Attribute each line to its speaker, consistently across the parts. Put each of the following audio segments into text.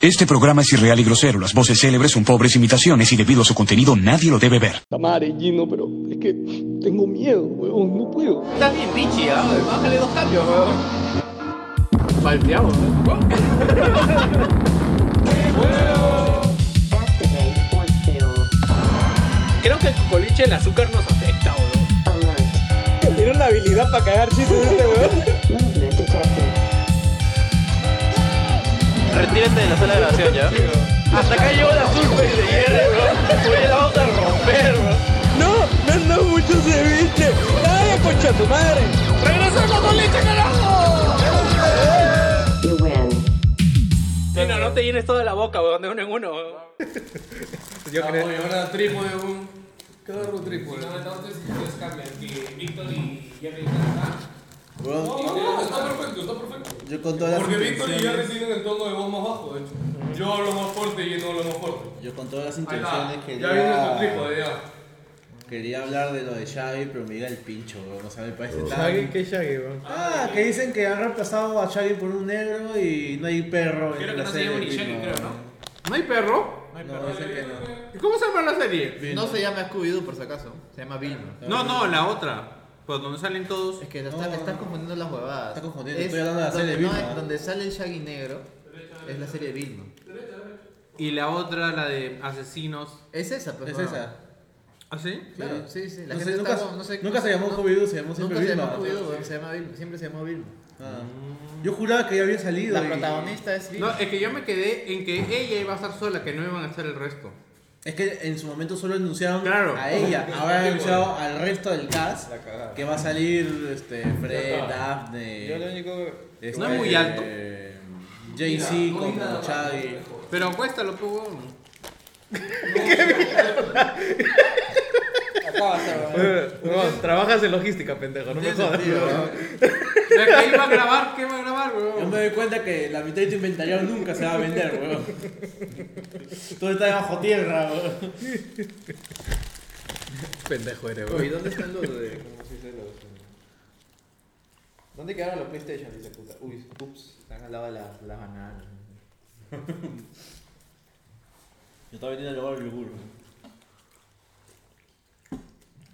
Speaker 1: Este programa es irreal y grosero. Las voces célebres son pobres imitaciones y debido a su contenido nadie lo debe ver.
Speaker 2: Tamare, Gino, pero es que tengo miedo, weón, no puedo.
Speaker 3: Estás bien, Richie, ¿ah? bájale dos cambios, weón. Palpeamos,
Speaker 4: Activate or fill
Speaker 3: Creo que el coliche el azúcar nos afecta, weón.
Speaker 4: alert.
Speaker 5: Tiene una habilidad para cagar chistes este weón.
Speaker 4: Movement detected.
Speaker 3: Retírate de la sala de grabación, ¿ya? Hasta acá llegó la surfe de hierro, weón. Oye, la vamos a romper, weón.
Speaker 5: No, no, no, mucho ceviche. Dale, concha tu madre.
Speaker 4: You win.
Speaker 3: Sí, no, no te llenes toda la boca, weón, de uno en uno, weón.
Speaker 6: Yo creo. Ahora trípode, un.
Speaker 7: Weón. Yo con todas las
Speaker 6: Porque Víctor y yo
Speaker 7: intenciones,
Speaker 6: reciben el tono de voz más bajo, de hecho. Yo hablo más fuerte y él no habla más fuerte.
Speaker 7: yo con todas las
Speaker 6: Ahí
Speaker 7: intenciones
Speaker 6: está. Ya viene eh. nuestro trípode,
Speaker 7: quería,
Speaker 6: ya.
Speaker 7: quería hablar de lo de Xavi, pero me llega el pincho, weón. O sea, me parece
Speaker 8: Shaggy,
Speaker 7: tan...
Speaker 8: ¿qué Shaggy, weón?
Speaker 7: Ah, que dicen que han reemplazado a Xavi por un negro y no hay perro en la serie. mismo.
Speaker 8: ¿No hay perro?
Speaker 7: No, dicen que no.
Speaker 8: ¿Y ¿Cómo se llama la serie?
Speaker 9: No se llama Scooby-Doo por si acaso, se llama Vilma.
Speaker 7: No,
Speaker 8: No, no, la otra. Pues donde salen todos.
Speaker 9: Es que estás
Speaker 7: No,
Speaker 9: estás
Speaker 7: no.
Speaker 9: confundiendo las huevadas.
Speaker 7: Estás confundiendo, estoy hablando de la
Speaker 9: donde,
Speaker 7: serie
Speaker 9: no,
Speaker 7: Vilma.
Speaker 9: es donde sale el Shaggy negro, es la serie Vilma.
Speaker 8: Y la otra, la de asesinos.
Speaker 9: Es esa, pues.
Speaker 7: Es
Speaker 9: huevón.
Speaker 7: esa.
Speaker 8: ¿Ah, sí?
Speaker 9: Claro, sí, sí. La
Speaker 7: No
Speaker 9: gente
Speaker 7: sé,
Speaker 9: está
Speaker 7: nunca-
Speaker 9: como- no sé-
Speaker 7: nunca se llamó
Speaker 9: no-
Speaker 7: Scooby-Doo, se llamó siempre
Speaker 9: Nunca se
Speaker 7: Vilma.
Speaker 9: llamó Scooby-Doo, huevón, se llama Vilma, siempre se llamó Vilma.
Speaker 7: Ah. Yo juraba que ya había salido.
Speaker 9: La
Speaker 7: y-
Speaker 9: protagonista es
Speaker 8: No, eh,
Speaker 9: Vilma.
Speaker 8: es que yo me quedé en que ella iba a estar sola, que no iban a estar el resto.
Speaker 7: Es que en su momento solo anunciaron
Speaker 8: Claro.
Speaker 7: a ella, ahora han anunciado al resto del cast que va a salir este, Fred,
Speaker 5: Yo lo
Speaker 7: Daphne,
Speaker 5: único
Speaker 7: este,
Speaker 8: No es muy alto.
Speaker 7: eh, Jay-Z como Chavi.
Speaker 8: Pero acuéstalo, pues, weón.
Speaker 5: acabas de hacer,
Speaker 9: trabajas en logística, pendejo, no me jodas.
Speaker 8: ¿Qué iba a grabar? ¿Qué iba a grabar,
Speaker 7: Yo
Speaker 8: weón?
Speaker 7: me doy cuenta que la mitad de tu inventario nunca se va a vender, weón. Todo está bajo tierra, weón.
Speaker 8: Pendejo eres,
Speaker 9: Oye, ¿dónde están los de.? ¿Cómo se dice los.? eh? ¿Dónde quedaron los PlayStation? Dice puta. Uy, ups, están al lado de las las bananas.
Speaker 7: Yo estaba vendiendo el lugar del yogur. weón.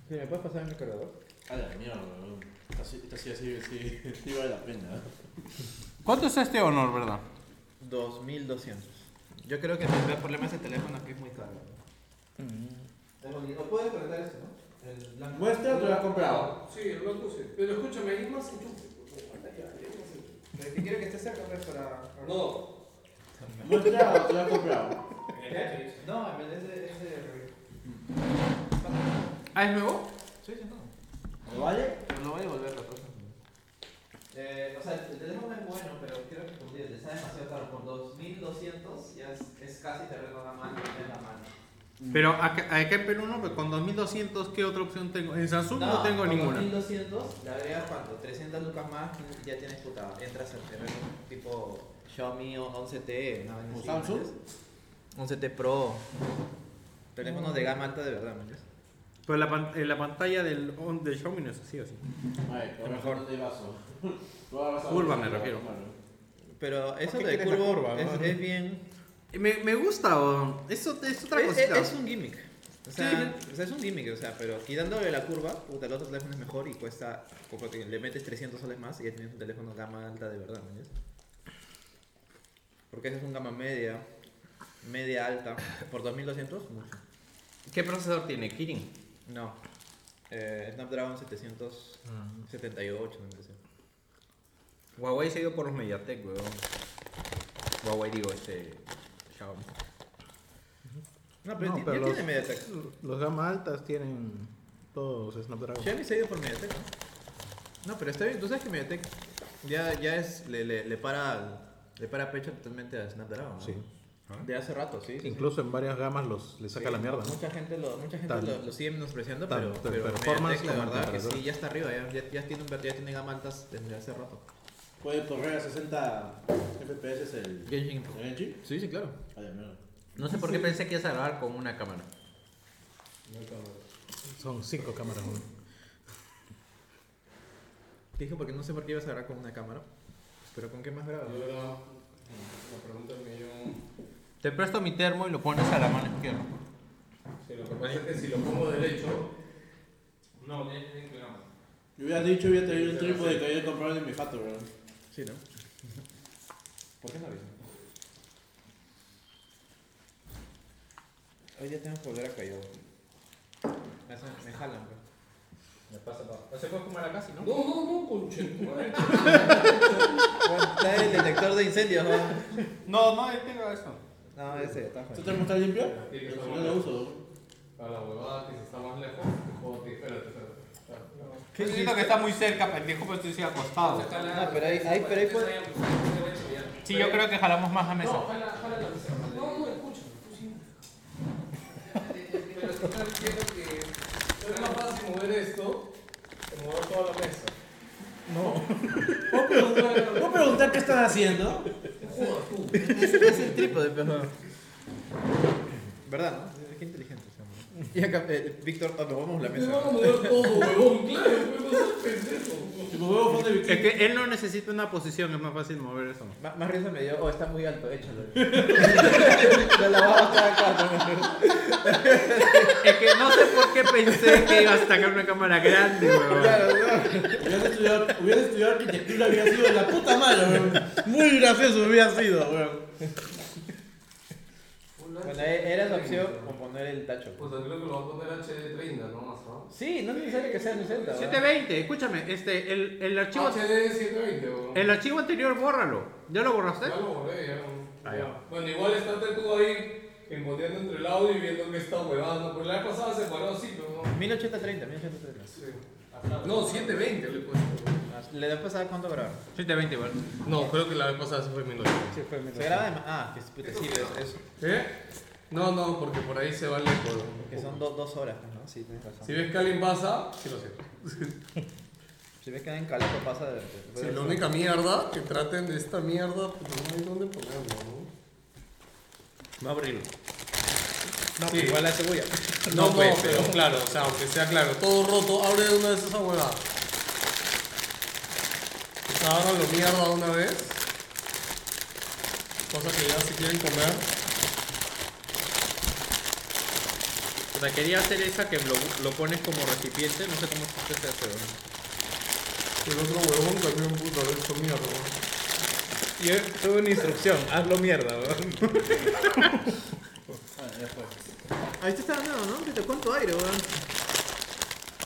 Speaker 9: Sí, ¿Me puedes pasar mi cargador?
Speaker 7: A la mierda, weón. Así, así, así, sí, sí vale la pena.
Speaker 8: ¿Cuánto es este honor, verdad?
Speaker 9: 2200. Yo creo que el primer problema es el teléfono que es muy caro. No puedes conectar esto, ¿no? El blanco.
Speaker 7: Muestra lo que has comprado.
Speaker 6: Sí, lo puse. Pero escúchame, es más enchufe.
Speaker 9: Pero que quiero que esté cerca, pues, para.
Speaker 6: No.
Speaker 7: Muestra lo que has comprado.
Speaker 9: No, en vez de. Es de...
Speaker 8: ¿Ah, es nuevo?
Speaker 9: Sí, sí, no.
Speaker 7: ¿No vale?
Speaker 9: Pero lo voy a devolver la próxima. Eh, o sea, el teléfono es bueno, pero quiero que pues, confundir, está demasiado caro. Por 2200 ya es, es casi terreno a la mano, en la mano.
Speaker 8: Pero acá, acá en Perú no, pero con 2200, ¿qué otra opción tengo? En Samsung no, tengo
Speaker 9: con
Speaker 8: ninguna.
Speaker 9: 2200 le agregas cuánto? 300 lucas más y ya tienes puta. Entras al terreno tipo Xiaomi o 11T, una vaina
Speaker 7: ¿O
Speaker 9: así,
Speaker 7: Samsung?
Speaker 9: ¿me entiendes? 11T Pro. Teléfonos de gama alta de verdad, ¿me entiendes?
Speaker 8: Pero la, pan- eh, la pantalla del, on- del Xiaomi no es así, así.
Speaker 7: Lo
Speaker 8: mejor.
Speaker 7: de vaso. Lo agarras a
Speaker 8: Curva,
Speaker 7: vaso,
Speaker 8: me
Speaker 7: lo
Speaker 8: refiero.
Speaker 7: agarras a mano.
Speaker 9: Pero eso
Speaker 8: qué
Speaker 9: de
Speaker 8: quieres la
Speaker 9: curvo
Speaker 8: curva,
Speaker 9: es,
Speaker 8: no?
Speaker 9: es bien
Speaker 8: Me, me gusta, weón. Eso es otra
Speaker 9: Es, es-
Speaker 8: cosita.
Speaker 9: Eh, es un gimmick. O sea, o sea, es un gimmick, o sea, pero quitándole la curva, puta, el otro teléfono es mejor y cuesta, como que le metes 300 soles más y ya tienes un teléfono gama alta de verdad, ¿me entiendes? Porque ese es un gama media, media alta, por 2200, mucho.
Speaker 8: ¿Qué procesador tiene? Kirin.
Speaker 9: No, eh, Snapdragon 778, me parece.
Speaker 3: Mm. Huawei se dio por los Mediatek, weón. Huawei, digo, este. Xiaomi.
Speaker 9: No, pero,
Speaker 8: No,
Speaker 9: ti-
Speaker 8: pero
Speaker 9: ya
Speaker 8: los-
Speaker 9: tiene MediaTek.
Speaker 8: Los gama altas tienen todos Snapdragon.
Speaker 9: Xiaomi se ha ido por MediaTek, ¿no? No, pero está bien, tú sabes que MediaTek ya, ya es, le, le, le para al- le para pecho totalmente a Snapdragon, ¿no?
Speaker 8: Sí.
Speaker 9: De hace rato, sí. sí,
Speaker 8: Incluso en varias gamas los, le
Speaker 9: sí.
Speaker 8: saca la mierda, ¿no?
Speaker 9: Mucha gente lo, mucha gente
Speaker 8: Tanto.
Speaker 9: lo, lo sigue menospreciando,
Speaker 8: Tanto
Speaker 9: pero,
Speaker 8: en
Speaker 9: pero
Speaker 8: performance
Speaker 9: MediaTek la
Speaker 8: como en
Speaker 9: verdad que
Speaker 8: temperatura.
Speaker 9: sí, ya está arriba, ya, ya, ya tiene, un- ya tiene gama altas desde hace rato.
Speaker 7: Puede correr a 60 FPS el. ¿El Genji?
Speaker 3: Sí, sí, claro.
Speaker 7: A la mierda.
Speaker 3: No sé por qué pensé que ibas a grabar con una cámara.
Speaker 8: Son cinco cámaras, weón.
Speaker 9: Dije porque no sé por qué ibas a grabar con una cámara, pero ¿con qué más grabas?
Speaker 6: Yo grabo. La mm, pregunta me dio.
Speaker 10: Te presto mi termo y lo pones a la mano izquierda.
Speaker 6: Sí, lo que pasa es que si lo pongo derecho. No, es inclinado.
Speaker 11: Yo hubiera dicho, hubiera traído un trípode que había comprado de mi jato, weón.
Speaker 10: Sí, ¿no?
Speaker 11: ¿Por qué no avisan?
Speaker 10: Hoy ya tenemos que volver a Callao. Me, hacen- me jalan, bro.
Speaker 6: Me pasa para.
Speaker 9: Pues,
Speaker 6: ¿Se puede fumar acá si no? No, no, no, conchetumare.
Speaker 9: Está el detector de incendios, ¿no?
Speaker 10: No, no detenga eso.
Speaker 9: No, ese está
Speaker 11: ¿Tú
Speaker 9: jodido.
Speaker 11: termo está limpio?
Speaker 6: Sí, que
Speaker 11: Pues
Speaker 6: está
Speaker 11: No lo
Speaker 6: mal.
Speaker 11: uso, weón.
Speaker 6: A la huevada que si está más lejos, joder, espérate, espérate.
Speaker 10: Yo siento que está muy cerca, pendejo, pero estoy así acostado.
Speaker 9: No, Ah, pero ahí, ahí, pero ahí puede...
Speaker 10: Sí, yo creo que jalamos más a mesa.
Speaker 6: No, no, escucha. Pero estás diciendo que es más fácil mover esto que mover toda la mesa.
Speaker 11: ¿Puedo preguntar- ¿Puedo preguntar qué están haciendo?
Speaker 9: Es, es el trípode, pero... ¿Verdad, no? Qué inteligente ese hombre. Y acá, eh, Víctor, nos vamos la mesa.
Speaker 6: a mover todo, huevón, claro, huevón, sos pendejo.
Speaker 11: Si me huevo fondo de
Speaker 10: Es que él no necesita una posición, es más fácil mover eso.
Speaker 9: Ma- Más risa me dio, oh, está muy alto, échalo. No la vamos a estar acá, ¿no?
Speaker 10: Es que no sé por qué pensé que iba a sacar una cámara grande, weón.
Speaker 11: Hubieras estudiado, hubieras estudiado arquitectura, hubiera sido la puta madre, weón. Muy gracioso hubiera sido, weón.
Speaker 9: Bueno, e- era la opción con poner el tacho.
Speaker 6: Pues creo que lo va a poner HD30 nomás, ¿no?
Speaker 9: Sí, no es necesario que sea 60. ¿verdad?
Speaker 10: 720, escúchame, este, el, el
Speaker 8: Ah,
Speaker 10: archivo.
Speaker 6: HD720, huevón.
Speaker 10: El archivo anterior, bórralo. ¿Ya lo borraste?
Speaker 6: Ya lo borré, ya no. Ah, Ya. Bueno, igual estate tú ahí encontrando entre el audio y viendo que está huevando. Pues la vez pasada se paró así, pero no.
Speaker 9: 1080-30, 1080-30.
Speaker 6: Sí. No, 720 le he puesto.
Speaker 9: ¿Le da pasada cuánto graba?
Speaker 10: 720, igual.
Speaker 6: No, creo que la vez pasada se fue 1900.
Speaker 9: Sí, fue Se graba de más. Ah, que es puta, sí, es, es-
Speaker 6: ¿Eh? No, no, porque por ahí se va lejos. un
Speaker 9: que
Speaker 6: poco.
Speaker 9: son do- dos horas, pues, ¿no? Sí, tienes razón.
Speaker 6: Si ves que alguien pasa, sí lo siento.
Speaker 9: Si ves que en Calaco pasa de. de-
Speaker 6: Sí, la única mierda que traten de esta mierda, pues no hay dónde ponerlo, ¿no?
Speaker 10: Va a abrirlo.
Speaker 9: No,
Speaker 6: sí.
Speaker 9: igual la cebolla.
Speaker 6: No, no, pero claro, o sea, aunque sea claro, todo roto, abre de una vez esa huevada. O sea, abran lo mierda de una vez. Cosa que ya si quieren comer.
Speaker 10: O sea, quería hacer esa que lo, lo pones como recipiente, no sé cómo se hace eso.
Speaker 6: El otro huevón también puto lo he hecho mierda, ¿no?
Speaker 10: Yo tuve una instrucción, hazlo mierda, weón.
Speaker 9: Ahí te está dando, ¿no? Que te cuento aire, weón.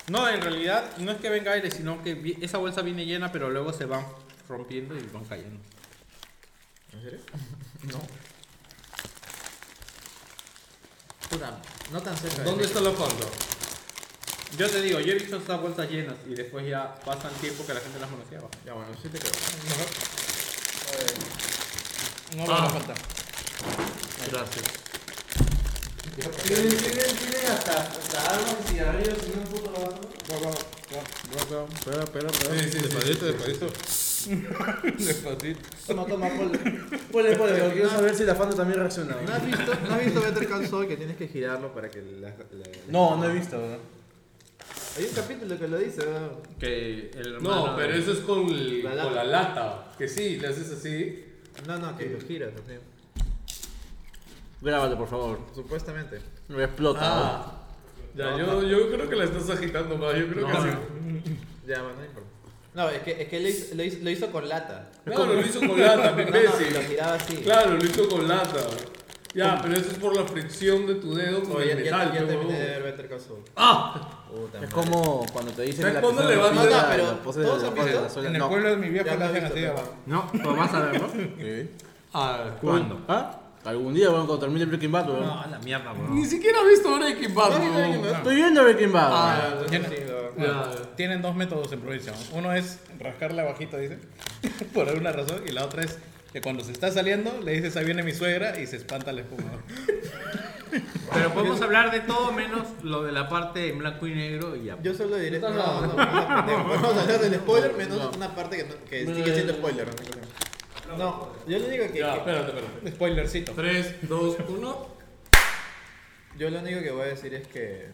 Speaker 10: No, en realidad no es que venga aire, sino que vi- esa bolsa viene llena, pero luego se van rompiendo y van cayendo.
Speaker 9: ¿En serio? No. Puta, no tan cerca.
Speaker 6: ¿Dónde está la fanta?
Speaker 10: Yo te digo, yo he visto esas bolsas llenas y después ya pasan tiempo que la gente las manoseaba.
Speaker 9: Ya, bueno, sí te creo.
Speaker 10: No
Speaker 6: Ah.
Speaker 10: me falta.
Speaker 6: Gracias.
Speaker 9: Tienen, tienen, tienen hasta, hasta armas y cigarrillos y un puto lavando.
Speaker 10: Espera, espera, espera.
Speaker 6: Sí, sí, sí.
Speaker 10: Despacito, despacito. Despacito.
Speaker 11: Toma, toma, ponle. Ponle, ponle, pero quiero saber si la fanta también reacciona,
Speaker 9: ¿No has visto, no has visto Better Call Saul que tienes que girarlo para que la, la-
Speaker 11: No, no he visto, weón.
Speaker 9: Hay un capítulo que lo dice, weón.
Speaker 10: Que el hermano.
Speaker 6: No, pero eso es con, el-
Speaker 9: La lata.
Speaker 6: con la lata. Que sí, le haces así.
Speaker 9: No, no, que lo giras, así.
Speaker 10: Grábate, por favor.
Speaker 9: Supuestamente.
Speaker 10: Me explota.
Speaker 6: Ah. Ya, yo, yo creo que la estás agitando más. Yo creo que
Speaker 10: No,
Speaker 6: sí.
Speaker 10: no.
Speaker 9: Ya, bueno, no importa. No, es que, es que lo, hizo, lo, hizo, lo hizo con lata.
Speaker 6: Claro, lo hizo con lata, mi
Speaker 9: No, no,
Speaker 6: imbécil.
Speaker 9: lo giraba así.
Speaker 6: Claro, lo hizo con lata. Ya, pero eso es por la fricción de tu dedo con
Speaker 9: Oye, ya,
Speaker 6: el metal.
Speaker 9: ya, ya
Speaker 6: pe,
Speaker 9: terminé
Speaker 6: huevón.
Speaker 9: de ver Better Call Saul.
Speaker 6: ¡Ah!
Speaker 9: Puta madre.
Speaker 7: como cuando te dicen
Speaker 6: ¿Sabes
Speaker 7: la
Speaker 6: cuándo
Speaker 7: persona
Speaker 6: le van a
Speaker 7: de
Speaker 9: dar?
Speaker 7: la-
Speaker 9: Pero,
Speaker 7: la pose de
Speaker 9: ¿todos
Speaker 7: la
Speaker 9: han
Speaker 7: pose de
Speaker 9: visto?
Speaker 7: la suela?
Speaker 8: En el
Speaker 7: No.
Speaker 8: pueblo de mi viejo
Speaker 9: Ya
Speaker 8: lo
Speaker 9: lo he
Speaker 8: hacen
Speaker 9: visto,
Speaker 8: así,
Speaker 9: pero-
Speaker 8: abajo.
Speaker 10: No, pues vas a verlo.
Speaker 6: Ah, ¿cuándo?
Speaker 7: ¿Ah? Algún día, bueno, cuando termine Breaking Bad, weón.
Speaker 10: No, a la mierda,
Speaker 6: Ni
Speaker 10: weón.
Speaker 6: siquiera he visto Breaking Bad,
Speaker 9: ¿Has visto
Speaker 6: huevón.
Speaker 9: Breaking Bad?
Speaker 7: Estoy viendo Breaking Bad. weón.
Speaker 6: Ah,
Speaker 8: Tienen,
Speaker 6: Ya.
Speaker 8: tienen dos métodos en provincia. ¿no? Uno es rascarle abajito, dice, por alguna razón, y la otra es que cuando se está saliendo le dices, ahí viene mi suegra y se espanta la espuma.
Speaker 10: Pero podemos hablar de todo menos lo de la parte en blanco y negro y ya.
Speaker 9: Yo solo diré. No, no, no. no, pendejo. Vamos a hablar del spoiler menos una parte que, no- que sigue siendo spoiler. una cosa. No, yo lo único que.
Speaker 6: Ya,
Speaker 9: que-
Speaker 6: espérate, espérate.
Speaker 8: Spoilercito.
Speaker 6: 3, 2, 1.
Speaker 9: yo lo único que voy a decir es que.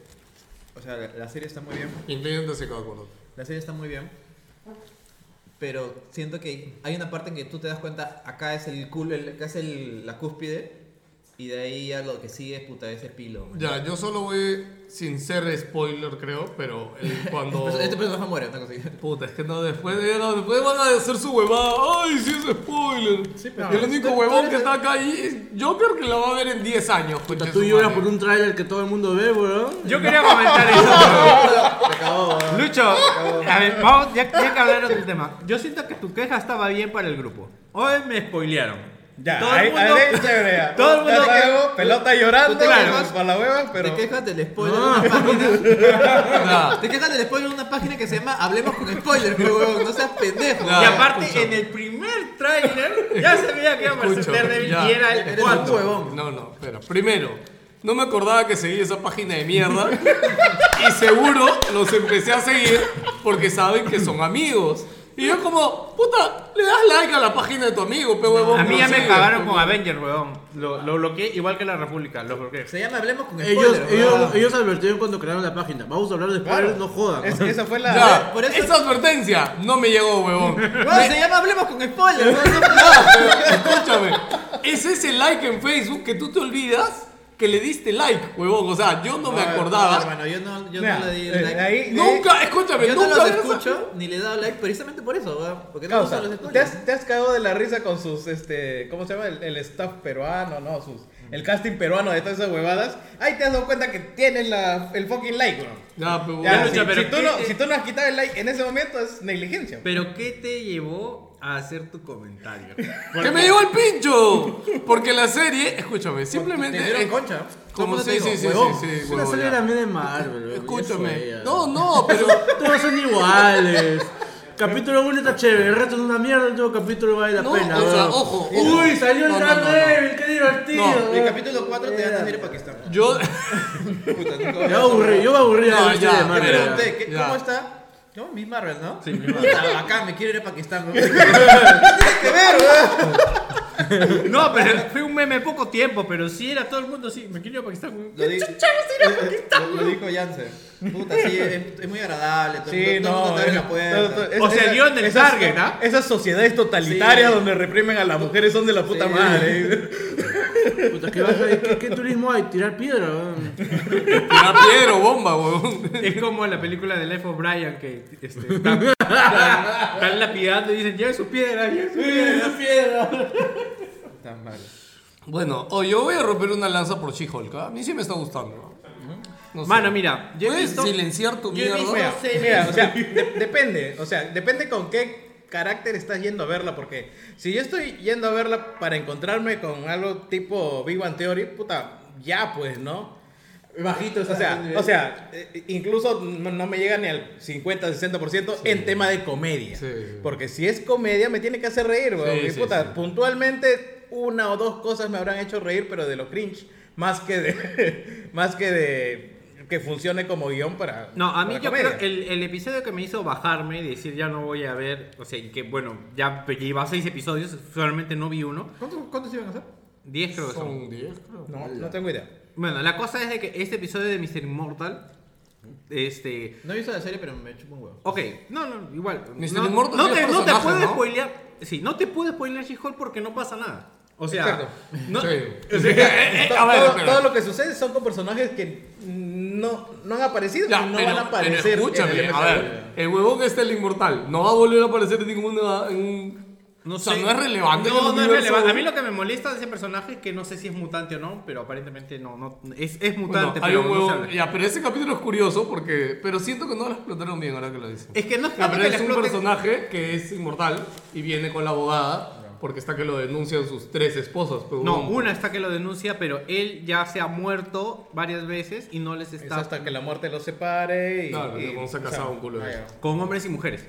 Speaker 9: O sea, la, la serie está muy bien.
Speaker 6: Incluyéndose cada uno.
Speaker 9: La serie está muy bien. Pero siento que hay una parte en que tú te das cuenta, acá es el culo, el- acá es el- la cúspide.
Speaker 12: Y de ahí ya lo que sigue es puta ese pilo. man.
Speaker 6: Ya, yo solo voy sin ser spoiler, creo, pero el- cuando.
Speaker 12: Entonces, este personaje muere, una cosa así.
Speaker 6: Puta, es que no, después, de- no, después van a hacer su huevada. ¡Ay, sí es spoiler!
Speaker 9: pero-
Speaker 6: Y el único huevón que está acá ahí es Joker que la va a ver en 10 años.
Speaker 7: Puta,
Speaker 6: concha
Speaker 7: tú
Speaker 6: su
Speaker 7: lloras
Speaker 6: madre.
Speaker 7: por un trailer que todo el mundo ve, weón.
Speaker 8: Yo quería comentar eso. Lucho, a ver, vamos, ya, ya que hablaron del tema. Yo siento que tu queja estaba bien para el grupo. Hoy me spoilearon.
Speaker 9: Ya,
Speaker 8: todo
Speaker 9: ahí-
Speaker 8: el mundo,
Speaker 9: ahí, chévere, ya.
Speaker 8: todo el
Speaker 9: Ya
Speaker 8: mundo que-
Speaker 9: luego, pelota
Speaker 7: Ah,
Speaker 9: llorando,
Speaker 12: Tú te quejas.
Speaker 9: por la hueva, pero.
Speaker 12: Te quejas del spoiler de una página. Te quejas del spoiler de una página que se llama Hablemos con Spoilers, pero huevón, no seas pendejo.
Speaker 8: Y
Speaker 6: Ya,
Speaker 8: aparte,
Speaker 6: escucha.
Speaker 8: en el primer tráiler ya se veía que era Marcel
Speaker 6: Escucho,
Speaker 8: Daredevil
Speaker 6: ya.
Speaker 8: y era el
Speaker 12: Eres un
Speaker 8: 4.
Speaker 12: huevón.
Speaker 6: No, no, espera. Primero, no me acordaba que seguía esa página de mierda. y seguro los empecé a seguir porque saben que son amigos. Y yo como, puta, le das like a la página de tu amigo, pe huevón.
Speaker 8: A mí
Speaker 6: lo
Speaker 8: ya me
Speaker 6: sigues,
Speaker 8: cagaron
Speaker 6: pe,
Speaker 8: con Avenger, weón. Lo, lo bloqueé igual que la República, lo bloqueé.
Speaker 12: Se llama Hablemos con
Speaker 7: Ellos,
Speaker 12: Spoilers.
Speaker 7: ellos,
Speaker 12: huevón.
Speaker 7: ellos advirtieron cuando crearon la página. Vamos a hablar de spoilers, no jodan.
Speaker 9: Es- esa fue la.
Speaker 6: Ya,
Speaker 12: Por eso-
Speaker 6: esa advertencia no me llegó, huevón.
Speaker 12: Huevón, Se llama Hablemos con Spoilers. huevón, no-
Speaker 6: Escúchame, es ese like en Facebook que tú te olvidas que le diste like, huevón. O sea, yo no me acordaba.
Speaker 12: Bueno, yo no, yo
Speaker 9: Mira,
Speaker 12: no le di
Speaker 9: eh,
Speaker 12: el like.
Speaker 9: ahí-
Speaker 6: Nunca, escúchame,
Speaker 12: yo no
Speaker 6: nunca
Speaker 12: los
Speaker 6: ves-
Speaker 12: escucho ni le he dado like precisamente por eso, weón. Porque no me
Speaker 9: Causa,
Speaker 12: gustan los
Speaker 9: ¿te
Speaker 12: spoilers.
Speaker 9: has, te has cagado de la risa con sus, este, ¿cómo se llama? El, el staff peruano, no, sus, el casting peruano de todas esas huevadas. Ahí te has dado cuenta que tienes la, el fucking like, bro.
Speaker 6: Ya, pe, huevón.
Speaker 9: Ya,
Speaker 8: Lucha,
Speaker 9: si,
Speaker 8: pero
Speaker 9: si tú
Speaker 8: ¿qué
Speaker 9: no,
Speaker 8: te-
Speaker 9: si tú no has quitado el like en ese momento es negligencia.
Speaker 8: Pero ¿qué te llevó a hacer tu comentario?
Speaker 6: ¡Que me llevó el pincho! Porque la serie, escúchame, simplemente.
Speaker 12: Te
Speaker 9: Eh,
Speaker 12: dieron concha.
Speaker 6: Como
Speaker 12: ¿Cómo
Speaker 6: sí,
Speaker 12: te
Speaker 6: sí,
Speaker 12: digo,
Speaker 6: sí,
Speaker 12: huevón?
Speaker 6: sí, sí,
Speaker 7: Una
Speaker 6: huevón,
Speaker 7: serie
Speaker 6: ya.
Speaker 7: también de Marvel, weón.
Speaker 6: Escúchame. No,
Speaker 7: No,
Speaker 6: no, pero.
Speaker 7: todos son iguales. Capítulo 1 está chévere, el resto es una mierda, el último capítulo vale la
Speaker 6: No,
Speaker 7: pena.
Speaker 6: o sea,
Speaker 7: weón.
Speaker 6: ojo, ojo.
Speaker 7: Uy, salió el
Speaker 6: No, no, no,
Speaker 7: Daredevil, qué divertido.
Speaker 6: No, el
Speaker 7: weón.
Speaker 12: capítulo 4 te dan a ir a Pakistán.
Speaker 6: Yo.
Speaker 7: Yo aburrí, yo me aburrí
Speaker 6: No,
Speaker 7: de la
Speaker 6: ya,
Speaker 7: serie de
Speaker 12: Te
Speaker 7: Marvel.
Speaker 6: mira,
Speaker 7: weón.
Speaker 12: pregunté, ¿qué-
Speaker 6: Ya.
Speaker 12: ¿cómo está? No, Miss Marvel, ¿no?
Speaker 8: Sí, mi madre.
Speaker 12: Puta, Acá me quiero ir a Pakistán, weón.
Speaker 8: No, pero fue un meme poco tiempo, pero sí era todo el mundo así. Me quiero ir a Pakistán, weón.
Speaker 12: Lo di- Lo- Lo dijo Jansen. Puta, sí, es, es muy agradable. Todo,
Speaker 9: Sí,
Speaker 12: todo el
Speaker 9: no.
Speaker 12: mundo te abre
Speaker 9: es-
Speaker 12: la
Speaker 9: todo-
Speaker 12: puerta.
Speaker 9: todo-
Speaker 8: O sea, dio en el
Speaker 9: esas-
Speaker 8: Target, ¿ah?
Speaker 9: Esas sociedades totalitarias
Speaker 12: Sí.
Speaker 9: donde reprimen a las mujeres son de la puta
Speaker 12: Sí.
Speaker 9: madre.
Speaker 7: Puta, ¿qué, vas a- qué- qué turismo hay? Tirar piedra. weón.
Speaker 6: Una piedra o bomba, huevón.
Speaker 8: Es como la película de Life of Brian que este, están, están lapidando y dicen, lleve su piedra, lleve su piedra.
Speaker 6: Bueno, o yo voy a romper una lanza por She-Hulk. ¿ah? A mí sí me está gustando. No sé.
Speaker 8: Mano, mira, yo he
Speaker 6: Puedes
Speaker 8: visto-
Speaker 6: silenciar tu
Speaker 8: yo he
Speaker 6: mierda.
Speaker 8: visto
Speaker 9: Mira,
Speaker 8: series-
Speaker 9: mira, o sea, de- depende, o sea, depende con qué carácter estás yendo a verla, porque si yo estoy yendo a verla para encontrarme con algo tipo Big Bang Theory, puta, ya pues, ¿no?
Speaker 13: Bajito,
Speaker 9: O sea, o sea, eh, incluso no no me llega ni al 50, 60% en tema de comedia.
Speaker 6: Sí, sí.
Speaker 9: Porque si es comedia me tiene que hacer reír, weón.
Speaker 6: Sí,
Speaker 9: Y
Speaker 6: sí,
Speaker 9: puta,
Speaker 6: sí.
Speaker 9: puntualmente una o dos cosas me habrán hecho reír, pero de lo cringe, más que de más que de que funcione como guión para
Speaker 8: No, a mí
Speaker 9: para
Speaker 8: yo
Speaker 9: comedia.
Speaker 8: creo el, el episodio que me hizo bajarme y decir ya no voy a ver, o sea, y que bueno, ya lleva seis episodios, solamente no vi uno.
Speaker 12: ¿Cuántos, cuántos iban a hacer?
Speaker 8: Diez creo que son.
Speaker 6: Son 10, creo.
Speaker 9: No, no tengo idea.
Speaker 8: Bueno, la cosa es de que este episodio de Mr. Immortal, este...
Speaker 12: No he visto la serie, pero me chupo un huevo.
Speaker 8: Ok, no, no, igual.
Speaker 6: Mr.
Speaker 8: No,
Speaker 6: Immortal
Speaker 8: no
Speaker 6: tiene
Speaker 8: te, no te
Speaker 6: personaje,
Speaker 8: puedo
Speaker 6: ¿no?
Speaker 8: spoilear, sí, no te puedo spoilear She-Hulk porque no pasa nada. O sea,
Speaker 9: Exacto.
Speaker 8: no,
Speaker 6: Sí.
Speaker 8: o sea,
Speaker 6: Eh,
Speaker 9: To-
Speaker 6: a ver,
Speaker 9: todo,
Speaker 6: espera.
Speaker 9: todo lo que sucede son con personajes que no, no han aparecido
Speaker 6: Ya,
Speaker 9: y no
Speaker 6: pero-
Speaker 9: van a
Speaker 6: pero
Speaker 9: aparecer. en el
Speaker 6: escúchame, a
Speaker 9: episodio.
Speaker 6: ver. El huevón que está el inmortal no va a volver a aparecer en ninguna. En...
Speaker 8: No
Speaker 6: o sea,
Speaker 8: sé.
Speaker 6: no es relevante. en el
Speaker 8: No, no es
Speaker 6: universo.
Speaker 8: relevante. A mí lo que me molesta de ese personaje es que no sé si es mutante o no, pero aparentemente no. no es, es
Speaker 6: Bueno,
Speaker 8: mutante,
Speaker 6: hay
Speaker 8: pero
Speaker 6: un
Speaker 8: no se
Speaker 6: huevón.
Speaker 8: habla.
Speaker 6: Ya, pero ese capítulo es curioso porque. Pero siento que no lo explotaron bien ahora que lo dicen.
Speaker 8: Es que no es
Speaker 6: Ya,
Speaker 8: tanto
Speaker 6: pero
Speaker 8: que
Speaker 6: es
Speaker 8: le
Speaker 6: un
Speaker 8: exploten-
Speaker 6: personaje que es inmortal y viene con la abogada porque está que lo denuncian sus tres esposas. pero
Speaker 8: No,
Speaker 6: huevón.
Speaker 8: una está que lo denuncia, pero él ya se ha muerto varias veces y no les
Speaker 9: Es
Speaker 8: está
Speaker 9: hasta que la muerte los separe y,
Speaker 6: Claro,
Speaker 9: y-
Speaker 6: no se ha casado un culo de
Speaker 9: ah,
Speaker 6: veces.
Speaker 8: con hombres y mujeres.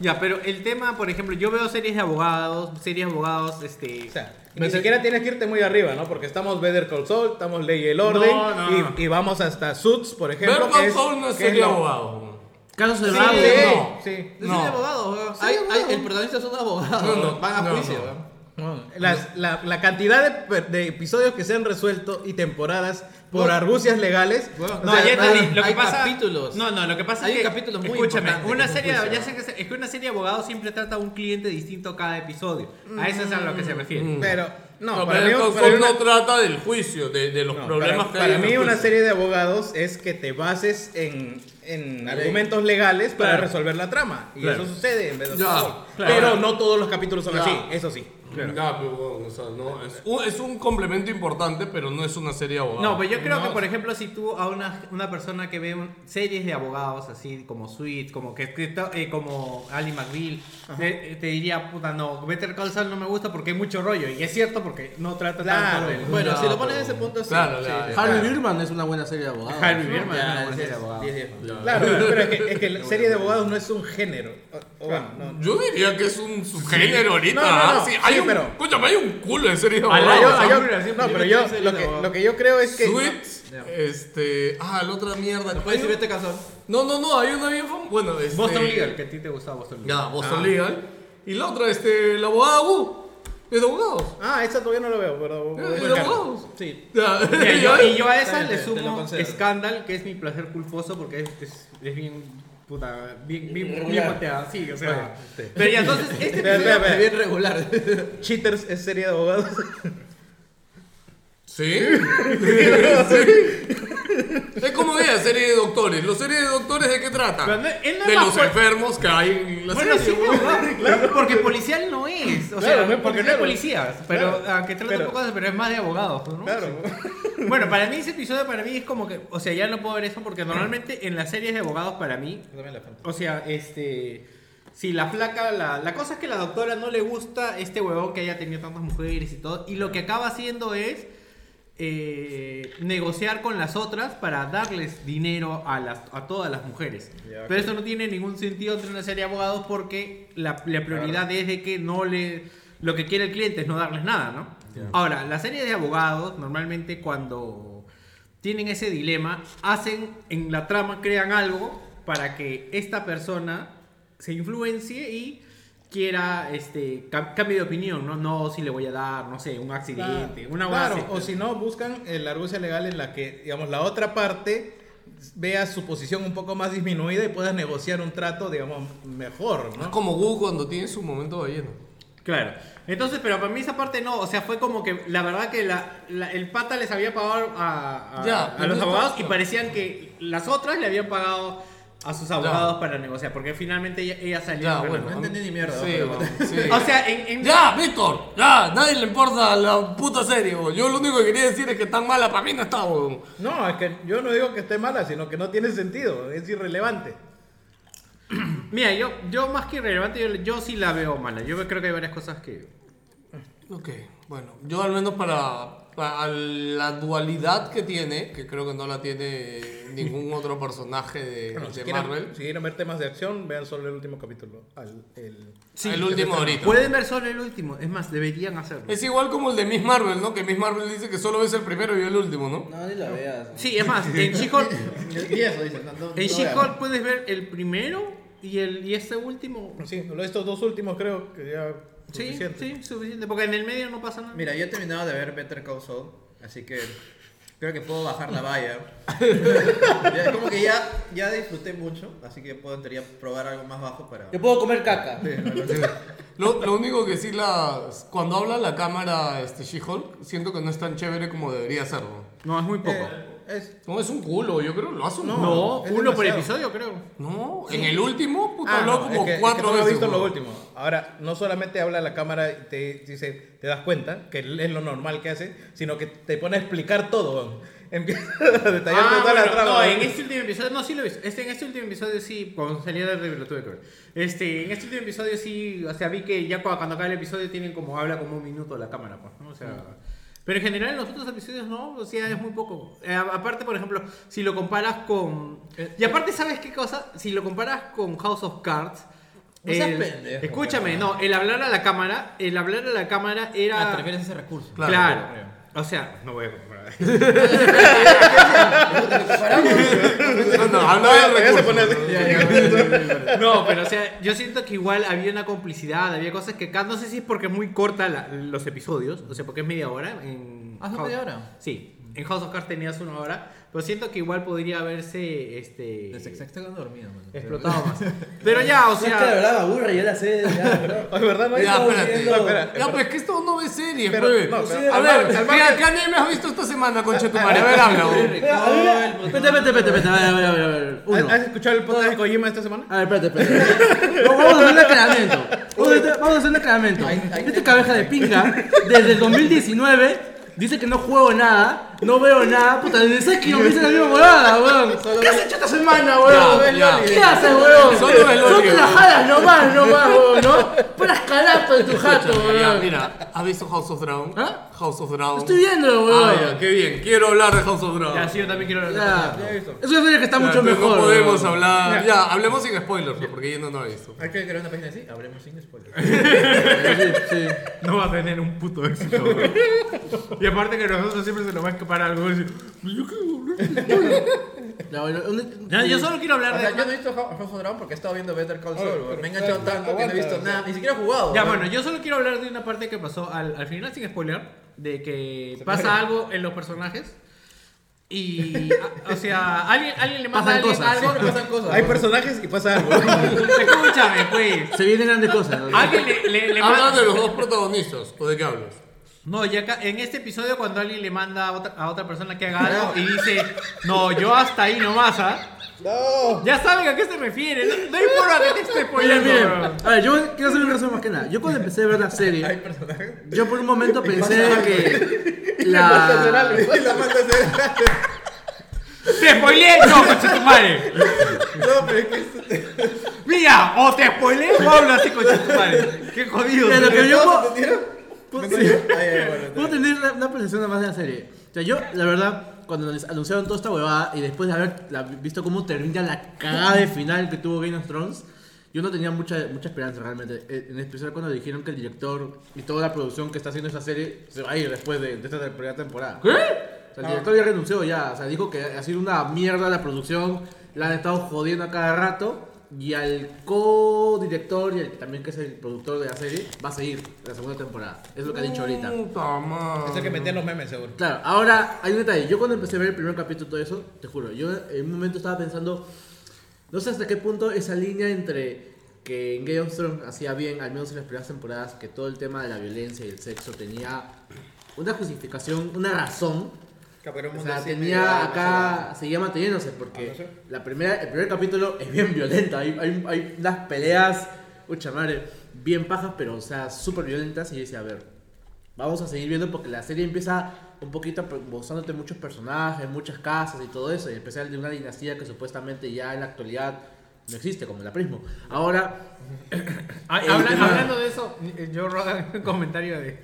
Speaker 8: Ya, pero el tema, por ejemplo, yo veo series de abogados, series de abogados, este...
Speaker 9: O sea, ni siquiera tienes que irte muy arriba, ¿no? Porque estamos Better Call Saul, estamos Ley y el Orden
Speaker 8: No, no.
Speaker 9: Y, y vamos hasta Suits, por ejemplo.
Speaker 6: Better Call
Speaker 9: que es-
Speaker 6: Saul no es
Speaker 9: que es
Speaker 6: serie
Speaker 9: lo-
Speaker 6: abogado.
Speaker 7: Caso
Speaker 9: Sí,
Speaker 7: cerrado.
Speaker 9: sí,
Speaker 6: no.
Speaker 9: sí.
Speaker 12: No.
Speaker 6: No.
Speaker 12: soy abogado, weón. Hay- hay- el protagonista es un abogado.
Speaker 6: No, no,
Speaker 12: weón. Van a
Speaker 6: no,
Speaker 12: juicio,
Speaker 6: no.
Speaker 12: weón.
Speaker 9: Las- la, la cantidad de, per- de episodios que se han resuelto y temporadas por argucias legales.
Speaker 12: Bueno,
Speaker 8: No,
Speaker 9: o sea,
Speaker 8: ya entendí. Lo que
Speaker 12: hay
Speaker 8: pasa,
Speaker 12: capítulos.
Speaker 8: No, no, lo que pasa
Speaker 12: Hay
Speaker 8: es que.
Speaker 12: capítulos muy
Speaker 8: escúchame,
Speaker 12: importantes
Speaker 8: una
Speaker 12: que son
Speaker 8: serie,
Speaker 12: juicios.
Speaker 8: ya sé que se- es que una serie de abogados siempre trata a un cliente distinto cada episodio. A eso es a lo que se refiere.
Speaker 9: Mm. Pero, No,
Speaker 6: No,
Speaker 9: para mí,
Speaker 6: pero
Speaker 9: para mí
Speaker 6: no
Speaker 9: una-
Speaker 6: trata del juicio, de, de los
Speaker 9: no,
Speaker 6: problemas pues.
Speaker 9: para,
Speaker 6: que
Speaker 9: para
Speaker 6: hay. en
Speaker 9: mí
Speaker 6: el
Speaker 9: una
Speaker 6: juicio.
Speaker 9: serie de abogados es que te bases en, en argumentos legales para
Speaker 6: Claro.
Speaker 9: resolver la trama. Y
Speaker 8: Claro.
Speaker 9: eso sucede en vez de
Speaker 6: Ya,
Speaker 9: fútbol.
Speaker 6: claro.
Speaker 9: Pero no todos los capítulos son
Speaker 6: Ya.
Speaker 9: así, eso sí.
Speaker 6: Ya, pero, bueno, o sea, no, es, un, es un complemento importante, pero no es una serie de abogados.
Speaker 8: No, pero yo creo
Speaker 9: No,
Speaker 8: que, por
Speaker 9: sí.
Speaker 8: ejemplo, si tú a una, una persona que ve un- series de abogados, así como Sweet, como que que to- eh, como Ali McBeal, te, te diría, puta, no, Better Call Saul no me gusta porque hay mucho rollo. Y es cierto porque no trata
Speaker 9: Claro,
Speaker 8: tanto del-
Speaker 9: bueno,
Speaker 6: Ya,
Speaker 9: si lo pones
Speaker 6: pero-
Speaker 9: en ese punto, sí.
Speaker 6: Claro,
Speaker 9: sí,
Speaker 6: ya,
Speaker 9: sí.
Speaker 6: ya.
Speaker 7: Harvey Birman es una buena serie de abogados.
Speaker 8: Harvey Birdman
Speaker 7: Ya,
Speaker 8: es una buena
Speaker 7: es-
Speaker 8: serie de abogados.
Speaker 7: diez, diez.
Speaker 9: Claro, pero es que, es que la serie de abogados no es un género. O- o bueno, no.
Speaker 6: Yo diría que es un subgénero ahorita.
Speaker 9: No, no, no,
Speaker 6: ¿ah? Sí,
Speaker 9: sí,
Speaker 6: hay un,
Speaker 9: pero-
Speaker 6: escúchame, hay un culo de series de
Speaker 9: No,
Speaker 6: abogados.
Speaker 9: yo-
Speaker 6: ¿ah?
Speaker 9: yo- no, pero yo lo que, lo que yo creo es que.
Speaker 6: Suits, este. Ah, la otra mierda.
Speaker 14: Puedes
Speaker 6: Hay un-
Speaker 14: decir este caso.
Speaker 6: No, no, no, hay una bien famosa. Bueno, este.
Speaker 8: Boston Legal, que a ti te gusta Boston Legal.
Speaker 6: Ya,
Speaker 9: Ah,
Speaker 6: Boston Legal. Y la otra, este, la abogada Wu. Es de abogados.
Speaker 9: Ah, esa todavía no lo veo, pero.
Speaker 6: Eh, Es de abogados.
Speaker 14: Sí.
Speaker 6: Ya,
Speaker 8: Ya,
Speaker 6: y
Speaker 8: yo-
Speaker 6: ahí-
Speaker 8: y yo a esa
Speaker 14: Está bien,
Speaker 8: le
Speaker 14: te- te lo
Speaker 8: sumo
Speaker 14: concedo.
Speaker 8: Scandal, que es mi placer culposo porque es, es- es bien, puta, bien, bien, bien pateada. Sí, o sea. Pero ya, entonces, este
Speaker 9: Espera, espera, espera.
Speaker 14: Bien regular.
Speaker 9: Cheaters es serie de abogados.
Speaker 6: ¿Sí? sí. Es como veía serie de doctores. ¿Los series de doctores de qué
Speaker 8: Pero
Speaker 6: tratan?
Speaker 8: no- él no es
Speaker 6: de
Speaker 8: más
Speaker 6: los
Speaker 8: fuerte.
Speaker 6: enfermos que hay en la
Speaker 8: Bueno, sí,
Speaker 6: serie.
Speaker 8: no, claro, porque policial no es. O
Speaker 9: Claro,
Speaker 8: sea,
Speaker 9: no es
Speaker 8: porque
Speaker 9: porque
Speaker 8: no es
Speaker 9: claro.
Speaker 8: policías. Pero
Speaker 9: Claro,
Speaker 8: aunque trata un
Speaker 9: pero-
Speaker 8: poco de- pero es más de abogados, ¿no?
Speaker 9: Claro.
Speaker 8: Sí. Bueno, para mí ese episodio para mí es como que, o sea, ya no puedo ver eso porque normalmente en las series de abogados para mí, o sea, este si la flaca la, la cosa es que la doctora no le gusta este huevón que haya tenido tantas mujeres y todo y lo que acaba haciendo es eh, negociar con las otras para darles dinero a, las, a todas las mujeres.
Speaker 9: Ya,
Speaker 8: Pero eso no tiene ningún sentido entre una serie de abogados porque la, la prioridad es de que no le... Lo que quiere el cliente es no darles nada, ¿no? Ahora, la serie de abogados normalmente cuando tienen ese dilema, hacen en la trama, crean algo para que esta persona se influencie y quiera este cam- cambie de opinión, ¿no? No, si le voy a dar, no sé, un accidente, una
Speaker 9: Claro,
Speaker 8: hueá así.
Speaker 9: o si no, buscan eh, la argucia legal en la que, digamos, la otra parte vea su posición un poco más disminuida y puedas negociar un trato, digamos, mejor,
Speaker 6: Es
Speaker 9: ¿no?
Speaker 6: como Wu cuando tiene su momento ballena.
Speaker 8: Claro. Entonces, pero para mí esa parte no, o sea, fue como que la verdad que la, la- el pata les había pagado a, a-
Speaker 6: Ya,
Speaker 8: a
Speaker 6: pero
Speaker 8: los
Speaker 6: no
Speaker 8: abogados
Speaker 6: está-
Speaker 8: y parecían que las otras le habían pagado a sus abogados para negociar, porque finalmente ella, ella salió.
Speaker 6: Ya,
Speaker 8: ganando.
Speaker 6: bueno.
Speaker 14: No entendí ni mierda.
Speaker 6: Sí,
Speaker 14: pero-
Speaker 6: bueno, sí.
Speaker 8: O sea, en, en-
Speaker 6: Ya, Víctor, ya, nadie le importa la puta serie, bo. Yo lo único que quería decir es que tan mala para mí no está, bo.
Speaker 9: No, es que yo no digo que esté mala, sino que no tiene sentido, es irrelevante.
Speaker 8: mira, yo, yo más que irrelevante, yo, yo sí la veo mala. Yo creo que hay varias cosas que.
Speaker 6: Ok, bueno, yo al menos para, para la dualidad que tiene, que creo que no la tiene ningún otro personaje de,
Speaker 9: Bueno, si,
Speaker 6: de
Speaker 9: quieren,
Speaker 6: Marvel,
Speaker 9: si quieren ver temas de acción, vean solo el último capítulo. al- el-
Speaker 6: el último ahorita.
Speaker 8: Pueden ver solo el último, es más, deberían hacerlo.
Speaker 6: Es igual como el de Miss Marvel, ¿no? Que Miss Marvel dice que solo ves el primero y el último, ¿no?
Speaker 7: No, ni la veas.
Speaker 8: Sí, es más, en She-Hulk
Speaker 14: Y eso dicen. no- no-
Speaker 8: en
Speaker 14: no
Speaker 8: She-Hulk puedes ver el primero y, el, y este último.
Speaker 9: sí, lo- estos dos últimos creo que ya...
Speaker 8: Sí,
Speaker 9: suficiente.
Speaker 8: sí, suficiente. Porque en el medio no pasa nada.
Speaker 14: Mira, yo he terminado de ver Better Call Saul, así que creo que puedo bajar la valla. ya, como que ya, ya disfruté mucho, así que puedo en teoría probar algo más bajo para...
Speaker 7: Yo puedo comer caca.
Speaker 6: Lo, lo único que sí, las, cuando habla la cámara este, She-Hulk, siento que no es tan chévere como debería serlo.
Speaker 8: No, es muy poco.
Speaker 9: Eh, es-
Speaker 6: No, es un culo, yo creo, lo hace un
Speaker 9: No.
Speaker 8: no, uno
Speaker 9: es
Speaker 8: por
Speaker 9: demasiado.
Speaker 8: episodio, creo.
Speaker 6: No, en el último, puta,
Speaker 9: Ah,
Speaker 6: habló
Speaker 9: no,
Speaker 6: como
Speaker 9: es que- es que
Speaker 6: cuatro
Speaker 9: no lo he
Speaker 6: veces.
Speaker 9: visto en lo
Speaker 6: weón.
Speaker 9: último. Ahora, no solamente habla la cámara y te dice, te das cuenta, que es lo normal que hace, sino que te pone a explicar todo. weón. Empieza a detallar
Speaker 8: Ah,
Speaker 9: toda la
Speaker 8: bueno,
Speaker 9: trama.
Speaker 8: no, en
Speaker 9: weón.
Speaker 8: este último episodio, no, sí lo he visto. Este, en este último episodio sí, cuando salía de lo tuve que ver. Este, en este último episodio sí, o sea, vi que ya cuando, cuando acaba el episodio tienen como, habla como un minuto la cámara, pues, ¿no? O sea, pero en general en los otros episodios no, o sea, es muy poco. Eh, a- aparte, por ejemplo, si lo comparas con... Y aparte, ¿sabes qué cosa? Si lo comparas con House of Cards...
Speaker 14: No seas
Speaker 8: el-
Speaker 14: pendejo,
Speaker 8: escúchame, no, el hablar a la cámara, el hablar a la cámara era...
Speaker 14: Ah, te refieres a ese recurso.
Speaker 8: Claro.
Speaker 6: Claro.
Speaker 8: O sea, no voy a comparar.
Speaker 6: No, no, habla
Speaker 9: Ah,
Speaker 6: del
Speaker 9: todavía se
Speaker 6: recurso.
Speaker 9: pone así.
Speaker 8: No, pero o sea, yo siento que igual había una complicidad, había cosas que acá, no sé si es porque es muy corta la- los episodios, o sea, porque es media hora. En
Speaker 14: Ah, ¿son
Speaker 8: House-
Speaker 14: media hora?
Speaker 8: Sí, en House of Cards tenías una hora, pero siento que igual podría haberse este,
Speaker 14: Desde que se está quedando dormido, man.
Speaker 8: explotado más. Pero ya, o
Speaker 7: Es que la
Speaker 8: sea,
Speaker 7: verdad me aburre, ya la sé. ya, ¿verdad?
Speaker 9: Ay, ¿verdad? No,
Speaker 6: Ya,
Speaker 9: Estamos
Speaker 6: espérate.
Speaker 9: viendo- espera,
Speaker 6: Ya, pero es que esto no ves series,
Speaker 9: Pero,
Speaker 6: pues.
Speaker 9: no, pero-
Speaker 6: a
Speaker 9: al
Speaker 6: ver,
Speaker 9: mar- al
Speaker 6: ¿qué,
Speaker 9: mar-
Speaker 6: qué anime has visto esta semana, conchetumare? A ver, habla, güey.
Speaker 7: Mira, a mí me- Vete, vete, vete, vete. A ver, a ver, a ver, a ver.
Speaker 9: ¿Has,
Speaker 7: Uno.
Speaker 9: has escuchado el podcast de Kojima esta semana?
Speaker 7: A ver, espérate, espérate. No, Vamos a hacer un aclaramiento. Vamos a hacer- vamos a hacer un aclaramiento. Esta cabeza de pinga, desde el 2019, dice que no juego nada, no veo nada. Puta, desde Sekiro me dice la misma morada, weón. ¿Qué has hecho esta semana, weón?
Speaker 6: Ya, ya.
Speaker 7: ¿Qué haces, weón?
Speaker 6: Solo ves Loli,
Speaker 7: Son te las
Speaker 6: weón.
Speaker 7: jalas nomás, nomás, weón, ¿no? Puras calapas en tu jato,
Speaker 6: Ya,
Speaker 7: weón.
Speaker 6: mira, ¿has visto House of Dragon?
Speaker 7: ¿Ah?
Speaker 6: House of Dragon.
Speaker 7: Estoy viendo,
Speaker 6: Ah,
Speaker 7: weón.
Speaker 6: ya, qué bien. Quiero hablar de House of Dragon.
Speaker 8: Ya, sí, yo también quiero hablar.
Speaker 7: Ya. Es una serie que está
Speaker 6: Ya,
Speaker 7: mucho
Speaker 6: entonces
Speaker 7: mejor.
Speaker 6: No
Speaker 7: weón.
Speaker 6: podemos hablar. Ya, hablemos sin spoilers, ¿no? porque yo no lo he visto.
Speaker 15: Hay que crear una página así, hablemos sin spoilers.
Speaker 7: Sí, sí.
Speaker 8: No va a tener un puto éxito. güey. y aparte que nosotros siempre se nos va a escapar algo. y decir, "Yo qué-
Speaker 7: Ya, bueno, un-
Speaker 8: Ya, yo solo quiero
Speaker 15: O
Speaker 8: hablar
Speaker 15: sea, yo no
Speaker 8: de...
Speaker 15: he visto Ho- House of Dragon porque he estado viendo Better Call
Speaker 16: Oye,
Speaker 15: Saul.
Speaker 16: pero
Speaker 15: weón. Me he enganchado
Speaker 16: espera,
Speaker 15: tanto que no he visto
Speaker 16: aguanta,
Speaker 15: nada, ni siquiera he jugado.
Speaker 8: Ya,
Speaker 15: weón.
Speaker 8: bueno, yo solo quiero hablar de una parte que pasó al, al final, sin spoiler, de que pasa algo en los personajes. Y, a- o sea, alguien, alguien le manda a
Speaker 7: Pasan
Speaker 8: alguien
Speaker 7: cosas,
Speaker 8: algo.
Speaker 15: Pasan cosas.
Speaker 9: Hay
Speaker 15: weón.
Speaker 9: personajes y pasa algo.
Speaker 8: Escúchame, pues.
Speaker 7: Se vienen grandes cosas. ¿no?
Speaker 8: Alguien le, le- le
Speaker 6: Habla
Speaker 8: manda.
Speaker 6: de los dos protagonistas, ¿o de qué hablas?
Speaker 8: No, ya acá- en este episodio, cuando alguien le manda a otra, a otra persona que haga algo y dice, no, yo hasta ahí nomás, ¿ah?
Speaker 16: No.
Speaker 8: Ya saben a qué se refiere. No, no hay forma que te esté
Speaker 7: Miren,
Speaker 8: spoileando.
Speaker 7: miren.
Speaker 8: bro.
Speaker 7: A ver, yo quiero hacer un resumen más que nada. Yo cuando empecé a ver la serie, yo por un momento pensé de que la...
Speaker 15: Y la manda a hacer-
Speaker 8: ¡Te spoileé yo, coche tu madre!
Speaker 15: No, pero es que es-
Speaker 8: Mira, o te spoileé o hablo así, coche tu madre. Qué jodido.
Speaker 7: Mira, lo que yo-
Speaker 15: ¿Todos entendieron? Ay, ay, bueno,
Speaker 7: Puedo tener la- una percepción más de la serie. O sea, yo, la verdad, cuando les anunciaron toda esta huevada y después de haber la- visto cómo termina la cagada de final que tuvo Game of Thrones, yo no tenía mucha, mucha esperanza realmente. Eh, En especial cuando dijeron que el director y toda la producción que está haciendo esta serie se va a ir después de, de esta ter- primera temporada. ¿Qué? el director ya renunció ya. O sea, dijo que ha sido una mierda la producción, la han estado jodiendo a cada rato. Y al co-director y al- también que es el productor de la serie, va a seguir la segunda temporada. Es lo que ha dicho ahorita.
Speaker 6: Puta madre.
Speaker 9: Es el que metía los memes, seguro.
Speaker 7: Claro, ahora hay un detalle. Yo cuando empecé a ver el primer capítulo y todo eso, te juro, yo en un momento estaba pensando, no sé hasta qué punto esa línea entre que en Game of Thrones hacía bien, al menos en las primeras temporadas, que todo el tema de la violencia y el sexo tenía una justificación, una razón. O sea, tenía acá, seguía manteniéndose, porque la primera, el primer capítulo es bien violenta. Hay, hay, hay unas peleas, ucha madre, bien pajas, pero o sea, súper violentas. Y yo decía, a ver, vamos a seguir viendo porque la serie empieza un poquito pro- mostrándote muchos personajes, muchas casas y todo eso, y en especial de una dinastía que supuestamente ya en la actualidad no existe, como el aprismo. Ahora,
Speaker 8: Ah,
Speaker 7: El
Speaker 8: habla-
Speaker 7: tema-
Speaker 8: hablando de eso, eh, yo roda un comentario de.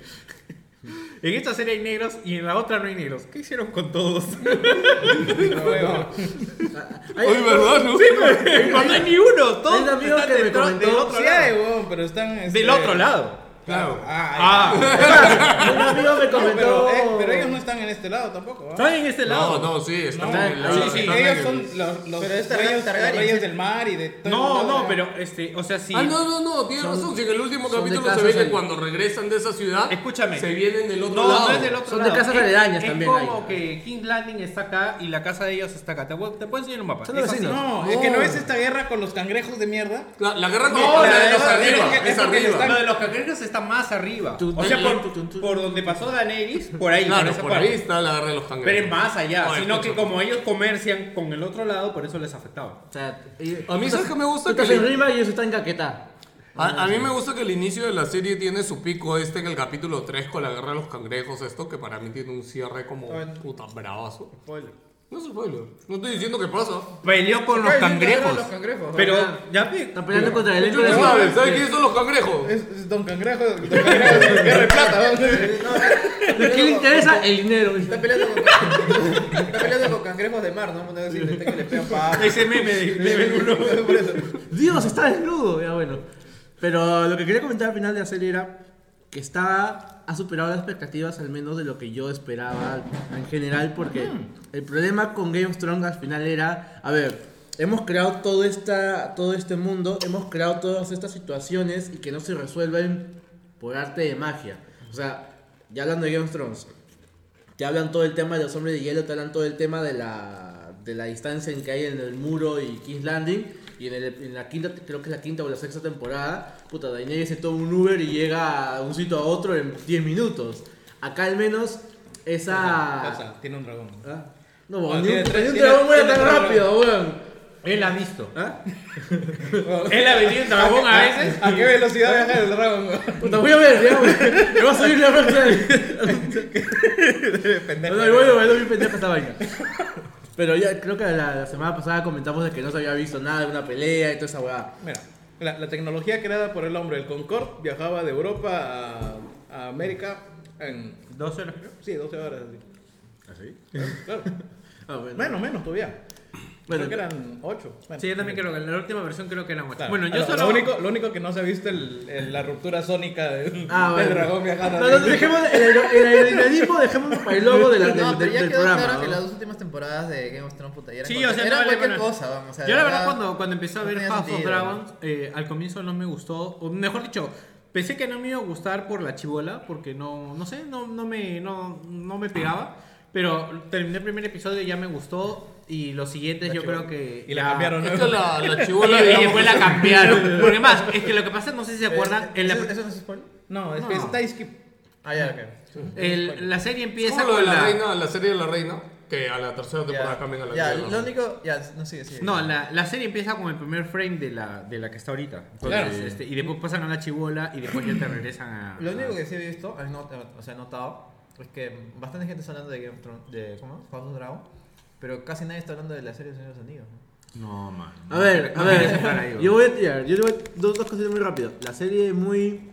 Speaker 8: En esta serie hay negros y en la otra no hay negros. ¿Qué hicieron con todos?
Speaker 7: hay,
Speaker 6: Oye, ¿verdad? No?
Speaker 7: pues,
Speaker 8: Cuando hay ni uno, todos.
Speaker 7: Hay un amigo
Speaker 8: están
Speaker 7: que me
Speaker 8: dentro-
Speaker 7: comentó-
Speaker 8: del otro
Speaker 9: Sí
Speaker 8: lado.
Speaker 9: hay, weón, pero están. este,
Speaker 8: Del otro lado.
Speaker 6: Claro.
Speaker 8: Ah,
Speaker 7: un amigo me
Speaker 9: No,
Speaker 7: comentó...
Speaker 9: pero, eh, pero ellos no están en este lado tampoco. ¿ah?
Speaker 8: están en este
Speaker 6: No,
Speaker 8: lado.
Speaker 6: no, sí, están
Speaker 9: No,
Speaker 6: en la-
Speaker 9: sí, sí,
Speaker 6: están
Speaker 9: ellos
Speaker 6: en-
Speaker 9: son los, los
Speaker 15: Pero es Targaryen,
Speaker 9: reyes, los
Speaker 15: Targaryen.
Speaker 9: reyes del mar y de todo el
Speaker 8: No,
Speaker 9: mundo,
Speaker 8: no,
Speaker 9: ¿verdad?
Speaker 8: pero este, o sea, sí.
Speaker 6: Ah, no, no, no, tienes razón. Si en el último
Speaker 7: son de
Speaker 6: capítulo se
Speaker 7: casas
Speaker 6: ve que
Speaker 7: al-
Speaker 6: cuando regresan de esa ciudad,
Speaker 8: Escúchame.
Speaker 6: se vienen del otro
Speaker 8: No,
Speaker 6: lado.
Speaker 8: no es del otro
Speaker 7: Son de
Speaker 8: lado.
Speaker 7: casas
Speaker 8: Es-
Speaker 7: aledañas
Speaker 8: es
Speaker 7: también
Speaker 8: como
Speaker 7: hay.
Speaker 8: que King Landing está acá y la casa de ellos está acá. Te voy- te puedo enseñar un mapa.
Speaker 7: Son los
Speaker 8: Es así.
Speaker 7: vecinos. Oh.
Speaker 9: No, es que no es esta guerra con los cangrejos de mierda.
Speaker 6: La, la guerra con la
Speaker 8: No, la
Speaker 6: de los
Speaker 8: guerra-
Speaker 6: arriba,
Speaker 9: es que-
Speaker 6: es
Speaker 9: es porque
Speaker 6: arriba.
Speaker 9: están-
Speaker 8: Lo de los cangrejos está más arriba.
Speaker 7: Tú-
Speaker 8: O sea,
Speaker 7: tú- tú-
Speaker 8: por,
Speaker 7: tú-
Speaker 8: por donde pasó Daenerys, por ahí, por
Speaker 6: Claro,
Speaker 8: esa
Speaker 6: por
Speaker 8: parte.
Speaker 6: ahí está la guerra de los cangrejos.
Speaker 8: Pero es más allá,
Speaker 6: Oye,
Speaker 8: sino que
Speaker 6: escucha.
Speaker 8: como ellos comercian con el otro lado, por eso les afectaba.
Speaker 7: O sea, y-
Speaker 6: A mí, ¿sabes qué me gusta?
Speaker 7: tú estás
Speaker 6: Que
Speaker 7: en
Speaker 6: le-
Speaker 7: rima y eso está en caquetá.
Speaker 6: A, a mí me gusta que el inicio de la serie tiene su pico este en el capítulo 3 con la guerra de los cangrejos, esto que para mí tiene un cierre como puta bravazo. No es spoiler. No estoy diciendo que pasa.
Speaker 8: Peleó con los cangrejos.
Speaker 15: Los cangrejos.
Speaker 8: Pero
Speaker 7: Ah,
Speaker 8: ya pe-
Speaker 7: Están peleando contra el
Speaker 6: Tú
Speaker 7: ente
Speaker 6: no
Speaker 7: de-
Speaker 6: sabes, ¿sabes quiénes son los cangrejos?
Speaker 9: Es, es Don Cangrejo, Don Cangrejo de Guerra de Plata. ¿no?
Speaker 7: ¿De qué le interesa? El dinero.
Speaker 15: Está peleando con Está peleando con cangrejos de mar, ¿no? Una vez intenté que le pegan pa-
Speaker 8: ese meme de, de Benulo.
Speaker 15: Por eso.
Speaker 7: Dios, está desnudo. Ya bueno. Pero lo que quería comentar al final de la serie era que está, ha superado las expectativas, al menos de lo que yo esperaba en general, porque el problema con Game of Thrones al final era, a ver, hemos creado todo, esta, todo este mundo, hemos creado todas estas situaciones y que no se resuelven por arte de magia. O sea, ya hablando de Game of Thrones, te hablan todo el tema de los hombres de hielo, te hablan todo el tema de la de la distancia en que hay en el muro y King's Landing. Y en, el- en la quinta, creo que es la quinta o la sexta temporada, puta, Daenerys se toma un Uber y llega a un sitio a otro en 10 minutos. Acá al menos esa...
Speaker 8: Pasa, tiene un dragón.
Speaker 7: ¿Ah? No, weón,
Speaker 8: Bueno,
Speaker 7: ni
Speaker 8: tiene
Speaker 7: un,
Speaker 8: tres-
Speaker 7: ni un
Speaker 8: tiene-
Speaker 7: dragón muere
Speaker 8: tiene
Speaker 7: tan
Speaker 8: tres
Speaker 7: rápido, weón.
Speaker 10: Él ha visto.
Speaker 7: ¿Ah?
Speaker 10: Él ha venido en dragón a veces.
Speaker 8: ¿A qué velocidad viaja el dragón?
Speaker 7: Puta, voy a ver, ya, weón. Me va a salir la frase.
Speaker 8: Pendejo.
Speaker 7: No, no, igual, igual, es muy pendeja esta vaina. Pero ya, creo que la, la semana pasada comentamos de que no se había visto nada de una pelea y toda esa weá.
Speaker 8: Mira, la, la tecnología creada por el hombre, el Concorde, viajaba de Europa a, a América en.
Speaker 10: 12 horas, creo.
Speaker 8: Sí, 12 horas. así.
Speaker 7: ¿Así?
Speaker 8: Claro.
Speaker 7: Ah, bueno.
Speaker 8: Menos, menos todavía.
Speaker 7: Bueno,
Speaker 8: creo que eran 8.
Speaker 10: Sí, yo también creo que en la última versión creo que eran ocho. Bueno, yo
Speaker 8: lo,
Speaker 10: solo.
Speaker 8: Lo único, lo único que no se ha visto es el- el- la ruptura sónica del,
Speaker 7: Ah, bueno.
Speaker 8: del dragón viajando.
Speaker 7: No, no, dejemos el, aer- el aerodinamismo, dejemos para el logo de la, del,
Speaker 9: No, pero
Speaker 7: del-
Speaker 9: ya
Speaker 7: del
Speaker 9: quedó
Speaker 7: programa.
Speaker 9: claro que
Speaker 7: ¿no?
Speaker 9: las dos últimas temporadas de Game of Thrones puta, ya eran
Speaker 10: Sí, o
Speaker 9: cualquier-
Speaker 10: sea,
Speaker 9: eran
Speaker 10: no vale,
Speaker 9: cualquier
Speaker 10: bueno.
Speaker 9: cosa, vamos, o sea,
Speaker 10: yo la verdad
Speaker 9: ya-
Speaker 10: cuando, cuando empecé a
Speaker 9: no
Speaker 10: ver
Speaker 9: tenía
Speaker 10: House of
Speaker 9: sentido.
Speaker 10: Dragons, eh, al comienzo no me gustó, o mejor dicho, pensé que no me iba a gustar por la chibola, porque no, no sé, no, no, me, no, no me pegaba, pero terminé el primer episodio y ya me gustó, y los siguientes yo creo que...
Speaker 8: Y la
Speaker 10: ya-
Speaker 8: cambiaron, ¿no?
Speaker 6: Es que la, la
Speaker 10: Y,
Speaker 6: chibola,
Speaker 10: y
Speaker 6: digamos,
Speaker 10: después la cambiaron. Porque más, es que lo que pasa, no sé si se acuerdan,
Speaker 6: Eh,
Speaker 10: en la,
Speaker 9: ¿Eso, eso no es spoiler?
Speaker 8: No, es que está esqui-
Speaker 9: Ah, ya, ok.
Speaker 10: el- la serie
Speaker 6: es
Speaker 10: empieza
Speaker 6: como lo de
Speaker 10: con
Speaker 6: la
Speaker 10: la...
Speaker 6: reina, la serie de la reina, que a la tercera temporada cambian a la
Speaker 9: ya,
Speaker 6: reina.
Speaker 9: lo único, ya, no sigue, sigue.
Speaker 10: No, la, la serie empieza con el primer frame de la, de la que está ahorita. Entonces,
Speaker 8: Claro.
Speaker 10: este, y después pasan a la chibola y después ya te regresan a.
Speaker 9: Lo único que sí he visto, he not- o sea, he notado, es que bastante gente está hablando de Game of Thrones, de, ¿cómo? es? House of Dragon, pero casi nadie está hablando de la serie de Señor de los Anillos. ¿no?
Speaker 10: No, man.
Speaker 7: A ver, a
Speaker 10: No quería soplar ahí,
Speaker 7: ver.
Speaker 10: güey.
Speaker 7: Yo voy a tirar, yo le voy a- dos, dos cositas muy rápido. La serie es muy.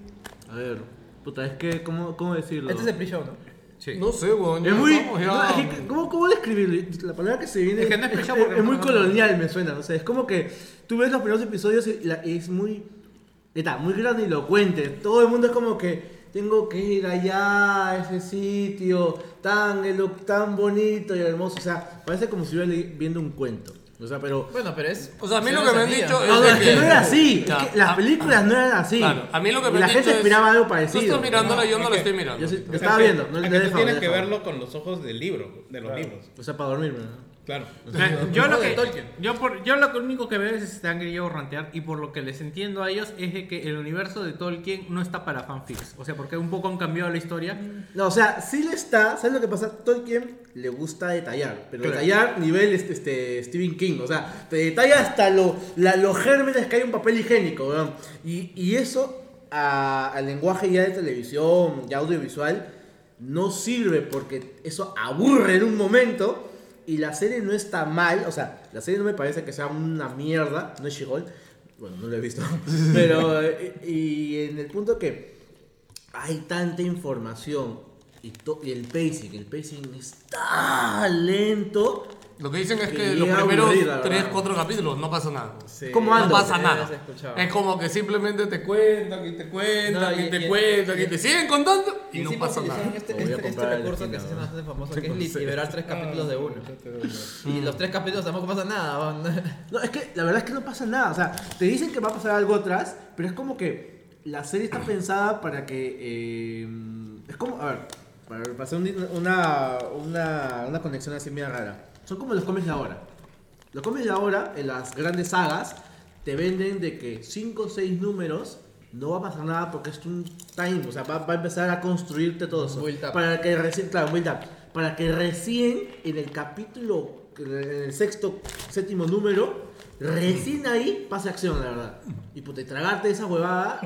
Speaker 7: A ver, puta, es que, ¿cómo, cómo decirlo?
Speaker 9: Este es el pre-show, ¿no?
Speaker 10: Sí.
Speaker 6: No sé, weón.
Speaker 7: Es
Speaker 6: ya
Speaker 7: muy.
Speaker 6: estamos, ya.
Speaker 7: no, es que, ¿cómo, ¿Cómo describirlo? La palabra que se viene.
Speaker 10: Es que no es pesado porque
Speaker 7: es muy
Speaker 10: no-
Speaker 7: colonial, me suena. O sea, es como que tú ves los primeros episodios y la- y es muy. Está muy grandilocuente. Todo el mundo es como que. Tengo que ir allá a ese sitio tan, elo- tan bonito y hermoso. O sea, parece como si estuviera le- viendo un cuento. O sea, pero.
Speaker 9: Bueno, pero es...
Speaker 6: O sea, a mí
Speaker 9: Señor
Speaker 6: lo
Speaker 9: de
Speaker 6: que me
Speaker 9: los
Speaker 6: han
Speaker 9: Anillos,
Speaker 6: dicho
Speaker 7: No, no,
Speaker 6: de
Speaker 7: es que no era así.
Speaker 6: Ya.
Speaker 7: Es que las películas no eran así.
Speaker 6: Claro, a mí lo que me
Speaker 7: la
Speaker 6: han
Speaker 7: gente
Speaker 6: dicho es-
Speaker 7: esperaba algo
Speaker 6: Tú
Speaker 7: parecido.
Speaker 6: estás mirándola, yo no la estoy mirando.
Speaker 7: Yo sí- lo
Speaker 8: o sea,
Speaker 7: estaba
Speaker 8: que-
Speaker 7: viendo. No, no
Speaker 8: a que
Speaker 7: he
Speaker 8: tú
Speaker 7: dejado,
Speaker 8: tienes
Speaker 7: no he
Speaker 8: que
Speaker 7: dejado.
Speaker 8: verlo con los ojos del libro, de los libros.
Speaker 7: O sea, para dormirme. ¿no?
Speaker 8: Claro.
Speaker 10: Eh, yo lo que
Speaker 9: Tolkien.
Speaker 10: yo, por- yo lo único que veo es este han querido rantear y por lo que les entiendo a ellos es de que el universo de Tolkien no está para fanfics o sea porque un poco han cambiado la historia
Speaker 7: No, o sea, sí le está, ¿sabes lo que pasa? Tolkien le gusta detallar, pero
Speaker 10: Claro.
Speaker 7: detallar nivel este, este, Stephen King, o sea, te detalla hasta lo, la, los gérmenes que hay en papel higiénico, weón. Y, y eso a- al lenguaje ya de televisión, ya audiovisual, no sirve porque eso aburre en un momento y la serie no está mal, o sea, la serie no me parece que sea una mierda, no es She-Hulk, bueno, no lo he visto, pero eh, y en el punto que hay tanta información y, to- y el pacing, el pacing es tan lento.
Speaker 6: Lo que dicen es
Speaker 7: Que
Speaker 6: que
Speaker 7: llega
Speaker 6: los
Speaker 7: a
Speaker 6: primeros
Speaker 7: aburrir, la
Speaker 6: 3,
Speaker 7: verdad.
Speaker 6: 4 capítulos no pasa nada.
Speaker 7: ¿Cómo
Speaker 6: No
Speaker 7: ando?
Speaker 6: pasa
Speaker 9: Ya
Speaker 6: nada.
Speaker 9: se escuchaba.
Speaker 6: Es como que simplemente te cuentan y te cuentan
Speaker 9: No,
Speaker 6: y
Speaker 9: y-
Speaker 6: te
Speaker 9: y-
Speaker 6: cuentan y
Speaker 9: y-
Speaker 6: te siguen contando y no
Speaker 9: encima
Speaker 6: pasa
Speaker 9: utilizaron
Speaker 6: nada.
Speaker 9: Este,
Speaker 7: Voy a
Speaker 9: este, este
Speaker 7: comprar el
Speaker 9: recurso que
Speaker 7: esquina,
Speaker 9: se hace
Speaker 7: ¿no?
Speaker 9: bastante famoso, que es li- liberar tres capítulos de uno. Y los tres capítulos tampoco pasa nada. van.
Speaker 7: No, es que la verdad es que no pasa nada. O sea, te dicen que va a pasar algo atrás, pero es como que la serie está pensada para que. eh, es como, a ver, para, para hacer un- una, una, una conexión así media rara. Son como los cómics de ahora. Los cómics de ahora, en las grandes sagas, te venden de que 5 o 6 números no va a pasar nada porque es un time, o sea, va, va a empezar a construirte todo eso.
Speaker 9: Build up.
Speaker 7: Para que recién, claro, build up. Para que recién en el capítulo, en el sexto, séptimo número, recién ahí pase acción, la verdad. Y puta, y tragarte esa huevada.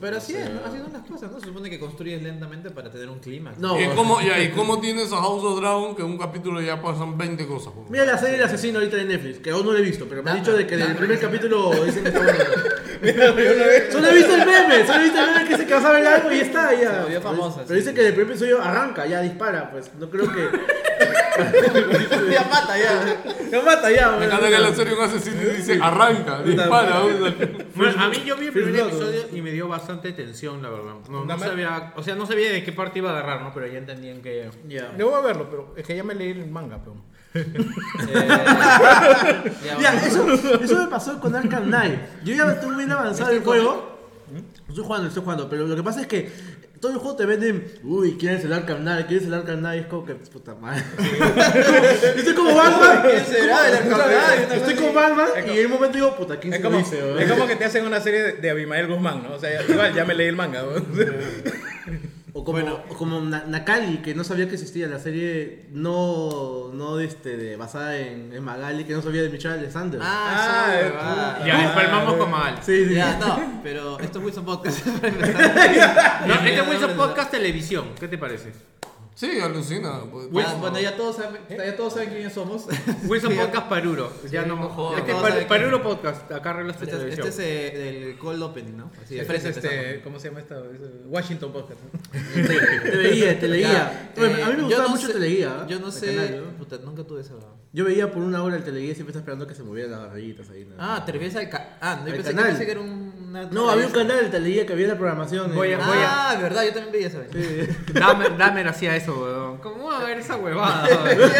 Speaker 9: Pero así
Speaker 7: o sea,
Speaker 9: es, ¿no? así son las cosas, ¿no? Se supone que construyes lentamente para tener un clima.
Speaker 7: No,
Speaker 6: ¿Y cómo, ya, ¿Y cómo tienes a House of Dragon que en un capítulo ya pasan 20 cosas? weón?
Speaker 7: Mira la serie de asesino ahorita de Netflix, que aún no la he visto, pero me
Speaker 9: Ah,
Speaker 7: han dicho de que en el primer capítulo dicen que está bueno. Solo he visto el meme, solo he visto el meme que dice que vas a ver algo y ya está, ya.
Speaker 9: Se volvió famosa,
Speaker 7: Pero
Speaker 9: sí.
Speaker 7: dice que el primer episodio arranca, ya dispara, pues no creo que.
Speaker 9: ya mata, ya.
Speaker 7: No mata ya,
Speaker 6: Me
Speaker 7: bueno.
Speaker 6: encanta que en la serie un asesino y dice arranca, dispara. weón.
Speaker 10: bueno, a mí yo vi el primer
Speaker 7: Firmado.
Speaker 10: episodio y me dio bastante tensión la verdad no, no
Speaker 8: Dame-
Speaker 10: sabía o sea no sabía de qué parte iba a agarrar no pero ya entendían que
Speaker 8: Debo a verlo, pero es que ya me leí el manga, pero.
Speaker 9: Ya,
Speaker 7: Ya,
Speaker 9: bueno.
Speaker 7: eso, eso me pasó con Arkham ¿Mm? Knight. Yo ya estuve bien avanzado el juego. No Estoy jugando, estoy jugando, pero lo que pasa es que Todo el juego te venden, uy, ¿quién es el Arkham Knight? ¿Quién es el Arkham Knight? Es como que, puta madre. Estoy como Batman.
Speaker 9: ¿Quién será el Arkham Knight?
Speaker 7: Estoy como Batman y en un momento digo, puta, ¿quién
Speaker 8: Es
Speaker 7: se
Speaker 8: como,
Speaker 7: lo dice? weón?
Speaker 8: es como que te hacen una serie de, de Abimael Guzmán, ¿no? O sea, igual ya me leí el manga. weón.
Speaker 7: O como, o como Na- Nakali, que no sabía que existía la serie no, no este, de- basada en, en Magali, que no sabía de Michelle Alexander.
Speaker 9: Ah,
Speaker 8: Ah,
Speaker 9: esa huevada.
Speaker 10: Ya, empalmamos con Magal.
Speaker 7: sí, sí.
Speaker 9: Ya, no, pero esto es Wilson Podcast. Ah,
Speaker 10: No, este es Wilson Podcast Televisión. ¿Qué te parece?
Speaker 6: Sí, alucina. pues.
Speaker 9: Ah, bueno, ya todos saben, ya todos saben quiénes somos.
Speaker 10: Wilson Podcast Paruro. Ya
Speaker 6: Sí,
Speaker 10: no
Speaker 6: no jodas.
Speaker 10: Este es
Speaker 9: No,
Speaker 10: Par-
Speaker 9: sabe que-
Speaker 10: Paruro Podcast. Acá arreglas tu
Speaker 9: Este,
Speaker 10: televisión.
Speaker 9: este es eh, el cold opening, ¿no? Así de
Speaker 8: Este es
Speaker 9: frente
Speaker 8: este, ¿Cómo se llama esta? Washington Podcast. ¿no?
Speaker 7: Te veía, te leía.
Speaker 9: Ya,
Speaker 7: Bueno,
Speaker 9: eh,
Speaker 7: a mí me
Speaker 9: yo
Speaker 7: gustaba
Speaker 9: no
Speaker 7: mucho
Speaker 9: sé-
Speaker 7: Teleguía. ¿eh?
Speaker 9: Yo no
Speaker 7: El
Speaker 9: sé.
Speaker 7: canal, ¿no?
Speaker 9: Puta, nunca tuve esa. huevada.
Speaker 7: Yo veía por una hora el Teleguía y siempre estaba esperando que se movieran las barriguitas ahí. ¿no?
Speaker 9: Ah, te refieres al ca- Ah, no, yo
Speaker 7: Al
Speaker 9: pensé, que,
Speaker 7: canal.
Speaker 9: pensé que era un. una-
Speaker 7: no, había un canal de Teleguía que había la programación. ¿eh?
Speaker 10: Voy a-
Speaker 7: ¿no?
Speaker 10: voy
Speaker 9: Ah, verdad, yo también veía esa. vez.
Speaker 10: Dame, dame hacía eso, weón. ¿Cómo va a ver esa huevada? weón?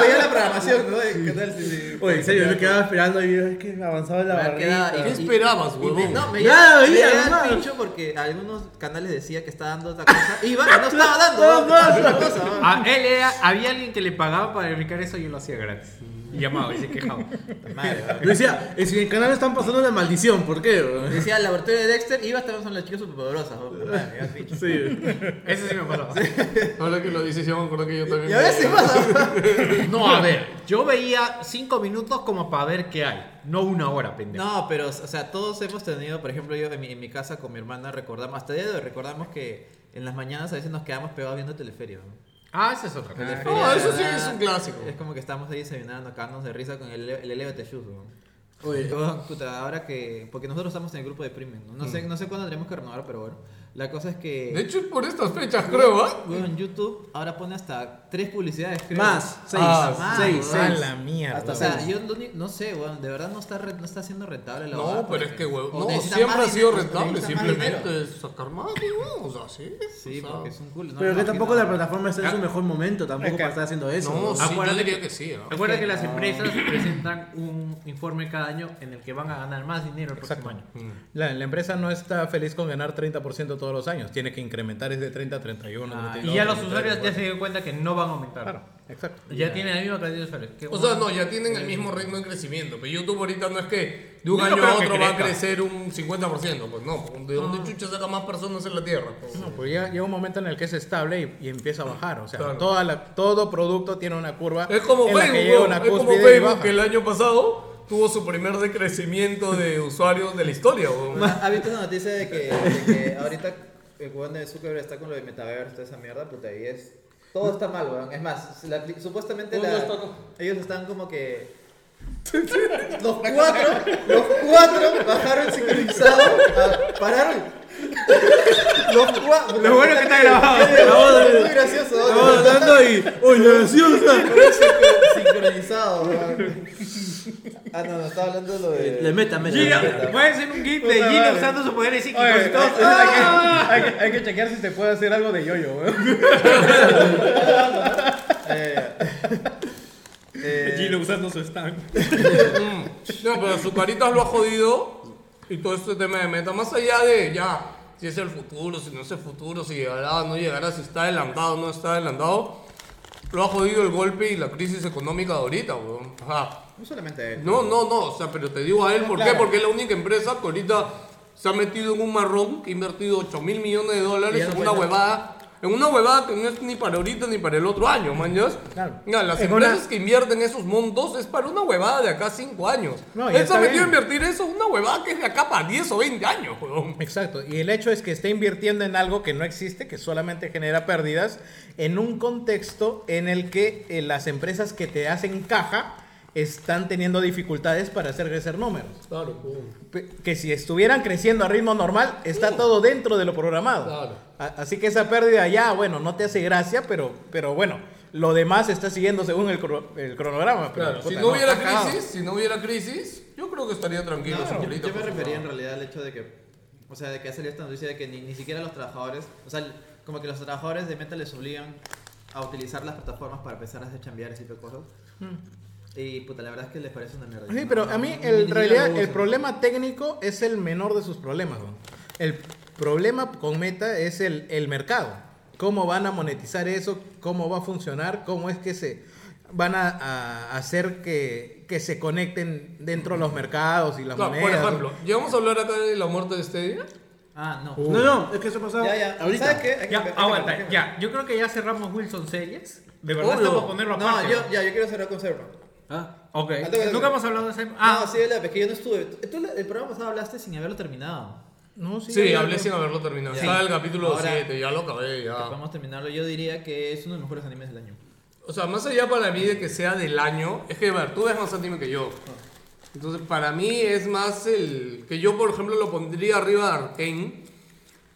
Speaker 9: Veía la programación, ¿no? De canal, sí, sí.
Speaker 7: Oye, en serio, yo me quedaba esperando y es que avanzaba la
Speaker 9: Me quedaba-
Speaker 7: barriga.
Speaker 9: y-
Speaker 6: ¿Qué esperabas,
Speaker 9: Y me-
Speaker 6: huevón?
Speaker 9: no, me
Speaker 7: Ya,
Speaker 9: me
Speaker 7: veía,
Speaker 9: llegaba el
Speaker 7: nomás.
Speaker 9: pincho porque algunos canales decía que estaba dando otra cosa. Iba, no estaba dando.
Speaker 7: No,
Speaker 9: ¿no?
Speaker 7: no,
Speaker 9: Otra cosa, ¿no?
Speaker 10: A Ah, él era- había alguien que le pagaba para verificar eso y yo lo hacía gratis. Y llamaba y se quejaba.
Speaker 9: Madre, ¿no?
Speaker 7: Yo decía, es que en el canal están pasando una maldición, ¿por qué? bro?
Speaker 9: Decía el laboratorio de Dexter, iba estaban son las chicas superpoderosas. ¿no? Madre, ya, pincho.
Speaker 7: Sí.
Speaker 10: Eso sí me pasaba.
Speaker 6: Ahora que lo dices, yo me acuerdo que yo también.
Speaker 9: Y ahora sí pasa.
Speaker 10: No, a ver. Yo veía cinco minutos como para ver qué hay. No una hora, pendejo.
Speaker 9: No, pero, o sea, todos hemos tenido, por ejemplo, yo en mi, en mi casa con mi hermana recordamos, hasta el día de hoy recordamos que en las mañanas a veces nos quedamos pegados viendo teleferio. ¿no?
Speaker 10: Ah, esa es otra cosa.
Speaker 6: No, eso sí es un clásico.
Speaker 9: Es como que estamos ahí desayunando, cagándonos de risa con el, el elevate shoes, weón.
Speaker 7: Oye,
Speaker 9: Weón, puta, ahora que. Porque nosotros estamos en el grupo de Premium, ¿no? No, sé, no sé cuándo tenemos que renovar, pero bueno. La cosa es que.
Speaker 6: Mm. De hecho, es por estas fechas, creo, ¿ah?
Speaker 9: weón, YouTube ahora pone hasta tres publicidades, creo.
Speaker 7: Más, seis,
Speaker 9: Ah,
Speaker 7: seis,
Speaker 9: weón.
Speaker 7: seis.
Speaker 8: A la mierda.
Speaker 9: O sea, yo lo único- no sé, weón, de verdad no está, re- no está siendo rentable la
Speaker 6: No,
Speaker 9: huevada,
Speaker 6: pero
Speaker 9: porque-
Speaker 6: es que, huevón.
Speaker 9: o
Speaker 6: No,
Speaker 9: necesita
Speaker 6: siempre
Speaker 9: más
Speaker 6: ha sido
Speaker 9: dinero,
Speaker 6: rentable.
Speaker 9: necesita más dinero.
Speaker 6: Simplemente es sacar más, huevón. O sea, sí.
Speaker 9: Sí,
Speaker 6: o sea,
Speaker 9: porque es un culo. no,
Speaker 7: Pero
Speaker 9: no,
Speaker 7: que
Speaker 9: no.
Speaker 7: tampoco la plataforma está en
Speaker 9: Ah.
Speaker 7: su mejor momento, tampoco
Speaker 8: Es que-
Speaker 7: para estar haciendo eso.
Speaker 6: No, sí, yo
Speaker 10: Acuérdate
Speaker 6: diría
Speaker 10: que-
Speaker 6: que sí, ¿ah?
Speaker 10: Recuerda que las empresas presentan un informe cada año en el que van a ganar más dinero el próximo año.
Speaker 8: La, la empresa no está feliz con ganar 30% todos los años. Tiene que incrementar ese 30 a 31.
Speaker 10: Ah, Y
Speaker 8: 32,
Speaker 10: ya los
Speaker 8: 33,
Speaker 10: usuarios ya se
Speaker 8: 34.
Speaker 10: dieron cuenta que no van a aumentar.
Speaker 8: Claro, exacto.
Speaker 10: Ya tienen la misma cantidad de usuarios. Qué
Speaker 6: O sea,
Speaker 10: bueno.
Speaker 6: no, ya tienen el mismo ritmo de crecimiento. Pero YouTube ahorita no es que de
Speaker 10: Yo
Speaker 6: un
Speaker 10: no
Speaker 6: año a
Speaker 10: creo que
Speaker 6: otro va a
Speaker 10: crezca.
Speaker 6: crecer un 50%. Pues no, ¿de dónde chucha saca más personas en la Tierra? pues?
Speaker 8: Ah. No, pues ya llega un momento en el que es estable y, y empieza a bajar. O sea,
Speaker 6: Claro.
Speaker 8: toda la- todo producto tiene una curva.
Speaker 6: Es como
Speaker 8: en la que
Speaker 6: Facebook,
Speaker 8: llega
Speaker 6: ¿no?
Speaker 8: una
Speaker 6: es como
Speaker 8: cúspide y
Speaker 6: Facebook
Speaker 8: baja.
Speaker 6: que el año pasado tuvo su primer decrecimiento de usuarios de la historia. weón.
Speaker 9: ¿Has visto la noticia de que, de que ahorita el weón de Zuckerberg está con lo de metaverso, toda esa mierda? Puta, ahí es. Todo está mal, weón. Es más, la apli- supuestamente la- ellos están como que. Los cuatro, los cuatro bajaron sincronizado, a- pararon. Los cuatro.
Speaker 10: Lo bueno que está grabado.
Speaker 9: Es muy gracioso. ¿no?
Speaker 7: Estaba hablando y. ¡Uy, la graciosa!
Speaker 9: Sincro- Sincronizado, weón. Ah, no, no, estaba hablando de lo de.
Speaker 7: Le meta, meta.
Speaker 10: Gina,
Speaker 7: le meta.
Speaker 10: puede ser un gif de
Speaker 8: Puta
Speaker 10: Gina
Speaker 8: madre.
Speaker 10: usando sus poderes psíquicos
Speaker 8: Oye,
Speaker 10: y todo.
Speaker 8: hay, hay que, hay que- hay que chequear si se puede hacer algo de yoyo. weón.
Speaker 9: Eh,
Speaker 8: usando su stand.
Speaker 6: Mm. No, pero su carita lo ha jodido y todo este tema de meta, más allá de ya, si es el futuro, si no es el futuro, si llegará, no llegará, si está adelantado, no está adelantado, lo ha jodido el golpe y la crisis económica de ahorita, weón. Ajá.
Speaker 9: no solamente él.
Speaker 6: No, no, no, o sea, pero te digo a él, ¿por qué? Porque es la única empresa que ahorita se ha metido en un marrón que ha invertido 8 mil millones de
Speaker 9: Y ya
Speaker 6: dólares
Speaker 9: no
Speaker 6: en una
Speaker 9: puede hacer.
Speaker 6: huevada. En una huevada que no es ni para ahorita ni para el otro año, man. ¿ya ves?
Speaker 8: Claro.
Speaker 6: Ya, las
Speaker 8: En
Speaker 6: empresas
Speaker 8: una-
Speaker 6: que invierten esos montos es para una huevada de acá 5 años.
Speaker 8: No, y
Speaker 6: Él se
Speaker 8: está
Speaker 6: ha metido a
Speaker 8: bien.
Speaker 6: invertir eso en una huevada que es de acá para 10 o 20 años, huevón.
Speaker 8: Exacto, y el hecho es que está invirtiendo en algo que no existe, que solamente genera pérdidas, en un contexto en el que eh, las empresas que te hacen caja están teniendo dificultades para hacer crecer números.
Speaker 6: Claro,
Speaker 8: Pe- Que si estuvieran creciendo a ritmo normal, está todo dentro de lo programado.
Speaker 6: Uh. Claro.
Speaker 8: A- Así que esa pérdida ya, bueno, no te hace gracia, pero, pero bueno, lo demás está siguiendo según el, cro- el cronograma. pero,
Speaker 6: Claro, si
Speaker 8: puta,
Speaker 6: no hubiera
Speaker 8: está cagado.
Speaker 6: crisis, si no hubiera crisis, yo creo que estaría tranquilo.
Speaker 9: No,
Speaker 6: esa
Speaker 9: yo,
Speaker 6: bolita,
Speaker 9: yo me
Speaker 6: por su
Speaker 9: refería en
Speaker 6: lado.
Speaker 9: realidad al hecho de que, o sea, de que ha salido esta noticia de que ni, ni siquiera los trabajadores, o sea, como que los trabajadores de Meta les obligan a utilizar las plataformas para empezar a hacer chambear ese tipo de cosas.
Speaker 10: Hmm.
Speaker 9: Y puta, la verdad es que les parece una mierda.
Speaker 8: Sí,
Speaker 9: No,
Speaker 8: pero
Speaker 9: no,
Speaker 8: a mí
Speaker 9: ni- ni
Speaker 8: en
Speaker 9: siquiera
Speaker 8: realidad
Speaker 9: lo
Speaker 8: el
Speaker 9: usan.
Speaker 8: problema técnico es el menor de sus problemas. weón. El, problema con Meta es el, el mercado. ¿Cómo van a monetizar eso? ¿Cómo va a funcionar? ¿Cómo es que se van a, a hacer que, que se conecten dentro de los mercados y las
Speaker 6: Claro, por
Speaker 8: monedas?
Speaker 6: ejemplo, ¿llegamos a hablar acá de la muerte de este día?
Speaker 9: Ah, no.
Speaker 7: No, no, es que eso ha pasado
Speaker 9: Ya, ya.
Speaker 7: ahorita.
Speaker 9: ¿Sabes qué? Hay que- hay
Speaker 10: Ya,
Speaker 9: que- hay
Speaker 10: aguanta,
Speaker 9: que-
Speaker 10: ya. Yo creo que ya cerramos Wilson Series. De verdad,
Speaker 9: Obvio.
Speaker 10: estamos a ponerlo aparte.
Speaker 9: No, yo, ya, yo quiero cerrar con Serpa.
Speaker 7: Ah,
Speaker 10: Ok.
Speaker 9: Ah, tengo-
Speaker 10: Nunca hemos hablado de ese.
Speaker 9: Ah,
Speaker 10: Ah,
Speaker 9: no, sí, de la porque yo no estuve. Tú- Tú la- el programa pasado hablaste sin haberlo terminado.
Speaker 8: No, sí,
Speaker 6: Sí,
Speaker 8: ya-
Speaker 6: hablé sin haberlo terminado.
Speaker 9: Ya.
Speaker 6: Estaba el capítulo
Speaker 9: Ahora-
Speaker 6: 7, ya lo acabé, ya.
Speaker 9: Vamos a terminarlo. Yo diría que es uno de los mejores animes del año.
Speaker 6: O sea, más allá para mí de que sea del año, es que, a ver, tú ves más anime que yo.
Speaker 9: Ah.
Speaker 6: Entonces, para mí es más el... Que yo, por ejemplo, lo pondría arriba de Arkane.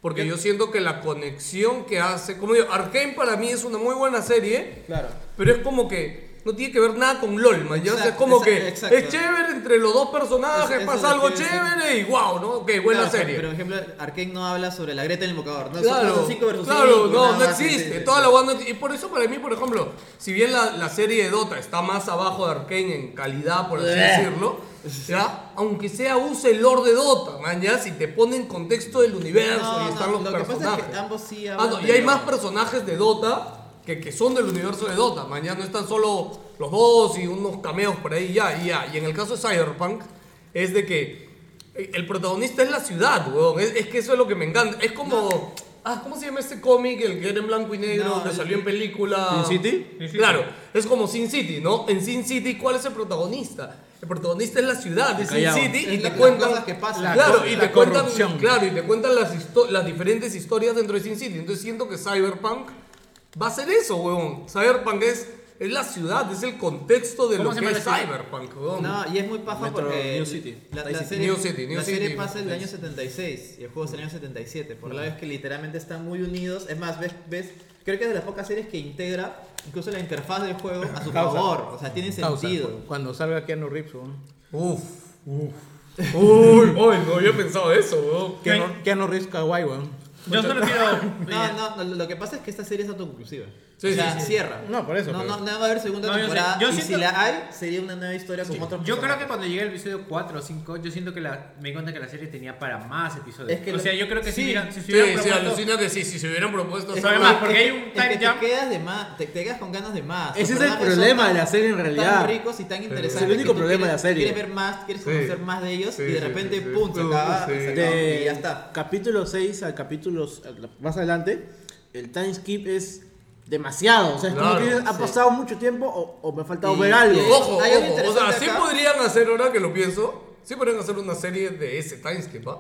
Speaker 6: Porque yo siento que la conexión que hace... Como digo, Arkane para mí es una muy buena serie.
Speaker 9: Claro.
Speaker 6: Pero es como que... No tiene que ver nada con LOL, man. ya, o sea, es
Speaker 9: Exacto,
Speaker 6: como que
Speaker 9: exacto, exacto.
Speaker 6: es chévere entre los dos personajes,
Speaker 9: Es- eso es
Speaker 6: pasa
Speaker 9: lo
Speaker 6: algo
Speaker 9: que yo
Speaker 6: chévere y wow, ¿no? Ok, buena
Speaker 9: Claro,
Speaker 6: serie.
Speaker 9: Pero, por ejemplo, Arkane no habla sobre la Greta del invocador. No,
Speaker 6: Claro,
Speaker 9: son 5 versus
Speaker 6: claro,
Speaker 9: cinco,
Speaker 6: no,
Speaker 9: pues, nada
Speaker 6: no
Speaker 9: más, este, sí,
Speaker 6: existe.
Speaker 9: sí, sí.
Speaker 6: Toda la banda- Y por eso para mí, por ejemplo, si bien la, la serie de Dota está más abajo de Arkane en calidad, por así
Speaker 9: Eh.
Speaker 6: decirlo, ¿ya? aunque sea use el lore de Dota, man, ya, si te pone en contexto del universo
Speaker 9: No,
Speaker 6: y
Speaker 9: no,
Speaker 6: están los
Speaker 9: lo que pasa es que
Speaker 6: personajes.
Speaker 9: ambos sí
Speaker 6: Ah,
Speaker 9: hablan
Speaker 6: no, y
Speaker 9: de
Speaker 6: hay
Speaker 9: Dota.
Speaker 6: más personajes de Dota que, que son del universo de Dota, man, ya, no están solo los dos y unos cameos por ahí, ya, y ya. Y en el caso de Cyberpunk, es de que eh, el protagonista es la ciudad, weón. Es, es que eso es lo que me encanta. Es como. Ah, ¿cómo se llama este cómic? El que era en blanco y negro,
Speaker 9: No,
Speaker 6: que
Speaker 9: el-
Speaker 6: salió en película.
Speaker 7: ¿Sin City?
Speaker 6: Claro, es como Sin City, ¿no? En Sin City, ¿cuál es el protagonista? El protagonista es la ciudad de Sin
Speaker 7: Callao.
Speaker 6: City y
Speaker 9: Es
Speaker 6: te
Speaker 9: la- las
Speaker 6: cuentan.
Speaker 9: cosas que pasan.
Speaker 6: Claro,
Speaker 8: La
Speaker 6: y
Speaker 8: cor-
Speaker 6: te
Speaker 8: la
Speaker 6: cuentan.
Speaker 8: corrupción.
Speaker 6: Claro, y te cuentan las, histo- las diferentes historias dentro de Sin City. Entonces siento que Cyberpunk va a ser eso, weón. Cyberpunk es, es la ciudad, es el contexto de lo
Speaker 10: ¿Cómo se
Speaker 6: que
Speaker 10: llama
Speaker 6: es
Speaker 10: la serie?
Speaker 6: Cyberpunk, weón.
Speaker 9: No, y es muy paja
Speaker 7: Metro
Speaker 9: porque.
Speaker 7: New City.
Speaker 9: La,
Speaker 7: Nice
Speaker 9: la
Speaker 7: City.
Speaker 9: serie,
Speaker 6: New City, New
Speaker 9: la serie
Speaker 6: City.
Speaker 9: pasa el año 76 y el juego es el año 77. Por la vez que literalmente están muy unidos. Es más, ves, ves, creo que es de las pocas series que integra incluso la interfaz del juego a su
Speaker 8: Causa.
Speaker 9: favor. O sea, tiene
Speaker 8: Causa,
Speaker 6: pues,
Speaker 9: sentido.
Speaker 8: Cuando salga Keanu Reeves, ¿no?
Speaker 6: Uf. Uf. Uy, uy, no había pensado eso, weón.
Speaker 8: Keanu, Keanu Reeves kawaii, weón.
Speaker 10: yo solo quiero.
Speaker 9: No, no, no, lo que pasa es que esta serie es autoconclusiva.
Speaker 6: Sí,
Speaker 9: o sea,
Speaker 6: sí, sí.
Speaker 9: cierra.
Speaker 8: No, por eso,
Speaker 9: No,
Speaker 8: pero-
Speaker 9: no, no va a haber segunda
Speaker 10: No, yo sé.
Speaker 9: temporada.
Speaker 10: Yo
Speaker 9: y
Speaker 10: siento-
Speaker 9: si la hay, sería una nueva historia con otro
Speaker 10: Yo creo
Speaker 9: personaje.
Speaker 10: que cuando llegué al episodio 4 o 5, yo siento que la, me di cuenta que la serie tenía para más episodios.
Speaker 9: Es que
Speaker 10: o
Speaker 9: lo-
Speaker 10: sea, yo creo que si
Speaker 9: sí.
Speaker 10: hubieran- si se
Speaker 6: Sí,
Speaker 10: hubieran
Speaker 6: sí,
Speaker 10: propuesto-
Speaker 6: alucina que sí, si se hubieran propuesto
Speaker 9: Es
Speaker 6: hacer
Speaker 10: Además,
Speaker 6: una-
Speaker 10: porque hay un
Speaker 9: es
Speaker 10: time
Speaker 9: que te
Speaker 10: jump.
Speaker 9: quedas de más, te, te quedas con ganas de más.
Speaker 7: Ese
Speaker 9: Los
Speaker 7: es el
Speaker 9: personajes
Speaker 7: problema
Speaker 9: son
Speaker 7: de la serie en realidad.
Speaker 9: Tan ricos y tan interesantes.
Speaker 7: Es el único
Speaker 9: que tú
Speaker 7: problema de la
Speaker 9: quieres-
Speaker 7: serie.
Speaker 9: Quieres ver más, quieres
Speaker 6: Sí.
Speaker 9: conocer más de ellos
Speaker 6: Sí,
Speaker 9: y de
Speaker 6: sí,
Speaker 9: repente,
Speaker 6: sí, sí.
Speaker 9: pum, se
Speaker 6: Uh,
Speaker 9: acaba.
Speaker 6: sí.
Speaker 9: se acaba
Speaker 7: De
Speaker 9: y ya está.
Speaker 7: Eh, capítulo 6 al capítulo más adelante, el time skip es demasiado. O sea, es
Speaker 6: Claro,
Speaker 7: como que ha
Speaker 9: sí.
Speaker 7: pasado mucho tiempo o, o me ha faltado
Speaker 9: Y- eh,
Speaker 7: ver algo.
Speaker 9: y-
Speaker 6: Ojo,
Speaker 9: Hay algo
Speaker 6: ojo, o sea,
Speaker 9: interesante
Speaker 6: sí
Speaker 9: acá.
Speaker 6: podrían hacer, ahora que lo pienso, sí podrían hacer una serie de ese timeskip, ¿ah?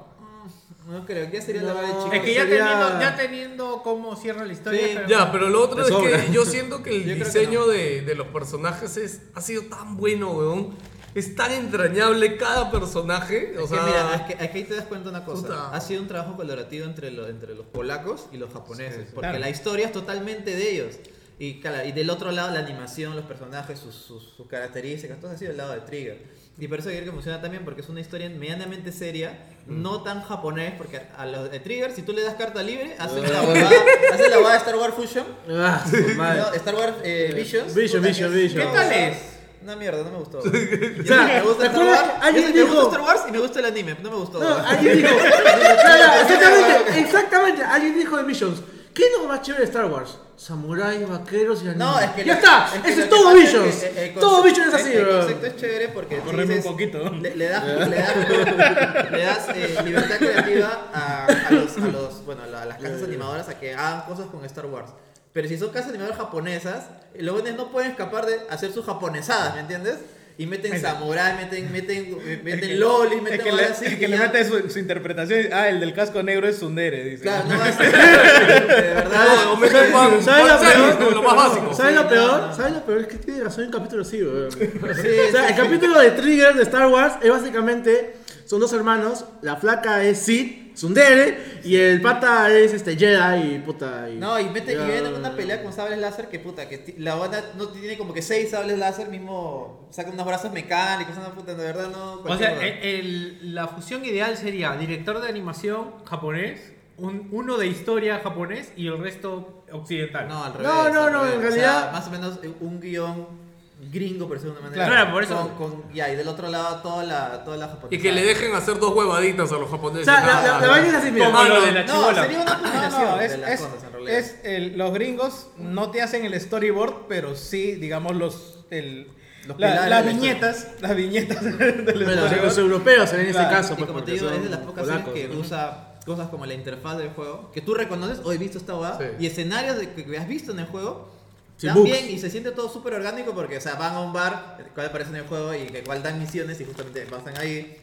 Speaker 9: No creo, ya sería la hora de
Speaker 7: No.
Speaker 9: chicos.
Speaker 10: Es que ya,
Speaker 7: Sería-
Speaker 10: teniendo, ya teniendo cómo cierra la historia.
Speaker 9: Sí.
Speaker 10: pero-
Speaker 6: Ya, pero lo otro
Speaker 7: Te
Speaker 6: es
Speaker 7: sobra.
Speaker 6: que yo siento que el
Speaker 9: Yo creo que
Speaker 6: diseño de, de los personajes es, ha sido tan bueno, weón. Es tan entrañable cada personaje. O
Speaker 9: Es que
Speaker 6: sea,
Speaker 9: mira, es que, es que ahí te das cuenta una cosa.
Speaker 6: Puta.
Speaker 9: Ha sido un trabajo colaborativo entre, lo- entre los polacos y los japoneses. porque
Speaker 8: Claro.
Speaker 9: la historia es totalmente de ellos. Y, cala- y del otro lado, la animación, los personajes, sus, sus- sus características, todo ha sido el lado de Trigger. Y por eso creo que funciona también, porque es una historia medianamente seria,
Speaker 6: Mm.
Speaker 9: no tan japonés, porque a, a los de Trigger, si tú le das carta libre, hacen la huevada, hacen la huevada de Star Wars Fusion.
Speaker 7: Ah, su madre.
Speaker 9: Pues No, Star Wars eh, Visions.
Speaker 7: Vision,
Speaker 9: Puta,
Speaker 7: Vision,
Speaker 9: que-
Speaker 7: Vision.
Speaker 9: ¿Qué tal es? Una mierda, no me gustó.
Speaker 7: O sea,
Speaker 9: me gusta
Speaker 7: ¿te
Speaker 9: Star
Speaker 7: acuerdas
Speaker 9: Wars.
Speaker 7: que alguien
Speaker 9: yo- me gusta
Speaker 7: dijo-
Speaker 9: Star Wars y me gusta el anime. No me gustó.
Speaker 7: No, alguien dijo. Claro, exactamente, exactamente. Alguien dijo de Visions. ¿Qué es lo más chévere de Star Wars? Samuráis, vaqueros y anime.
Speaker 9: No, es que
Speaker 7: ¡Ya
Speaker 9: lo-
Speaker 7: está!
Speaker 9: es
Speaker 7: Eso
Speaker 9: que lo
Speaker 7: es
Speaker 9: que
Speaker 7: todo
Speaker 9: pasa es
Speaker 7: Visions.
Speaker 9: que el- el
Speaker 7: todo
Speaker 9: concepto-
Speaker 7: Visions es así,
Speaker 9: El, el
Speaker 7: bro.
Speaker 9: concepto es chévere porque tú
Speaker 8: Correme un
Speaker 9: dices-
Speaker 8: poquito.
Speaker 9: Le, le das, le das, le das, eh, libertad creativa a, a los, a los- bueno, a la- a las casas animadoras a que hagan cosas con Star Wars. Pero si son casas animadoras japonesas, los buenos no pueden escapar de hacer sus japonesadas, ¿me entiendes? Y meten samuráis, meten, meten,
Speaker 8: Es que-
Speaker 9: meten lolis,
Speaker 8: es
Speaker 9: meten
Speaker 8: que, le,
Speaker 9: varas así,
Speaker 8: es que le
Speaker 9: y ya-
Speaker 8: mete su, su interpretación. Ah, el del casco negro es Sundere, dice.
Speaker 9: Claro, no va a ser. De verdad.
Speaker 6: o menos Juan-
Speaker 7: ¿Sabes lo
Speaker 6: Juan Celis,
Speaker 7: peor?
Speaker 6: lo más básico.
Speaker 7: ¿Sabes
Speaker 9: Sí,
Speaker 7: lo
Speaker 9: no,
Speaker 7: peor?
Speaker 9: no.
Speaker 7: ¿Sabes lo peor? Es que tiene razón en capítulo sí, weón. o sea,
Speaker 9: sí,
Speaker 7: el
Speaker 9: sí.
Speaker 7: capítulo de Trigger de Star Wars es básicamente son dos hermanos, la flaca es Sid, Sundere, y el pata es este Jedi y puta. Y,
Speaker 9: No, y meten
Speaker 7: Ya.
Speaker 9: y vienen una pelea con sables láser que puta, que ti- la banda no tiene como que seis sables láser, mismo sacan unos brazos mecánicos, una puta, de verdad no.
Speaker 10: O
Speaker 9: cualquier
Speaker 10: sea,
Speaker 8: eh,
Speaker 9: huevada.
Speaker 10: el- el- la fusión ideal sería director de animación japonés, un- uno de historia japonés y el resto occidental.
Speaker 9: no, al revés.
Speaker 7: No, no,
Speaker 9: al
Speaker 7: no,
Speaker 9: revés.
Speaker 7: en
Speaker 9: O sea,
Speaker 7: realidad-
Speaker 9: más o menos eh, un guión gringo, por decirlo de una manera.
Speaker 8: Claro,
Speaker 10: por eso.
Speaker 9: Con, con- ya, y del otro lado toda la, toda la japonesa.
Speaker 6: Y que le dejen hacer dos huevaditas a los japoneses.
Speaker 7: sea, la-
Speaker 6: Nada,
Speaker 7: la- la
Speaker 6: nada.
Speaker 7: vaina es así, mira.
Speaker 6: Como
Speaker 8: Ah,
Speaker 7: Como
Speaker 6: lo-
Speaker 10: de la
Speaker 9: No,
Speaker 10: chibola.
Speaker 9: sería una
Speaker 8: No,
Speaker 9: combinación
Speaker 8: no, es,
Speaker 9: de las
Speaker 8: es-
Speaker 9: cosas en realidad.
Speaker 8: es el- los gringos no te hacen el storyboard, pero sí, digamos, los, el,
Speaker 9: Los
Speaker 8: la-
Speaker 9: pilares
Speaker 8: las
Speaker 9: del
Speaker 8: viñetas, las viñetas del
Speaker 7: Bueno,
Speaker 8: storyboard.
Speaker 7: los europeos en
Speaker 8: Claro,
Speaker 7: ese caso.
Speaker 9: Y
Speaker 7: pues,
Speaker 9: como
Speaker 7: porque
Speaker 9: te digo,
Speaker 7: son
Speaker 9: es de las pocas series
Speaker 7: polacos,
Speaker 9: que
Speaker 7: ¿no?
Speaker 9: usa cosas como la interfaz del juego, que tú reconoces o he visto esta hueá,
Speaker 6: Sí.
Speaker 9: y escenarios de, que, que has visto en el juego.
Speaker 7: Sí,
Speaker 9: también,
Speaker 7: bugs.
Speaker 9: y se siente todo súper orgánico porque, o sea, van a un bar, el cual aparece en el juego y que cual dan misiones y justamente pasan ahí.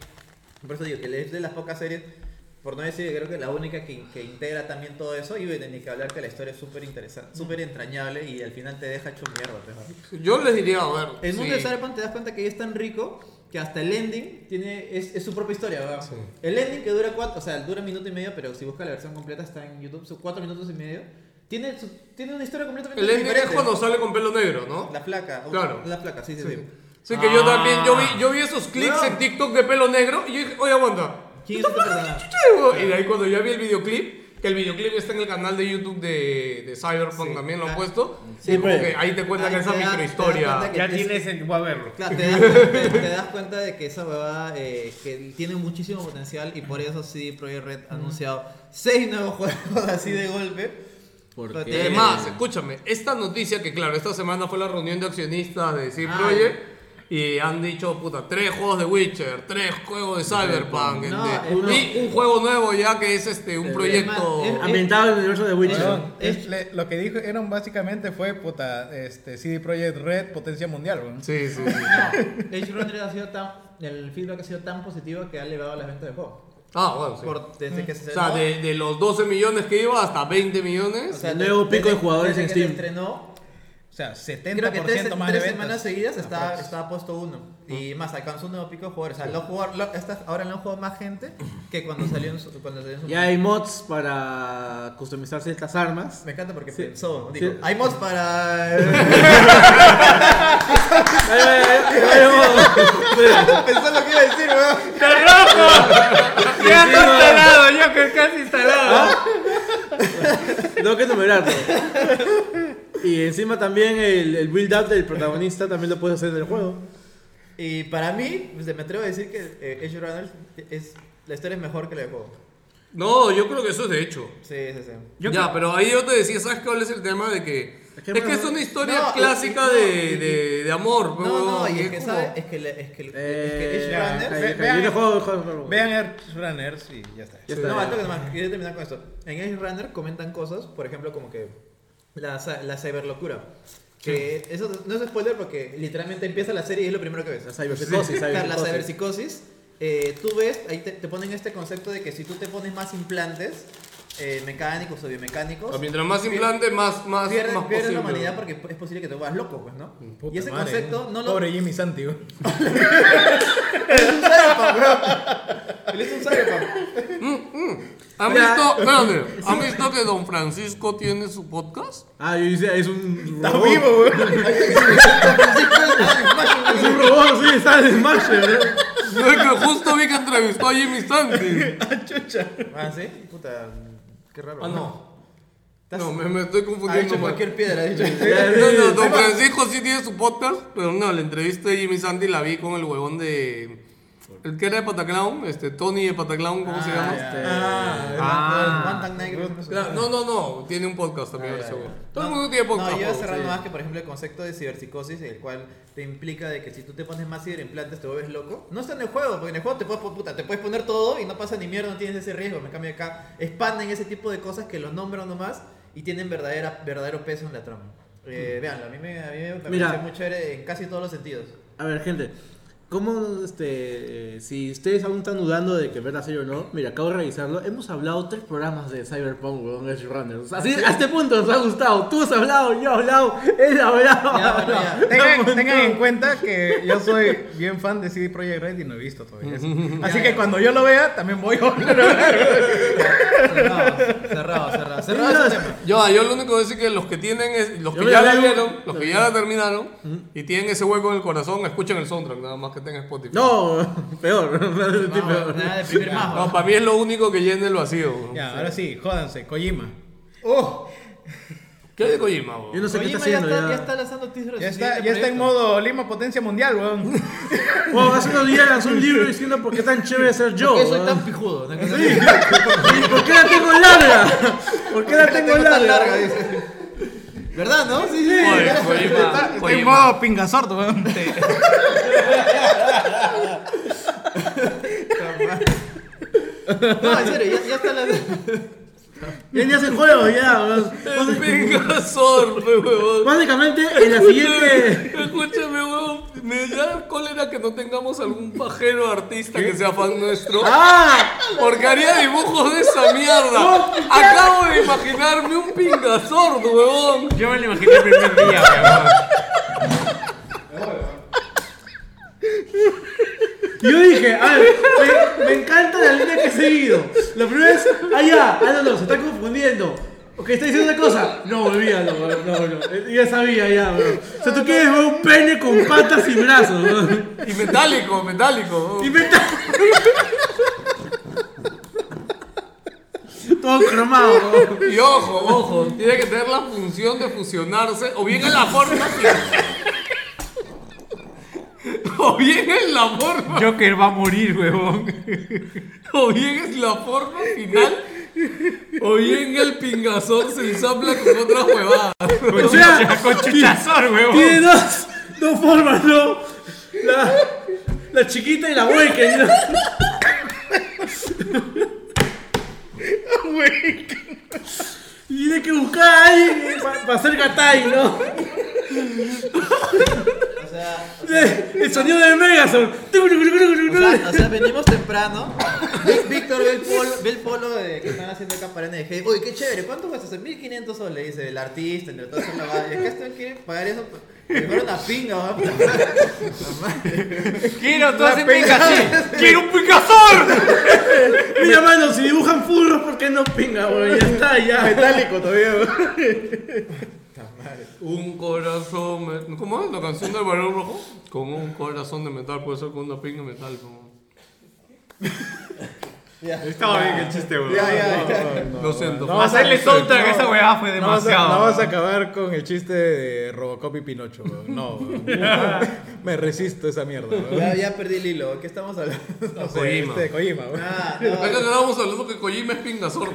Speaker 9: Por eso digo que es de las pocas series, por no decir, creo que la única que, que integra también todo eso. Y bueno, ni que hablar que la historia es súper interesante, súper entrañable y al final te deja hecho mierda. pues, ¿no?
Speaker 6: Yo les diría, a ver.
Speaker 9: En
Speaker 6: sí.
Speaker 9: un de Cyberpunk te das cuenta que ya es tan rico que hasta el ending tiene, es, es su propia historia, ¿verdad? El ending que dura cuatro, o sea, dura minuto y medio, pero si buscas la versión completa está en YouTube, son cuatro minutos y medio. Tiene, su- tiene una historia completamente
Speaker 6: El ending
Speaker 9: diferente.
Speaker 6: es cuando sale con pelo negro, ¿no?
Speaker 9: La flaca, o-
Speaker 6: Claro.
Speaker 9: la flaca, sí, sí, sí.
Speaker 6: Sí, que yo
Speaker 10: Ah.
Speaker 6: también, yo vi, yo vi esos clics
Speaker 9: Claro.
Speaker 6: en TikTok de pelo negro y yo dije, oye, aguanta.
Speaker 9: ¿Quién es esta persona?
Speaker 6: Y de ahí cuando yo vi el videoclip, que el videoclip está en el canal de YouTube de, de Cyberpunk, también lo han
Speaker 9: Ah,
Speaker 6: puesto.
Speaker 9: sí,
Speaker 6: y como
Speaker 7: pero-
Speaker 6: que ahí te cuentan
Speaker 9: Ahí
Speaker 6: esa
Speaker 9: te da- te das
Speaker 6: microhistoria.
Speaker 9: cuenta
Speaker 10: Ya
Speaker 9: Es-
Speaker 10: tienes en voy a verlo.
Speaker 9: Claro, te das, te, te das cuenta de que esa huevada eh, que tiene muchísimo potencial y por eso CD Projekt Red ha anunciado seis nuevos juegos así de golpe.
Speaker 7: Porque-
Speaker 9: Pero te-
Speaker 6: Además, Eh, escúchame, esta noticia que claro, esta semana fue la reunión de accionistas de CD
Speaker 9: Ah.
Speaker 6: Projekt y han dicho, puta, tres juegos de Witcher, tres juegos de Cyberpunk,
Speaker 9: No,
Speaker 6: este,
Speaker 9: es más-
Speaker 6: y un juego nuevo ya que es este un
Speaker 7: Es
Speaker 6: proyecto...
Speaker 9: más, es-
Speaker 7: Ambientado en el universo de Witcher.
Speaker 8: Weón, es- le- lo que dijeron básicamente fue, puta, este, CD Projekt Red, potencia mundial, weón.
Speaker 6: Sí, sí, sí.
Speaker 9: No, Edge Runner ha sido tan, el feedback ha sido tan positivo que ha elevado las ventas del juego.
Speaker 6: Ah, bueno, sí.
Speaker 9: Por- desde que se
Speaker 6: O sea,
Speaker 9: estrenó,
Speaker 6: de, de los 12 millones que iba hasta 20 millones.
Speaker 9: o sea,
Speaker 7: El
Speaker 9: de-
Speaker 7: nuevo pico de
Speaker 9: desde-
Speaker 7: jugadores
Speaker 9: desde
Speaker 7: en
Speaker 9: que
Speaker 7: Steam.
Speaker 9: se estrenó,
Speaker 8: O sea, 70%
Speaker 9: creo que tres,
Speaker 8: más de
Speaker 9: tres
Speaker 8: ventas.
Speaker 9: semanas seguidas está,
Speaker 8: Aprox.
Speaker 9: está puesto uno. Y más, alcanzó un nuevo pico de jugadores. O sea, lo jugar- lo- esta- ahora lo han jugado más gente que cuando salió en su... Cuando salió en su
Speaker 7: Ya hay mods para customizar ciertas armas.
Speaker 9: Me encanta porque
Speaker 7: Sí.
Speaker 9: pensó, dijo,
Speaker 7: Sí.
Speaker 9: hay mods para...
Speaker 7: Ay, ay, ay, ay, ay,
Speaker 9: pensó lo que iba a decir, weón.
Speaker 10: Ya está instalado, yo que casi instalado.
Speaker 7: ay. Tengo ¿Ah? que enumerarlo. Y encima también el, el build up del protagonista también lo puedes hacer en el juego.
Speaker 9: Y para mí, pues, me atrevo a decir que eh, Edge Runner es... La historia es mejor que la del juego.
Speaker 6: No, yo creo que eso es de hecho.
Speaker 9: Sí, sí, sí.
Speaker 6: ya, pero ahí yo te decía, ¿sabes cuál es el tema de que...
Speaker 7: Es
Speaker 6: Es
Speaker 7: que
Speaker 6: que,
Speaker 7: bueno,
Speaker 6: es una historia
Speaker 9: no, y-
Speaker 6: clásica
Speaker 9: y-
Speaker 6: de,
Speaker 9: no,
Speaker 6: de, de amor. pues,
Speaker 9: No, no, y
Speaker 6: que
Speaker 9: es que,
Speaker 6: como-
Speaker 9: ¿sabes? Es que, le- es que, el- es
Speaker 7: Eh,
Speaker 9: que
Speaker 7: ya,
Speaker 9: Edge
Speaker 7: ya,
Speaker 9: Runner...
Speaker 7: ya,
Speaker 8: Vean-
Speaker 7: ya, yo juego- juego- juego.
Speaker 8: Vean Edge Runners y ya está.
Speaker 7: Ya
Speaker 9: No,
Speaker 7: está,
Speaker 9: al toque
Speaker 7: ya.
Speaker 9: nomás, quiero terminar con esto. En Edge Runner comentan cosas, por ejemplo, como que la, cy- la cyberlocura. Que eso no es spoiler porque literalmente empieza la serie y es lo primero que ves.
Speaker 7: La cyberpsicosis,
Speaker 9: Claro, La
Speaker 7: cyberpsicosis.
Speaker 9: cyberpsicosis. eh, tú ves, ahí te, te ponen este concepto de que si tú te pones más implantes eh, mecánicos o biomecánicos,
Speaker 6: o mientras más implante, más, más,
Speaker 9: pierdes,
Speaker 6: más
Speaker 9: pierdes la
Speaker 6: posible.
Speaker 9: humanidad porque es posible que te vuelvas loco, pues, ¿no?
Speaker 8: Puta
Speaker 9: y ese
Speaker 8: madre,
Speaker 9: concepto
Speaker 8: ¿eh?
Speaker 9: no lo,
Speaker 8: Pobre Jimmy Santi, weón.
Speaker 9: Él es un cyberpunk.
Speaker 6: ¿Han
Speaker 7: Ya.
Speaker 6: visto, espérate, ¿han visto que Don Francisco tiene su podcast?
Speaker 7: Ah, yo hice, es un
Speaker 8: Está
Speaker 7: robot.
Speaker 8: vivo, weón.
Speaker 7: Es un robot, sí, está en ¿eh? Smash. ¿verdad?
Speaker 6: No, es que justo vi que entrevistó a Jimmy Santi.
Speaker 9: Ah, sí, puta, qué raro.
Speaker 6: Ah, no. No, me, me estoy
Speaker 9: Ha
Speaker 6: confundiendo.
Speaker 9: dicho
Speaker 6: mal.
Speaker 9: cualquier piedra, ha dicho.
Speaker 6: No, no, Don Francisco sí tiene su podcast, pero no, la entrevista de Jimmy Sandy la vi con el huevón de. El que era de Pataclown, este, Tony de Pataclown, ¿cómo se llama?
Speaker 9: Ah, el Wantan Negro.
Speaker 6: Claro, No, no, no, tiene un podcast también, el seguro. Todo el mundo tiene podcast.
Speaker 9: Ah, No, yo iba a
Speaker 6: huevón,
Speaker 9: cerrar
Speaker 6: sí.
Speaker 9: más que, por ejemplo, el concepto de ciberpsicosis, el cual te implica de que si tú te pones más ciberimplantes te vuelves loco. No está en el juego, porque en el juego te puedes, po- puta, te puedes poner todo y no pasa ni mierda, no tienes ese riesgo. En cambio, acá expanden ese tipo de cosas que los nombran nomás y tienen verdadera, verdadero peso en la trama.
Speaker 6: Mm.
Speaker 9: Eh, Veanlo, a mí me, a mí me parece
Speaker 7: Mira.
Speaker 9: muy chévere en casi todos los sentidos.
Speaker 7: A ver, gente, ¿cómo, este, eh, si ustedes aún están dudando de que ver la serie o no, mira, acabo de revisarlo, hemos hablado tres programas de Cyberpunk, weón, Edge Runners. Así, a este punto nos ha gustado, tú has hablado, yo he hablado, él ha hablado.
Speaker 9: Ya, bueno, ya.
Speaker 8: Tengan, tengan en cuenta que yo soy bien fan de CD Projekt Red y no he visto todavía eso. Así que cuando yo lo vea, también voy a volver a ver.
Speaker 9: Cerrado, cerrado, cerrado. Cerrado ese tema.
Speaker 6: Yo, ah, yo lo único que decir que los que tienen es, los
Speaker 7: Yo
Speaker 6: que
Speaker 7: me
Speaker 6: ya la
Speaker 7: la veo.
Speaker 6: vieron, los que ya la terminaron y tienen ese hueco en el corazón, escuchen el soundtrack, nada más que tengan Spotify.
Speaker 7: No, peor,
Speaker 9: No, nada de primer más.
Speaker 6: No, para mí es lo único que llena el vacío. huevón.
Speaker 8: Oh, Ya, ahora sí, jódanse, Kojima.
Speaker 6: ¿Qué hay de Kojima, weón?
Speaker 7: Yo no sé qué
Speaker 9: Kojima
Speaker 7: está
Speaker 9: ya,
Speaker 7: haciendo.
Speaker 9: está,
Speaker 7: Ya
Speaker 9: ya está lanzando teaser de
Speaker 8: Ya
Speaker 9: su
Speaker 8: está,
Speaker 9: siguiente
Speaker 8: ya está en
Speaker 9: proyecto.
Speaker 8: modo Lima Potencia Mundial, weón.
Speaker 7: Bueno, hace unos días lanzó un libro diciendo por qué tan chévere ser yo.
Speaker 9: ¿Por qué soy
Speaker 7: weón?
Speaker 9: tan pijudo? Una cosa
Speaker 7: Sí. ¿Y ¿Por qué la tengo larga? ¿Por qué la
Speaker 9: así.
Speaker 7: tengo
Speaker 9: tan
Speaker 7: larga?
Speaker 9: dice. ¿Verdad, no? Sí, sí.
Speaker 6: Oye, Kojima,
Speaker 8: Está, está en
Speaker 6: Kojima.
Speaker 8: modo pingasordo, weón.
Speaker 9: No, en serio, ya, ya está lanzando.
Speaker 7: Ya ni hace juego, ya. weón.
Speaker 6: El Pegasor, pe, weón.
Speaker 7: Básicamente, en la siguiente.
Speaker 6: Escúchame, weón. Me da cólera que no tengamos algún pajero artista que sea fan nuestro.
Speaker 7: ¡Ah!
Speaker 6: Porque haría dibujos de esa mierda. Acabo de imaginarme un pingasor, huevón.
Speaker 10: Yo me lo imaginé el primer día, weón.
Speaker 7: Yo dije, a ver, me, me encanta la línea que he seguido. La primera es, ah, ya, ah, no, no, se está confundiendo. Ok, está diciendo una cosa. No, olvídalo, weón, no, no. eh, Ya sabía, ya, weón. O sea, tú quieres ver un pene con patas y brazos, weón.
Speaker 6: Y metálico, metálico.
Speaker 7: Y me está- Todo cromado, weón.
Speaker 6: Y ojo, ojo, tiene que tener la función de fusionarse o bien en la forma. O bien es la forma,
Speaker 10: Joker va a morir, weón.
Speaker 6: o bien es la forma final, o bien el pingasor se ensambla con otra huevada.
Speaker 7: O sea,
Speaker 10: Con chuchazor, weón.
Speaker 7: tiene dos, dos formas, ¿no? La, la chiquita y la hueca. ¿no? Y tiene que buscar a alguien para hacer gatay, ¿no?
Speaker 9: O sea,
Speaker 7: El, el sonido del Megazord.
Speaker 9: o sea, o sea, venimos temprano. Ví- Víctor ve el polo, ve el polo de que están haciendo acá para NG. Uy, qué chévere, ¿cuánto cuesta? eso? 1500 soles, dice el artista, entre todo eso. la vaina. Y acá están que pagar eso. Mejor una pinga, ¿no?
Speaker 10: Quiero todo ese Pikachu. Quiero un Picazor.
Speaker 7: Mira, mano, si dibujan furros, ¿por qué no pinga, weón? Ya está, ya. Metálico todavía,
Speaker 6: Un corazón. me- ¿Cómo es la canción del Barón Rojo? Con un corazón de metal, puede ser con una pinga de metal. como-
Speaker 10: Estaba bien el chiste, weón.
Speaker 6: Lo siento.
Speaker 10: Hacerle soundtrack a esa weá fue
Speaker 8: No vas, a,
Speaker 10: demasiado.
Speaker 8: no vas a acabar con el chiste de Robocop y Pinocho, weón. No, weón. Me resisto a esa mierda, weón.
Speaker 9: Ya, ya perdí el hilo, ¿qué estamos hablando?
Speaker 8: No sé,
Speaker 6: Kojima.
Speaker 8: este de Kojima, weón.
Speaker 9: Ah,
Speaker 6: Acá quedamos hablando que Kojima es pingasor.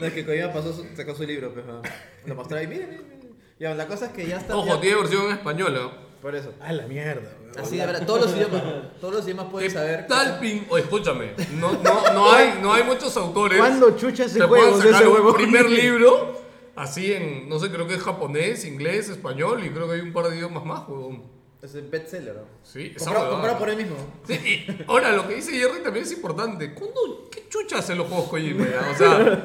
Speaker 9: No, es que Kojima pasó su- sacó su libro, pero lo mostró ahí, miren, miren, miren. Ya, la cosa es que ya está.
Speaker 6: Ojo,
Speaker 9: ya-
Speaker 6: tiene versión ¿eh? española.
Speaker 9: Por eso.
Speaker 8: A la mierda, weón.
Speaker 9: Así de verdad, todos los idiomas, todos los idiomas pueden saber.
Speaker 6: Tal pin. Oye, escúchame. No, no, no, hay, no hay muchos autores.
Speaker 2: ¿Cuándo chucha
Speaker 6: se
Speaker 2: ese
Speaker 6: pueden
Speaker 2: juego de
Speaker 6: sacar
Speaker 2: ese
Speaker 6: un
Speaker 2: huevo?
Speaker 6: primer libro? Así en, no sé, creo que es japonés, inglés, español y creo que hay un par de idiomas más, huevón.
Speaker 9: Es el bestseller. ¿no?
Speaker 6: Sí, esa
Speaker 9: Comprado,
Speaker 6: huevada.
Speaker 9: comprado por él mismo.
Speaker 6: Sí, y ahora lo que dice Jerry también es importante. ¿Cuándo, ¿Qué chucha hacen los juegos Kojima? ya? O sea,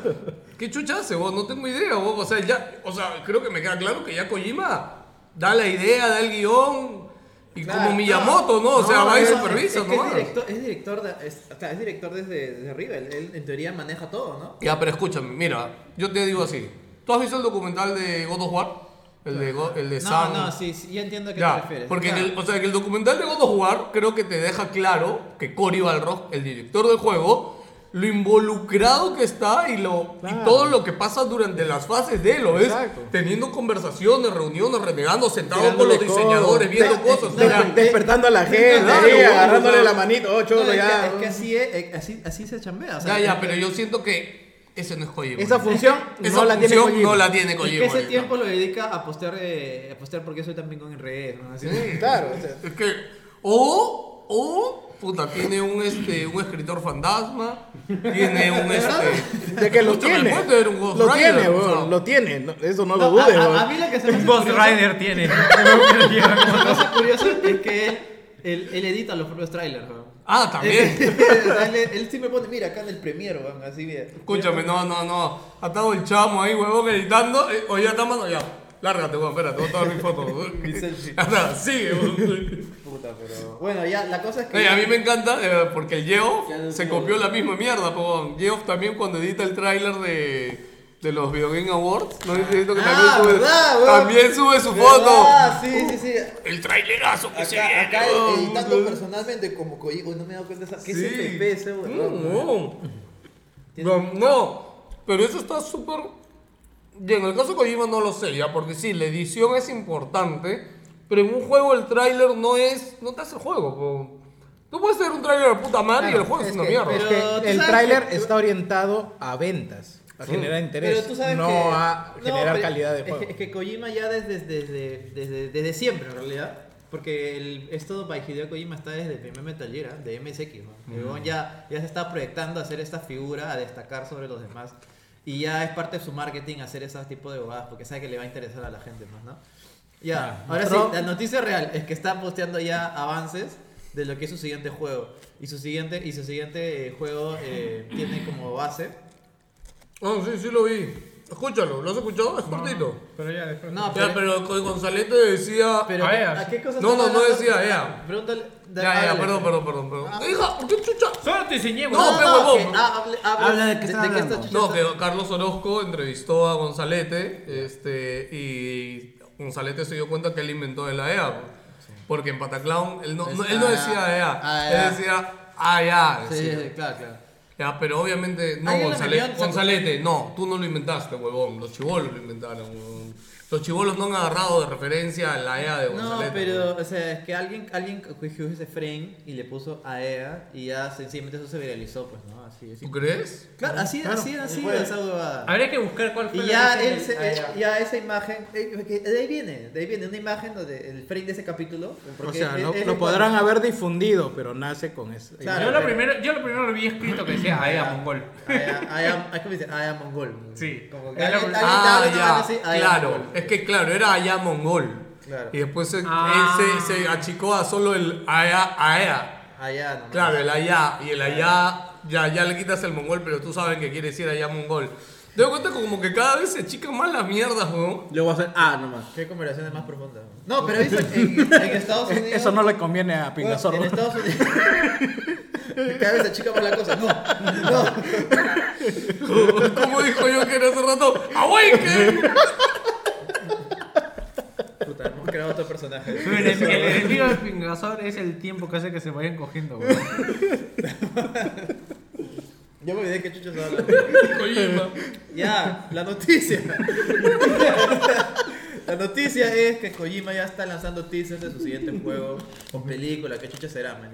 Speaker 6: ¿qué chucha hace vos? No tengo idea vos. O sea, ya, o sea, creo que me queda claro que ya Kojima da la idea, da el guión. Y
Speaker 9: Claro,
Speaker 6: como Miyamoto, ¿no? O sea,
Speaker 9: no,
Speaker 6: va y
Speaker 9: es-
Speaker 6: supervisa,
Speaker 9: es que
Speaker 6: ¿no?
Speaker 9: Es director, es director, de- es- claro, es director desde, desde arriba. Él, él, en teoría maneja todo, ¿no?
Speaker 6: Ya, pero escúchame, mira, yo te digo así. ¿Tú has visto el documental de God of War? El de, Go- el de
Speaker 9: No,
Speaker 6: Sam.
Speaker 9: no, sí, sí, ya entiendo a qué te
Speaker 6: Ya,
Speaker 9: refieres.
Speaker 6: porque en
Speaker 9: Ya.
Speaker 6: el, o sea, en el documental de God of War creo que te deja claro que Cory Balrog, el director del juego, lo involucrado que está y, lo, y todo lo que pasa durante las fases de lo es
Speaker 2: Exacto.
Speaker 6: teniendo conversaciones, reuniones, renegando, sentado con
Speaker 2: Tirándole
Speaker 6: los diseñadores, viendo
Speaker 9: No,
Speaker 6: cosas.
Speaker 9: no,
Speaker 6: o sea,
Speaker 9: no, no,
Speaker 8: Despertando a la gente,
Speaker 6: Claro,
Speaker 8: ahí,
Speaker 6: weón,
Speaker 8: agarrándole
Speaker 6: weón.
Speaker 8: la manito. Oh,
Speaker 9: No,
Speaker 8: cholo,
Speaker 9: es,
Speaker 8: ya.
Speaker 9: que, es que así, es, es- así, así se chambea. O sea, eh,
Speaker 6: ya, ya,
Speaker 9: es
Speaker 6: pero
Speaker 9: que-
Speaker 6: yo siento que ese no es Kojima.
Speaker 8: Esa función
Speaker 6: Esa
Speaker 8: no la tiene
Speaker 6: función
Speaker 8: Kojima.
Speaker 6: no la tiene
Speaker 9: Y
Speaker 6: Kojima.
Speaker 9: que ese
Speaker 6: ahorita.
Speaker 9: tiempo lo dedica a postear, eh, a postear porque soy también con en redes, ¿no? Así.
Speaker 8: Claro, o sea,
Speaker 6: Es que, o, o, puta, tiene un, este, un escritor fantasma, tiene un, este...
Speaker 8: de que lo
Speaker 6: Escúchame,
Speaker 8: tiene.
Speaker 6: puede tener un Ghost
Speaker 8: Lo
Speaker 6: Rider,
Speaker 8: tiene,
Speaker 6: o sea.
Speaker 8: weón. Lo tiene. No, Eso no
Speaker 9: No,
Speaker 8: lo
Speaker 7: ah,
Speaker 8: dudes,
Speaker 9: a- a- a
Speaker 8: weón.
Speaker 9: mí la que se me hace
Speaker 10: Ghost
Speaker 9: curiosa-
Speaker 10: Rider tiene.
Speaker 9: Lo más curioso es que él, él, él edita los propios trailers, weón.
Speaker 6: Ah, también.
Speaker 9: Él, él, él siempre pone, mira, acá en el premier, weón, así bien.
Speaker 6: Escúchame, no, no, no. Ha estado el chamo ahí, huevón, editando. eh, O ya está mano, ya. Lárgate, weón, espérate, voy a tomar mi foto.
Speaker 9: Mi selfie.
Speaker 6: Ya está, sigue, weón.
Speaker 9: Puta, pero... Bueno, ya, la cosa es que...
Speaker 6: Oye, a mí me encanta eh, porque el Geoff se copió la misma mierda, po, weón. Geoff también cuando edita el tráiler de, de los Video Game Awards, ¿no? Dice esto que también,
Speaker 9: Ah,
Speaker 6: sube,
Speaker 9: ¿verdad, weón?
Speaker 6: también sube su foto. Uh,
Speaker 9: Ah, sí, sí, sí.
Speaker 6: El trailerazo que se
Speaker 9: Acá,
Speaker 6: viene,
Speaker 9: acá
Speaker 6: weón.
Speaker 9: editando personalmente como coyigo, no me he dado cuenta de esa... ¿Qué es
Speaker 6: Sí.
Speaker 9: FP ese, weón?
Speaker 6: Mm, No, no, pero eso está súper Y en el caso de Kojima no lo sé, ya, porque sí, la edición es importante, pero en un juego el tráiler no es. no te hace el juego, po. Tú puedes hacer un tráiler de puta madre y el juego es, una mierda.
Speaker 8: Es
Speaker 11: Pero tú
Speaker 8: que el
Speaker 11: sabes
Speaker 8: tráiler
Speaker 11: que-
Speaker 8: está orientado a ventas, a generar interés,
Speaker 9: Pero tú sabes
Speaker 8: no
Speaker 9: que-
Speaker 8: a
Speaker 9: no,
Speaker 8: generar
Speaker 9: pero-
Speaker 8: calidad de
Speaker 9: es
Speaker 8: juego.
Speaker 9: que- Es que Kojima ya desde, desde, desde, desde siempre, en realidad. Porque el, esto by Hideo Kojima está desde el primer Metal Gear, ¿ah? de MSX. ¿no? El huevón ya, ya se está proyectando a hacer esta figura, a destacar sobre los demás. Y ya es parte de su marketing hacer ese tipo de bobadas, porque sabe que le va a interesar a la gente más, ¿no?
Speaker 8: Ah,
Speaker 9: Ya, ahora sí, la noticia real es que está posteando ya avances de lo que es su siguiente juego. Y su siguiente, y su siguiente eh, juego eh, tiene como base
Speaker 6: Ah, sí, sí lo vi. Escúchalo, ¿lo has escuchado?
Speaker 8: Ah,
Speaker 6: Es cortito.
Speaker 10: Pero ya después.
Speaker 9: No,
Speaker 6: Ya, pero González te decía.
Speaker 9: Ah, Pero,
Speaker 10: A ver.
Speaker 9: ¿a qué cosa
Speaker 6: No,
Speaker 9: estás
Speaker 6: no, no
Speaker 9: hablando?
Speaker 6: decía, ya.
Speaker 9: Pregúntale. da-
Speaker 6: ya, ya,
Speaker 9: háblale.
Speaker 6: perdón, perdón, perdón, perdón. Hija, ¿qué chucha?
Speaker 10: Solo te enseñé,
Speaker 6: No,
Speaker 10: weón.
Speaker 6: pe- huevón.
Speaker 9: Ah. que hable- hable-
Speaker 10: Habla de qué estás hablando.
Speaker 9: esta chucha
Speaker 6: No,
Speaker 9: está-
Speaker 6: que Carlos Orozco entrevistó a Gonzalete este, y Gonzalete se dio cuenta que él inventó el AEA. pues. Porque en Pataclown él no,
Speaker 9: Es E
Speaker 6: no- él no
Speaker 9: AEA,
Speaker 6: decía AEA,
Speaker 9: AEA.
Speaker 6: él decía AEA.
Speaker 9: Ah, Sí,
Speaker 6: decía.
Speaker 9: sí, claro, claro.
Speaker 6: Ya, pero obviamente, no,
Speaker 9: Alguien lo
Speaker 6: Gonzale-
Speaker 9: metió en-
Speaker 6: Gonzalete, no, tú no lo inventaste, huevón. Los chivolos lo inventaron, huevón. Los chivolos no han agarrado de referencia a la AEA de
Speaker 9: No,
Speaker 6: Gonzalete.
Speaker 9: pero, o sea, es que alguien, alguien cogió ese frame y le puso AEA y ya sencillamente eso se viralizó, pues, ¿no? Así, así.
Speaker 6: ¿Tú crees?
Speaker 9: Claro, así, así, así, esa huevada.
Speaker 10: Habría que buscar cuál fue
Speaker 9: Y
Speaker 10: la
Speaker 9: ya,
Speaker 10: origen
Speaker 9: él
Speaker 10: del-
Speaker 9: se-
Speaker 10: Ah,
Speaker 9: eh,
Speaker 10: ya.
Speaker 9: ya esa imagen, eh, que de ahí viene, de ahí viene una imagen donde el frame de ese capítulo.
Speaker 8: o
Speaker 9: porque
Speaker 8: sea,
Speaker 9: es-
Speaker 8: lo,
Speaker 9: es-
Speaker 8: lo
Speaker 9: es
Speaker 8: podrán
Speaker 9: cuando-
Speaker 8: haber difundido, pero nace con eso.
Speaker 9: Claro.
Speaker 10: yo, lo primero, yo lo primero lo vi escrito que decía AEA Mongol.
Speaker 9: ¡Eh, I am, I am, ¿cómo dice? I am Mongol.
Speaker 10: Sí.
Speaker 9: Como que
Speaker 10: Es la-
Speaker 9: alguien- alguien
Speaker 6: Ah,
Speaker 9: habla una
Speaker 6: ya,
Speaker 9: vaina así, I am
Speaker 6: claro.
Speaker 9: Mongol.
Speaker 6: Es que, claro, era AEA mongol.
Speaker 9: Claro.
Speaker 6: Y después se-
Speaker 10: Ah.
Speaker 6: él se, se achicó a E solo el AEA, AEA.
Speaker 9: Allá, nomás.
Speaker 6: Claro, el AEA. Y el AEA, ya, ya le quitas el mongol, pero tú sabes que quiere decir AEA mongol. Te das cuenta como que cada vez se achican más las mierdas, huevón.
Speaker 7: Luego hacer ah, A nomás.
Speaker 9: Qué conversaciones más profundas. No, pero dice en, en Estados Unidos.
Speaker 8: Eh, Eso no le conviene a
Speaker 9: eh. Bueno,
Speaker 8: Pingasor.
Speaker 9: En este Estados Unidos. Cada vez se chica más la cosa. No, no.
Speaker 6: Como dijo yo que era hace rato, ¡Awaken!
Speaker 9: Puta, hemos creado otro personaje.
Speaker 10: El, enemigo- el enemigo del Pingasor es el tiempo que hace que se vayan cogiendo, weón.
Speaker 9: Yo me olvidé que Chucho se habla.
Speaker 6: Kojima.
Speaker 9: Ya, la noticia. La noticia es que Kojima ya está lanzando teasers de su siguiente juego o película. ¿Qué chucha será, man?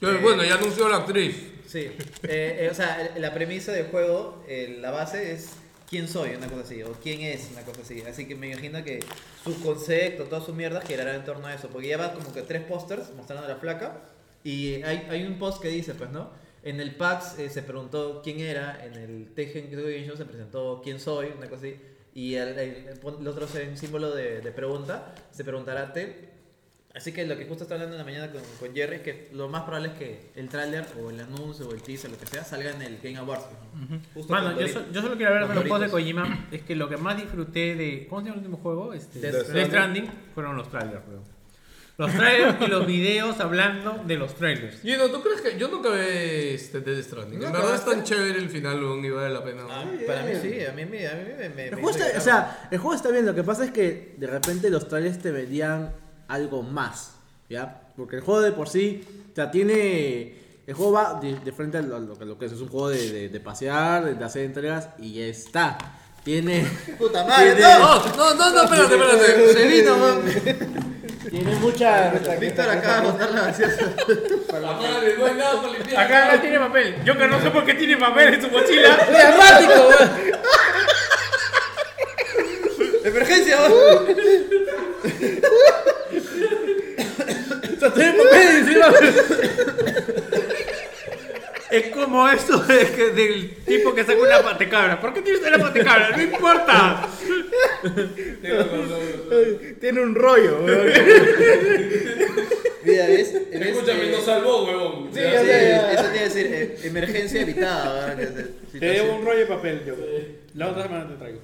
Speaker 6: Yo, Bueno, ya anunció la actriz.
Speaker 9: Sí, eh, eh, o sea, el- la premisa del juego, eh, la base es quién soy, una cosa así, o quién es, una cosa así. Así que me imagino que su concepto, toda su mierda girará en torno a eso, porque ya va como que tres pósters mostrando a la flaca, y eh, hay, hay un post que dice, pues, ¿no? En el PAX eh, se preguntó quién era, en el Tekken Show se presentó quién soy, una cosa así, y el, el- el pon- el otro es un símbolo de, de pregunta, se preguntará te Así que lo que justo estaba hablando en la mañana con, con Jerry es que lo más probable es que el tráiler o el anuncio o el teaser, lo que sea, salga en el Game Awards. ¿no? Justo
Speaker 10: Mano,
Speaker 9: cuando
Speaker 10: yo,
Speaker 9: ahorita-
Speaker 10: so- yo solo quiero hablar de los
Speaker 9: Los
Speaker 10: juegos de
Speaker 9: Doritos.
Speaker 10: Kojima. Es que lo que más disfruté de. ¿Cómo se llama el último juego? Este,
Speaker 9: Death
Speaker 10: Death
Speaker 9: Stranding.
Speaker 10: Stranding. Fueron los trailers, weón. Los trailers y los videos hablando de los trailers.
Speaker 6: Gino, ¿tú crees que.? Yo nunca ve este Death Stranding. En verdad es tan chévere el final, weón, y vale la pena.
Speaker 9: Ah,
Speaker 6: weón.
Speaker 9: para mí sí, a mí, me- a mí me, me-
Speaker 7: El
Speaker 9: me
Speaker 7: juego
Speaker 9: hizo
Speaker 7: está, o
Speaker 9: llorar.
Speaker 7: sea, el juego está bien, lo que pasa es que de repente los trailers te vendían algo más, ¿ya? Porque el juego de por sí, o sea, tiene... El juego va de, de frente a lo, a lo que- lo que es, es un juego de, de- de pasear, de hacer entregas y ya está. Tiene...
Speaker 9: Puta madre,
Speaker 7: tiene-
Speaker 9: no.
Speaker 6: No, no, no, no, espérate, espérate.
Speaker 9: Se vino, man.
Speaker 7: Tiene mucha...
Speaker 9: Víctor acaba de botar la gaseosa.
Speaker 6: Apárale, no hay nada para limpiar.
Speaker 10: Acá no tiene papel. Yo que no sé por qué tiene papel en su mochila.
Speaker 7: ¡Dramático, weón!
Speaker 9: ¡Emergencia, man!
Speaker 10: Es como eso de que- del tipo que saca una patecabra. ¿Por qué tienes una patecabra? No importa.
Speaker 8: Tiene un rollo. weón.
Speaker 9: Mira, ¿ves? ¿Ves?
Speaker 6: Escúchame,
Speaker 9: Eh,
Speaker 6: nos salvó, huevón.
Speaker 9: sí, sí, Eso tiene que decir eh, emergencia evitada, man, que es, eh,
Speaker 11: Te
Speaker 9: situación.
Speaker 11: debo un rollo de papel, yo. La otra semana te traigo.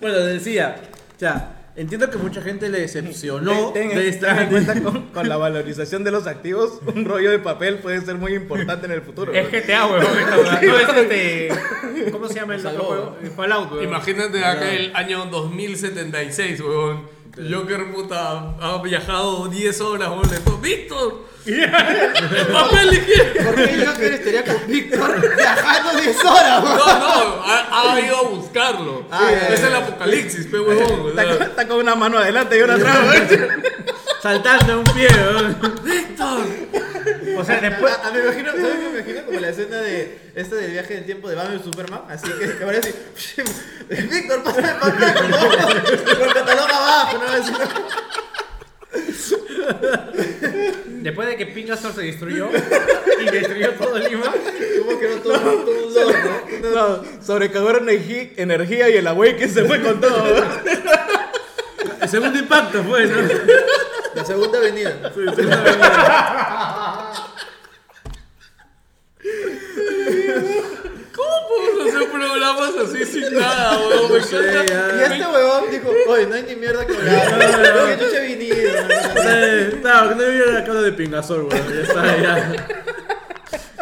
Speaker 7: Bueno, decía, o sea, entiendo que mucha gente le decepcionó
Speaker 8: Ten- ten-
Speaker 7: de
Speaker 8: ten en
Speaker 7: Stranding.
Speaker 8: cuenta con, con la valorización de los activos, un rollo de papel puede ser muy importante en el futuro.
Speaker 10: Es
Speaker 8: weón.
Speaker 10: GTA, weón. esta weá. No es este.
Speaker 11: Pues
Speaker 10: ¿Cómo se llama el otro
Speaker 9: salvó,
Speaker 10: juego? Fallout, weón.
Speaker 6: Imagínate aquel año 2076, huevón. Joker, puta, ha viajado 10 horas, weón. le dijo, ¡Víctor! ¡El papel le quiere!
Speaker 9: ¿Por qué Joker estaría con Víctor viajando 10 horas,
Speaker 6: No,
Speaker 9: weón?
Speaker 6: no, ha, ha ido a buscarlo.
Speaker 9: Ah, ya, ya,
Speaker 6: es el
Speaker 9: ya.
Speaker 6: apocalipsis, pe huevón. o
Speaker 8: Está,
Speaker 6: sea.
Speaker 8: con- está con una mano adelante y una atrás.
Speaker 7: Saltando un pie, weón.
Speaker 10: O sea, después.
Speaker 9: A- a- Ah, me imagino, ¿sabes qué me imagino? Como la escena de este del viaje del tiempo de Batman y Superman, así que que ahora sí, Víctor, pasa el pantalón, ¿no? Con el pantalón abajo, ¿no? Así,
Speaker 10: Después de que Pingasor se destruyó y destruyó todo Lima,
Speaker 9: como que no todo, todo un logro, ¿no?
Speaker 8: No, sobrecargaron energía, energía y el away que se fue con todo. ¿verdad?
Speaker 7: El segundo impacto
Speaker 6: pues,
Speaker 7: fue, ¿no?
Speaker 9: La segunda avenida.
Speaker 6: ¿Cómo podemos hacer programas así sin nada, weón? Me encanta.
Speaker 9: Y este huevón dijo, oye, no hay ni mierda que hablar. ¿Por qué chucha he venido?
Speaker 7: Eh, No, que no vio la cara de pingasol, weón. Ya está, ya.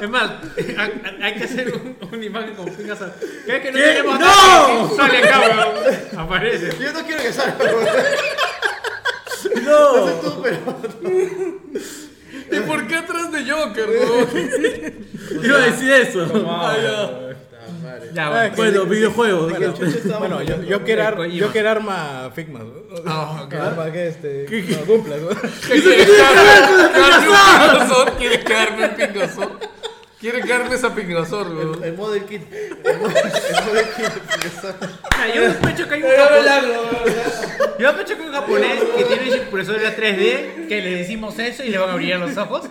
Speaker 10: es más, ha- ha- hay que hacer un, una imagen con Pingasor. ¿Crees que no
Speaker 7: ¿Qué?
Speaker 10: tenemos
Speaker 7: ¡No!
Speaker 10: nada? Sale acá, weón. Aparece.
Speaker 9: Yo no quiero que salga, huevón.
Speaker 7: No.
Speaker 9: tú, pero...
Speaker 6: ¿Y por qué atrás de Joker, weón?
Speaker 7: Iba a decir eso.
Speaker 8: ah,
Speaker 6: Ay, ya.
Speaker 10: Ya, bueno.
Speaker 7: Bueno, videojuegos.
Speaker 9: ¿Qué chucha estaba
Speaker 8: Bueno, yo, yo,
Speaker 9: hablando?
Speaker 8: quiero ar-
Speaker 10: Kojima.
Speaker 8: yo quiero arma Figma.
Speaker 6: Ah, ok.
Speaker 8: Para que este, no, cumpla. ¿no?
Speaker 6: ¿Quiere quedarme un pingazor? ¿Quiere quedarme un pingazor? ¿Quiere quedarme esa pingazor, weón?
Speaker 9: El model kit. El model el model kit. Eso.
Speaker 10: Ya, yo sospecho que hay un japonés. Yo sospecho que hay un japonés que tiene un impresor de la 3D que le decimos eso y le van a abrir los ojos.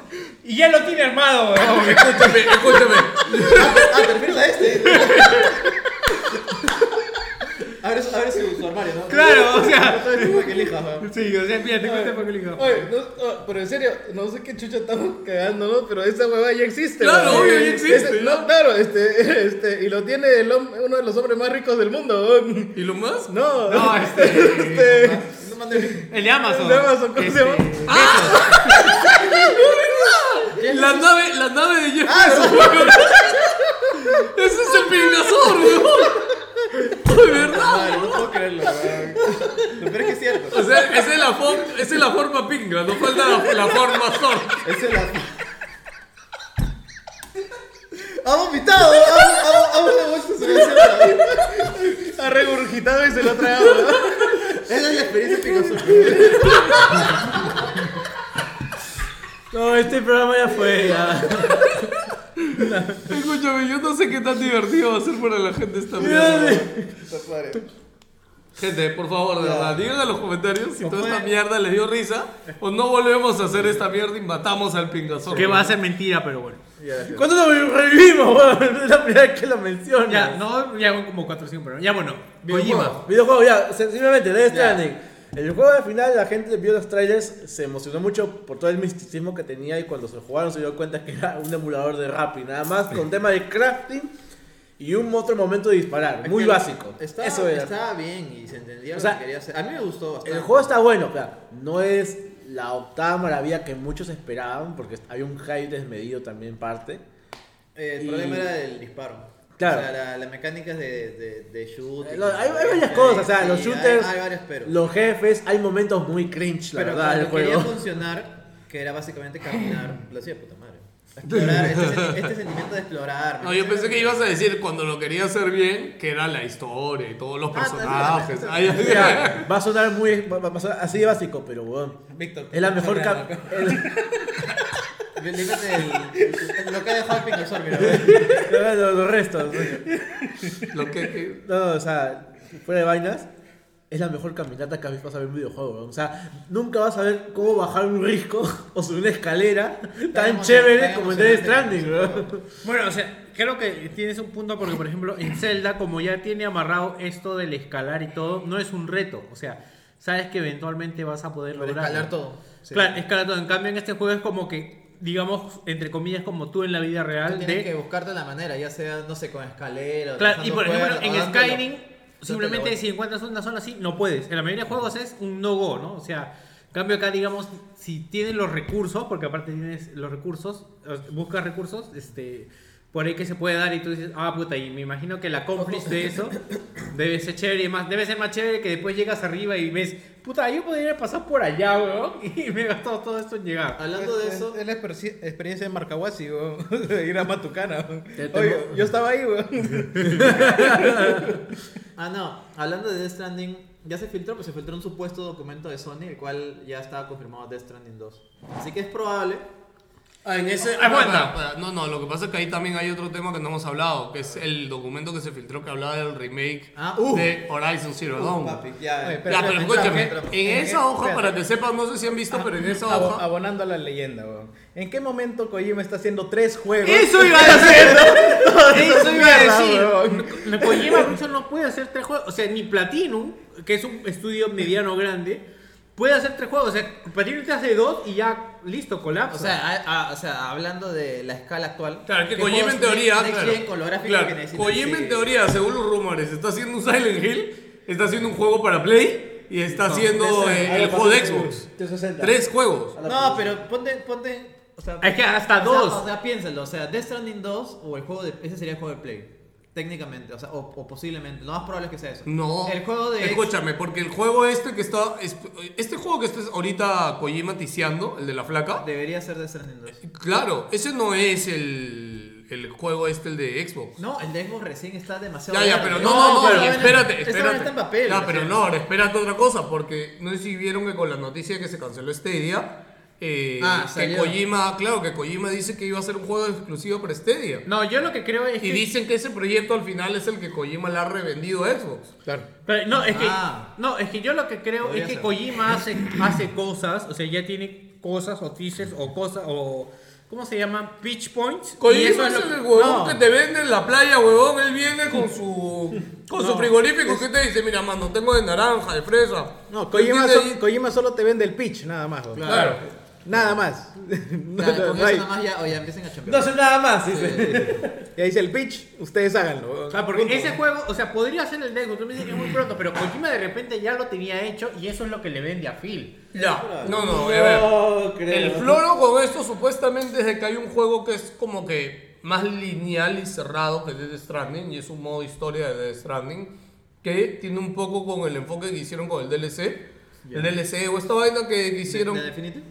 Speaker 10: Y ya lo tiene armado, weón.
Speaker 6: Escúchame, escúchame.
Speaker 9: Ah, te refieres a este. abre su, abre su, su armario, ¿no?
Speaker 10: Claro, o sea.
Speaker 9: No sabes para que elijas, ¿no?
Speaker 10: Sí, o sea, mira, tengo este papel
Speaker 8: Oye, no, oh, pero en serio, no sé qué chucha estamos cagándonos, pero esa hueva ya existe.
Speaker 6: Claro,
Speaker 8: weón.
Speaker 6: obvio, ya existe,
Speaker 8: Ese- no, claro, este, este, y lo tiene el hom- uno de los hombres más ricos del mundo. weón.
Speaker 6: ¿Y lo más?
Speaker 8: No,
Speaker 10: No, este.
Speaker 8: este,
Speaker 9: No mandé-
Speaker 10: El de Amazon.
Speaker 8: El de Amazon,
Speaker 10: Este,
Speaker 8: ¿cómo se llama?
Speaker 6: La nave, la nave de Jeff
Speaker 9: Ah,
Speaker 6: Bezos, weón. Ese es el pingazor, weón. De verdad.
Speaker 9: Ay, no puedo creerlo, weón. Lo peor es que es cierto.
Speaker 6: O sea, esa es la, for- esa es la forma pinga, no falta la, la forma sor.
Speaker 9: Esa es la. ¡Ha vomitado! ¡Ha ha- ha- ha vomitado su cabeza.
Speaker 8: ha regurgitado y se lo ha tragado.
Speaker 9: Esa es la experiencia picosa.
Speaker 7: No, este programa ya fue, ya.
Speaker 6: Escúchame, yo no sé qué tan divertido va a ser para la gente esta mierda. Gente, por favor, de verdad, digan en los comentarios si toda esta mierda les dio risa o no volvemos a hacer esta mierda y matamos al pingazor.
Speaker 10: Que
Speaker 6: weón.
Speaker 10: va a ser mentira, pero bueno.
Speaker 7: ¿Cuándo lo revivimos, weón? Es la primera vez que lo menciono.
Speaker 10: Ya, no, ya hago como 400, pero ya bueno.
Speaker 6: Kojima.
Speaker 7: Videojuego, ya, sencillamente, Death Stranding. El juego al final la gente vio los trailers, se emocionó mucho por todo el misticismo que tenía y cuando se lo jugaron se dio cuenta que era un emulador de rap y nada más con tema de crafting y un otro momento de disparar, muy básico.
Speaker 9: Estaba,
Speaker 7: Eso era.
Speaker 9: estaba bien y se
Speaker 7: O
Speaker 9: entendía lo
Speaker 7: sea,
Speaker 9: que quería hacer. A mí me gustó bastante.
Speaker 7: El juego está bueno, claro, no es la octava maravilla que muchos esperaban porque había un hype desmedido también parte.
Speaker 9: Eh, el
Speaker 7: y-
Speaker 9: problema era el disparo.
Speaker 7: Claro.
Speaker 9: O sea, la- las mecánicas de, de, de shooting.
Speaker 7: Eh, no, hay, hay varias cosas, o sea,
Speaker 9: Sí,
Speaker 7: los
Speaker 9: hay-
Speaker 7: shooters,
Speaker 9: Hay, varios pero.
Speaker 7: los jefes, hay momentos muy cringe, la
Speaker 9: pero
Speaker 7: verdad, del
Speaker 9: cuando quería
Speaker 7: juego.
Speaker 9: funcionar, que era básicamente caminar, lo hacía puta madre. Explorar, este, sen- este sentimiento de explorar.
Speaker 6: No, yo pensé que ibas a decir cuando lo quería hacer bien, que era la historia y todos los
Speaker 9: Ah, también.
Speaker 6: personajes. Ay, ay, ay.
Speaker 7: Ya, va a sonar muy va- va a sonar así de básico, pero weón.
Speaker 8: Víctor,
Speaker 7: Es la mejor cap- el-
Speaker 9: Límite el, lo que ha dejado el pingasor, mira.
Speaker 7: no, no, los restos.
Speaker 6: Lo que- que-
Speaker 7: No, no, o sea, fuera de vainas, es la mejor caminata que habéis pasado en un videojuego, weón. O sea, nunca vas a ver cómo bajar un risco o subir una escalera tan
Speaker 9: emocionante,
Speaker 7: chévere
Speaker 9: tan
Speaker 7: como en Death
Speaker 9: emocionante.
Speaker 7: Stranding, weón.
Speaker 10: Bueno, o sea, creo que tienes un punto porque, por ejemplo, en Zelda, como ya tiene amarrado esto del escalar y todo, no es un reto. O sea, sabes que eventualmente vas a poder lograr.
Speaker 9: escalar todo, sí.
Speaker 10: Claro, escalar todo. En cambio, en este juego es como que, digamos, entre comillas, como tú en la vida
Speaker 9: Tú
Speaker 10: real. de...
Speaker 9: tienes que buscarte la manera, ya sea, no sé, con escalera.
Speaker 10: Claro, y por ejemplo, en Skyrim,
Speaker 9: Skyrim
Speaker 10: simplemente si encuentras una zona así, no puedes. En la mayoría de juegos es un no-go, ¿no? O sea, en cambio acá, digamos, si tienes los recursos, porque aparte tienes los recursos, eh, buscas recursos, este, por ahí que se puede dar y tú dices, ah, puta, y me imagino que la cómplice de eso debe ser chévere, y más, debe ser más chévere que después llegas arriba y ves, puta, yo podría pasar por allá, weón, y me he gastado todo esto en llegar.
Speaker 9: Hablando de eso,
Speaker 8: Es la experci- experiencia de Marcahuasi, weón. De ir a Matucana, weón.
Speaker 7: Te- te-
Speaker 8: Oye, yo estaba ahí, weón.
Speaker 9: Ah, no. Hablando de Death Stranding, ya se filtró, pues se filtró un supuesto documento de Sony, el cual ya estaba confirmado Death Stranding 2. Así que es probable.
Speaker 6: Ah, en ese.
Speaker 10: Ah, bueno.
Speaker 6: para, para, no, no, lo que pasa es que ahí también hay otro tema que no hemos hablado, que es el documento que se filtró que hablaba del remake
Speaker 9: Ah, uh.
Speaker 6: de Horizon Zero Dawn.
Speaker 9: Papi, ya.
Speaker 8: Oye,
Speaker 6: Ya, pero escúchame, en
Speaker 8: ¿En
Speaker 9: Eh,
Speaker 8: qué?
Speaker 6: esa hoja,
Speaker 8: Espérate.
Speaker 6: para que sepas, no sé si han visto, pero en
Speaker 9: Ah,
Speaker 6: esa
Speaker 8: Abo-
Speaker 6: hoja.
Speaker 8: abonando a la leyenda, weón. ¿En qué momento Kojima está haciendo tres juegos?
Speaker 10: Eso iba a hacer, eso iba
Speaker 8: Mierda,
Speaker 10: a
Speaker 8: weón.
Speaker 10: decir. No, Kojima Russo no puede hacer tres juegos, o sea, ni Platinum, que es un estudio mediano grande, puede hacer tres juegos, o sea, Platinum te hace dos y ya listo, colapsa.
Speaker 9: O sea, a- a- o sea, hablando de la escala actual.
Speaker 6: Claro, que
Speaker 9: ¿qué
Speaker 6: Kojima
Speaker 9: juegos
Speaker 6: en teoría.
Speaker 9: next
Speaker 6: claro,
Speaker 9: gen con lo gráfico
Speaker 6: claro,
Speaker 9: que necesitan?
Speaker 6: Kojima
Speaker 9: Sí.
Speaker 6: en teoría, según los rumores, está haciendo un Silent Hill, está haciendo un juego para Play y está haciendo
Speaker 11: ese-
Speaker 6: eh,
Speaker 9: Ah,
Speaker 11: ahí
Speaker 6: el
Speaker 11: lo
Speaker 6: juego de
Speaker 11: pasó,
Speaker 6: Xbox.
Speaker 11: 360.
Speaker 6: Tres juegos.
Speaker 9: No, pero ponte, ponte. O sea,
Speaker 10: es que hasta
Speaker 9: o sea,
Speaker 10: dos.
Speaker 9: O sea, piénsalo. O sea, Death Stranding 2 o el juego de. Ese sería el juego de Play. Técnicamente, o sea, o, o posiblemente. Lo más probable es que sea eso.
Speaker 6: No.
Speaker 9: El juego de.
Speaker 6: Escúchame, porque el juego este que está. es- Este juego que está ahorita Kojima ticiando, el de la flaca.
Speaker 9: Debería ser Death Stranding 2.
Speaker 6: Claro, ese no es el, el juego este, el de Xbox.
Speaker 9: No, el de Xbox recién está demasiado.
Speaker 6: Ya, ya,
Speaker 9: verde.
Speaker 6: pero no, no, no,
Speaker 9: pero-
Speaker 6: espérate,
Speaker 9: esa vaina
Speaker 6: espérate.
Speaker 9: está en papel.
Speaker 6: Ya,
Speaker 9: o
Speaker 6: pero
Speaker 9: sea.
Speaker 6: no, ahora espérate otra cosa, porque no sé si vieron que con la noticia de que se canceló Stadia, eh,
Speaker 9: Ah,
Speaker 6: que
Speaker 9: salió.
Speaker 6: Kojima, claro, que Kojima dice que iba a ser un juego exclusivo para Stadia.
Speaker 10: no, yo lo que creo es que...
Speaker 6: Y dicen que ese proyecto al final es el que Kojima le ha revendido a Xbox.
Speaker 8: Claro.
Speaker 10: Pero, no, es que,
Speaker 9: Ah.
Speaker 10: no, es que yo lo que creo
Speaker 9: Podría
Speaker 10: es que
Speaker 9: ser.
Speaker 10: Kojima hace, hace cosas, o sea, ya tiene cosas o teases o cosas o... ¿Cómo se llaman? Pitch points. y eso
Speaker 6: Kojima es
Speaker 10: lo que-
Speaker 6: el huevón
Speaker 10: no.
Speaker 6: que te vende en la playa, huevón. Él viene con su, con su frigorífico que te dice, mira, mano, tengo de naranja, de fresa.
Speaker 8: No,
Speaker 6: Tú
Speaker 8: Kojima,
Speaker 6: tienes
Speaker 8: so-
Speaker 6: ahí-
Speaker 8: Kojima solo te vende el pitch, nada más, weón.
Speaker 6: Claro.
Speaker 8: Nada más. No,
Speaker 9: Ya,
Speaker 8: no,
Speaker 9: con eso
Speaker 8: no hay.
Speaker 9: nada más ya, o ya empiecen a
Speaker 11: No
Speaker 9: chambear.
Speaker 11: hace nada más, dice.
Speaker 8: Ya dice el pitch, ustedes háganlo. weón.
Speaker 10: O sea, porque
Speaker 8: Punto.
Speaker 10: ese juego, o sea, podría ser el Xbox, tú me dices que es muy pronto, pero Kojima de repente ya lo tenía hecho y eso es lo que le vende a Phil.
Speaker 6: Ya, no, no, a ver.
Speaker 11: No, creo.
Speaker 6: El floro con esto supuestamente es de que hay un juego que es como que más lineal y cerrado que Death Stranding y es un modo historia de Death Stranding que tiene un poco con el enfoque que hicieron con el DLC. El DLC o esta vaina que que hicieron.
Speaker 9: ¿De Definitive?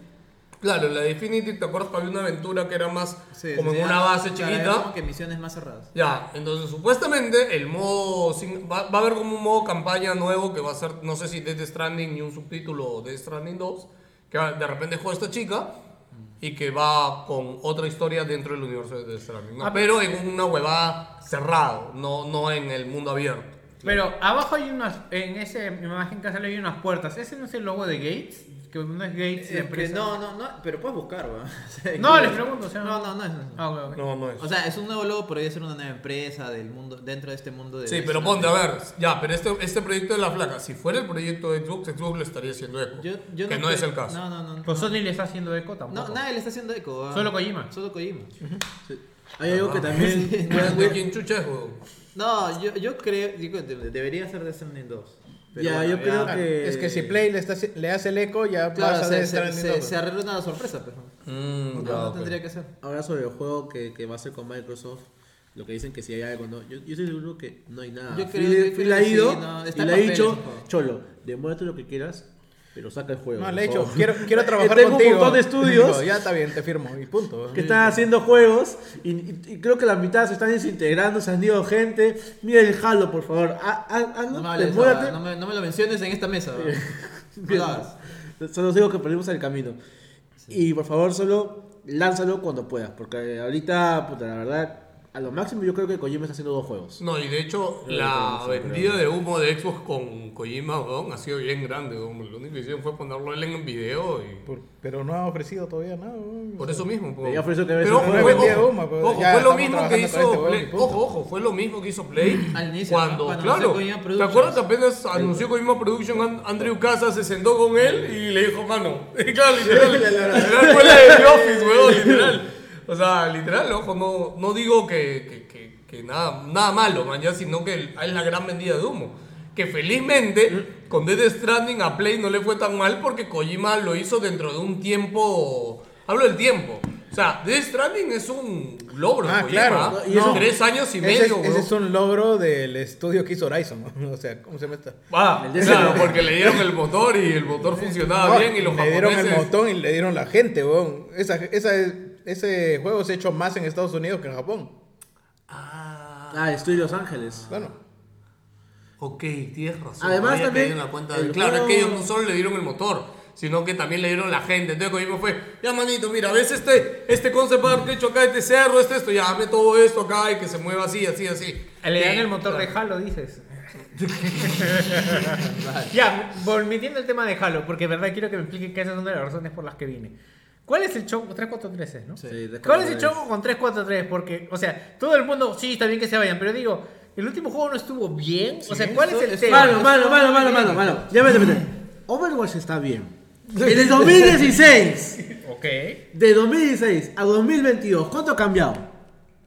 Speaker 6: Claro, la Definitive, ¿te acuerdas que había una aventura que era más
Speaker 9: Sí,
Speaker 6: como en
Speaker 9: sería
Speaker 6: una base
Speaker 9: para ver Como
Speaker 6: chiquita?
Speaker 9: que misiones más cerradas.
Speaker 6: Ya, entonces supuestamente el modo sin- va, va a haber como un modo campaña nuevo que va a ser, no sé si Death Stranding ni un subtítulo Death Stranding 2, que va- de repente juega esta chica y que va con otra historia dentro del universo de Death Stranding, ¿no? pero en una huevada cerrado, no, no en el mundo abierto.
Speaker 10: Pero abajo hay unas, en esa imagen que sale hay unas puertas. ¿Ese no es el logo de Gates? Que no es Gates, la
Speaker 9: Eh, que
Speaker 10: empresa.
Speaker 9: no, no, no, pero puedes buscar, weón. O sea,
Speaker 10: No,
Speaker 9: que-
Speaker 10: les pregunto, o sea-
Speaker 9: No, no, no es. no es.
Speaker 10: Ah, ok, ok.
Speaker 6: No, no es.
Speaker 9: O sea, es un nuevo logo, pero debe ser una nueva empresa del mundo, dentro de este mundo de.
Speaker 6: Sí, pero ponte, a ver, ya, pero este, este proyecto de la flaca, si fuera el proyecto de Xbox, Xbox lo estaría haciendo eco,
Speaker 9: Yo, yo
Speaker 6: que no, es
Speaker 9: creo-
Speaker 6: el caso.
Speaker 9: No, no, no.
Speaker 10: Pues Sony le está haciendo eco
Speaker 9: No,
Speaker 10: tampoco.
Speaker 9: No, nadie le está haciendo eco. weón.
Speaker 10: Solo Kojima.
Speaker 9: Solo Kojima.
Speaker 7: Hay algo que
Speaker 9: Ah,
Speaker 7: también.
Speaker 6: Bueno, ¿de quién chucha es, huevón?
Speaker 9: No, yo, yo creo. digo, de- debería ser de Stranding 2. pero
Speaker 7: ya,
Speaker 9: bueno,
Speaker 7: yo creo
Speaker 8: Claro,
Speaker 7: que.
Speaker 8: Es que si Play le, está, le hace el eco, ya
Speaker 9: Claro,
Speaker 8: pasa
Speaker 9: se,
Speaker 8: de
Speaker 9: se,
Speaker 8: estar
Speaker 9: se, se arregla una sorpresa, pero.
Speaker 6: Mm,
Speaker 9: No,
Speaker 6: ya,
Speaker 9: no
Speaker 6: ok.
Speaker 9: tendría que ser.
Speaker 7: Ahora sobre el juego que, que va a hacer con Microsoft, lo que dicen que si hay algo no. Yo, yo estoy seguro que no hay nada.
Speaker 9: Yo
Speaker 7: Phil-
Speaker 9: creo-
Speaker 7: Phil
Speaker 9: yo creo
Speaker 7: ha
Speaker 9: que sí,
Speaker 7: ido
Speaker 9: no,
Speaker 7: y
Speaker 9: está en
Speaker 7: le ha
Speaker 9: papel
Speaker 7: dicho,
Speaker 9: ese juego.
Speaker 7: Cholo, demuéstrate lo que quieras, pero saca el juego.
Speaker 8: No,
Speaker 7: por
Speaker 8: le he dicho,
Speaker 7: favor".
Speaker 8: quiero, quiero trabajar
Speaker 7: Tengo
Speaker 8: contigo.
Speaker 7: un montón de estudios
Speaker 8: Digo, ya está bien, te firmo y punto.
Speaker 7: que están haciendo juegos y, y- y creo que la mitad se están desintegrando, se han ido gente. Mira el Halo, por favor. Ha- ha- hazlo,
Speaker 9: No me, hables,
Speaker 7: demuéstrate.
Speaker 9: no, me, no me lo menciones en esta mesa. weón. No lo hagas.
Speaker 7: Solo digo que perdimos el camino. Y por favor, solo lánzalo cuando puedas. Porque ahorita, puta, la verdad, a lo máximo yo creo que Kojima está haciendo dos juegos.
Speaker 6: No, y de hecho, la vendida de humo de Xbox con Kojima weón, ha sido bien grande. weón. Lo único que hicieron fue ponerlo él en video. Y...
Speaker 8: Por- pero no ha ofrecido todavía nada. weón.
Speaker 6: Por eso mismo. po.
Speaker 7: Ya ofreció que
Speaker 6: Pero
Speaker 7: me-
Speaker 6: ojo,
Speaker 7: me
Speaker 6: fue,
Speaker 8: vendía
Speaker 6: ojo,
Speaker 8: humo, pero
Speaker 6: ojo, fue
Speaker 8: ya
Speaker 6: lo
Speaker 8: estamos
Speaker 6: mismo que
Speaker 8: trabajando con este
Speaker 6: hizo Play.
Speaker 8: weón, punto.
Speaker 6: Ojo, ojo, fue lo mismo que hizo Play.
Speaker 9: Al inicio,
Speaker 6: cuando,
Speaker 9: ¿no? Cuando
Speaker 6: claro.
Speaker 9: anunció Kojima
Speaker 6: ¿Te
Speaker 9: Productions.
Speaker 6: acuerdas que apenas anunció Kojima Productions, An- Andrew Casas se sentó con él y le dijo, mano. Y claro, literal. literal fue la de The Office, weón, literal. O sea, literal, ojo, no, no digo que, que- que- que nada, nada malo, man, ya, sino que el- es la gran vendida de humo. Que
Speaker 8: Mm.
Speaker 6: felizmente con Death Stranding a Play no le fue tan mal porque Kojima lo hizo dentro de un tiempo. Hablo del tiempo. O sea, Death Stranding es un logro,
Speaker 8: Ah,
Speaker 6: Kojima,
Speaker 8: claro.
Speaker 6: ¿ah?
Speaker 8: No, y eso-
Speaker 6: Tres años y
Speaker 8: Ese es,
Speaker 6: medio,
Speaker 8: ese
Speaker 6: weón.
Speaker 8: es un logro del estudio que hizo Horizon. O sea, ¿cómo se llama esta?
Speaker 6: Ah,
Speaker 7: El Death
Speaker 6: claro,
Speaker 7: Stranding.
Speaker 6: porque le dieron el motor y el motor funcionaba
Speaker 8: No,
Speaker 6: Ah, bien y los
Speaker 8: le dieron el
Speaker 6: japoneses-
Speaker 8: botón y le dieron la gente, weón. Esa, esa, ese juego se ha hecho más en Estados Unidos que en Japón.
Speaker 7: Ah, estoy en Los Ángeles.
Speaker 8: Bueno,
Speaker 6: Ok, tienes razón.
Speaker 7: Además,
Speaker 6: había
Speaker 7: también,
Speaker 6: caído en la cuenta
Speaker 7: el
Speaker 6: de- Claro,
Speaker 7: juego-
Speaker 6: es que ellos no solo le dieron el motor, sino que también le dieron la gente. Entonces Kojima fue, ya manito, mira, ves este, este concept art que he hecho acá, este cerro, este, esto, ya, hazme todo esto acá y que se mueva así, así, así.
Speaker 10: Le dan
Speaker 6: Y-
Speaker 10: el motor de Halo, dices. ya, volviendo al tema de Halo, porque de verdad quiero que me expliquen que esa es una de las razones por las que vine. ¿Cuál es el chongo? 343 es, ¿eh? ¿no?
Speaker 7: Sí, 343.
Speaker 10: ¿Cuál es el chongo con 343? Porque, o sea, todo el mundo, sí, está bien que se vayan, pero digo, ¿el último juego no estuvo bien? O sea, ¿cuál es el tema?
Speaker 7: Mano, mano, mano, mano, mano, mano. Ya vete, vete. Overwatch está bien. En el 2016,
Speaker 10: Ok.
Speaker 7: de 2016 a 2022, ¿cuánto ha cambiado?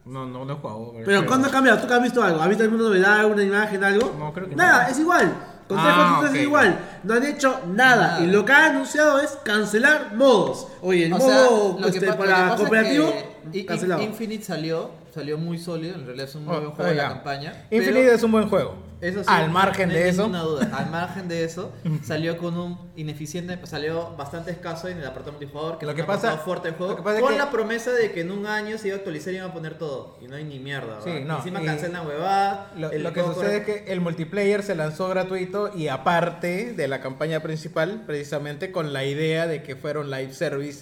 Speaker 10: No, no lo he jugado.
Speaker 7: Pero ¿cuánto ha cambiado? ¿Tú que has visto algo? ¿Has visto alguna novedad, una imagen, algo?
Speaker 10: No, creo que
Speaker 7: Nada,
Speaker 10: no.
Speaker 7: es igual. Con
Speaker 6: Ah,
Speaker 7: 343
Speaker 6: ok.
Speaker 7: es igual. No han hecho nada. Y lo que han anunciado es cancelar modos. Oye, el
Speaker 9: O sea,
Speaker 7: modo
Speaker 9: lo que
Speaker 7: este,
Speaker 9: pa- lo que
Speaker 7: para
Speaker 9: pasa es
Speaker 7: cooperativo,
Speaker 9: que I- I-
Speaker 7: cancelado.
Speaker 9: Infinite salió, salió muy sólido, en realidad es un muy buen
Speaker 8: oh,
Speaker 9: juego de
Speaker 8: ya.
Speaker 9: la campaña. pero
Speaker 8: Infinite es un buen juego.
Speaker 9: eso sí,
Speaker 8: Al margen
Speaker 9: no
Speaker 8: de
Speaker 9: hay
Speaker 8: eso.
Speaker 9: ninguna duda, al margen de eso, salió con un ineficiente, pues, salió bastante escaso en el apartado multijugador, que
Speaker 8: Lo
Speaker 9: no
Speaker 8: que
Speaker 9: ha
Speaker 8: pasa-
Speaker 9: pasado fuerte el juego,
Speaker 8: lo que pasa es
Speaker 9: con
Speaker 8: que-
Speaker 9: la promesa de que en un año se iba a actualizar y iban a poner todo, y no hay ni mierda,
Speaker 8: Sí,
Speaker 9: ¿verdad?
Speaker 8: no,
Speaker 9: Encima
Speaker 8: y-
Speaker 9: cancelan huevada,
Speaker 8: Lo,
Speaker 9: el
Speaker 8: lo que
Speaker 9: juego
Speaker 8: sucede es
Speaker 9: corre-
Speaker 8: que el multiplayer se lanzó gratuito y aparte de la campaña principal, precisamente con la idea de que fuera un live service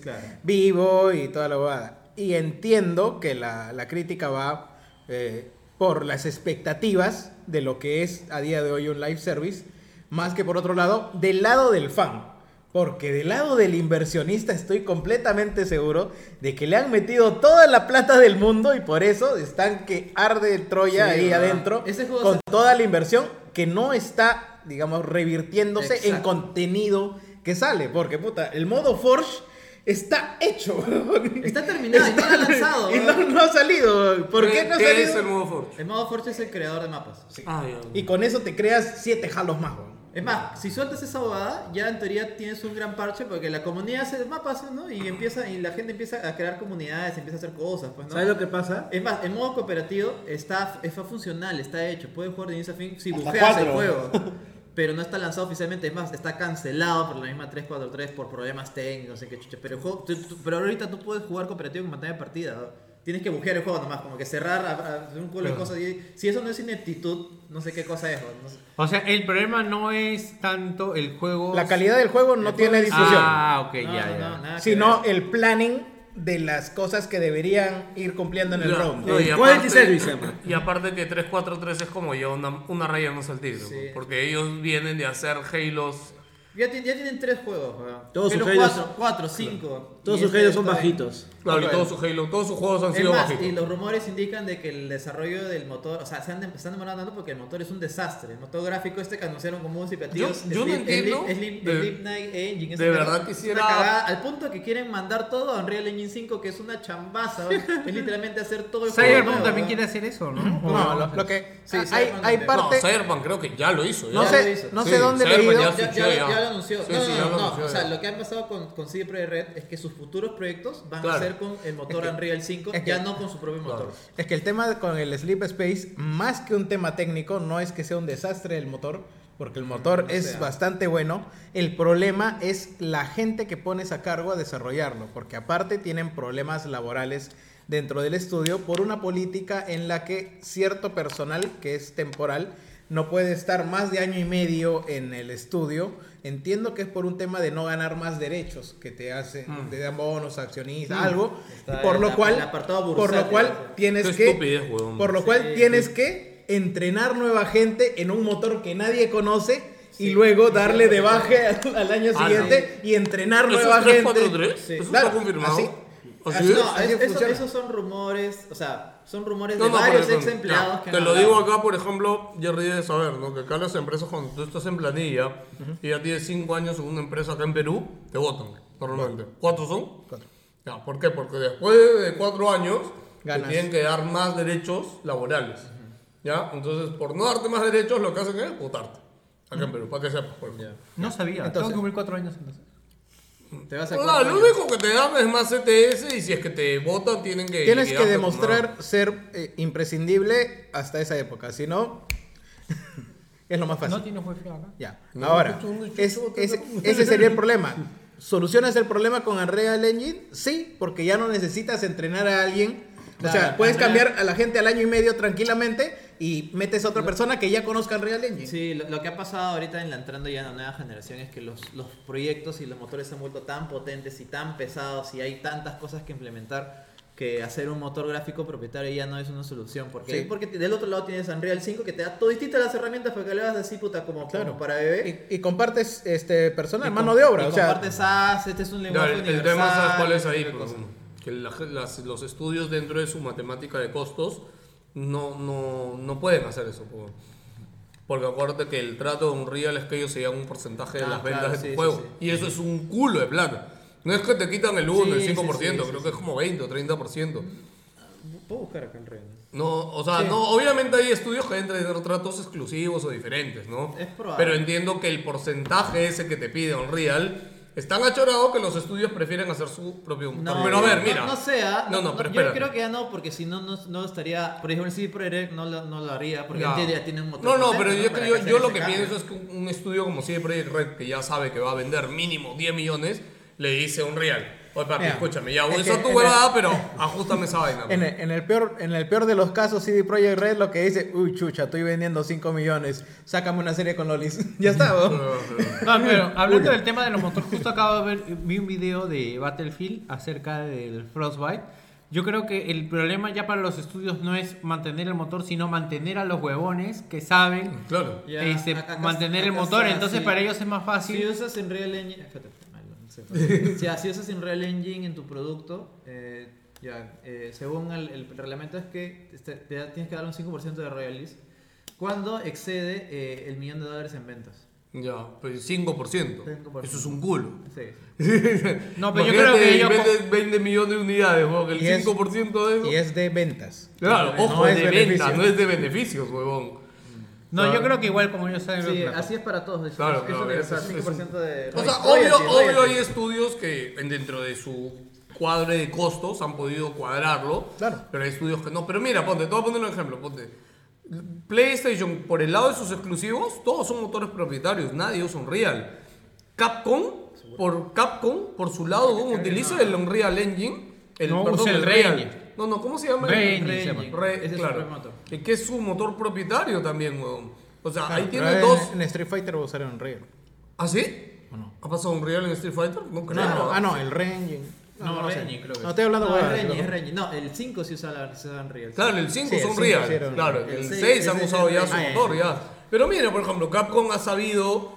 Speaker 8: vivo y toda la bobada. Y entiendo que la, la crítica va eh, por las expectativas de lo que es a día de hoy un live service, más que por otro lado, del lado del fan. Porque del lado del inversionista estoy completamente seguro de que le han metido toda la plata del mundo y por eso están que arde Troya
Speaker 9: Sí,
Speaker 8: ahí
Speaker 9: ¿verdad?
Speaker 8: adentro
Speaker 9: Ese juego
Speaker 8: con
Speaker 9: se-
Speaker 8: toda la inversión que no está, digamos, revirtiéndose en
Speaker 9: Exacto.
Speaker 8: contenido que sale. Porque, puta, el modo Forge está hecho. weón.
Speaker 9: Está terminado, y no lo han lanzado,
Speaker 8: Y no,
Speaker 9: weón.
Speaker 8: no ha salido. ¿Por qué, no ha salido?
Speaker 6: es el modo Forge?
Speaker 9: El modo Forge es el creador de mapas.
Speaker 6: Ah, ya.
Speaker 8: Y con eso te creas siete jalos más, weón.
Speaker 9: Es más, si sueltas esa bobada, ya en teoría tienes un gran parche porque la comunidad hace mapas, ¿no? Y empieza y la gente empieza a crear comunidades, empieza a hacer cosas, pues, ¿no?
Speaker 7: ¿Sabes lo que pasa?
Speaker 9: Es más, el modo cooperativo está, está funcional, está hecho, puedes jugar de inicio a fin si
Speaker 11: Hasta
Speaker 9: bujeas el
Speaker 11: cuatro.
Speaker 9: juego. Pero no está lanzado oficialmente, es más, está cancelado por la misma 343 por problemas técnicos, no sé qué chucha. Pero, el juego, tú- tú- pero ahorita tú puedes jugar cooperativo con pantalla de partida. ¿no? Tienes que bujear el juego nomás, como que cerrar a- a- un culo de cosas. Y, si eso no es ineptitud, no sé qué cosa es. ¿no? No sé.
Speaker 10: O sea, el problema no es tanto el juego.
Speaker 8: La calidad del juego no
Speaker 9: El
Speaker 8: tiene
Speaker 9: juego es-
Speaker 8: discusión.
Speaker 10: Ah, ok,
Speaker 9: No,
Speaker 10: ya, ya.
Speaker 9: no, no, nada que
Speaker 8: sino
Speaker 9: ver.
Speaker 8: el planning de las cosas que deberían ir cumpliendo en el
Speaker 6: Claro,
Speaker 8: round.
Speaker 6: no, y
Speaker 7: El
Speaker 6: aparte-
Speaker 7: quality service, además.
Speaker 6: Y aparte que 343 es como ya una, una raya más al tigre,
Speaker 9: Sí.
Speaker 6: porque ellos vienen de hacer Halos.
Speaker 9: Ya, ti- ya tienen tres juegos, weón.
Speaker 7: Todos sus
Speaker 9: Halo
Speaker 7: Halo
Speaker 9: 4, 4, 5.
Speaker 7: Todos
Speaker 9: y
Speaker 7: sus
Speaker 9: este
Speaker 7: géneros son
Speaker 9: está ahí.
Speaker 7: bajitos.
Speaker 6: Claro, y
Speaker 8: eh.
Speaker 6: todos sus Halo, todos sus juegos han
Speaker 9: Es
Speaker 6: sido
Speaker 9: más,
Speaker 6: bajitos.
Speaker 9: y los rumores indican de que el desarrollo del motor, o sea, se han, de- se han demorado tanto porque el motor es un desastre. El motor gráfico este que anunciaron como un
Speaker 6: Yo-
Speaker 9: cipatito.
Speaker 6: yo no entiendo de-
Speaker 9: Night Engine.
Speaker 6: de verdad quisiera-
Speaker 9: al punto que quieren mandar todo a Unreal Engine 5, que es una chambaza. weón. es literalmente hacer todo el
Speaker 10: Cyberpunk
Speaker 9: nuevo,
Speaker 10: también
Speaker 9: weón.
Speaker 10: quiere hacer eso, ¿no?
Speaker 8: No, lo, lo que
Speaker 9: Sí,
Speaker 8: hay-
Speaker 9: sí,
Speaker 8: hay,
Speaker 9: hermano,
Speaker 8: hay
Speaker 9: no,
Speaker 8: parte.
Speaker 6: No, Cyberpunk creo que ya lo hizo.
Speaker 8: No
Speaker 6: ya.
Speaker 9: sé-
Speaker 6: lo hizo.
Speaker 8: no sé dónde
Speaker 6: Cyberpunk
Speaker 8: leído.
Speaker 6: ya
Speaker 9: Ya,
Speaker 6: fichó,
Speaker 9: ya,
Speaker 6: ya.
Speaker 9: ya lo anunció.
Speaker 6: Sí,
Speaker 9: no,
Speaker 6: sí,
Speaker 9: no,
Speaker 6: ya lo
Speaker 9: no, no,
Speaker 6: anunció,
Speaker 9: O
Speaker 6: ya.
Speaker 9: sea, lo que ha pasado con, con CD Projekt Red es que sus futuros proyectos van
Speaker 6: Claro.
Speaker 9: a ser con el motor
Speaker 8: Es que-
Speaker 9: Unreal 5,
Speaker 8: es que-
Speaker 9: ya no con su propio motor.
Speaker 8: Es que el tema de- con el Sleep Space, más que un tema técnico, no es que sea un desastre el motor, porque el motor es
Speaker 9: sea.
Speaker 8: bastante bueno. El problema es la gente que pones a cargo a desarrollarlo, porque aparte tienen problemas laborales dentro del estudio por una política en la que cierto personal, que es temporal, no puede estar más de año y medio en el estudio. Entiendo que es por un tema de no ganar más derechos que te hacen, te dan bonos, accionistas, algo.
Speaker 9: Mm. Está
Speaker 8: por,
Speaker 9: el-
Speaker 8: lo
Speaker 9: el
Speaker 8: cual,
Speaker 9: apartado
Speaker 8: por lo
Speaker 9: bursátil.
Speaker 8: cual, tienes
Speaker 6: Qué
Speaker 8: que.
Speaker 6: estupidez, huevón.
Speaker 8: Por lo cual tienes que entrenar nueva gente en un motor que nadie conoce y luego darle de baje al, al año
Speaker 6: Ah,
Speaker 8: siguiente y entrenar
Speaker 6: ¿Eso es
Speaker 8: nueva gente.
Speaker 6: 343? ¿Eso está confirmado?
Speaker 8: Así,
Speaker 6: ¿Así
Speaker 8: así-
Speaker 6: es?
Speaker 9: No,
Speaker 8: así
Speaker 9: es- eso-
Speaker 8: funciona.
Speaker 9: esos son rumores, o sea, son rumores
Speaker 6: No,
Speaker 9: de
Speaker 6: no,
Speaker 9: varios
Speaker 6: porque,
Speaker 9: ex empleados
Speaker 6: ya,
Speaker 9: que
Speaker 6: Te
Speaker 9: han
Speaker 6: lo
Speaker 9: hablado.
Speaker 6: digo acá, por ejemplo, Jerry debe saber, ¿no? Que acá las empresas, cuando tú estás en planilla y ya tienes 5 años en una empresa acá en Perú, te votan, normalmente. ¿Cuántos son?
Speaker 8: Cuatro.
Speaker 6: Ya, ¿Por qué? Porque después de 4 años
Speaker 8: Ganas.
Speaker 6: te tienen que dar más derechos laborales. ¿Ya? Entonces, por no darte más derechos, lo que hacen es votarte. Acá en Perú, para que sepas. por ejemplo.
Speaker 10: No sabía.
Speaker 8: Entonces-
Speaker 10: Tengo que cumplir cuatro años entonces.
Speaker 9: Te vas a
Speaker 6: No,
Speaker 9: cuatro
Speaker 6: lo
Speaker 9: años.
Speaker 6: único que te dan es más CTS y si es que te votan tienen que...
Speaker 8: Tienes que
Speaker 6: liquidarte
Speaker 8: demostrar ser eh, imprescindible hasta esa época. Si no, es lo más fácil.
Speaker 3: No tienes wifi acá.
Speaker 8: Ya. Ahora, es- es- ese sería el problema. ¿Solucionas el problema con Unreal Engine? Sí, porque ya no necesitas entrenar a alguien. o sea,
Speaker 11: Claro,
Speaker 8: puedes
Speaker 11: Unreal-
Speaker 8: cambiar a la gente al año y medio tranquilamente y metes a otra persona que ya conozca Unreal Engine.
Speaker 9: Sí, lo, lo que ha pasado ahorita en la entrando ya en la nueva generación es que los, los proyectos y los motores se han vuelto tan potentes y tan pesados y hay tantas cosas que implementar que hacer un motor gráfico propietario ya no es una solución. Porque,
Speaker 8: Sí.
Speaker 9: porque del otro lado tienes Unreal 5 que te da todititas las herramientas para que le hagas así, puta, como,
Speaker 8: Claro.
Speaker 9: como para bebé.
Speaker 8: Y, y compartes este personal,
Speaker 9: Y
Speaker 8: mano
Speaker 9: com-
Speaker 8: de obra.
Speaker 9: y
Speaker 8: O sea,
Speaker 9: compartes SAS, este es un
Speaker 6: No,
Speaker 9: lenguaje
Speaker 6: el, el
Speaker 9: universal.
Speaker 6: tema sabes cuál es ahí,
Speaker 9: otra
Speaker 6: pues,
Speaker 9: cosa.
Speaker 6: que la- las- los estudios dentro de su matemática de costos no, no, no pueden hacer eso. pues. Porque acuérdate que el trato de un real es que ellos se llevan un porcentaje de
Speaker 9: Ah,
Speaker 6: las ventas
Speaker 9: claro,
Speaker 6: de tu
Speaker 9: sí, sí,
Speaker 6: juego.
Speaker 9: sí.
Speaker 6: Y eso es un culo de plata. No es que te quitan el 1,
Speaker 9: Sí, sí,
Speaker 6: el 5%, creo
Speaker 9: sí, sí,
Speaker 6: que es como 20 o 30%.
Speaker 9: Puedo buscar acá en Real.
Speaker 6: No, o sea, no, obviamente hay estudios que entran en tratos exclusivos o diferentes, ¿no?
Speaker 9: Es probable.
Speaker 6: Pero entiendo que el porcentaje ese que te pide Unreal es tan achorado que los estudios prefieren hacer su propio... pero a
Speaker 9: yo-
Speaker 6: ver, mira.
Speaker 9: No, no sé, ah.
Speaker 6: No, no, pero
Speaker 9: Yo
Speaker 6: espera.
Speaker 9: creo que ya no, porque si no, no, no estaría. Por ejemplo, si Project no lo, no lo haría, porque él ya tiene un motor.
Speaker 6: No, no,
Speaker 9: potente,
Speaker 6: pero yo,
Speaker 9: Para
Speaker 6: yo-
Speaker 9: hacer
Speaker 6: yo lo
Speaker 9: ese
Speaker 6: que
Speaker 9: cambio.
Speaker 6: pienso es que un un estudio como CD Projekt Red, que ya sabe que va a vender mínimo 10 millones, le dice a Unreal, oye papi,
Speaker 8: Mira,
Speaker 6: escúchame, ya,
Speaker 8: es
Speaker 6: eso
Speaker 8: que
Speaker 6: es tu
Speaker 8: en
Speaker 6: huevada, pero ajustame esa vaina. pues.
Speaker 8: En el, en el peor, en el peor de los casos, CD Projekt Red lo que dice, uy, chucha, estoy vendiendo 5 millones, sácame una serie con Lolis. ya está, ¿no?
Speaker 3: No, pero hablando del tema de los motores, justo acabo de ver, vi un video de Battlefield acerca del Frostbite. Yo creo que el problema ya para los estudios no es mantener el motor, sino mantener a los huevones que saben
Speaker 6: Claro.
Speaker 9: Ya,
Speaker 3: este,
Speaker 9: acá- acá-
Speaker 3: mantener el
Speaker 9: acá
Speaker 3: motor.
Speaker 9: está,
Speaker 3: Entonces
Speaker 9: sí.
Speaker 3: para ellos es más fácil.
Speaker 9: Si usas Unreal Engine. Fíjate, mal, no sé, fácil. si así usas Unreal Engine en tu producto, eh, ya, eh, según el, el reglamento es que te, te da- tienes que dar un 5% de royalties cuando excede eh, el millón de dólares en ventas.
Speaker 6: Ya, pues 5%.
Speaker 9: 5%.
Speaker 6: Eso es un culo.
Speaker 9: Sí.
Speaker 3: No, pero yo creo que ellos con-
Speaker 6: 20, 20 millones de unidades, huevón, que el
Speaker 8: Y es-
Speaker 6: 5% de eso.
Speaker 8: Y es de ventas.
Speaker 6: Claro, ojo,
Speaker 8: No
Speaker 6: es
Speaker 8: es
Speaker 6: de venta,
Speaker 8: beneficio.
Speaker 6: no es de beneficios, huevón.
Speaker 3: No, yo creo que igual como ellos saben.
Speaker 9: Sí,
Speaker 3: los-
Speaker 9: así es para todos. de hecho.
Speaker 6: Claro,
Speaker 9: Es
Speaker 6: claro,
Speaker 9: universal,
Speaker 6: es- es un-
Speaker 9: 5% de
Speaker 6: O sea,
Speaker 9: royalties.
Speaker 6: obvio,
Speaker 9: Royalties,
Speaker 6: obvio hay
Speaker 9: royalties.
Speaker 6: estudios que en- dentro de su cuadre de costos han podido cuadrarlo.
Speaker 8: Claro.
Speaker 6: Pero hay estudios que no. Pero mira, ponte, te voy a poner un ejemplo, ponte. PlayStation, por el lado de sus exclusivos, todos son motores propietarios, nadie usa Unreal. Capcom, por Capcom, por su lado, utiliza el Unreal Engine. El,
Speaker 3: No,
Speaker 6: perdón,
Speaker 3: usa el
Speaker 6: Real.
Speaker 3: Re-Engine.
Speaker 6: No, no, ¿cómo se llama?
Speaker 3: Re-Engine se
Speaker 6: Re-Engine.
Speaker 3: llama.
Speaker 6: Re-
Speaker 9: Ese es su
Speaker 6: claro.
Speaker 9: propio motor.
Speaker 6: Es que es un motor propietario también, weón. O sea, ahí
Speaker 8: Pero
Speaker 6: tiene
Speaker 8: en-
Speaker 6: dos.
Speaker 8: En, Street Fighter usaron Unreal.
Speaker 6: ¿Ah, sí? ¿Ha pasado un real en Street Fighter? No creo.
Speaker 8: No, ah, no, el Rengin.
Speaker 9: No,
Speaker 8: sé.
Speaker 9: Rengin creo que
Speaker 8: No
Speaker 9: es.
Speaker 8: estoy hablando
Speaker 9: No,
Speaker 8: huevadas,
Speaker 9: es Rengin,
Speaker 8: loco.
Speaker 9: es Rengin. No, el 5 sí usa la se usa Unreal.
Speaker 6: Claro, el 5
Speaker 8: Sí, el
Speaker 6: son
Speaker 8: cinco
Speaker 6: real.
Speaker 8: hicieron-
Speaker 6: claro,
Speaker 9: el
Speaker 6: el
Speaker 9: seis-
Speaker 6: 6
Speaker 9: el
Speaker 6: han
Speaker 9: seis
Speaker 6: usado ya
Speaker 9: es
Speaker 6: su
Speaker 9: real.
Speaker 6: motor, ya. Pero mira, por ejemplo, Capcom ha sabido.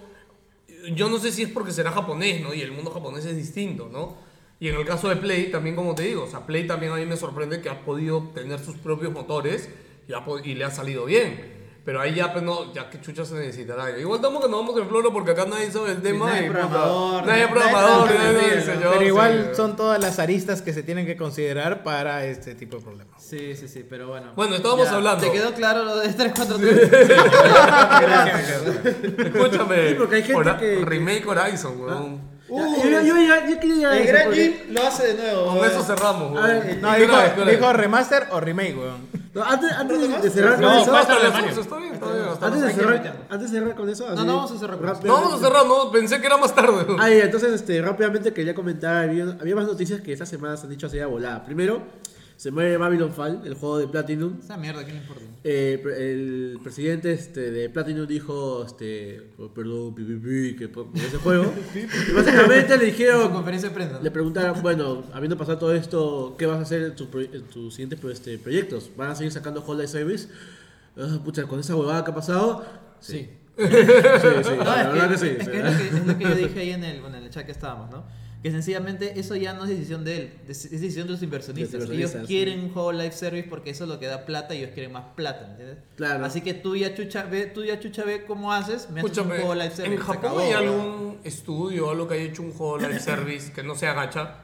Speaker 6: Yo no sé si es porque será japonés, ¿no? Y el mundo japonés es distinto, ¿no? Y en el caso de Play, también como te digo, o sea, Play también a mí me sorprende que ha podido tener sus propios motores y, ha pod- y le ha salido bien. Pero ahí ya, pues, no, ya que chucha se necesitará. Igual estamos que nos vamos en floro porque acá nadie sabe el tema.
Speaker 9: nadie
Speaker 6: y,
Speaker 9: es
Speaker 6: puta,
Speaker 9: programador,
Speaker 6: Nadie es
Speaker 9: nadie
Speaker 6: programador,
Speaker 9: sabe
Speaker 6: nadie
Speaker 9: nada.
Speaker 6: es diseñador,
Speaker 8: Pero
Speaker 6: sí,
Speaker 8: igual
Speaker 6: ya.
Speaker 8: son todas las aristas que se tienen que considerar para este tipo de problemas.
Speaker 9: Sí, sí, sí, pero bueno.
Speaker 6: Bueno, estábamos hablando.
Speaker 9: ¿Te quedó claro lo de 3, 4, 3?
Speaker 6: Escúchame.
Speaker 7: Sí, porque hay gente
Speaker 6: Ora-
Speaker 7: que- ¿Ah?
Speaker 6: Remake Horizon, weón.
Speaker 7: Ya, yo, yo ya- yo quería
Speaker 9: El
Speaker 7: eso,
Speaker 9: Gran
Speaker 7: porque-
Speaker 9: Jim lo hace de nuevo.
Speaker 6: Con eso cerramos,
Speaker 7: A ver,
Speaker 6: weón.
Speaker 8: No,
Speaker 6: Espera,
Speaker 8: dijo,
Speaker 6: espera.
Speaker 8: dijo remaster o remake, weón.
Speaker 7: No, antes, antes de- de cerrar con eso,
Speaker 6: No,
Speaker 7: antes
Speaker 6: cuéntale,
Speaker 3: de
Speaker 6: Mario.
Speaker 3: Mario.
Speaker 6: Está bien, está bien. está bien.
Speaker 7: de cerrar, antes de cerrar con eso,
Speaker 9: No, no vamos a cerrar con eso.
Speaker 6: No vamos a cerrar, no, pensé que era más tarde.
Speaker 7: Ah, ya, entonces, este, rápidamente quería comentar, había, había más noticias que esta semana se han dicho así a volada. Primero, se muere Babylon Fall, el juego de Platinum.
Speaker 9: Esa mierda, ¿qué le importa?
Speaker 7: Eh, pre- el presidente este, de Platinum dijo, este, oh, perdón, pi, pi, pi, que por por ese juego. y básicamente le
Speaker 9: Su
Speaker 7: dijeron,
Speaker 9: conferencia de prensa.
Speaker 7: le preguntaron, bueno, habiendo pasado todo esto, ¿qué vas a hacer en, tu pro- en tus siguientes pro- este, proyectos? ¿Van a seguir sacando Holiday Service? Ah, pucha, con esa huevada que ha pasado. Sí. Sí, sí,
Speaker 9: No,
Speaker 7: la
Speaker 9: es
Speaker 7: verdad
Speaker 9: que-
Speaker 7: que sí.
Speaker 9: es que es lo que- es lo que yo dije ahí en el, bueno, en el chat que estábamos, ¿no? Que sencillamente eso ya no es decisión de él, es es decisión de los
Speaker 7: De
Speaker 9: inversionistas.
Speaker 7: los
Speaker 9: Ellos
Speaker 7: inversionistas,
Speaker 9: quieren un juego live service porque eso es lo que da plata y ellos quieren más plata, ¿entiendes?
Speaker 7: Claro.
Speaker 9: Así que tú ya chucha ve, tú ya chucha ve cómo haces, me haces un
Speaker 6: Escúchame,
Speaker 9: juego live service.
Speaker 6: ¿en
Speaker 9: se
Speaker 6: Japón
Speaker 9: acabó,
Speaker 6: hay
Speaker 9: bro.
Speaker 6: algún estudio o algo que haya hecho un juego live service que no sea gacha?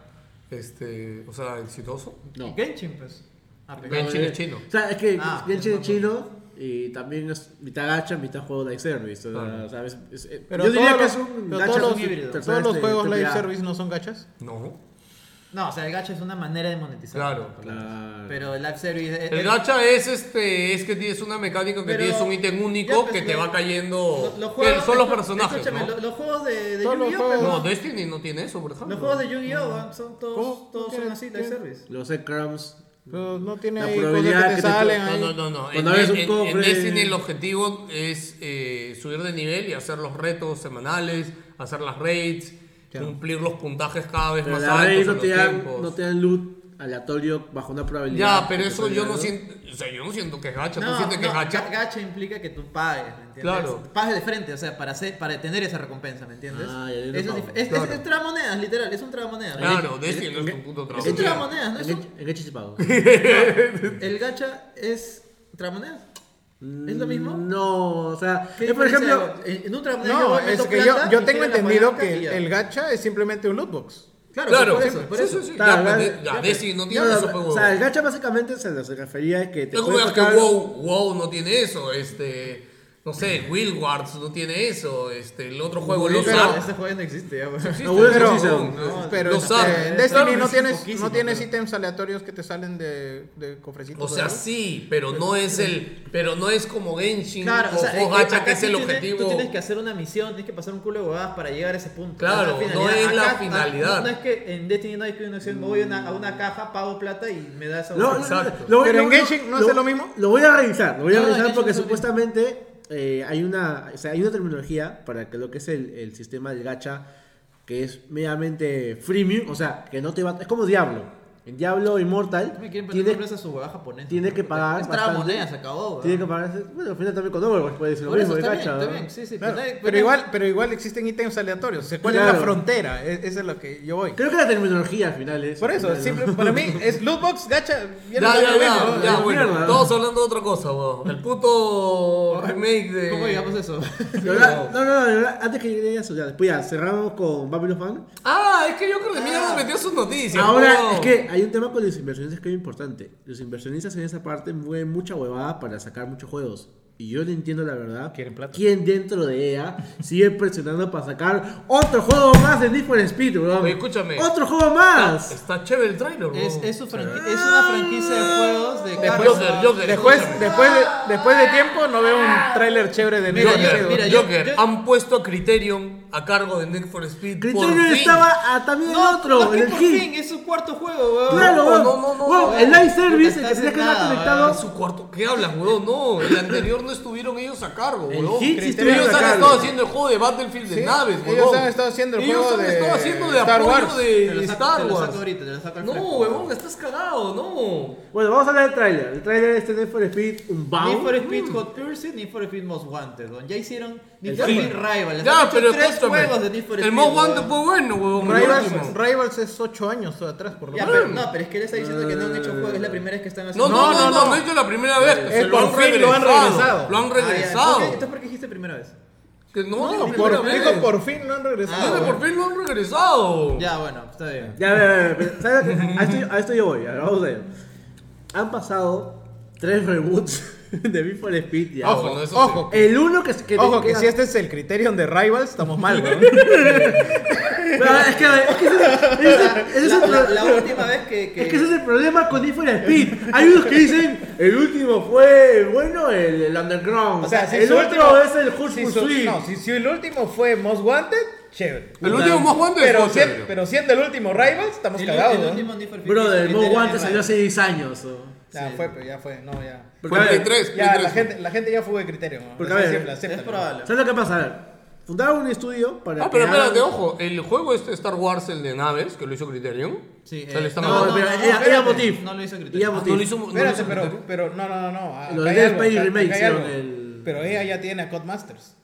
Speaker 6: Este, o sea, exitoso.
Speaker 7: No.
Speaker 9: Genshin, pues. Ah, pero-
Speaker 6: Genshin es chino.
Speaker 7: O sea, es que
Speaker 9: Ah,
Speaker 7: Genshin
Speaker 9: es
Speaker 7: es chino, y también es mitad gacha, mitad juego live service. O sea, ¿sabes? Es- es-
Speaker 8: Pero
Speaker 7: yo diría
Speaker 8: todos
Speaker 7: que
Speaker 8: los-
Speaker 7: es un este,
Speaker 8: pero
Speaker 7: gacha
Speaker 8: todos los-
Speaker 7: versus
Speaker 8: todos
Speaker 7: terceras
Speaker 8: los
Speaker 7: de
Speaker 8: juegos live
Speaker 7: AAA.
Speaker 8: service no son gachas.
Speaker 6: No.
Speaker 9: No, o sea, el gacha es una manera de monetizar.
Speaker 6: Claro.
Speaker 7: Claro.
Speaker 9: Pero el live service.
Speaker 6: El gacha es este es que tienes una mecánica que
Speaker 9: Pero-
Speaker 6: tienes un ítem único
Speaker 9: ya, pues,
Speaker 6: que te
Speaker 9: lo-
Speaker 6: va cayendo.
Speaker 9: Lo- los
Speaker 6: que
Speaker 9: juegos-
Speaker 6: son los
Speaker 9: escu-
Speaker 6: personajes.
Speaker 9: escúchame,
Speaker 6: ¿no?
Speaker 9: lo- los juegos de, de
Speaker 8: Todos los
Speaker 9: Yu-Gi-Oh!
Speaker 8: juegos-
Speaker 9: pero-
Speaker 6: No, Destiny no tiene eso, por ejemplo.
Speaker 9: Los juegos de Yu-Gi-Oh! weón, son
Speaker 8: ¿Cómo?
Speaker 9: todos, todos
Speaker 8: ¿Qué-
Speaker 9: son así,
Speaker 8: qué?
Speaker 9: live service.
Speaker 7: Los Ecrams.
Speaker 8: Pero no tiene
Speaker 7: La
Speaker 8: ahí cosas
Speaker 7: probabilidad
Speaker 8: que
Speaker 7: que te
Speaker 8: te salen
Speaker 6: No,
Speaker 8: ahí.
Speaker 6: no, no, no. En,
Speaker 7: Cuando abres un
Speaker 6: en- en
Speaker 7: cofre-
Speaker 6: Destiny el objetivo es eh, subir de nivel y hacer los retos semanales, hacer las raids, cumplir los puntajes cada vez
Speaker 7: Pero
Speaker 6: más
Speaker 7: la
Speaker 6: altos.
Speaker 7: raid no
Speaker 6: en
Speaker 7: te,
Speaker 6: los
Speaker 7: dan,
Speaker 6: tiempos.
Speaker 7: no te dan loot aleatorio bajo una probabilidad.
Speaker 6: Ya, pero
Speaker 7: que te
Speaker 6: eso yo no
Speaker 7: salga,
Speaker 6: siento. O sea, yo no siento que es gacha. ¿Tú
Speaker 9: No,
Speaker 6: sientes que es
Speaker 9: no,
Speaker 6: gacha?
Speaker 9: ga- gacha implica que tú pagues, ¿me entiendes?
Speaker 6: Claro.
Speaker 9: Pagues de frente, o sea, para, ser- para tener esa recompensa, ¿me entiendes?
Speaker 7: Ah, ya, ya,
Speaker 9: Eso
Speaker 7: no,
Speaker 9: es, dif- es,
Speaker 6: claro.
Speaker 9: es- es trabamonedas, literal, es un trabamonedas.
Speaker 6: Claro, Destiny no es un puto
Speaker 9: Este, Es
Speaker 6: trabajo.
Speaker 9: un trabamonedas, ¿no? Es
Speaker 7: En
Speaker 9: un-
Speaker 7: Gacha- En Gacha Chipado.
Speaker 9: el gacha es trabamonedas. ¿Es lo mismo?
Speaker 7: No, o sea,
Speaker 9: ¿Qué
Speaker 7: es por
Speaker 9: diferencia
Speaker 7: ejemplo,
Speaker 9: hay? en en un trabamonedas
Speaker 8: No,
Speaker 9: yo meto
Speaker 8: es que yo,
Speaker 9: plata,
Speaker 8: yo
Speaker 9: me
Speaker 8: tengo
Speaker 9: quedo en la
Speaker 8: entendido
Speaker 9: palanca
Speaker 8: que
Speaker 9: y
Speaker 8: el,
Speaker 9: ya.
Speaker 8: el gacha es simplemente un lootbox.
Speaker 9: Claro,
Speaker 6: Claro,
Speaker 9: por
Speaker 6: sí,
Speaker 9: eso, por
Speaker 6: sí,
Speaker 9: eso.
Speaker 6: sí, sí.
Speaker 7: Claro,
Speaker 6: Ya, pues,
Speaker 7: la-
Speaker 6: de- ya, Destiny no tiene
Speaker 7: No,
Speaker 6: eso,
Speaker 7: o sea, el gacha básicamente se nos refería a que te
Speaker 6: Es como
Speaker 7: puede
Speaker 6: que
Speaker 7: tocar-
Speaker 6: WoW, WoW no tiene eso, este, no sé, Will Wars no tiene eso, este, el otro juego,
Speaker 9: Pero
Speaker 6: los Ark.
Speaker 9: este juego no existe ya, weón.
Speaker 6: existe,
Speaker 7: no, Will
Speaker 6: pero-
Speaker 7: Wars sí se-
Speaker 6: no,
Speaker 8: Pero
Speaker 6: los
Speaker 8: este,
Speaker 6: Ark.
Speaker 8: en Destiny
Speaker 6: Claro,
Speaker 8: no
Speaker 6: sí,
Speaker 8: tienes,
Speaker 9: poquísimo,
Speaker 8: no tienes
Speaker 9: pero-
Speaker 8: ítems aleatorios que te salen de, de
Speaker 6: O
Speaker 8: cofrecitos.
Speaker 6: sea,
Speaker 8: ¿verdad?
Speaker 6: sí, pero no es el, pero no es como Genshin
Speaker 9: Claro,
Speaker 6: o,
Speaker 9: o sea,
Speaker 6: o
Speaker 9: eh,
Speaker 6: Gacha
Speaker 9: acá
Speaker 6: que es
Speaker 9: sí
Speaker 6: el
Speaker 9: tienes- Tú
Speaker 6: objetivo.
Speaker 9: tienes que hacer una misión, tienes que pasar un culo de bobadas para llegar a ese punto.
Speaker 6: Claro,
Speaker 9: Esa
Speaker 6: no es la
Speaker 9: Acá, ah,
Speaker 6: finalidad.
Speaker 9: No, no es que en Destiny no hay que una acción, me voy a una, a una caja, pago plata y me da esa
Speaker 7: No,
Speaker 9: boba.
Speaker 7: no,
Speaker 6: Exacto.
Speaker 7: lo-
Speaker 8: Pero
Speaker 7: lo-
Speaker 8: en
Speaker 7: lo-
Speaker 8: Genshin, ¿no hace lo mismo?
Speaker 7: Lo voy a revisar, lo voy a
Speaker 9: No, en
Speaker 7: revisar
Speaker 9: Genshin
Speaker 7: porque
Speaker 9: no hace lo
Speaker 7: supuestamente eh, hay una o sea, hay una terminología para que lo que es el, el sistema del gacha que es meramente freemium, o sea, que no te va es como Diablo. En Diablo Immortal
Speaker 9: Me quieren poner
Speaker 7: tiene,
Speaker 9: una presa a su boba japonesa.
Speaker 7: tiene que pagar
Speaker 9: Es
Speaker 7: bastante.
Speaker 9: moneda, se acabó. weón.
Speaker 7: tiene que pagar, bueno, al final también con Overwatch puede ser lo
Speaker 9: Por eso
Speaker 7: mismo el gacha.
Speaker 9: está bien, está
Speaker 7: ¿no?
Speaker 9: bien, sí, pues, sí.
Speaker 8: Claro,
Speaker 9: pero nadie-
Speaker 8: pero igual, pero igual existen ítems aleatorios. O sea, ¿Cuál es la
Speaker 7: Claro.
Speaker 8: frontera? E- Eso es lo que yo voy.
Speaker 7: Creo que la terminología al final es
Speaker 8: Por eso,
Speaker 7: al final, ¿no?
Speaker 8: simple- para mí es lootbox, gacha.
Speaker 6: Ya,
Speaker 8: viene
Speaker 6: ya,
Speaker 8: de
Speaker 6: ya,
Speaker 8: lo mismo,
Speaker 6: ya,
Speaker 8: ¿no?
Speaker 6: ya,
Speaker 7: de
Speaker 6: bueno,
Speaker 7: mierda.
Speaker 6: todos hablando de otra cosa, weón. El puto remake de...
Speaker 9: ¿Cómo llegamos a eso?
Speaker 7: De verdad, No, no, no, de verdad, antes que llegue a eso, ya, después ya cerramos con Babylon Fan.
Speaker 6: Ah, es que yo creo que mierda metió sus noticias.
Speaker 7: Ahora,
Speaker 6: weón.
Speaker 7: es que hay un tema con los inversionistas que es importante. Los inversionistas en esa parte mueven mucha huevada para sacar muchos juegos. Y yo no entiendo la verdad.
Speaker 8: Quieren plata.
Speaker 7: ¿Quién dentro de
Speaker 9: Ah.
Speaker 7: EA sigue presionando para sacar otro juego más de Need for Speed, weón?
Speaker 6: Oye, escúchame. Ah,
Speaker 7: ¡Otro juego más!
Speaker 6: Está chévere el trailer, weón.
Speaker 9: Es, es, su franqui- es una franquicia de juegos de
Speaker 6: Después-
Speaker 9: carros.
Speaker 6: Joker, Joker,
Speaker 8: Después,
Speaker 6: escúchame.
Speaker 8: después, de, después de tiempo no veo un tráiler chévere de
Speaker 9: Mira,
Speaker 8: Need for
Speaker 9: yo-
Speaker 8: Speed.
Speaker 9: mira,
Speaker 6: Joker,
Speaker 9: yo-
Speaker 6: han puesto a Criterion a cargo de Need for Speed. por
Speaker 7: Criterion
Speaker 6: fin.
Speaker 7: estaba a- Ah, también en otro,
Speaker 9: no,
Speaker 7: en
Speaker 9: que
Speaker 7: el
Speaker 9: por
Speaker 7: King.
Speaker 9: fin, es su cuarto juego, weón.
Speaker 7: Claro,
Speaker 6: No,
Speaker 7: weón.
Speaker 6: no, no, no,
Speaker 7: Weón,
Speaker 6: no,
Speaker 7: el
Speaker 9: no,
Speaker 7: live
Speaker 9: no
Speaker 7: service,
Speaker 9: estás
Speaker 7: el que tenía que
Speaker 9: en
Speaker 7: estar
Speaker 9: nada,
Speaker 7: conectado.
Speaker 6: Es su cuarto. ¿Qué hablas, weón? No, el anterior no estuvieron ellos a cargo,
Speaker 7: El
Speaker 6: weón.
Speaker 7: Hit sí
Speaker 6: Criterion
Speaker 7: estuvieron
Speaker 6: ellos
Speaker 7: a
Speaker 6: han
Speaker 7: cargo.
Speaker 6: estado haciendo el juego de Battlefield de
Speaker 8: Sí,
Speaker 6: naves, weón.
Speaker 8: ellos han estado haciendo el
Speaker 6: Ellos
Speaker 8: juego
Speaker 6: han
Speaker 8: de
Speaker 6: estado haciendo de
Speaker 8: Star
Speaker 6: apoyo
Speaker 8: Wars.
Speaker 6: de
Speaker 9: Te lo saco-
Speaker 6: Star
Speaker 9: te lo saco
Speaker 6: Wars.
Speaker 9: ahorita, te lo saco al
Speaker 6: No,
Speaker 9: fresco.
Speaker 6: weón, estás cagado, no.
Speaker 7: Bueno, vamos a hablar del tráiler. El tráiler es Need for Speed
Speaker 9: Need for
Speaker 6: Mm.
Speaker 7: Unbound.
Speaker 9: Speed Hot Pursuit, Need for Speed Most Wanted, weón. Ya hicieron Need
Speaker 7: El
Speaker 9: for
Speaker 7: sí.
Speaker 9: Speed Rivals.
Speaker 6: Ya,
Speaker 9: Han hecho
Speaker 6: pero
Speaker 9: tres
Speaker 6: escúchame.
Speaker 9: juegos de Need for
Speaker 6: El
Speaker 9: Speed,
Speaker 6: Most
Speaker 9: weón.
Speaker 6: Wanted fue bueno, weón. el último.
Speaker 8: Rivals, Rivals es 8 años atrás, por lo
Speaker 9: Ya,
Speaker 8: menos.
Speaker 9: pero, no, pero es que le está diciendo que no han hecho juegos, es la primera vez que están
Speaker 6: Mm. No,
Speaker 9: haciendo
Speaker 6: no, no, no,
Speaker 8: no,
Speaker 6: no,
Speaker 8: no.
Speaker 6: es la primera
Speaker 9: Eh,
Speaker 6: vez. que
Speaker 8: Es
Speaker 6: se lo,
Speaker 8: por
Speaker 6: han
Speaker 8: fin lo han
Speaker 6: regresado.
Speaker 8: regresado.
Speaker 6: Lo han
Speaker 9: Ah, ya.
Speaker 6: regresado.
Speaker 9: Ok, Entonces, ¿por qué dijiste primera vez?
Speaker 6: Que no,
Speaker 8: No,
Speaker 6: la primera
Speaker 8: por,
Speaker 6: vez.
Speaker 8: dijo, por fin no han
Speaker 9: Ah,
Speaker 8: regresado.
Speaker 6: Dime, por fin lo han regresado.
Speaker 9: Ya, bueno, está bien.
Speaker 7: Ya, a ver, a ver, a ver, ¿sabes lo que- a, esto, a esto yo voy, a ver, vamos a ver. Han pasado tres reboots de Need for Speed ya.
Speaker 6: Ojo, no, eso sí.
Speaker 8: Ojo,
Speaker 7: El uno que... que
Speaker 8: Ojo, que
Speaker 7: que-
Speaker 8: si este es el Criterion de Rivals, estamos mal, weón.
Speaker 7: Pero, es que, es que ese, ese- ese es el
Speaker 9: La,
Speaker 7: pro-
Speaker 9: la- la última vez que... que-
Speaker 7: es que ese es el problema con Need for Speed. Hay unos que dicen, el último fue, bueno, el, el Underground.
Speaker 8: O sea, si
Speaker 7: el
Speaker 8: su
Speaker 7: otro
Speaker 8: último-
Speaker 7: es el
Speaker 8: si
Speaker 7: Hurtful
Speaker 8: su-
Speaker 7: Sweet.
Speaker 8: No, si, si el último fue Most Wanted, chévere.
Speaker 6: El último Most Wanted
Speaker 8: pero,
Speaker 6: fue
Speaker 8: si,
Speaker 6: Pues, chévere.
Speaker 8: pero siendo el último Rivals, estamos
Speaker 9: el-
Speaker 8: cagados,
Speaker 9: el
Speaker 8: ¿no?
Speaker 9: último Need for Speed
Speaker 7: Bro, el
Speaker 9: Criterion
Speaker 7: Mo Guante
Speaker 9: Rivals.
Speaker 7: salió hace 10 años. o-
Speaker 8: Ya fue, pero ya fue, no, ya.
Speaker 7: Porque,
Speaker 6: Fue
Speaker 7: a ver,
Speaker 6: Play 3.
Speaker 8: Ya,
Speaker 6: Play
Speaker 8: la
Speaker 6: 3.
Speaker 8: gente, la gente ya fue de criterio. ¿no?
Speaker 7: Porque, a ver, eh,
Speaker 8: Acéptalo,
Speaker 9: Es
Speaker 8: acéptalo.
Speaker 9: probable.
Speaker 7: ¿Sabes lo que pasa? A ver, fundaron un estudio para.
Speaker 6: Ah, pero
Speaker 7: crear-
Speaker 6: espérate, ojo. El juego este Star Wars, el de naves, que lo hizo Criterion.
Speaker 9: Sí,
Speaker 6: O
Speaker 9: eh,
Speaker 6: sea, le están
Speaker 7: No,
Speaker 6: dando-
Speaker 7: pero
Speaker 9: no, no,
Speaker 7: era, era
Speaker 9: espérate,
Speaker 7: Motif.
Speaker 9: no lo hizo Criterion.
Speaker 7: Era
Speaker 9: Ah,
Speaker 6: no
Speaker 7: Motif.
Speaker 6: lo hizo- no lo
Speaker 8: Espérate,
Speaker 6: hizo
Speaker 8: pero,
Speaker 6: Criterion.
Speaker 8: pero no, no, no, no. acá
Speaker 7: Los
Speaker 8: hay
Speaker 7: Dead
Speaker 8: algo,
Speaker 7: Space
Speaker 8: acá-
Speaker 7: Remake
Speaker 8: acá hay
Speaker 7: hicieron
Speaker 8: algo.
Speaker 7: el-
Speaker 8: Pero ella ya tiene a Codemasters.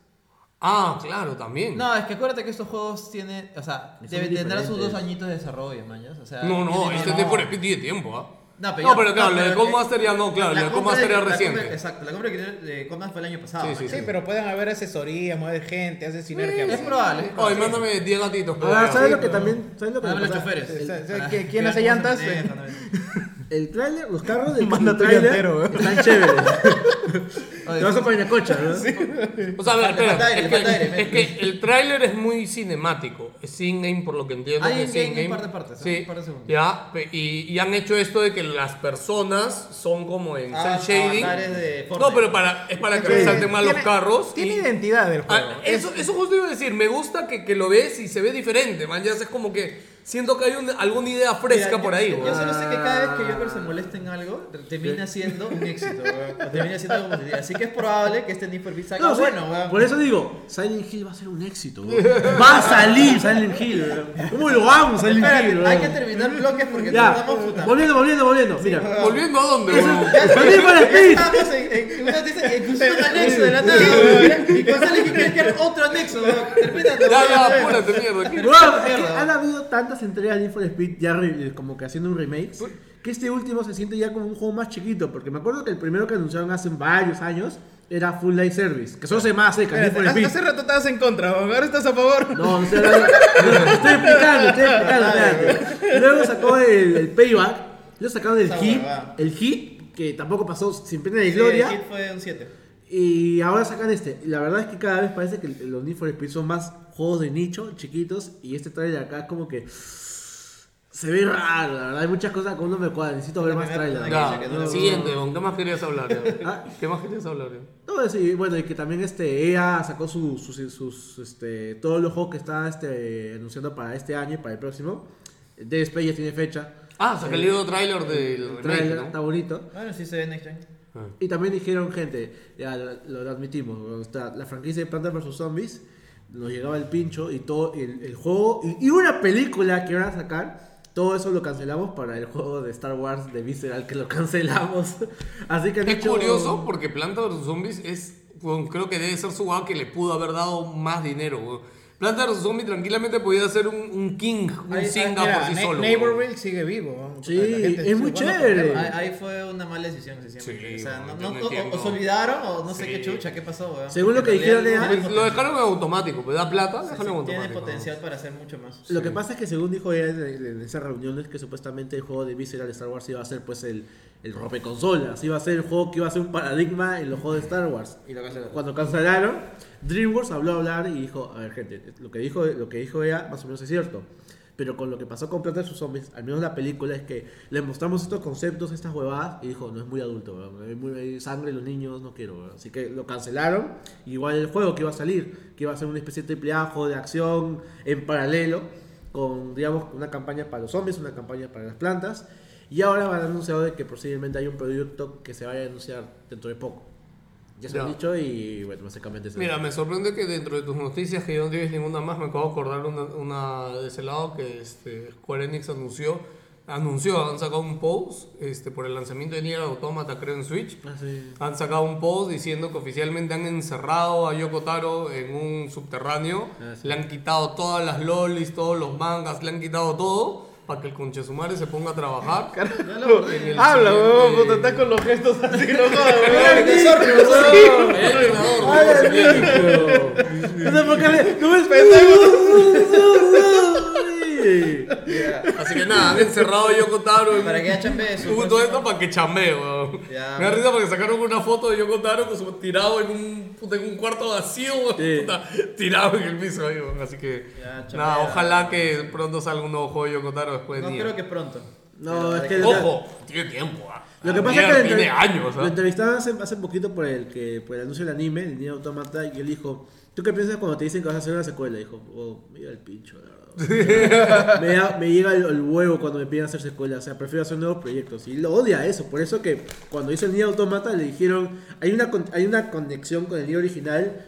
Speaker 6: Ah, claro, también.
Speaker 9: No, es que acuérdate que estos juegos tienen, o sea,
Speaker 7: Son
Speaker 9: debe- tendrán sus
Speaker 7: diferentes.
Speaker 9: dos añitos de desarrollo, mañas. O sea,
Speaker 6: No, no,
Speaker 9: tienen-
Speaker 6: este
Speaker 9: no.
Speaker 6: tipo de Speed tiene tiempo, ¿ah?
Speaker 9: No, pero,
Speaker 6: No,
Speaker 9: ya-
Speaker 6: pero claro,
Speaker 9: no,
Speaker 6: la de
Speaker 9: pero-
Speaker 6: Codemaster ya no, claro, la de
Speaker 9: compra
Speaker 6: Codemaster era
Speaker 9: la compra-
Speaker 6: reciente.
Speaker 9: Exacto, la compra que- de Codemaster fue el año pasado.
Speaker 6: Sí, sí,
Speaker 9: mañas.
Speaker 8: Sí, pero pueden haber asesoría, mover gente, hacer sinergia.
Speaker 9: Es probable. es
Speaker 6: Ay,
Speaker 9: probable.
Speaker 6: mándame 10 gatitos.
Speaker 8: Ah,
Speaker 7: Ahora,
Speaker 6: pues,
Speaker 7: Ah, ¿sabes
Speaker 6: ya.
Speaker 7: lo que también.? ¿Sabes lo que
Speaker 9: Mándame
Speaker 7: le
Speaker 9: los
Speaker 7: pasa?
Speaker 9: choferes.
Speaker 8: Sí, sí,
Speaker 9: Para
Speaker 8: ¿quién
Speaker 9: ver
Speaker 8: hace
Speaker 9: cómo se
Speaker 8: llantas?
Speaker 9: maneja, ¿no?
Speaker 7: El trailer, los carros del
Speaker 8: Manda ¿eh? tu
Speaker 7: tráiler
Speaker 8: llantero, weón.
Speaker 7: están chéveres. Te vas a Painacocha, ¿no?
Speaker 6: O sea, a ver,
Speaker 9: Le
Speaker 6: espera,
Speaker 9: falta aire,
Speaker 6: es,
Speaker 9: le falta
Speaker 6: que,
Speaker 9: aire,
Speaker 6: es que el tráiler es muy cinemático. Es in-game, por lo que entiendo.
Speaker 9: Hay
Speaker 6: que es
Speaker 9: in-game en
Speaker 6: in-game.
Speaker 9: par de partes, ¿no?
Speaker 6: Sí.
Speaker 9: Un par de segundos.
Speaker 6: ya, pe- y, y han hecho esto de que las personas son como en
Speaker 9: Ah,
Speaker 6: cel shading.
Speaker 9: avatares de Fortnite.
Speaker 6: no, pero para, es para que no salten mal los
Speaker 8: Tiene-
Speaker 6: carros.
Speaker 8: Tiene
Speaker 6: y-
Speaker 8: identidad del juego.
Speaker 6: Ah, eso, eso justo iba a decir, me gusta que, que lo ves y se ve diferente, man. Ya es como que siento que hay un- alguna idea fresca
Speaker 9: Mira,
Speaker 6: por
Speaker 9: yo-
Speaker 6: ahí,
Speaker 9: Yo,
Speaker 6: weón.
Speaker 9: solo sé que cada vez
Speaker 8: Ah.
Speaker 9: que Joker se molesta en algo, termina siendo un éxito, weón. O Termina siendo algo positivo. Así que es probable que este Need for Speed salga
Speaker 7: No, sí,
Speaker 9: bueno, weón.
Speaker 7: Por eso digo, Silent Hill va a ser un éxito. weón. Va a salir Silent Hill. weón. ¿Cómo lo amo, Silent
Speaker 9: Espérate,
Speaker 7: Hill?
Speaker 9: hay
Speaker 7: weón?
Speaker 9: que terminar bloques porque no
Speaker 7: Ya,
Speaker 9: estamos puta.
Speaker 7: volviendo, volviendo, volviendo. Mira,
Speaker 6: Volviendo a dónde, weón.
Speaker 7: ¡Feliz para
Speaker 9: Ya
Speaker 7: Speed!
Speaker 9: Estamos en, en una noticia que incluso un anexo de la nada, weón. Y cuando sale que quieres crear otro anexo, weón. Termina
Speaker 6: Ya, ya, apúrate, mierda. ¿qué?
Speaker 7: Weón, es que han habido tantas entregas de Need for Speed ya re- eh, como que haciendo un remake que este último se siente ya como un juego más chiquito porque me acuerdo que el primero que anunciaron hace varios años era Full Life Service que solo se llama seca Need for
Speaker 8: Espérate, hace, hace
Speaker 7: Speed
Speaker 8: rato estabas en contra, weón, ahora estás a favor.
Speaker 7: no, no estoy hablando- no, estoy explicando estoy
Speaker 9: Ah,
Speaker 7: explicando espérate. luego sacó el, el Payback luego sacaron el
Speaker 9: Esa
Speaker 7: Hit
Speaker 9: huevada.
Speaker 7: el Hit que tampoco pasó sin pena de
Speaker 9: Gloria.
Speaker 7: gloria
Speaker 9: El hit fue un 7.
Speaker 7: y ahora sacan este. La verdad es que cada vez parece que los Need for Speed son más juegos de nicho, chiquitos. Y este trailer acá es como que. Se ve raro, la verdad. Hay muchas cosas que uno me cuadra. Necesito ver más trailer.
Speaker 6: Ya,
Speaker 9: que no le-
Speaker 6: siguiente, weón. ¿Qué más querías hablar? weón?
Speaker 7: Ah.
Speaker 6: ¿Qué más querías hablar? weón?
Speaker 7: No, sí, bueno, y que también este EA sacó sus, sus, sus, este, todos los juegos que está este, anunciando para este año y para el próximo. Dead Space ya tiene fecha.
Speaker 6: Ah, se ha salido tráiler del remake,
Speaker 7: Trailer,
Speaker 6: ¿no?
Speaker 7: está bonito.
Speaker 9: Bueno, sí se ve Next Gen.
Speaker 7: Y también dijeron, gente, ya lo, lo admitimos, o sea, la franquicia de Plantas vs. Zombies nos llegaba el pincho y todo, el, el juego y, y una película que iban a sacar, todo eso lo cancelamos para el juego de Star Wars de Visceral, que lo cancelamos. Así que han
Speaker 6: Es
Speaker 7: hecho-
Speaker 6: curioso porque Planta vs Zombies es, weón, creo que debe ser su juego que le pudo haber dado más dinero. weón. Planta vs Zombies tranquilamente podía ser un, un king, un
Speaker 8: Ahí-
Speaker 6: singa
Speaker 8: mira,
Speaker 6: por sí
Speaker 8: Ne-
Speaker 6: solo. weón.
Speaker 8: Neighborville sigue vivo. weón.
Speaker 7: Sí,
Speaker 8: La gente
Speaker 7: es muy
Speaker 8: sigue jugando.
Speaker 7: chévere.
Speaker 9: Ahí, ahí fue una mala decisión que se
Speaker 6: Sí,
Speaker 9: o sea, no,
Speaker 6: weón,
Speaker 9: no,
Speaker 6: yo no
Speaker 9: o- o,
Speaker 6: entiendo.
Speaker 9: se olvidaron o no sé
Speaker 6: Sí.
Speaker 9: qué chucha, qué pasó, weón.
Speaker 7: Según lo que
Speaker 9: En realidad
Speaker 7: dijeron,
Speaker 9: tiene
Speaker 7: Neighborville-
Speaker 6: Lo
Speaker 9: potencial.
Speaker 6: dejaron en automático, pues da plata,
Speaker 9: Sí, sí,
Speaker 6: déjalo en automático.
Speaker 9: Tiene
Speaker 6: weón.
Speaker 9: potencial para hacer mucho más.
Speaker 7: Lo que pasa es que según dijo ella en, en esas reuniones que supuestamente el juego de Visceral de Star Wars iba a ser pues el, el rompeconsolas, iba a ser el juego que iba a ser un paradigma en los juegos de Star Wars.
Speaker 9: Y lo cancelaron.
Speaker 7: Cuando cancelaron, DreamWorks habló a hablar y dijo, a ver gente, lo que dijo, lo que dijo ella más o menos es cierto. Pero con lo que pasó con Planta de sus zombies, al menos la película, es que le mostramos estos conceptos, estas huevadas, y dijo, no es muy adulto, weón, hay, muy- hay sangre en los niños, no quiero. weón". Así que lo cancelaron. Igual el juego que iba a salir, que iba a ser una especie de triple A, juego de acción en paralelo, con, digamos, una campaña para los zombies, una campaña para las plantas. Y ahora van anunciado de que posiblemente hay un producto que se vaya a anunciar dentro de poco. Ya se lo han
Speaker 6: Ya.
Speaker 7: dicho y, bueno, básicamente... eso.
Speaker 6: Mira, me sorprende que dentro de tus noticias que yo no tienes ninguna más, me acabo de acordar una, una de ese lado que este, Square Enix anunció, anunció, han sacado un post este, por el lanzamiento de Nier Automata, creo, en Switch.
Speaker 7: Ah, sí.
Speaker 6: Han sacado un post diciendo que oficialmente han encerrado a Yoko Taro en un subterráneo. Le han quitado todas las lolis, todos los mangas, le han quitado todo para que el conchesumare se ponga a trabajar. En el
Speaker 8: Habla, weón,
Speaker 6: siguiente-
Speaker 8: puta, estás con los gestos así, no jodas, weón.
Speaker 6: El ordenador, weón.
Speaker 7: No sé por qué le- no me
Speaker 6: Así que nada, han encerrado a Yoko Taro en
Speaker 9: Para que ya chambe eso.
Speaker 6: Puto esto para que chambee, weón.
Speaker 9: Ya,
Speaker 6: Me da
Speaker 9: weón.
Speaker 6: risa porque sacaron una foto de Yoko Taro con su tirado en un, puta, en un cuarto vacío, weón,
Speaker 7: Sí.
Speaker 6: puta, tirado en el piso ahí, weón. Así que,
Speaker 9: Ya, chambea.
Speaker 6: nada, ojalá que pronto salga un nuevo juego de Yoko Taro después de
Speaker 9: No
Speaker 6: Nier.
Speaker 9: creo que pronto.
Speaker 7: No, es que...
Speaker 6: Ojo, tiene tiempo, ah.
Speaker 7: Lo que pasa
Speaker 6: Nier
Speaker 7: es que lo
Speaker 6: tiene
Speaker 7: entrev-
Speaker 6: años,
Speaker 7: lo
Speaker 6: ah.
Speaker 7: entrevistaban hace, hace poquito por el, que, por el anuncio del anime, el Nier Automata, y él dijo, ¿tú qué piensas cuando te dicen que vas a hacer una secuela? Dijo, oh, me llega el pincho, la verdad. me, da- me llega el, el huevo cuando me piden hacer secuelas, o sea, prefiero hacer nuevos proyectos. Y lo odia eso, por eso que cuando hizo el Nier Automata le dijeron, hay una, con- hay una conexión con el Nier original,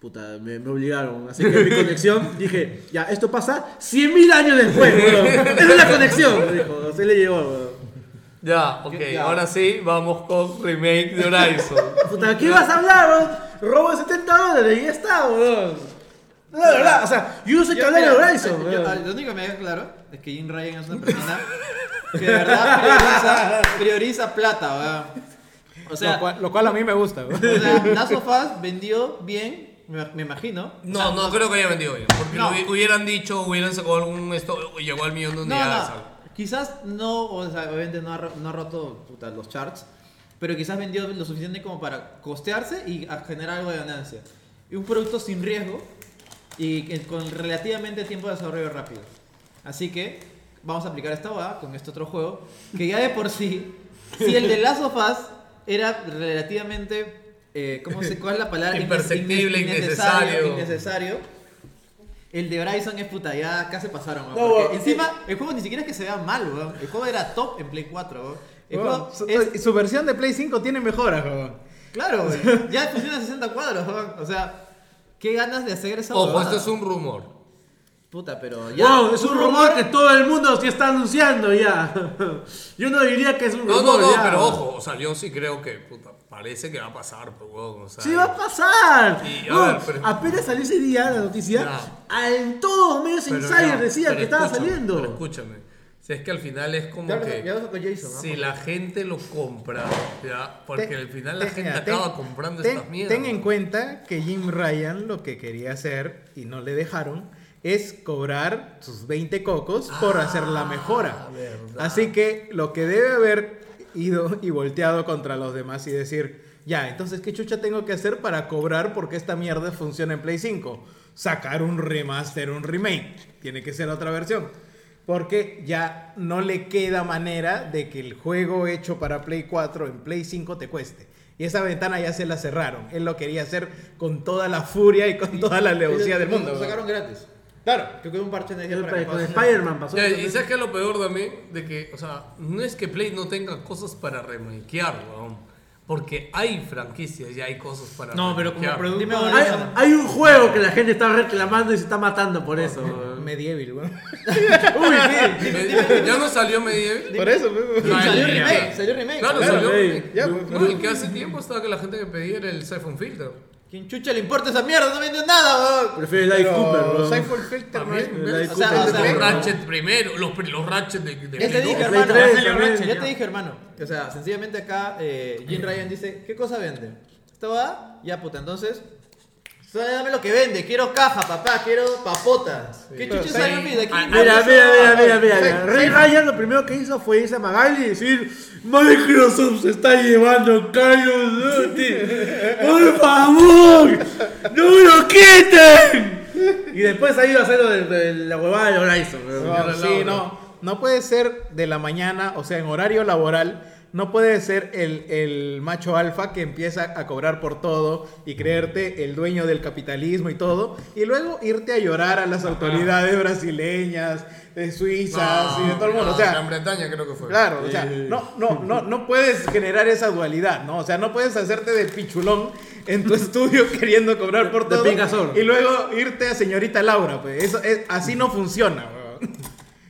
Speaker 7: Puta, me, me obligaron. Así que mi conexión, dije, ya, esto pasa 100.000 años después, weón. Esa es la conexión. Dijo, se le llegó, weón.
Speaker 6: Ya, ok,
Speaker 9: Ya.
Speaker 6: ahora sí, vamos con remake de Horizon.
Speaker 7: Puta, ¿qué vas a hablar, weón? Robo de 70 dólares y ya está, weón. No, la verdad, o sea, yo no sé qué hablar de Horizon,
Speaker 9: yo-
Speaker 7: weón.
Speaker 9: Lo único que me queda claro es que Jim Ryan es una persona que de verdad prioriza, prioriza plata, weón. O sea,
Speaker 8: lo, cual, lo cual a mí me gusta, weón.
Speaker 9: o sea, Last of Us vendió bien, me, me imagino.
Speaker 6: No, no creo que haya vendido bien. Porque
Speaker 9: No.
Speaker 6: lo hubi- hubieran dicho, hubieran sacado algún esto, llegó al millón de
Speaker 9: No,
Speaker 6: unidades.
Speaker 9: no. Quizás no, o sea, obviamente no ha, ro- no ha roto puta, los charts. pero quizás vendió lo suficiente como para costearse y a generar algo de ganancia. Y un producto sin riesgo y que- con relativamente tiempo de desarrollo rápido. Así que vamos a aplicar esta boda con este otro juego, que ya de por sí, si el de Last of Us era relativamente, eh, ¿cómo se, ¿cuál es la palabra? Ines-
Speaker 6: Imperceptible,
Speaker 9: ines-
Speaker 6: innecesario.
Speaker 9: innecesario. El de Horizon es puta, ya casi pasaron, weón.
Speaker 11: No,
Speaker 9: porque
Speaker 11: weón,
Speaker 9: encima, el juego ni siquiera es que se vea mal, weón. El juego era top en Play 4, weón. El
Speaker 8: Weón,
Speaker 9: juego
Speaker 8: su,
Speaker 9: es-
Speaker 8: su versión de Play 5 tiene mejoras, weón.
Speaker 9: Claro, güey. Ya funciona a 60 cuadros, weón. O sea, qué ganas de hacer esa
Speaker 6: Ojo,
Speaker 9: huevada.
Speaker 6: esto es un rumor.
Speaker 9: Puta, pero ya.
Speaker 7: Wow, es un rumor que todo el mundo sí está anunciando ya. Yo no diría que es un
Speaker 6: No,
Speaker 7: rumor.
Speaker 6: no, no,
Speaker 7: ya.
Speaker 6: pero ojo, o sea, yo sí creo que, puta, parece que va a pasar, pues, weón, o sea.
Speaker 7: Sí va a pasar.
Speaker 6: Y, a
Speaker 7: No,
Speaker 6: ver, pero-
Speaker 7: Apenas salió ese día la noticia,
Speaker 6: Ya.
Speaker 7: al- en todos los medios
Speaker 6: pero
Speaker 7: insiders
Speaker 6: ya,
Speaker 7: decían
Speaker 6: pero
Speaker 7: que estaba
Speaker 6: escúchame,
Speaker 7: saliendo.
Speaker 6: Pero escúchame, si es que al final es como que. Si la gente lo compra, ya, porque
Speaker 8: Ten-
Speaker 6: al final la
Speaker 8: ten-
Speaker 6: gente
Speaker 8: mira, ten-
Speaker 6: acaba comprando
Speaker 8: ten-
Speaker 6: estas mierdas.
Speaker 8: Ten en cuenta que Jim Ryan lo que quería hacer y no le dejaron es cobrar sus 20 cocos por
Speaker 6: Ah,
Speaker 8: hacer la mejora. Así que lo que debe haber ido y volteado contra los demás y decir, ya, entonces qué chucha tengo que hacer para cobrar porque esta mierda funciona en Play 5. Sacar un remaster, un remake. Tiene que ser otra versión. Porque ya no le queda manera de que el juego hecho para Play 4 en Play 5 te cueste. Y esa ventana ya se la cerraron. Él lo quería hacer con toda la furia y con toda la alevosía del mundo.
Speaker 9: Lo sacaron
Speaker 8: weón.
Speaker 9: gratis.
Speaker 8: Claro.
Speaker 9: Creo que un parche de
Speaker 7: Con
Speaker 9: para que
Speaker 7: Sp- Con
Speaker 9: pase.
Speaker 7: Spider-Man pasó.
Speaker 6: Ya, y sabes que lo peor también, de que, o sea, no es que Play no tenga cosas para remakear, weón. Porque hay franquicias y hay cosas para
Speaker 3: No, pero como
Speaker 6: remakear.
Speaker 3: producto.
Speaker 9: Dime
Speaker 7: Hay,
Speaker 9: ahora.
Speaker 7: hay un juego que la gente está reclamando y se está matando por eso.
Speaker 8: Medieval, weón.
Speaker 7: Uy, sí.
Speaker 6: Me- ¿Ya no salió Medieval?
Speaker 8: Por eso, weón.
Speaker 6: No,
Speaker 9: Salió
Speaker 6: ya.
Speaker 9: remake, salió remake.
Speaker 6: Claro,
Speaker 7: Claro,
Speaker 6: salió
Speaker 7: sí.
Speaker 6: remake.
Speaker 8: Ya, pues,
Speaker 6: No, y que hace tiempo estaba que la gente que pedía era el Siphon Filter.
Speaker 9: ¿Quién chucha le importa esa mierda? No vende nada, weón.
Speaker 7: Prefiero el Light Cooper, bro.
Speaker 8: Cypher Filter no es-
Speaker 6: También,
Speaker 7: la
Speaker 6: ¿ves?
Speaker 9: O sea,
Speaker 6: Los
Speaker 9: o sea,
Speaker 6: Ratchet primero, los, pri- los Ratchet de, de
Speaker 9: Ya te
Speaker 6: Play
Speaker 9: dije,
Speaker 6: dos.
Speaker 7: Play
Speaker 9: hermano.
Speaker 7: tres
Speaker 9: Ya salió
Speaker 7: también.
Speaker 9: Ratchet, Ya te dije, hermano. O sea, sencillamente acá eh, Jim Ryan dice, ¿qué cosa vende? ¿Esta va? Ya, puta, entonces... solo Dame lo que vende, quiero caja, papá, quiero papotas. ¿Qué chucha
Speaker 6: Sí.
Speaker 9: salió de aquí?
Speaker 6: Ah,
Speaker 7: Mira, mira, mira, mira, mira.
Speaker 8: Sí,
Speaker 7: mira. Ray Ryan lo primero que hizo fue irse a Magali y decir Microsoft se está llevando Call of Duty. ¡Por favor! ¡No lo quiten! Y después ha ido a hacer lo de, de la huevada de Horizon.
Speaker 8: No,
Speaker 7: weón.
Speaker 8: sí, no. No puede ser de la mañana, o sea, en horario laboral. No puede ser el, el macho alfa que empieza a cobrar por todo y creerte el dueño del capitalismo y todo, y luego irte a llorar a las autoridades brasileñas, de suizas y Ah, de todo el mundo.
Speaker 6: No,
Speaker 8: O sea,
Speaker 6: Gran Bretaña creo que fue.
Speaker 8: Claro, o sea, no, no, no, no puedes generar esa dualidad, ¿no? O sea, no puedes hacerte de pichulón en tu estudio queriendo cobrar por
Speaker 7: De
Speaker 8: todo
Speaker 7: picazón.
Speaker 8: y luego irte a señorita Laura, pues. Eso es- así no funciona, weón.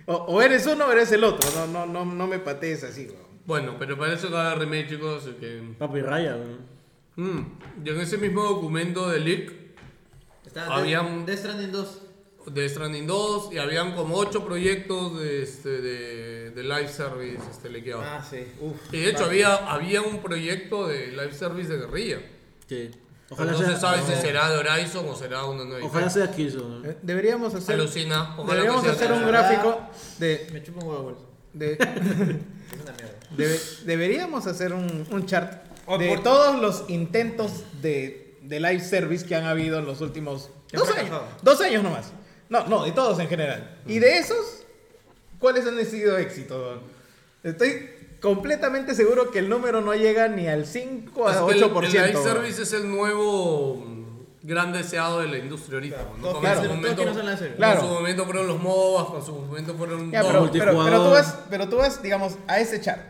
Speaker 8: O, o eres uno o eres el otro. No, no, no, no me patees así, weón.
Speaker 6: Bueno, pero para eso cada remake, chicos, así que...
Speaker 7: Papi Ryan. weón.
Speaker 6: Mm, y en ese mismo documento de leak Había un-
Speaker 9: Habían... Death Stranding 2.
Speaker 6: de Stranding 2 y habían como 8 proyectos de, este, de, de live service este, lequeados.
Speaker 9: Ah, sí. Uf.
Speaker 6: y de hecho había, había un proyecto de live service de guerrilla.
Speaker 7: Sí.
Speaker 6: Ojalá
Speaker 7: Ojalá
Speaker 6: no se
Speaker 7: sea,
Speaker 6: sabe si será de Horizon o será uno nuevo.
Speaker 7: ojalá sea Killzone. weón.
Speaker 8: Eh, Deberíamos hacer,
Speaker 6: Alucina. Ojalá
Speaker 8: deberíamos
Speaker 6: que sea
Speaker 8: hacer
Speaker 6: de
Speaker 8: un
Speaker 6: Horizon.
Speaker 8: gráfico de.
Speaker 9: Me chupa un huevo, bolso.
Speaker 8: de-
Speaker 9: Es una mierda.
Speaker 8: debe- deberíamos hacer un, un chart
Speaker 3: O
Speaker 8: de
Speaker 3: por-
Speaker 8: todos los intentos de, de live service que han habido en los últimos
Speaker 9: Que han
Speaker 8: dos años.
Speaker 9: fracasado.
Speaker 8: Dos años nomás. No, no, de todos en general. Y de esos, ¿cuáles han sido éxitos? Estoy completamente seguro que el número no llega ni al 5 a
Speaker 6: Así que el-
Speaker 8: 8%.
Speaker 6: El live
Speaker 8: weón.
Speaker 6: service es el nuevo mm, gran deseado de la industria ahorita. ¿no?
Speaker 9: Todos
Speaker 6: Como en su
Speaker 9: quieren ser- todos
Speaker 6: momento,
Speaker 9: quieren ser live service.
Speaker 8: Claro.
Speaker 6: Con su momento fueron los MOBAs, con su momento fueron
Speaker 8: Ya,
Speaker 6: los
Speaker 8: pero, pero- pero tú
Speaker 7: multijugador.
Speaker 8: vas, pero tú vas, digamos, a ese chart.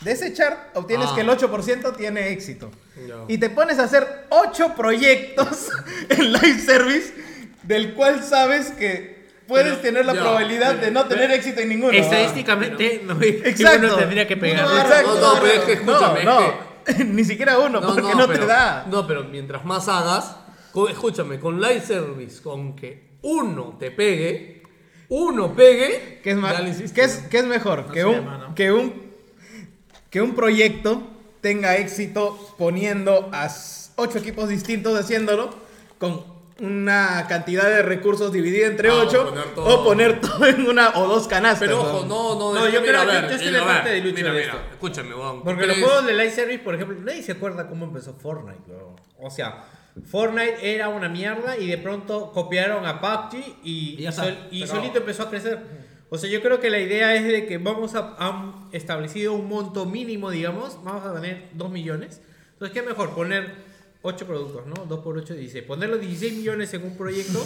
Speaker 8: De ese chart obtienes
Speaker 6: Ah.
Speaker 8: que el 8% tiene éxito.
Speaker 6: Ya.
Speaker 8: Y te pones a hacer 8 proyectos en live service del cual sabes que puedes
Speaker 6: Pero,
Speaker 8: tener la
Speaker 6: ya,
Speaker 8: probabilidad de no tener éxito en ninguno.
Speaker 3: Estadísticamente, no,
Speaker 8: Ah. Exacto.
Speaker 3: uno tendría que pegar.
Speaker 8: Uno
Speaker 6: Exacto.
Speaker 8: agarra,
Speaker 6: No,
Speaker 8: uno
Speaker 6: pero
Speaker 8: agarra.
Speaker 6: es que escúchame,
Speaker 8: No,
Speaker 6: es
Speaker 8: no. Ni siquiera uno, porque no, te
Speaker 6: pero-
Speaker 8: da.
Speaker 6: No, pero mientras más hagas, co- escúchame, con live service, con que uno te pegue, uno pegue,
Speaker 8: ¿Qué es, ma-
Speaker 6: ya lo hiciste.
Speaker 8: qué es, qué es mejor? que,
Speaker 9: sé,
Speaker 8: un,
Speaker 9: hermano.
Speaker 8: que, un, que un proyecto tenga éxito poniendo a s- ocho equipos distintos haciéndolo con una cantidad de recursos dividida entre
Speaker 6: Ah, o
Speaker 8: ocho
Speaker 6: poner todo.
Speaker 8: o poner todo en una o dos canastas.
Speaker 6: Pero ojo, no, no,
Speaker 8: No,
Speaker 6: es-
Speaker 8: yo
Speaker 6: mira,
Speaker 8: creo-
Speaker 6: a
Speaker 8: yo- yo estoy
Speaker 6: mira,
Speaker 8: de
Speaker 6: a ver,
Speaker 8: parte de este. Lucho
Speaker 6: mira,
Speaker 8: en
Speaker 6: mira,
Speaker 8: esto.
Speaker 6: Escúchame, weón.
Speaker 9: Porque los
Speaker 6: Tres-
Speaker 9: juegos de live service, por ejemplo, nadie se acuerda cómo empezó Fortnite, weón. O sea, Fortnite era una mierda y de pronto copiaron a PUBG y,
Speaker 17: Y ya está,
Speaker 9: sol- y
Speaker 17: se acabó.
Speaker 9: solito empezó a crecer. O sea, yo creo que la idea es de que vamos a han establecido un monto mínimo, digamos, vamos a poner 2 millones. Entonces, ¿qué mejor? Poner 8 productos, ¿no? 2 por 8, 16. Poner los 16 millones en un proyecto.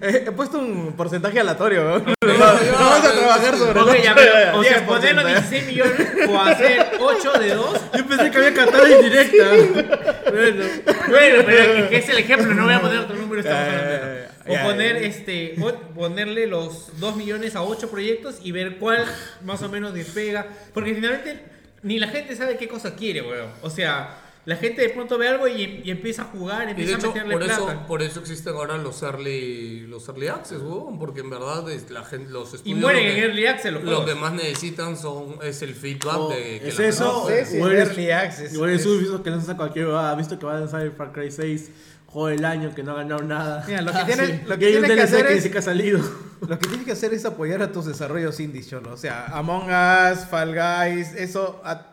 Speaker 8: Eh, he puesto un porcentaje aleatorio. weón.
Speaker 6: ya, ya,
Speaker 8: Vamos a
Speaker 6: ya,
Speaker 8: trabajar sobre
Speaker 9: Ok,
Speaker 8: el
Speaker 9: ya,
Speaker 8: otro.
Speaker 9: pero, o sea,
Speaker 8: 10%,
Speaker 9: poner los
Speaker 8: ya.
Speaker 9: 16 millones o hacer 8 de 2.
Speaker 7: ¿eh? Yo pensé que había cantado en directa.
Speaker 9: Bueno, bueno, pero es que es el ejemplo, no voy a poner otro número. estamos hablando
Speaker 7: Eh,
Speaker 9: de eso.
Speaker 8: Ya, ya,
Speaker 9: O poner,
Speaker 8: ya.
Speaker 9: este, o- ponerle los 2 millones a 8 proyectos y ver cuál más o menos despega. Porque finalmente ni la gente sabe qué cosa quiere, weón. O sea, la gente de pronto ve algo y, y empieza a jugar,
Speaker 6: Y de
Speaker 9: empieza
Speaker 6: hecho,
Speaker 9: a meterle
Speaker 6: por
Speaker 9: plata.
Speaker 6: eso, por eso existen ahora los early, los early access, huevón, porque en verdad es la gente, los estudios
Speaker 9: mueren
Speaker 6: lo que-
Speaker 9: en early access los
Speaker 6: Lo
Speaker 9: juegos.
Speaker 6: que más necesitan son, es el feedback de que
Speaker 7: Oh, ¿Es
Speaker 6: la-
Speaker 7: eso?
Speaker 8: No sé si
Speaker 7: ¿O
Speaker 8: es
Speaker 7: eres-
Speaker 8: early access.
Speaker 7: Igual es
Speaker 8: Es-
Speaker 7: Ubisoft que lanza cualquier ha visto que va a lanzar el Far Cry 6, juego del año que no ha ganado nada.
Speaker 8: Mira, lo que
Speaker 7: Ah,
Speaker 8: tiene-
Speaker 7: sí.
Speaker 8: lo
Speaker 7: Y
Speaker 8: que
Speaker 7: hay un
Speaker 8: tiene que
Speaker 7: DLC
Speaker 8: hacer
Speaker 7: que
Speaker 8: es-
Speaker 7: dice que ha salido.
Speaker 8: Lo que tienes que hacer es apoyar a tus desarrollos indies, cholo. O sea, Among Us, Fall Guys, eso ha,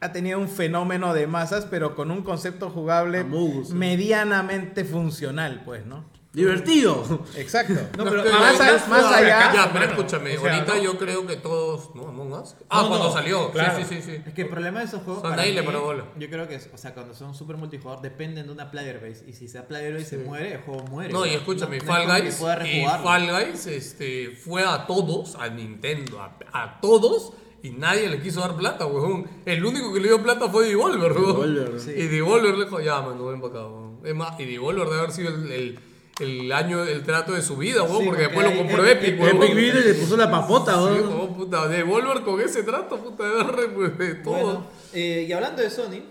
Speaker 8: ha tenido un fenómeno de masas, pero con un concepto jugable
Speaker 7: Among Us, ¿no?
Speaker 8: medianamente funcional, pues, ¿no?
Speaker 7: Divertido.
Speaker 8: Exacto.
Speaker 9: No,
Speaker 6: No,
Speaker 9: pero
Speaker 6: pero
Speaker 9: más
Speaker 8: más, a-
Speaker 9: allá-
Speaker 8: más allá.
Speaker 6: Ya, pero escúchame,
Speaker 9: o sea,
Speaker 6: ahorita
Speaker 9: no.
Speaker 6: yo creo que todos. ¿No? Among Us. Ah,
Speaker 3: No,
Speaker 6: cuando
Speaker 3: no,
Speaker 6: salió.
Speaker 9: claro.
Speaker 6: Sí, sí, sí. sí.
Speaker 3: Es que el problema de esos juegos.
Speaker 6: Son
Speaker 3: para
Speaker 6: ahí, le
Speaker 3: mí,
Speaker 6: paró bola.
Speaker 3: Yo creo que, es- o sea, cuando son super multijugador dependen de una player base. Y si esa player base se muere, el juego muere.
Speaker 6: No, y
Speaker 3: weón.
Speaker 6: escúchame,
Speaker 3: No- no es
Speaker 6: Fall
Speaker 3: como que
Speaker 6: Guys.
Speaker 3: pueda
Speaker 6: Y
Speaker 3: rejugarlo.
Speaker 6: Fall Guys este, fue a todos, a Nintendo, a, a todos. Y nadie le quiso dar plata, weón. El único que le dio plata fue Devolver, weón.
Speaker 7: Devolver, sí.
Speaker 6: Y Devolver le dijo, ya, mano, ven para acá, weón. Es más, y Devolver debe haber sido el, el, el año, el trato de su vida, weón,
Speaker 3: Sí,
Speaker 6: porque
Speaker 3: porque
Speaker 6: después lo
Speaker 3: ahí-
Speaker 6: compró
Speaker 3: eh,
Speaker 6: Epic, weón.
Speaker 7: Epic Video le puso la papota,
Speaker 6: Sí,
Speaker 7: ¿no?
Speaker 6: weón, puta, Devolver con ese trato, puta, de re- todo.
Speaker 3: Bueno, eh, y hablando de Sony.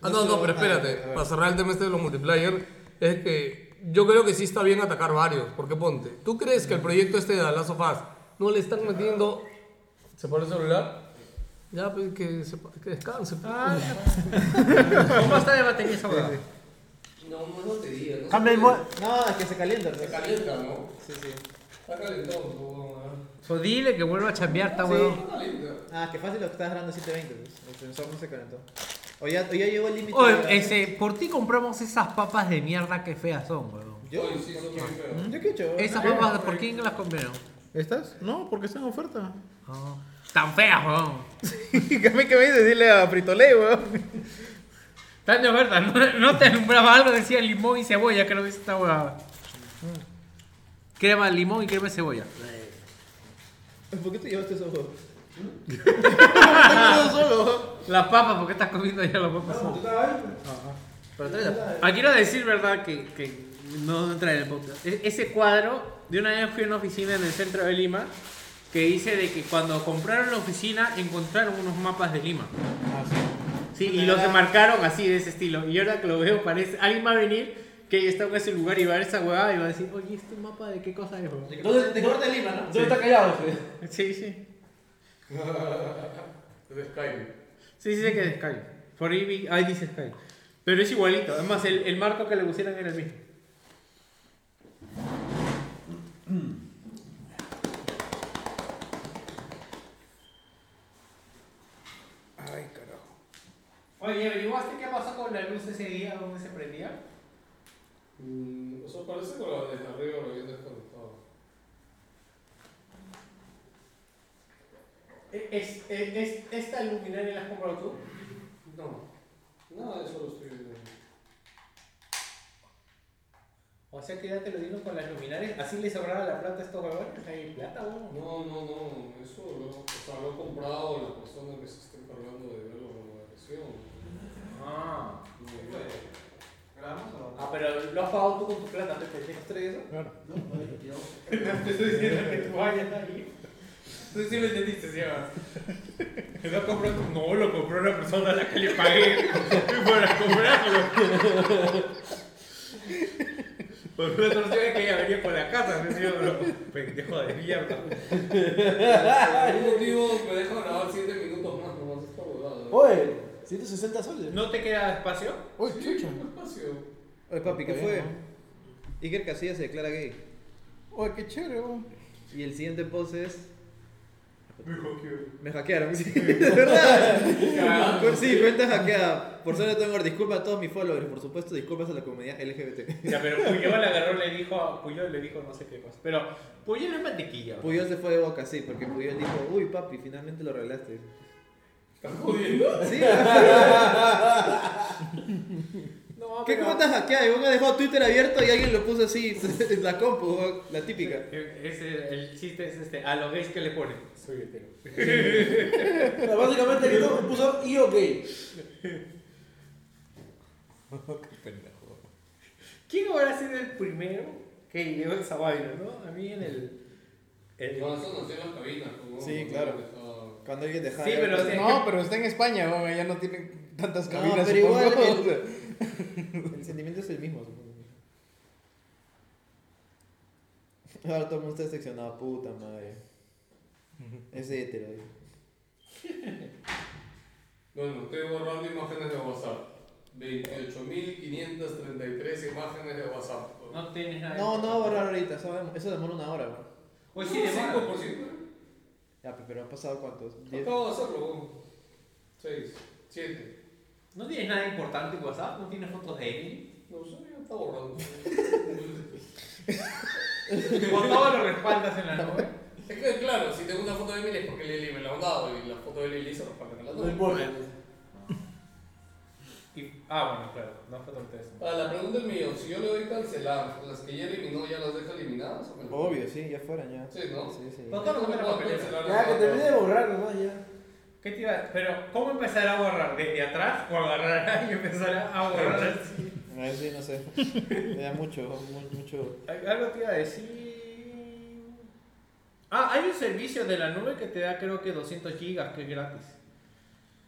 Speaker 6: Ah, no, no, pero espérate. Para cerrar el tema este de los multiplayer, es que yo creo que sí está bien atacar varios. Porque ponte, ¿tú crees que el proyecto este de The Last of Us no le están metiendo. ¿Se pone el celular? Ya, pues que, se pa- que descanse. pues.
Speaker 9: ¿Cómo está debate en esa huevada?
Speaker 7: Cambia el mo-
Speaker 3: No, es que se calienta. Se calienta, ¿no? Sí, sí.
Speaker 9: O dile que vuelva a chambear, está
Speaker 3: Sí.
Speaker 9: huevón.
Speaker 3: Ah, que fácil lo que estás grabando 720. Pues. El sensor no se calentó. O ya, o ya llegó el límite.
Speaker 8: Este,
Speaker 9: Oye, Oh, ese, por ti compramos esas papas de mierda que feas son, huevón.
Speaker 3: Yo, Mm, ¿Yo qué he hecho?
Speaker 9: Esas papas, ¿por quién las comieron?
Speaker 8: ¿Estás? No, porque está en oferta.
Speaker 9: Ah, Tan feas, huevón.
Speaker 8: ¿Qué me qué me dices? Dile a Fritolé, weón.
Speaker 9: Tan de oferta, no, no te alumbraba algo, decía limón y cebolla, creo que es esta huevada. Crema de limón y crema de cebolla.
Speaker 3: ¿Por qué te llevaste esos juegos? Tengo uno solo.
Speaker 9: Las papas, ¿por qué estás comiendo ya las papas?
Speaker 3: Pero trae la.
Speaker 9: Ah, quiero decir, verdad, que, que no entra en el podcast. E- ese cuadro, de una vez fui a una oficina en el centro de Lima que dice de que cuando compraron la oficina encontraron unos mapas de Lima. sí. y los marcaron así, de ese estilo. Y ahora que lo veo, parece. Alguien va a venir que está en ese lugar y va a ver esa huevada y va a decir, oye, ¿este mapa de qué cosa es, bro?
Speaker 3: ¿Dónde te corta Lima, no?
Speaker 18: ¿Dónde está callado, fe?
Speaker 9: Sí, sí. Sí, sí, sé que es Sky. Por ahí, vi- ahí dice Sky. Pero es igualito. Además, el, el marco que le pusieron era el mismo. Ay, carajo. Oye, ¿averiguaste qué pasó con la luz ese día? ¿Dónde se prendía?
Speaker 6: Eso Mm, parece con lo de arriba, lo bien desconectado.
Speaker 3: E,
Speaker 9: ¿Es, esta luminaria la has comprado tú?
Speaker 6: No, nada de eso lo estoy viendo.
Speaker 9: O sea que ya te lo dieron con las luminarias. Así le sobraba la plata a estos huevones. Hay plata, huevón.
Speaker 6: No, no, no, eso lo, o sea, lo he comprado la persona que se está encargando de verlo con la versión.
Speaker 9: Ah, ah, pero lo has pagado tú con tu plata, ¿no? ¿Te dejas traer eso? Claro. No, te estoy diciendo que tú vayas ahí. Tú sí lo entendiste, sí, Que lo compró tú. No, lo compró una persona a la que le pagué para comprarlo.
Speaker 3: Pues
Speaker 9: Porque la solución es que ella venía por la casa, ¿no? Yo, no, pendejo de mierda.
Speaker 6: Un motivo me deja grabar 7 minutos más, nomás esta volada.
Speaker 18: Oye, 160 soles.
Speaker 9: ¿No te queda espacio?
Speaker 18: Oye, chucha.
Speaker 6: espacio.
Speaker 3: Oye, papi, ¿qué fue?
Speaker 8: Iker Casillas se declara gay.
Speaker 19: Oye, qué chévere, weón.
Speaker 8: Y el siguiente post es.
Speaker 19: Me cogió.
Speaker 8: Me hackearon, sí, de verdad. Pues sí, cuenta hackeada. Por suerte tengo disculpas a todos mis followers, por supuesto, disculpas a la comunidad LGBT.
Speaker 3: Ya, pero Puyol agarró, le dijo, Puyol le dijo no sé qué cosa. Pero Puyol es mantequilla. ¿no?
Speaker 8: Puyol se fue de boca, sí, porque Puyol dijo, uy papi, finalmente lo arreglaste.
Speaker 3: ¿Estás jodiendo?
Speaker 8: Sí,
Speaker 3: No,
Speaker 8: ¿Qué
Speaker 3: pero-
Speaker 8: cuenta hackeada? Y uno dejó Twitter abierto y alguien lo puso así en la compu, weón, la típica.
Speaker 3: Ese- el chiste es este, a los gays que le ponen. Soy hetero.
Speaker 19: Pero básicamente que no puso IO gay.
Speaker 3: ¿Quién habrá sido el primero que llegó esa vaina, no? A mí en el... el-
Speaker 6: pues,
Speaker 8: Sí, claro. Cuando alguien dejaba.
Speaker 3: Sí, pero, o sea,
Speaker 19: No, pero está en España, weón. Allá no tienen tantas
Speaker 8: No,
Speaker 19: cabinas.
Speaker 8: pero igual
Speaker 19: supongo.
Speaker 8: el, el sentimiento es el mismo, supongo. Ahora todo el mundo está decepcionado, puta madre. Es hetero. eh.
Speaker 6: Bueno, estoy borrando imágenes de WhatsApp. 28.533 imágenes de WhatsApp.
Speaker 3: No tienes nada.
Speaker 8: No, no va a borrar ahorita, eso, va- eso demora una hora, weón.
Speaker 3: Oye, sí, demora.
Speaker 8: Ya, pe- pero han pasado cuántos? Diez.
Speaker 6: Acabo de hacerlo. 6, 7.
Speaker 3: ¿No tienes nada importante en WhatsApp? ¿No tienes fotos de Emily?
Speaker 6: No, eso ya está borrando.
Speaker 3: ¿Con todo lo respaldas en la nube?
Speaker 6: es que, claro, si tengo una foto de Emily es porque Lili me la ha dado y la foto de Lili se respalda en la
Speaker 19: No
Speaker 6: nube.
Speaker 19: importa.
Speaker 3: Y- ah, bueno, claro. No fotos de ustedes.
Speaker 6: Para la pregunta del millón, si yo le doy cancelar, las que ya eliminó, ¿ya las deja eliminadas? o me-
Speaker 8: Obvio, sí, ya fueran ya.
Speaker 6: Sí, ¿no?
Speaker 8: Sí, sí.
Speaker 3: No, todo lo que me la papelera.
Speaker 19: Ya, que termine de borrar nomás ya.
Speaker 3: ¿Qué te iba Pero, ¿cómo empezar a borrar? ¿Desde atrás o agarrar y empezar a borrar así?
Speaker 8: A ver, sí, no sé. Ya mucho, mu- mucho.
Speaker 3: Al- Algo te iba a decir. Ah, hay un servicio de la nube que te da creo que 200 gigas, que es gratis.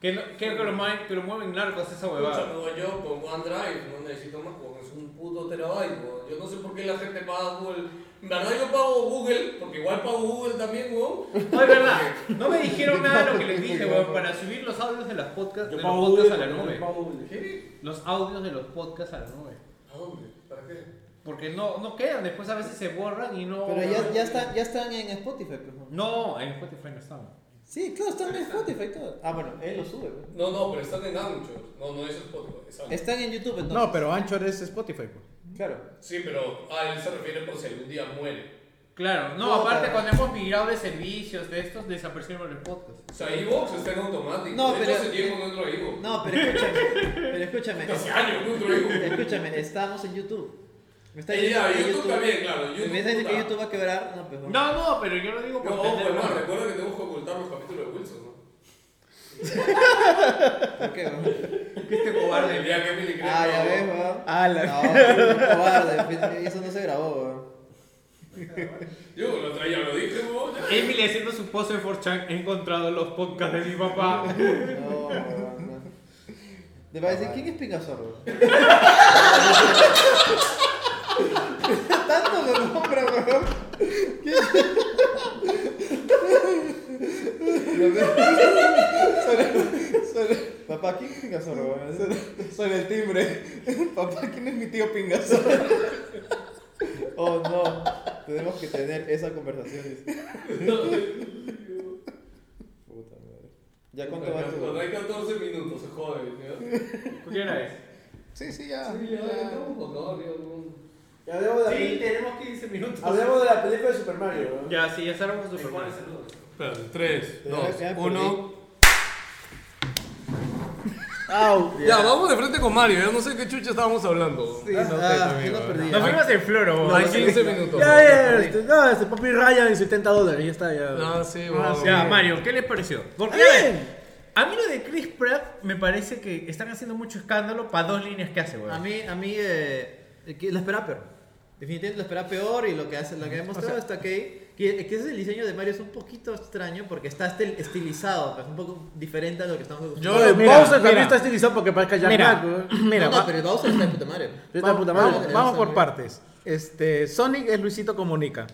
Speaker 3: Que, no- que, que lo, mueven, que lo mueven narcos esa
Speaker 6: Escúchame,
Speaker 3: huevada.
Speaker 6: weón, yo con OneDrive no necesito más, porque es un puto terabyte. weón. Yo no sé por qué la gente paga Google. En verdad, yo pago Google, porque igual pago Google también, weón.
Speaker 3: No, es verdad. No me dijeron nada de lo que les dije, weón. Para subir los audios de, las podcasts, de los podcasts a la nube.
Speaker 6: ¿Qué?
Speaker 3: Los audios de los podcasts a la nube.
Speaker 6: ¿A dónde? ¿Para qué?
Speaker 3: Porque no, no quedan, después a veces se borran y no.
Speaker 8: Pero ya, ya, están, ya están en Spotify, pues. ¿no?
Speaker 3: No, en Spotify no estamos.
Speaker 8: Sí, claro, están en Spotify todo. Ah, bueno, él lo sube, pues.
Speaker 6: No, no, pero están en Anchor. No, no es Spotify, es Anchor.
Speaker 8: Están en YouTube entonces.
Speaker 19: No, pero Anchor es Spotify, pues.
Speaker 8: Claro.
Speaker 6: Sí, pero a él se refiere por si algún día muere.
Speaker 3: Claro, no,
Speaker 8: No,
Speaker 3: aparte
Speaker 8: pero-
Speaker 3: cuando hemos migrado de servicios de estos, desaparecieron los podcasts.
Speaker 6: O sea, Evox está en automático.
Speaker 8: No,
Speaker 6: De
Speaker 8: pero-
Speaker 6: hecho, hace tiempo no entro a Evox.
Speaker 8: No, pero escúchame. pero escúchame.
Speaker 6: Hace años no entro a Evox.
Speaker 8: Escúchame, estamos en YouTube. Me está
Speaker 6: Eh,
Speaker 8: diciendo
Speaker 6: ya,
Speaker 8: que
Speaker 6: YouTube también, claro,
Speaker 8: Me
Speaker 6: YouTube,
Speaker 8: está diciendo que
Speaker 6: puta.
Speaker 8: YouTube va a quebrar. No, pues. bueno.
Speaker 3: No, no, pero yo lo digo
Speaker 6: No,
Speaker 3: por
Speaker 6: ojo,
Speaker 3: tener-
Speaker 6: hermano, recuerda que tenemos que ocultar los capítulos de Wilson, ¿no?
Speaker 8: ¿Por qué, weón?
Speaker 3: que este
Speaker 6: El
Speaker 3: cobarde.
Speaker 6: día que Emily crea
Speaker 8: Ah,
Speaker 6: que
Speaker 8: ya
Speaker 6: no,
Speaker 8: ves, weón.
Speaker 19: Ah, la-
Speaker 8: No, soy un cobarde. Eso no se grabó, weón.
Speaker 6: Yo lo traía, lo dije, weón. ya.
Speaker 3: Emily haciendo su pose de 4chan, he encontrado los podcasts de mi papá.
Speaker 8: No, weón. no. Te va a decir, ¿quién es Pingazorro? Tanto lo nombra, weón. ¿Quién- Lo peor- Suena- suena- Papá, ¿quién es Pingazorro? weón? Suena- Suena el timbre. Papá, ¿quién es mi tío Pingazorro? Oh no, tenemos que tener esa conversación. dice. Puta madre. ¿Ya cuánto va tu.?
Speaker 6: Cuando hay 14 minutos, se jode, ¿no?
Speaker 3: ¿Qué hora es?
Speaker 19: Sí, sí, ya.
Speaker 6: Sí, ya, ya estamos botados, ya, weón.
Speaker 19: Ya hablemos de la,
Speaker 3: Sí,
Speaker 19: peli-
Speaker 3: tenemos 15 minutos.
Speaker 19: hablemos de la película de Super Mario, weón.
Speaker 3: Ya, sí, ya cerramos su programa.
Speaker 20: 3,
Speaker 8: Ya,
Speaker 20: 2,
Speaker 8: ya perdí.
Speaker 20: 1.
Speaker 8: Au.
Speaker 20: Ya, vamos de frente con Mario. Yo no sé qué chucha estábamos hablando.
Speaker 8: Sí, no, ah, yo no perdí.
Speaker 3: Nos fuimos en floro,
Speaker 20: Hay
Speaker 3: weón.
Speaker 20: 15 minutos.
Speaker 7: Ya, ya, ya, este, no, este papi Ryan y 70 dólares, ya está, ya.
Speaker 20: Ah, sí, vamos.
Speaker 3: Ya, Mario, ¿qué les pareció? Porque a ver, a mí lo de Chris Pratt me parece que están haciendo mucho escándalo para dos líneas que hace,
Speaker 8: A
Speaker 3: weón.
Speaker 8: mí, a mí, eh, que lo esperaba peor. Definitivamente lo esperaba peor y lo que hace, lo que ha mostrado hasta que, que, que ese diseño de Mario es un poquito extraño porque está estil- estilizado, pues, un poco diferente a lo que estamos
Speaker 20: Yo
Speaker 8: acostumbrados.
Speaker 7: Oye,
Speaker 20: mira,
Speaker 7: Bowser también
Speaker 20: mira.
Speaker 7: está estilizado porque parezca Jack
Speaker 9: Mira,
Speaker 7: Black, weón.
Speaker 9: mira,
Speaker 8: no, no,
Speaker 9: va-
Speaker 8: pero Bowser está de puta madre.
Speaker 7: Está de puta madre.
Speaker 9: vamos, vamos por partes. Este, Sonic es Luisito Comunica.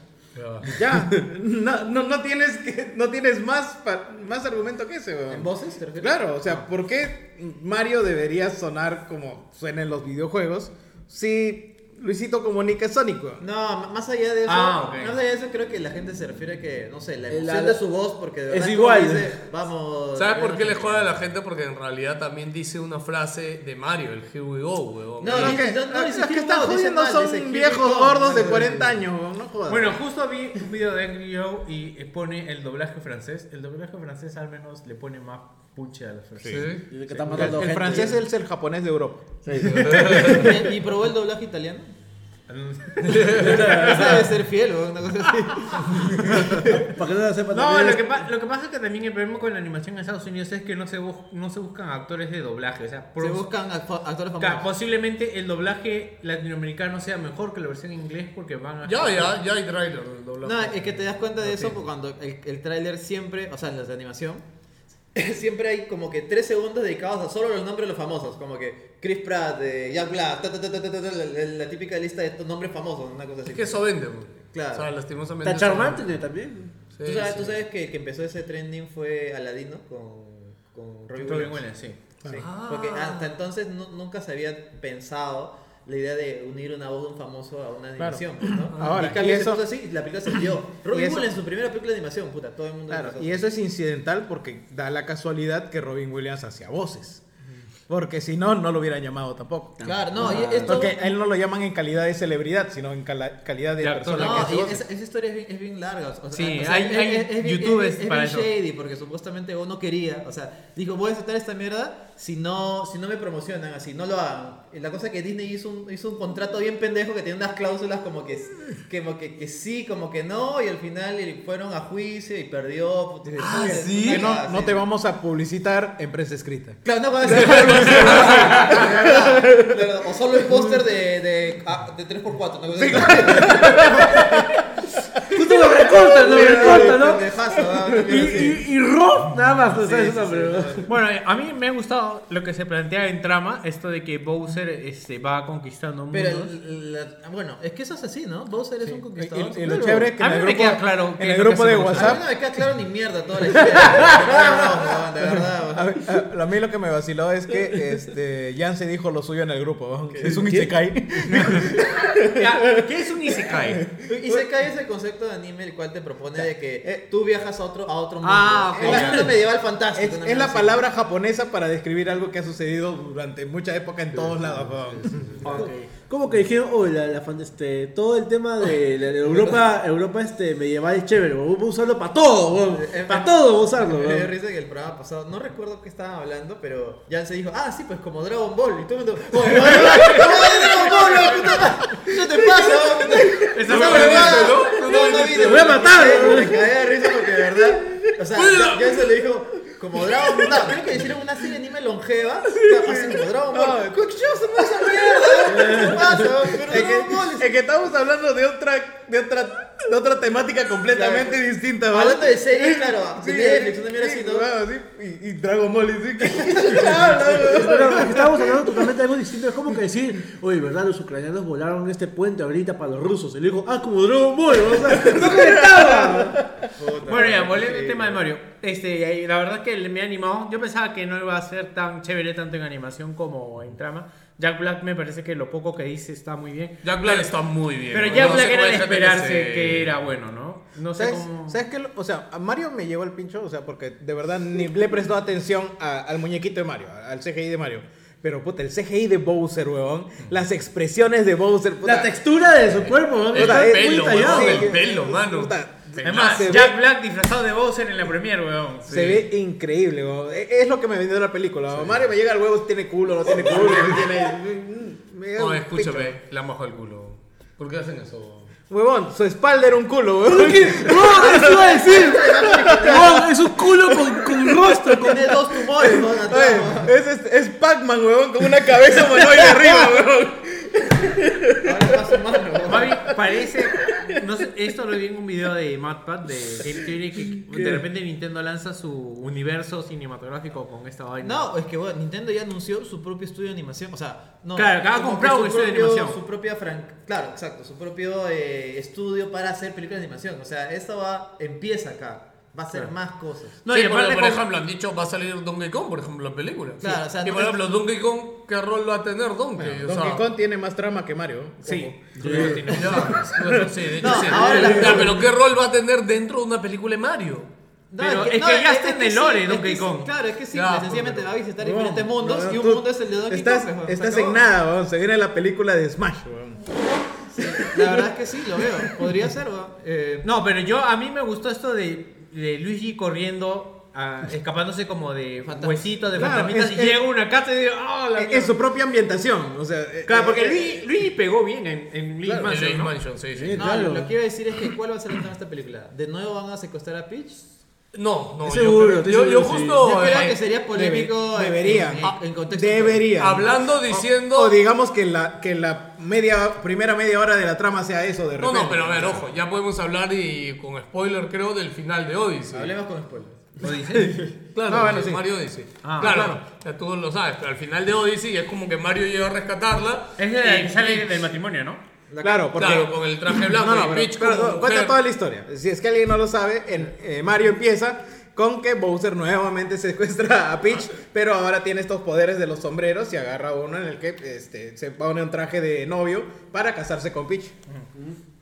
Speaker 9: Ya, no, no, no tienes, que- no tienes más, pa- más argumento que ese,
Speaker 8: ¿En
Speaker 9: weón.
Speaker 8: voces? te refieres?
Speaker 9: Claro, o sea, ¿por qué Mario debería sonar como suena en los videojuegos si
Speaker 8: Luisito comunica Sonic, weón.
Speaker 9: No, m- más allá de eso,
Speaker 8: Ah, ok.
Speaker 9: más allá de eso creo que la gente se refiere a que, no sé, la
Speaker 7: El-
Speaker 9: emoción
Speaker 7: la-
Speaker 9: de su voz, porque de
Speaker 7: es
Speaker 9: verdad como
Speaker 7: igual.
Speaker 9: dice, vamos. eh,
Speaker 6: ¿Sabes por
Speaker 9: vamos
Speaker 6: qué
Speaker 9: a-
Speaker 6: le jode a la gente? Porque en realidad también dice una frase de Mario, el Here we go, huevón.
Speaker 9: No,
Speaker 8: Los
Speaker 9: no,
Speaker 8: que,
Speaker 9: no, no,
Speaker 8: los
Speaker 9: dice
Speaker 8: que
Speaker 9: Kim
Speaker 8: están
Speaker 9: Go, dice
Speaker 8: jodiendo
Speaker 9: mal, dice
Speaker 8: son
Speaker 9: Kim
Speaker 8: viejos
Speaker 9: Go.
Speaker 8: gordos de 40 años, weón. No jodas.
Speaker 21: Bueno, justo vi un video de Angry Joe y eh, pone el doblaje francés. El doblaje francés al menos le pone más pucha a la frase.
Speaker 6: Sí.
Speaker 7: Dice este que
Speaker 21: Sí.
Speaker 7: está
Speaker 8: el,
Speaker 7: matando
Speaker 8: el
Speaker 7: gente.
Speaker 8: francés es el japonés de Europa.
Speaker 9: ¿Y, y probó el doblaje italiano? Sabe ser fiel, o una cosa así.
Speaker 7: Para que no lo sepan
Speaker 21: No,
Speaker 7: también
Speaker 21: lo
Speaker 7: es-
Speaker 21: que, pa- lo que pasa es que también el problema con la animación en Estados Unidos es que no se, bus- no se buscan actores de doblaje. O sea,
Speaker 9: Se
Speaker 21: pros-
Speaker 9: buscan acto- actores
Speaker 21: ca-
Speaker 9: famosos.
Speaker 21: posiblemente el doblaje latinoamericano sea mejor que la versión en inglés porque van a.
Speaker 6: Ya, ya, ya hay trailer del doblaje.
Speaker 9: No, es que te das cuenta de eso porque cuando el, el tráiler siempre, o sea, en las de animación, siempre hay como que tres segundos dedicados a solo los nombres de los famosos, como que Chris Pratt, eh, Jack Black, ta, ta, ta, ta, ta, ta, ta, la, la- la típica lista de estos nombres famosos, una cosa así.
Speaker 6: Es que eso vende, huevón.
Speaker 9: Claro.
Speaker 6: O sea, lastimosamente.
Speaker 7: Está
Speaker 6: eso vende.
Speaker 7: charmante también.
Speaker 6: Sí,
Speaker 9: ¿Tú, sabes,
Speaker 6: sí.
Speaker 9: tú sabes que el que empezó ese trending fue Aladino con, con Robin,
Speaker 21: Robin
Speaker 9: Williams.
Speaker 21: Williams, sí.
Speaker 9: Sí,
Speaker 6: Ah.
Speaker 9: Porque hasta entonces nu- nunca se había pensado la idea de unir una voz de un famoso a una
Speaker 8: Claro.
Speaker 9: animación. pues, ¿no?
Speaker 8: Ahora,
Speaker 9: y en cambio
Speaker 8: y
Speaker 9: se
Speaker 8: eso-
Speaker 9: puso así y la película se dio. Robin
Speaker 8: eso-
Speaker 9: Williams en su primera película de animación, puta, todo el mundo
Speaker 8: Claro,
Speaker 9: empezó.
Speaker 8: y eso es incidental porque da la casualidad que Robin Williams hacía voces. Porque si no, no lo hubieran llamado tampoco.
Speaker 9: Claro, no, y esto-
Speaker 8: Porque a él no lo llaman en calidad de celebridad, sino en cala- calidad de
Speaker 3: De actor.
Speaker 8: persona. que
Speaker 9: No,
Speaker 8: hace
Speaker 9: y
Speaker 8: voces.
Speaker 9: esa, esa historia es bien, es bien larga. o sea,
Speaker 3: Sí,
Speaker 9: o sea,
Speaker 3: hay-
Speaker 9: es-
Speaker 3: hay
Speaker 9: es- es bien-
Speaker 3: youtubers
Speaker 9: es bien- es
Speaker 3: para
Speaker 9: bien
Speaker 3: eso.
Speaker 9: shady porque supuestamente uno quería, o sea, dijo, voy a aceptar esta mierda si no, si no me promocionan, así, no lo hagan. Y la cosa es que Disney hizo un, hizo un contrato bien pendejo que tenía unas cláusulas como que, que, como que, que sí, como que no, y al final y fueron a juicio y perdió. puta, y-
Speaker 8: Ah,
Speaker 9: puta,
Speaker 8: sí,
Speaker 9: puta,
Speaker 8: que no,
Speaker 9: sí.
Speaker 8: no te vamos a publicitar en prensa escrita.
Speaker 9: Claro, no, cuando se Claro, O solo el póster de, de, ah, de 3x4. ¿no?
Speaker 7: Justo lo recortan, lo recortan, ¿no?
Speaker 9: Pendejazo,
Speaker 8: ah,
Speaker 9: ¿no?
Speaker 7: Y, y, y Rob, nada más, no sabes una pregunta.
Speaker 3: Bueno, eh, a mí me ha gustado lo que se plantea en trama, esto de que Bowser este, va conquistando mundos.
Speaker 9: Pero, la- bueno, es que eso es así, ¿no? Bowser es un conquistador.
Speaker 8: Y- y lo chévere es que
Speaker 3: A
Speaker 8: en
Speaker 3: mí
Speaker 8: el
Speaker 3: me
Speaker 8: grupo,
Speaker 3: queda claro que
Speaker 8: en el
Speaker 3: lo que
Speaker 8: grupo de
Speaker 3: hacemos es-
Speaker 9: A mí
Speaker 8: WhatsApp
Speaker 9: no me queda claro ni mierda toda la historia. No, no, no, de verdad.
Speaker 8: A, a- a mí lo que me vaciló es que este, Jan se dijo lo suyo en el grupo. ¿no? Es un isekai.
Speaker 3: Ya, ¿Qué es un Isekai?
Speaker 9: Y se cae ese concepto de anime el cual te propone de
Speaker 8: Eh,
Speaker 9: que tú viajas a otro, a otro mundo.
Speaker 3: Ah,
Speaker 9: Es
Speaker 3: ok.
Speaker 9: la mundo medieval
Speaker 8: Es,
Speaker 9: fantástico. una
Speaker 8: es
Speaker 9: mierda
Speaker 8: la
Speaker 9: así.
Speaker 8: palabra japonesa para describir algo que ha sucedido durante mucha época en todos lados. ¿no?
Speaker 7: Como que dijeron, oh, la, la fan- este, todo el tema de, la- de Europa, Europa este, medieval es chévere, weón, voy a usarlo para todo,
Speaker 9: Eh,
Speaker 7: para
Speaker 9: eh,
Speaker 7: todo voy a usarlo.
Speaker 9: Me dio
Speaker 7: weón".
Speaker 9: risa que el programa pasado, no recuerdo qué estaban hablando, pero Jan se dijo, ah, sí, pues como Dragon Ball. Y todo el mundo, ¡Oh, Dragon Ball, la puta madre! ¿Qué te pasa? weón?
Speaker 6: Esa
Speaker 9: Esa
Speaker 6: fue la
Speaker 9: huevada.
Speaker 6: lista, ¿no?
Speaker 9: No, no vi,
Speaker 7: Te voy a matar.
Speaker 9: Me caí de risa porque de verdad. O sea, ya, ya se le dijo. Como Dragon Ball. No, creo que hicieron una serie de anime longeva. o sea, Así como Dragon Ball. ¿Qué se pasa mierda? ¿Qué pasa? Pero
Speaker 8: Es
Speaker 9: Dragon Ball es-
Speaker 8: que, es que estamos hablando de otra, de otra, de otra temática completamente
Speaker 9: Claro.
Speaker 8: distinta. ¿no?
Speaker 9: Hablando de series, claro.
Speaker 8: Sí,
Speaker 9: De Netflix, una mierda
Speaker 8: sí,
Speaker 9: así, ¿no?
Speaker 8: claro, sí, y, y Dragon Ball, y sí, ¿qué- qué habla, weón?
Speaker 9: eh,
Speaker 7: Pero estábamos hablando totalmente de algo distinto. Es como que decir, oye, ¿verdad? Los ucranianos volaron este puente ahorita para los rusos. Y le dijo, ah, como Dragon Ball. O sea, no conectaba.
Speaker 3: Bueno, ya, volviendo al tema de Mario. Este, y ahí, la verdad es que me ha animado. Yo pensaba que no iba a ser tan chévere tanto en animación como en trama. Jack Black me parece que lo poco que dice está muy bien.
Speaker 6: Jack Black está muy bien.
Speaker 3: Pero
Speaker 6: huevón.
Speaker 3: Jack
Speaker 6: No
Speaker 3: Black
Speaker 6: sé cómo
Speaker 3: era de
Speaker 6: hay gente
Speaker 3: esperarse
Speaker 6: se-
Speaker 3: que era bueno, ¿no? No sé
Speaker 8: ¿Sabes,
Speaker 3: cómo...
Speaker 8: ¿Sabes qué? O sea, a Mario me llegó el pincho, o sea, porque de verdad ni le prestó atención a- al muñequito de Mario, al CGI de Mario. Pero puta, el CGI de Bowser, weón, las expresiones de Bowser, puta,
Speaker 7: La textura de su cuerpo, weón,
Speaker 6: El
Speaker 7: está muy
Speaker 6: pelo,
Speaker 7: tallado.
Speaker 6: weón,
Speaker 8: sí.
Speaker 6: el pelo, mano.
Speaker 8: Puta,
Speaker 3: Es más,
Speaker 8: se ve-
Speaker 3: Jack Black disfrazado de Bowser en la premier, weón.
Speaker 8: se ve increíble, weón. E- Es lo que me vendió la película. weón. Mario me llega al huevo, tiene culo, no tiene culo, no tiene. me llega
Speaker 6: No,
Speaker 8: un
Speaker 6: escúchame,
Speaker 8: pincho.
Speaker 6: le han bajado el culo. ¿Por qué hacen eso?
Speaker 8: Huevón, su espalda era un culo, weón.
Speaker 7: ¡Oh, eso iba a decir! ¡Oh, es un culo con, con rostro! con-
Speaker 9: Tiene dos tumores, ¿no?
Speaker 8: Oye,
Speaker 9: Atrás,
Speaker 8: es, es, es Pac-Man, huevón, con una cabeza humanoide arriba, huevón.
Speaker 9: ¿no? Ahora más humano.
Speaker 3: Más bien, parece. No sé, esto lo vi en un video de Madpad de Game Theory que de repente Nintendo lanza su universo cinematográfico con esta vaina.
Speaker 9: No, es que bueno, Nintendo ya anunció su propio estudio de animación. O sea, no.
Speaker 3: Claro, acaba de
Speaker 9: como
Speaker 3: comprar
Speaker 9: que
Speaker 3: un
Speaker 9: su
Speaker 3: estudio de
Speaker 9: propio-
Speaker 3: animación.
Speaker 9: Su propia fran- Claro, exacto. Su propio eh, estudio para hacer películas de animación. O sea, esto va. Empieza acá. va a ser más cosas.
Speaker 6: No, y aparte, por ejemplo, han dicho va a salir Donkey Kong, por ejemplo, la película.
Speaker 9: Claro, o sea,
Speaker 6: y
Speaker 9: no
Speaker 6: por
Speaker 9: es-
Speaker 6: ejemplo, Donkey Kong, ¿qué rol va a tener Donkey? O sea,
Speaker 8: Donkey Kong tiene más trama que Mario.
Speaker 6: Sí.
Speaker 8: Ojo.
Speaker 6: Ya, bueno, sí, de hecho
Speaker 8: No,
Speaker 6: sí.
Speaker 8: ahora la-
Speaker 6: Ya, pero ¿qué rol va a tener dentro de una película de Mario?
Speaker 9: No, no, es que sí, es que sí, Claro, es que sí,
Speaker 6: Ya,
Speaker 9: sencillamente va a visitar
Speaker 6: Huevón,
Speaker 9: diferentes mundos
Speaker 6: huevón,
Speaker 9: y un
Speaker 6: tú
Speaker 9: mundo es el de Donkey
Speaker 8: Estás,
Speaker 9: Kong. pues, se
Speaker 8: estás
Speaker 9: acabó.
Speaker 8: en nada, weón. Se viene la película de Smash, weón.
Speaker 9: La verdad es que sí, lo veo. Podría ser, weón. Eh,
Speaker 3: No, pero yo a mí me gustó esto de, de Luigi corriendo, ah, escapándose como de huesitos, de
Speaker 8: Claro,
Speaker 3: fantasmitas,
Speaker 8: es-
Speaker 3: y
Speaker 8: es-
Speaker 3: llega a una casa y digo, ¡ah, la
Speaker 8: En su propia ambientación. O sea, eh,
Speaker 3: Claro,
Speaker 8: eh,
Speaker 3: porque
Speaker 8: eh,
Speaker 3: Luigi, Luigi pegó bien en, en Luigi
Speaker 9: Claro,
Speaker 3: Mansion.
Speaker 9: en
Speaker 3: ¿no?
Speaker 9: Luigi No, lo que iba a decir es que ¿cuál va a ser el tema de esta película? ¿De nuevo van a secuestrar a Peach?
Speaker 6: No, no. yo
Speaker 9: Seguro,
Speaker 6: creo-
Speaker 9: estoy
Speaker 6: yo, yo,
Speaker 9: seguro, sí.
Speaker 6: justo.
Speaker 9: Yo creo
Speaker 6: eh,
Speaker 9: que sería polémico.
Speaker 8: Debe- debería.
Speaker 9: en- en-
Speaker 8: Ah,
Speaker 9: en contexto
Speaker 8: Debería. Ah,
Speaker 6: Hablando, diciendo-
Speaker 8: O, o digamos que la, que la media, primera media hora de la trama sea eso de
Speaker 6: No,
Speaker 8: repente.
Speaker 6: no, pero a ver, ojo, ya podemos hablar y con spoiler, creo, del final de Odyssey.
Speaker 9: Hablemos con spoilers.
Speaker 6: Odyssey. claro,
Speaker 8: No, bueno,
Speaker 6: de
Speaker 8: sí.
Speaker 6: Mario Odyssey.
Speaker 3: Ah,
Speaker 6: claro,
Speaker 3: claro.
Speaker 6: ya tú lo sabes, pero al final de Odyssey es como que Mario llega a rescatarla.
Speaker 3: Es de la que sale del matrimonio, ¿no?
Speaker 8: Claro, porque-
Speaker 6: Claro, con el traje blanco
Speaker 8: No, no,
Speaker 6: y
Speaker 8: pero-
Speaker 6: Peach
Speaker 8: pero
Speaker 6: como
Speaker 8: no, cuenta
Speaker 6: mujer.
Speaker 8: toda la historia. Si es que alguien no lo sabe, en- eh, Mario empieza con que Bowser nuevamente secuestra a Peach, pero ahora tiene estos poderes de los sombreros y agarra uno en el que este, se pone un traje de novio para casarse con Peach.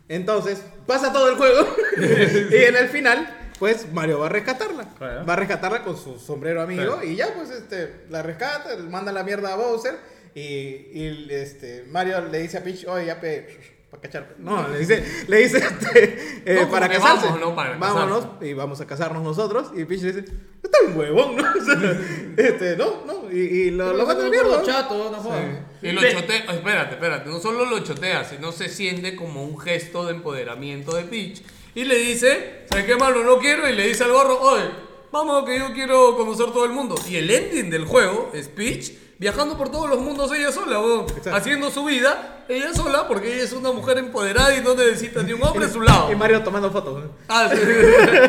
Speaker 8: Entonces, pasa todo el juego y en el final, pues Mario va a rescatarla.
Speaker 3: Claro.
Speaker 8: Va a rescatarla con su sombrero amigo
Speaker 3: Claro.
Speaker 8: y ya pues este la rescata, le manda la mierda a Bowser y, y, este Mario le dice a Peach, "Oye, ya pe para cachar." pe". No, le dice le dice este, eh,
Speaker 6: No, como
Speaker 8: para
Speaker 6: que
Speaker 8: casarse.
Speaker 6: vamos, ¿no? Para
Speaker 8: Vámonos y vamos a casarnos nosotros y Peach le dice, "Está un huevón, ¿no?" O sea, este, no, no y, y lo lo manda a la mierda. ¿no?
Speaker 9: chato, no jodan.
Speaker 6: Y lo chotea, oh, espérate, espérate, no solo lo chotea, sino se siente como un gesto de empoderamiento de Peach. Y le dice, ¿sabes qué malo no quiero? Y le dice al gorro, oye, vamos que yo quiero conocer todo el mundo. Y el ending del juego es Peach viajando por todos los mundos ella sola, weón. haciendo su vida ella sola porque ella es una mujer empoderada y no necesita ni un hombre a su lado.
Speaker 8: Y Mario tomando fotos. ¿no?
Speaker 6: Ah, sí.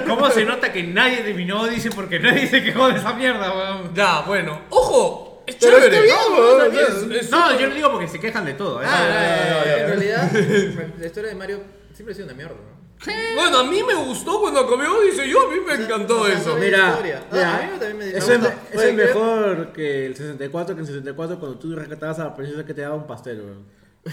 Speaker 3: ¿Cómo se nota que nadie adivinó? Dice porque nadie se quejó de esa mierda, weón.
Speaker 6: Ya, bueno. ¡Ojo! ¡Es
Speaker 8: Pero
Speaker 6: chévere!
Speaker 8: está bien,
Speaker 6: está
Speaker 8: weón, o sea,
Speaker 6: bien, es- es
Speaker 3: No,
Speaker 6: súper-
Speaker 3: yo no digo porque se quejan de todo, ¿eh?
Speaker 9: En realidad, la historia de Mario siempre ha sido una mierda, ¿no?
Speaker 6: Bueno, a mí me gustó cuando comió, dice yo, a mí me encantó eso.
Speaker 9: La
Speaker 7: Mira,
Speaker 9: historia. Ah,
Speaker 7: mira,
Speaker 9: a mí también me
Speaker 7: eso
Speaker 9: me
Speaker 7: es,
Speaker 9: gusta.
Speaker 7: eso
Speaker 9: Oye,
Speaker 7: es
Speaker 9: creo-
Speaker 7: mejor que el 64, que el 64 cuando tú rescatabas a la princesa que te daba un pastel, weón.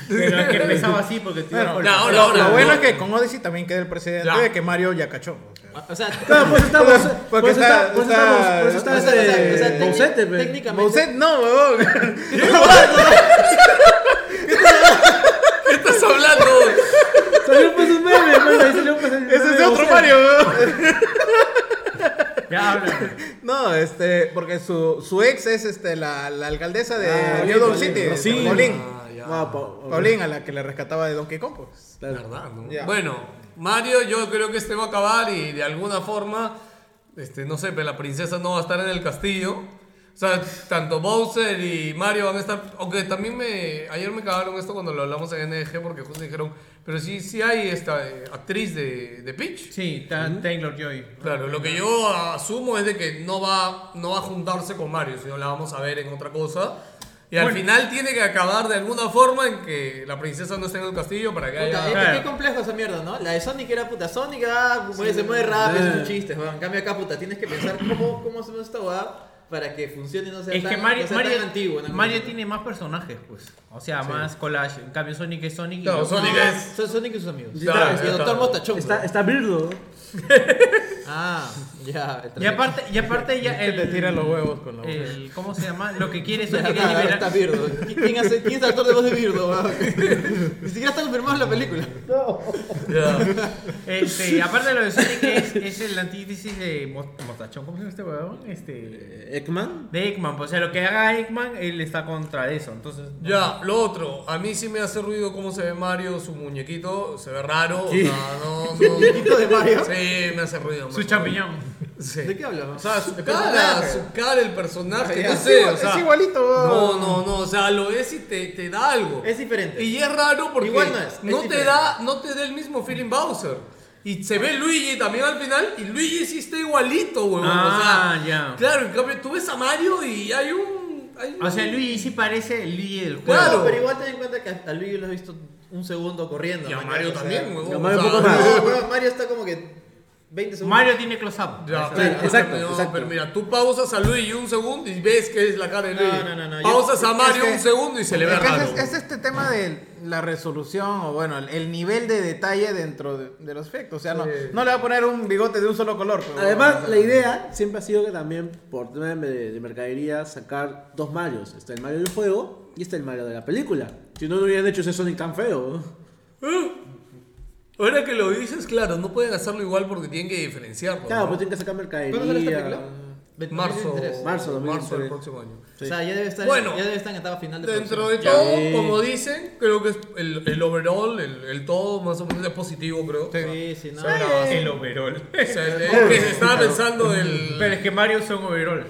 Speaker 3: Pero es que empezaba así porque te iba
Speaker 8: Bueno,
Speaker 3: por-
Speaker 6: no,
Speaker 8: lo,
Speaker 6: ahora, ahora,
Speaker 8: lo bueno
Speaker 6: no.
Speaker 8: es que con Odyssey también queda el precedente
Speaker 6: Ya.
Speaker 8: de que Mario ya cachó. o sea.
Speaker 9: O sea,
Speaker 7: Claro, pues estamos.
Speaker 8: Porque
Speaker 7: Por eso
Speaker 8: está- pues
Speaker 7: está- por eso estamos. Por eso está
Speaker 8: está- o sea,
Speaker 7: este,
Speaker 9: o sea, técnic-
Speaker 7: Bowsete, pe.
Speaker 9: técnicamente-
Speaker 8: Bowser, no, weón.
Speaker 6: ¿Qué estás hablando?
Speaker 7: Salió pues un meme, hermano, ahí salió pues el meme
Speaker 8: Ese es
Speaker 7: de
Speaker 8: otro
Speaker 7: Bowsete.
Speaker 8: Mario, weón.
Speaker 3: Ya habla.
Speaker 8: No, este, porque su, su ex es este, la, la alcaldesa de
Speaker 7: Ah,
Speaker 8: New York
Speaker 7: Paulín,
Speaker 8: City,
Speaker 7: Paulín.
Speaker 8: este,
Speaker 7: Sí.
Speaker 8: Paulín.
Speaker 6: Ah, ya.
Speaker 7: Ah, pa-
Speaker 8: Paulín, a la que le rescataba de Donkey Kong. pues.
Speaker 6: ¿Verdad, no?
Speaker 8: Ya.
Speaker 6: Bueno, Mario, yo creo que este va a acabar y de alguna forma, este, no sé, pero la princesa no va a estar en el castillo. O sea, tanto Bowser y Mario van a estar. Aunque también me. Ayer me cagaron esto cuando lo hablamos en NG porque justo dijeron. Pero sí, sí hay esta eh, actriz de, de Peach.
Speaker 3: Sí, ta- Taylor Joy.
Speaker 6: Claro, lo que yo asumo es de que no va, no va a juntarse con Mario, sino la vamos a ver en otra cosa. Y al
Speaker 3: Bueno.
Speaker 6: final tiene que acabar de alguna forma en que la princesa no esté en el castillo para que
Speaker 9: Puta, es
Speaker 6: haya...
Speaker 9: que
Speaker 3: Claro.
Speaker 9: qué complejo esa mierda, ¿no? La de Sonic era puta, Sonic ah, muere- se mueve rápido, es un chiste, weón. En cambio acá, puta, tienes que pensar cómo, cómo hacemos esta weá para que funcione y no sea
Speaker 3: Es
Speaker 9: tan,
Speaker 3: que Mario,
Speaker 9: no sea
Speaker 3: Mario,
Speaker 9: tan antiguo. ¿no?
Speaker 3: Mario tiene más personajes, pues. O sea, más collage. En cambio, Sonic es Sonic. y
Speaker 6: Claro,
Speaker 3: no-
Speaker 9: No,
Speaker 6: Sonic es-
Speaker 9: Ah, son Sonic y sus amigos.
Speaker 6: Ya, ya,
Speaker 9: y el
Speaker 6: claro.
Speaker 9: doctor Mostachón.
Speaker 7: Está,
Speaker 9: weón.
Speaker 7: está Birdo.
Speaker 9: Ah, ya. el
Speaker 3: Y aparte, y aparte ya el,
Speaker 8: Te tira los huevos con la boca.
Speaker 3: el- ¿Cómo se llama? Lo que quiere
Speaker 9: Ya,
Speaker 3: Sonic es
Speaker 9: claro,
Speaker 3: liberar-
Speaker 9: está Birdo. ¿Quién, hace- quién es el actor de voz de Birdo? weón? Ni siquiera está confirmado en la película.
Speaker 6: Ya.
Speaker 3: Este, aparte de lo de Sonic, es, es el antítesis de Mo- Mostachón. ¿Cómo se llama este huevón? Este,
Speaker 7: eh, Ekman.
Speaker 3: de Eggman. Pues, o sea, lo que haga Eggman, él está contra eso. Entonces,
Speaker 6: Ya, lo otro, a mí sí me hace ruido cómo se ve Mario, su muñequito, se ve raro, o sea, no, no...
Speaker 9: muñequito de Mario?
Speaker 6: Sí, me hace ruido. me
Speaker 3: su
Speaker 6: hace
Speaker 3: champiñón.
Speaker 6: ruido. Sí.
Speaker 9: ¿De qué hablas?
Speaker 6: O sea, su
Speaker 9: El
Speaker 6: cara,
Speaker 9: personaje.
Speaker 6: su cara, el personaje, no
Speaker 8: Ah, Es
Speaker 6: sé,
Speaker 8: igual-
Speaker 6: o sea...
Speaker 8: es igualito.
Speaker 6: No, no, no, o sea, lo es y te, te da algo.
Speaker 9: Es diferente.
Speaker 6: Y es raro porque
Speaker 9: Igual no es, es
Speaker 6: te
Speaker 9: diferente.
Speaker 6: da, no te da el mismo feeling Bowser. Y se ve Luigi también al final y Luigi sí está igualito, huevón.
Speaker 3: Ah,
Speaker 6: o sea,
Speaker 3: ya.
Speaker 6: Claro, en cambio tú ves a Mario y hay un... hay un-
Speaker 3: O sea, Luigi sí parece el Luigi del juego.
Speaker 6: Claro.
Speaker 9: No, pero igual ten en cuenta que a Luigi lo has visto un segundo corriendo.
Speaker 6: Y a
Speaker 9: mañana,
Speaker 6: Mario
Speaker 9: o sea,
Speaker 6: también, huevón.
Speaker 7: Mario
Speaker 6: o sea,
Speaker 7: poco
Speaker 9: Mario, Mario está como que 20 segundos.
Speaker 10: Mario tiene close-up.
Speaker 6: Ya,
Speaker 10: Sí,
Speaker 6: pero,
Speaker 10: exacto,
Speaker 6: pero,
Speaker 10: exacto.
Speaker 6: pero mira, tú pausas a Luigi un segundo y ves que es la cara de
Speaker 10: No,
Speaker 6: Luigi.
Speaker 10: no, no, no, yo-
Speaker 6: Pausas a
Speaker 10: es
Speaker 6: Mario
Speaker 10: que-
Speaker 6: un segundo y se le ve
Speaker 22: Es, que ese
Speaker 6: raro.
Speaker 22: es, es este tema de la resolución o bueno, el, el nivel de detalle dentro de, de los efectos. O sea, no, no le va a poner un bigote de un solo color. pero bueno,
Speaker 7: Además,
Speaker 22: o
Speaker 7: la
Speaker 22: sea,
Speaker 7: idea siempre ha sido que también, por tema de, de mercadería, sacar dos Marios. Está el Mario del juego y está el Mario de la película. Si no, no hubieran hecho ese Sonic tan feo.
Speaker 6: Ah, Ahora que lo dices, claro, no pueden hacerlo igual porque tienen que diferenciarlo.
Speaker 7: Claro,
Speaker 6: ¿no?
Speaker 7: pues tienen que sacar mercadería.
Speaker 6: ¿Cuándo sale esta película? Marzo,
Speaker 7: 2023. Marzo, 2023.
Speaker 6: del próximo año.
Speaker 7: Sí. O sea, ya debe estar-
Speaker 6: bueno,
Speaker 7: ya debe estar en etapa final de
Speaker 6: Dentro de
Speaker 7: producción.
Speaker 6: todo,
Speaker 7: Ya. Sí.
Speaker 6: como dicen, creo que es el, el overall, el, el todo más o menos es positivo, creo. Sí, sí,
Speaker 10: no.
Speaker 8: El overall.
Speaker 6: que se estaba pensando del.
Speaker 8: Pero es que Mario son overall.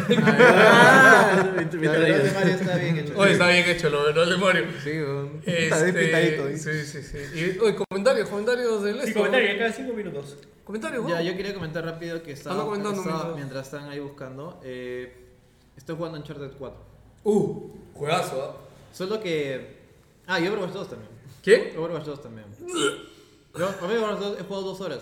Speaker 7: Ah,
Speaker 9: de Mario está bien hecho.
Speaker 6: Oye, está bien hecho el overall de Mario.
Speaker 22: Sí, weón. Está bien pintadito,
Speaker 6: este,
Speaker 22: ¿eh?
Speaker 6: Sí, sí, sí. Y oye, comentarios, comentarios del esto.
Speaker 21: cada 5 minutos.
Speaker 6: Comentarios,
Speaker 9: Ya,
Speaker 6: vos.
Speaker 9: yo quería comentar rápido que estaba,
Speaker 6: Ando comentando,
Speaker 9: estaba-
Speaker 6: mientras.
Speaker 9: mientras están ahí buscando. eh, estoy jugando Uncharted 4.
Speaker 6: Uh, juegazo, ¿ah?
Speaker 9: Solo que. Ah, y Overwatch 2 también.
Speaker 6: ¿Qué?
Speaker 9: Overwatch 2 también. Yo, Overwatch 2 he jugado dos horas,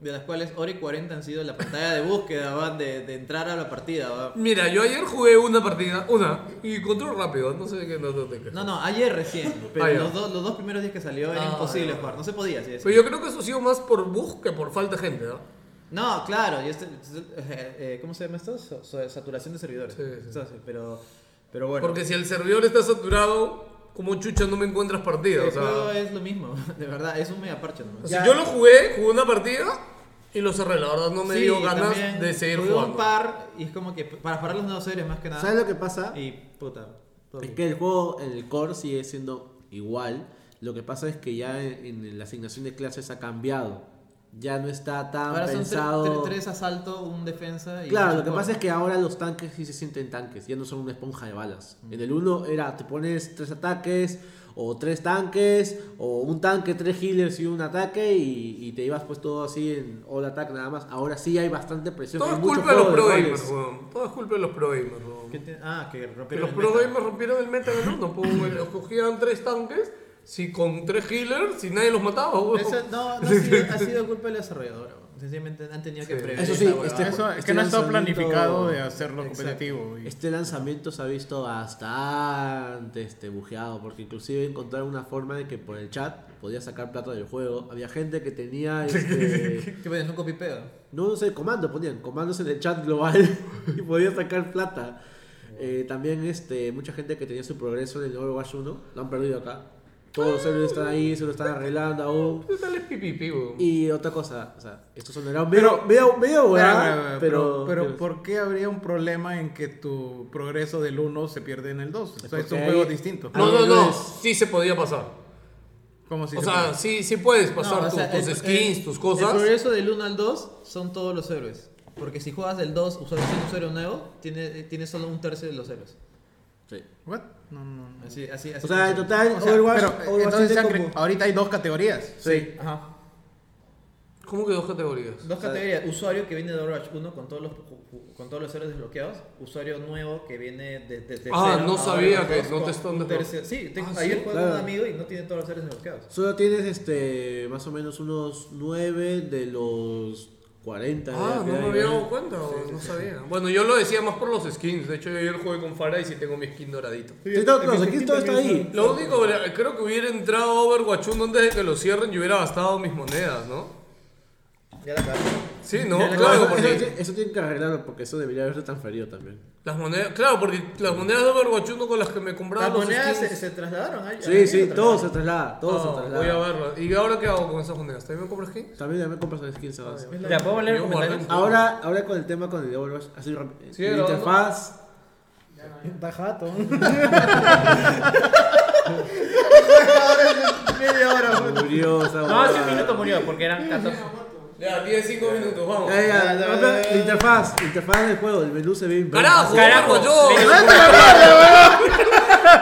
Speaker 9: de las cuales hora y 40 han sido la pantalla de búsqueda, ¿va? De, de entrar a la partida, ¿va?
Speaker 6: Mira, yo ayer jugué una partida, una, y control rápido, ¿ah? no sé de qué no, no te quejas.
Speaker 9: No, no, ayer recién. Pero
Speaker 6: Ah, ya.
Speaker 9: los, dos- los dos primeros días que salió era
Speaker 6: Ah,
Speaker 9: imposible
Speaker 6: ya.
Speaker 9: jugar, no se podía. Así
Speaker 6: Pero yo creo que eso ha sido más por bus que por falta de gente, ¿ah? ¿no?
Speaker 9: No, claro, y este- eh, eh, ¿cómo se llama esto? So- so- saturación de servidores. Entonces, pero, pero bueno.
Speaker 6: Porque si el servidor está saturado, como chucha no me encuentras partida,
Speaker 9: El
Speaker 6: o sea.
Speaker 9: juego es lo mismo, de verdad, es un mega parche nomás.
Speaker 6: o sea, yo lo jugué, jugué una partida y lo cerré, la verdad no me
Speaker 9: Sí,
Speaker 6: dio ganas
Speaker 9: también
Speaker 6: de seguir
Speaker 9: jugué
Speaker 6: jugando.
Speaker 9: un par y es como que para parar los nuevos series más que nada.
Speaker 7: ¿Sabes lo que pasa?
Speaker 9: Y puta. todo
Speaker 7: Es
Speaker 9: bien.
Speaker 7: que el juego, el core sigue siendo igual. Lo que pasa es que ya en, en la asignación de clases ha cambiado. Ya no está tan
Speaker 9: Ahora son
Speaker 7: pensado.
Speaker 9: tres, tres, tres asalto, un defensa y
Speaker 7: Claro,
Speaker 9: ocho
Speaker 7: lo que
Speaker 9: core.
Speaker 7: pasa es que ahora los tanques sí se sienten tanques, ya no son una esponja de balas. En el 1 era, te pones tres ataques, o tres tanques, o un tanque, tres healers y un ataque, y, y te ibas pues todo así en all attack nada más. Ahora sí hay bastante presión.
Speaker 6: Todo
Speaker 7: hay
Speaker 6: es
Speaker 7: mucho
Speaker 6: culpa de los
Speaker 7: juego
Speaker 6: pro
Speaker 7: roles.
Speaker 6: gamers, weón. Todo es culpa de los pro gamers, weón.
Speaker 9: Ah, que
Speaker 6: Que
Speaker 9: rompieron
Speaker 6: los
Speaker 9: el
Speaker 6: pro
Speaker 9: meta.
Speaker 6: gamers rompieron el meta del mundo, pues, weón. Los cogían tres tanques, si con tres healers, si nadie los mataba, weón.
Speaker 9: Eso- no, no ha sido, ha sido culpa del desarrollador. Sencillamente han tenido que prever.
Speaker 7: Eso sí,
Speaker 9: esa huevada.
Speaker 7: este,
Speaker 22: es que no ha estado
Speaker 7: lanzamiento-
Speaker 22: planificado de hacerlo
Speaker 7: Exacto.
Speaker 22: competitivo y-
Speaker 7: Este lanzamiento se ha visto bastante este, bujeado, porque inclusive encontraron una forma de que por el chat podía sacar plata del juego. Había gente que tenía... Este,
Speaker 9: ¿Qué ponían? pues, ¿Un copipeo?
Speaker 7: No, no sé, comando ponían, comandos en el chat global y podía sacar plata. Eh, también este, mucha gente que tenía su progreso en el Overwatch 1, lo han perdido acá. Todos los servidores están ahí, se lo están arreglando aún. Y otra cosa, o sea, estos son medio, medio, medio,
Speaker 22: Espera, espera,
Speaker 7: huevada,
Speaker 22: espera,
Speaker 7: pero,
Speaker 22: Ah, pero, ¿por qué habría un problema en que tu progreso del 1 se pierde en el 2? O sea, es
Speaker 6: Porque
Speaker 22: un
Speaker 6: hay-
Speaker 22: juego distinto.
Speaker 6: No, no, no, sí se podía pasar.
Speaker 22: ¿Cómo sí
Speaker 6: O
Speaker 22: se
Speaker 6: sea,
Speaker 22: puede?
Speaker 6: sí, sí puedes pasar
Speaker 9: No, o
Speaker 6: tus,
Speaker 9: sea,
Speaker 6: tus
Speaker 9: el-
Speaker 6: skins,
Speaker 9: el-
Speaker 6: tus
Speaker 9: El
Speaker 6: cosas.
Speaker 9: progreso del 1 al 2 son todos los héroes. Porque si juegas del 2 usando un usuario nuevo, tiene, tiene solo un tercio de los héroes.
Speaker 7: Sí.
Speaker 22: ¿What? No, no, no.
Speaker 9: Así, así, así
Speaker 22: O sea, en total, Overwatch-
Speaker 8: eh,
Speaker 22: Overwatch es como- ahorita hay dos categorías.
Speaker 7: Sí.
Speaker 9: Ajá.
Speaker 6: ¿Cómo que dos categorías?
Speaker 9: Dos categorías. Usuario que viene de Overwatch 1 con todos los, con todos los héroes desbloqueados. Usuario nuevo que viene desde de, desde
Speaker 6: Ah,
Speaker 9: cero
Speaker 6: no
Speaker 9: a
Speaker 6: sabía
Speaker 9: Overwatch
Speaker 6: que
Speaker 9: 2
Speaker 6: no te
Speaker 9: con
Speaker 6: están
Speaker 9: un
Speaker 6: desbloqueando.
Speaker 9: tercio. Sí, tengo,
Speaker 6: Ah,
Speaker 9: ayer
Speaker 6: sí,
Speaker 9: jugué
Speaker 7: claro.
Speaker 9: con un amigo y no tiene todos los héroes desbloqueados.
Speaker 7: Solo tienes este, más o menos unos 9 de los 40.
Speaker 6: Ah,
Speaker 7: de-
Speaker 6: no
Speaker 7: de-
Speaker 6: me había dado cuenta, no sabía. Bueno, yo lo decía más por los skins. De hecho, yo ayer jugué con Farais y tengo mi skin doradito.
Speaker 7: Sí, todo- los skins todo está ahí.
Speaker 6: Lo único, eh, creo que hubiera entrado Overwatch 1 antes de que lo cierren y hubiera gastado mis monedas, ¿no?
Speaker 9: Ya la acabé.
Speaker 6: Sí, ¿no?
Speaker 7: Eso-
Speaker 6: Claro,
Speaker 7: eso,
Speaker 6: porque
Speaker 7: eso tienen que arreglarlo porque eso debería haberse transferido también.
Speaker 6: las monedas, claro, porque las monedas de Overwatch 1 con las pues que me compraba
Speaker 9: Las
Speaker 6: los
Speaker 9: monedas
Speaker 6: skins.
Speaker 9: se, se trasladaron. ay,
Speaker 7: Sí,
Speaker 9: ay,
Speaker 7: sí,
Speaker 9: trasladaron.
Speaker 7: todo se traslada, todo se
Speaker 6: Ah,
Speaker 7: traslada.
Speaker 6: Voy a verlo. ¿Y ahora qué hago con esas monedas? ¿También me compro skins?
Speaker 7: También también compras las skins ahora.
Speaker 6: Ya, ¿puedo leer Yo comentarios? guardé un poco.
Speaker 7: Ahora, ahora con el tema con el Overwatch, así rápido. eh,
Speaker 6: Sí,
Speaker 7: la
Speaker 6: grabando.
Speaker 7: interfaz.
Speaker 22: Está jato.
Speaker 9: Media hora.
Speaker 7: Murió, esa
Speaker 21: No,
Speaker 7: huevada.
Speaker 21: hace un minuto murió porque eran 14.
Speaker 6: Ya, tiene 5 minutos, vamos.
Speaker 7: Ya, ya, la otra- la interfaz, la interfaz del juego, el menú se ve bien.
Speaker 6: Carajo,
Speaker 7: Carajo,
Speaker 6: carajo, yo.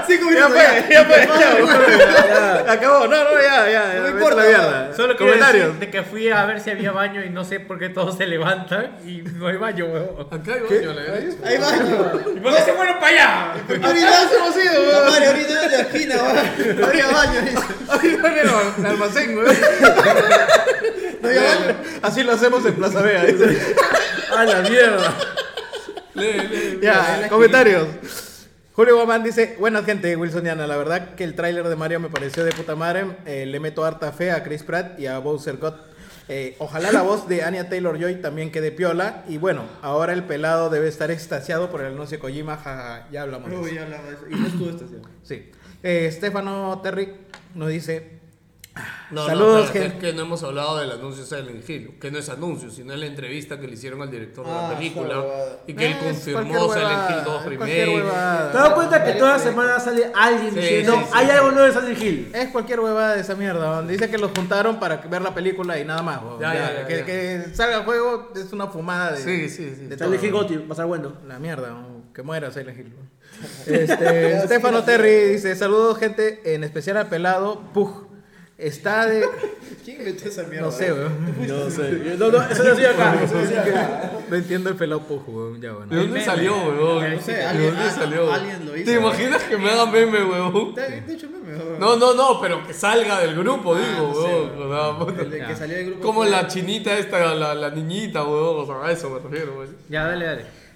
Speaker 22: Cinco minutos. Ya fue, ya fue, ya, ya. Acabó. No, no, ya, ya. ya,
Speaker 21: No
Speaker 22: vete a
Speaker 21: importa.
Speaker 22: la mierda.
Speaker 21: Solo quiero
Speaker 22: comentarios.
Speaker 21: decir de que fui a ver si había baño y no sé por qué todos se levantan y no hay baño, weón.
Speaker 6: Acá hay
Speaker 21: baño,
Speaker 9: Ahí va.
Speaker 21: ¿Y por qué se fueron para allá?
Speaker 9: Ahorita hemos ido, weón. Mario, ahorita en la esquina, weón. Abría baño.
Speaker 22: Ahorita en el almacén, güey.
Speaker 9: Así lo hacemos en Plaza Vega. dice.
Speaker 8: A la mierda.
Speaker 9: Ya, comentarios. Julio Guamán dice, buena gente Wilsoniana, la verdad que el tráiler de Mario me pareció de puta madre, Eh, le meto harta fe a Chris Pratt y a Bowser God. Eh, ojalá la voz de Anya Taylor Joy también quede piola. Y bueno, ahora el pelado debe estar extasiado por el anuncio de Kojima. Ja, ja, ja, ya hablamos. de
Speaker 8: Uy,
Speaker 9: eso.
Speaker 8: ya hablaba de eso. Y no estuvo estación.
Speaker 9: Sí. Eh, Stefano Terry nos dice.
Speaker 6: No,
Speaker 9: Saludos,
Speaker 6: no,
Speaker 9: gente.
Speaker 6: gente. que no hemos hablado del anuncio de Silent Hill, que no es anuncio, sino es la entrevista que le hicieron al director de
Speaker 8: Ah,
Speaker 6: la película
Speaker 8: esa huevada.
Speaker 6: y que él
Speaker 8: Es
Speaker 6: confirmó
Speaker 8: cualquier
Speaker 6: Silent
Speaker 8: huevada,
Speaker 6: Hill 2
Speaker 8: es
Speaker 6: remake.
Speaker 8: cualquier huevada.
Speaker 7: Te das cuenta que toda semana sale alguien
Speaker 6: Sí,
Speaker 7: diciendo,
Speaker 6: sí, sí,
Speaker 7: hay
Speaker 6: sí.
Speaker 7: algo nuevo de Silent Hill.
Speaker 9: Es cualquier huevada de esa mierda. weón. Dice que los juntaron para ver la película y nada más. weón.
Speaker 6: Ya,
Speaker 9: Ya,
Speaker 6: ya, ya,
Speaker 9: que,
Speaker 6: ya.
Speaker 9: que salga el juego es una fumada de.
Speaker 6: Sí, sí, sí.
Speaker 9: de
Speaker 7: Silent
Speaker 9: todo,
Speaker 7: Hill
Speaker 9: weón.
Speaker 7: Gotti, va a estar bueno.
Speaker 9: La mierda, weón. que muera Silent Hill. weón.
Speaker 7: Ya,
Speaker 9: Este,
Speaker 7: sí,
Speaker 9: Stefano
Speaker 7: la
Speaker 9: Terry dice: Saludos, gente, en especial al pelado. Pug. Está de.
Speaker 8: ¿Quién metió esa mierda?
Speaker 9: No sé, weón.
Speaker 8: No sé.
Speaker 7: No, no, eso lo hacía acá.
Speaker 8: Eso lo hacía acá.
Speaker 9: No entiendo el pelado Pug, weón. Ya, bueno.
Speaker 6: ¿De dónde salió, weón?
Speaker 8: No sé,
Speaker 6: ¿De
Speaker 8: alguien-
Speaker 6: dónde
Speaker 8: ah,
Speaker 6: salió?
Speaker 8: alguien lo hizo.
Speaker 6: ¿Te imaginas que me haga meme, weón?
Speaker 8: De hecho, meme, weón.
Speaker 6: No, no, no, pero que salga del grupo, digo,
Speaker 8: Ah, no sé,
Speaker 6: weón. No, puta.
Speaker 8: El de que salió del grupo.
Speaker 6: Como
Speaker 8: fue-
Speaker 6: la chinita esta, la, la niñita, weón. O sea, a eso me refiero, weón.
Speaker 9: Ya, dale, dale.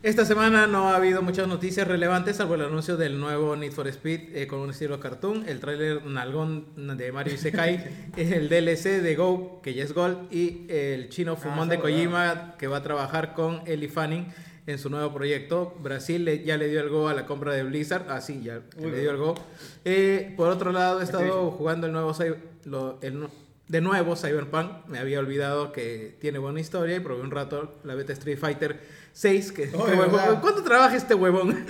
Speaker 9: Esta semana no ha habido muchas noticias relevantes, salvo el anuncio del nuevo Need for Speed eh, con un estilo cartoon, el tráiler Nalgón de Mario Isekai, el DLC de Go, que ya es Gold, y el chino fumón de
Speaker 8: esa huevada.
Speaker 9: Kojima, que va a trabajar con Eli Fanning en su nuevo proyecto. Brasil le- ya le dio el go a la compra de Blizzard, así sí, ya
Speaker 8: Uy,
Speaker 9: le dio el go. Eh, por otro lado, he estado jugando el nuevo cy- lo- el nu- de nuevo Cyberpunk. Me había olvidado que tiene buena historia y probé un rato la beta Street Fighter 6. Que, este huevón-
Speaker 8: ¿verdad?
Speaker 9: ¿Cuánto trabaja este huevón?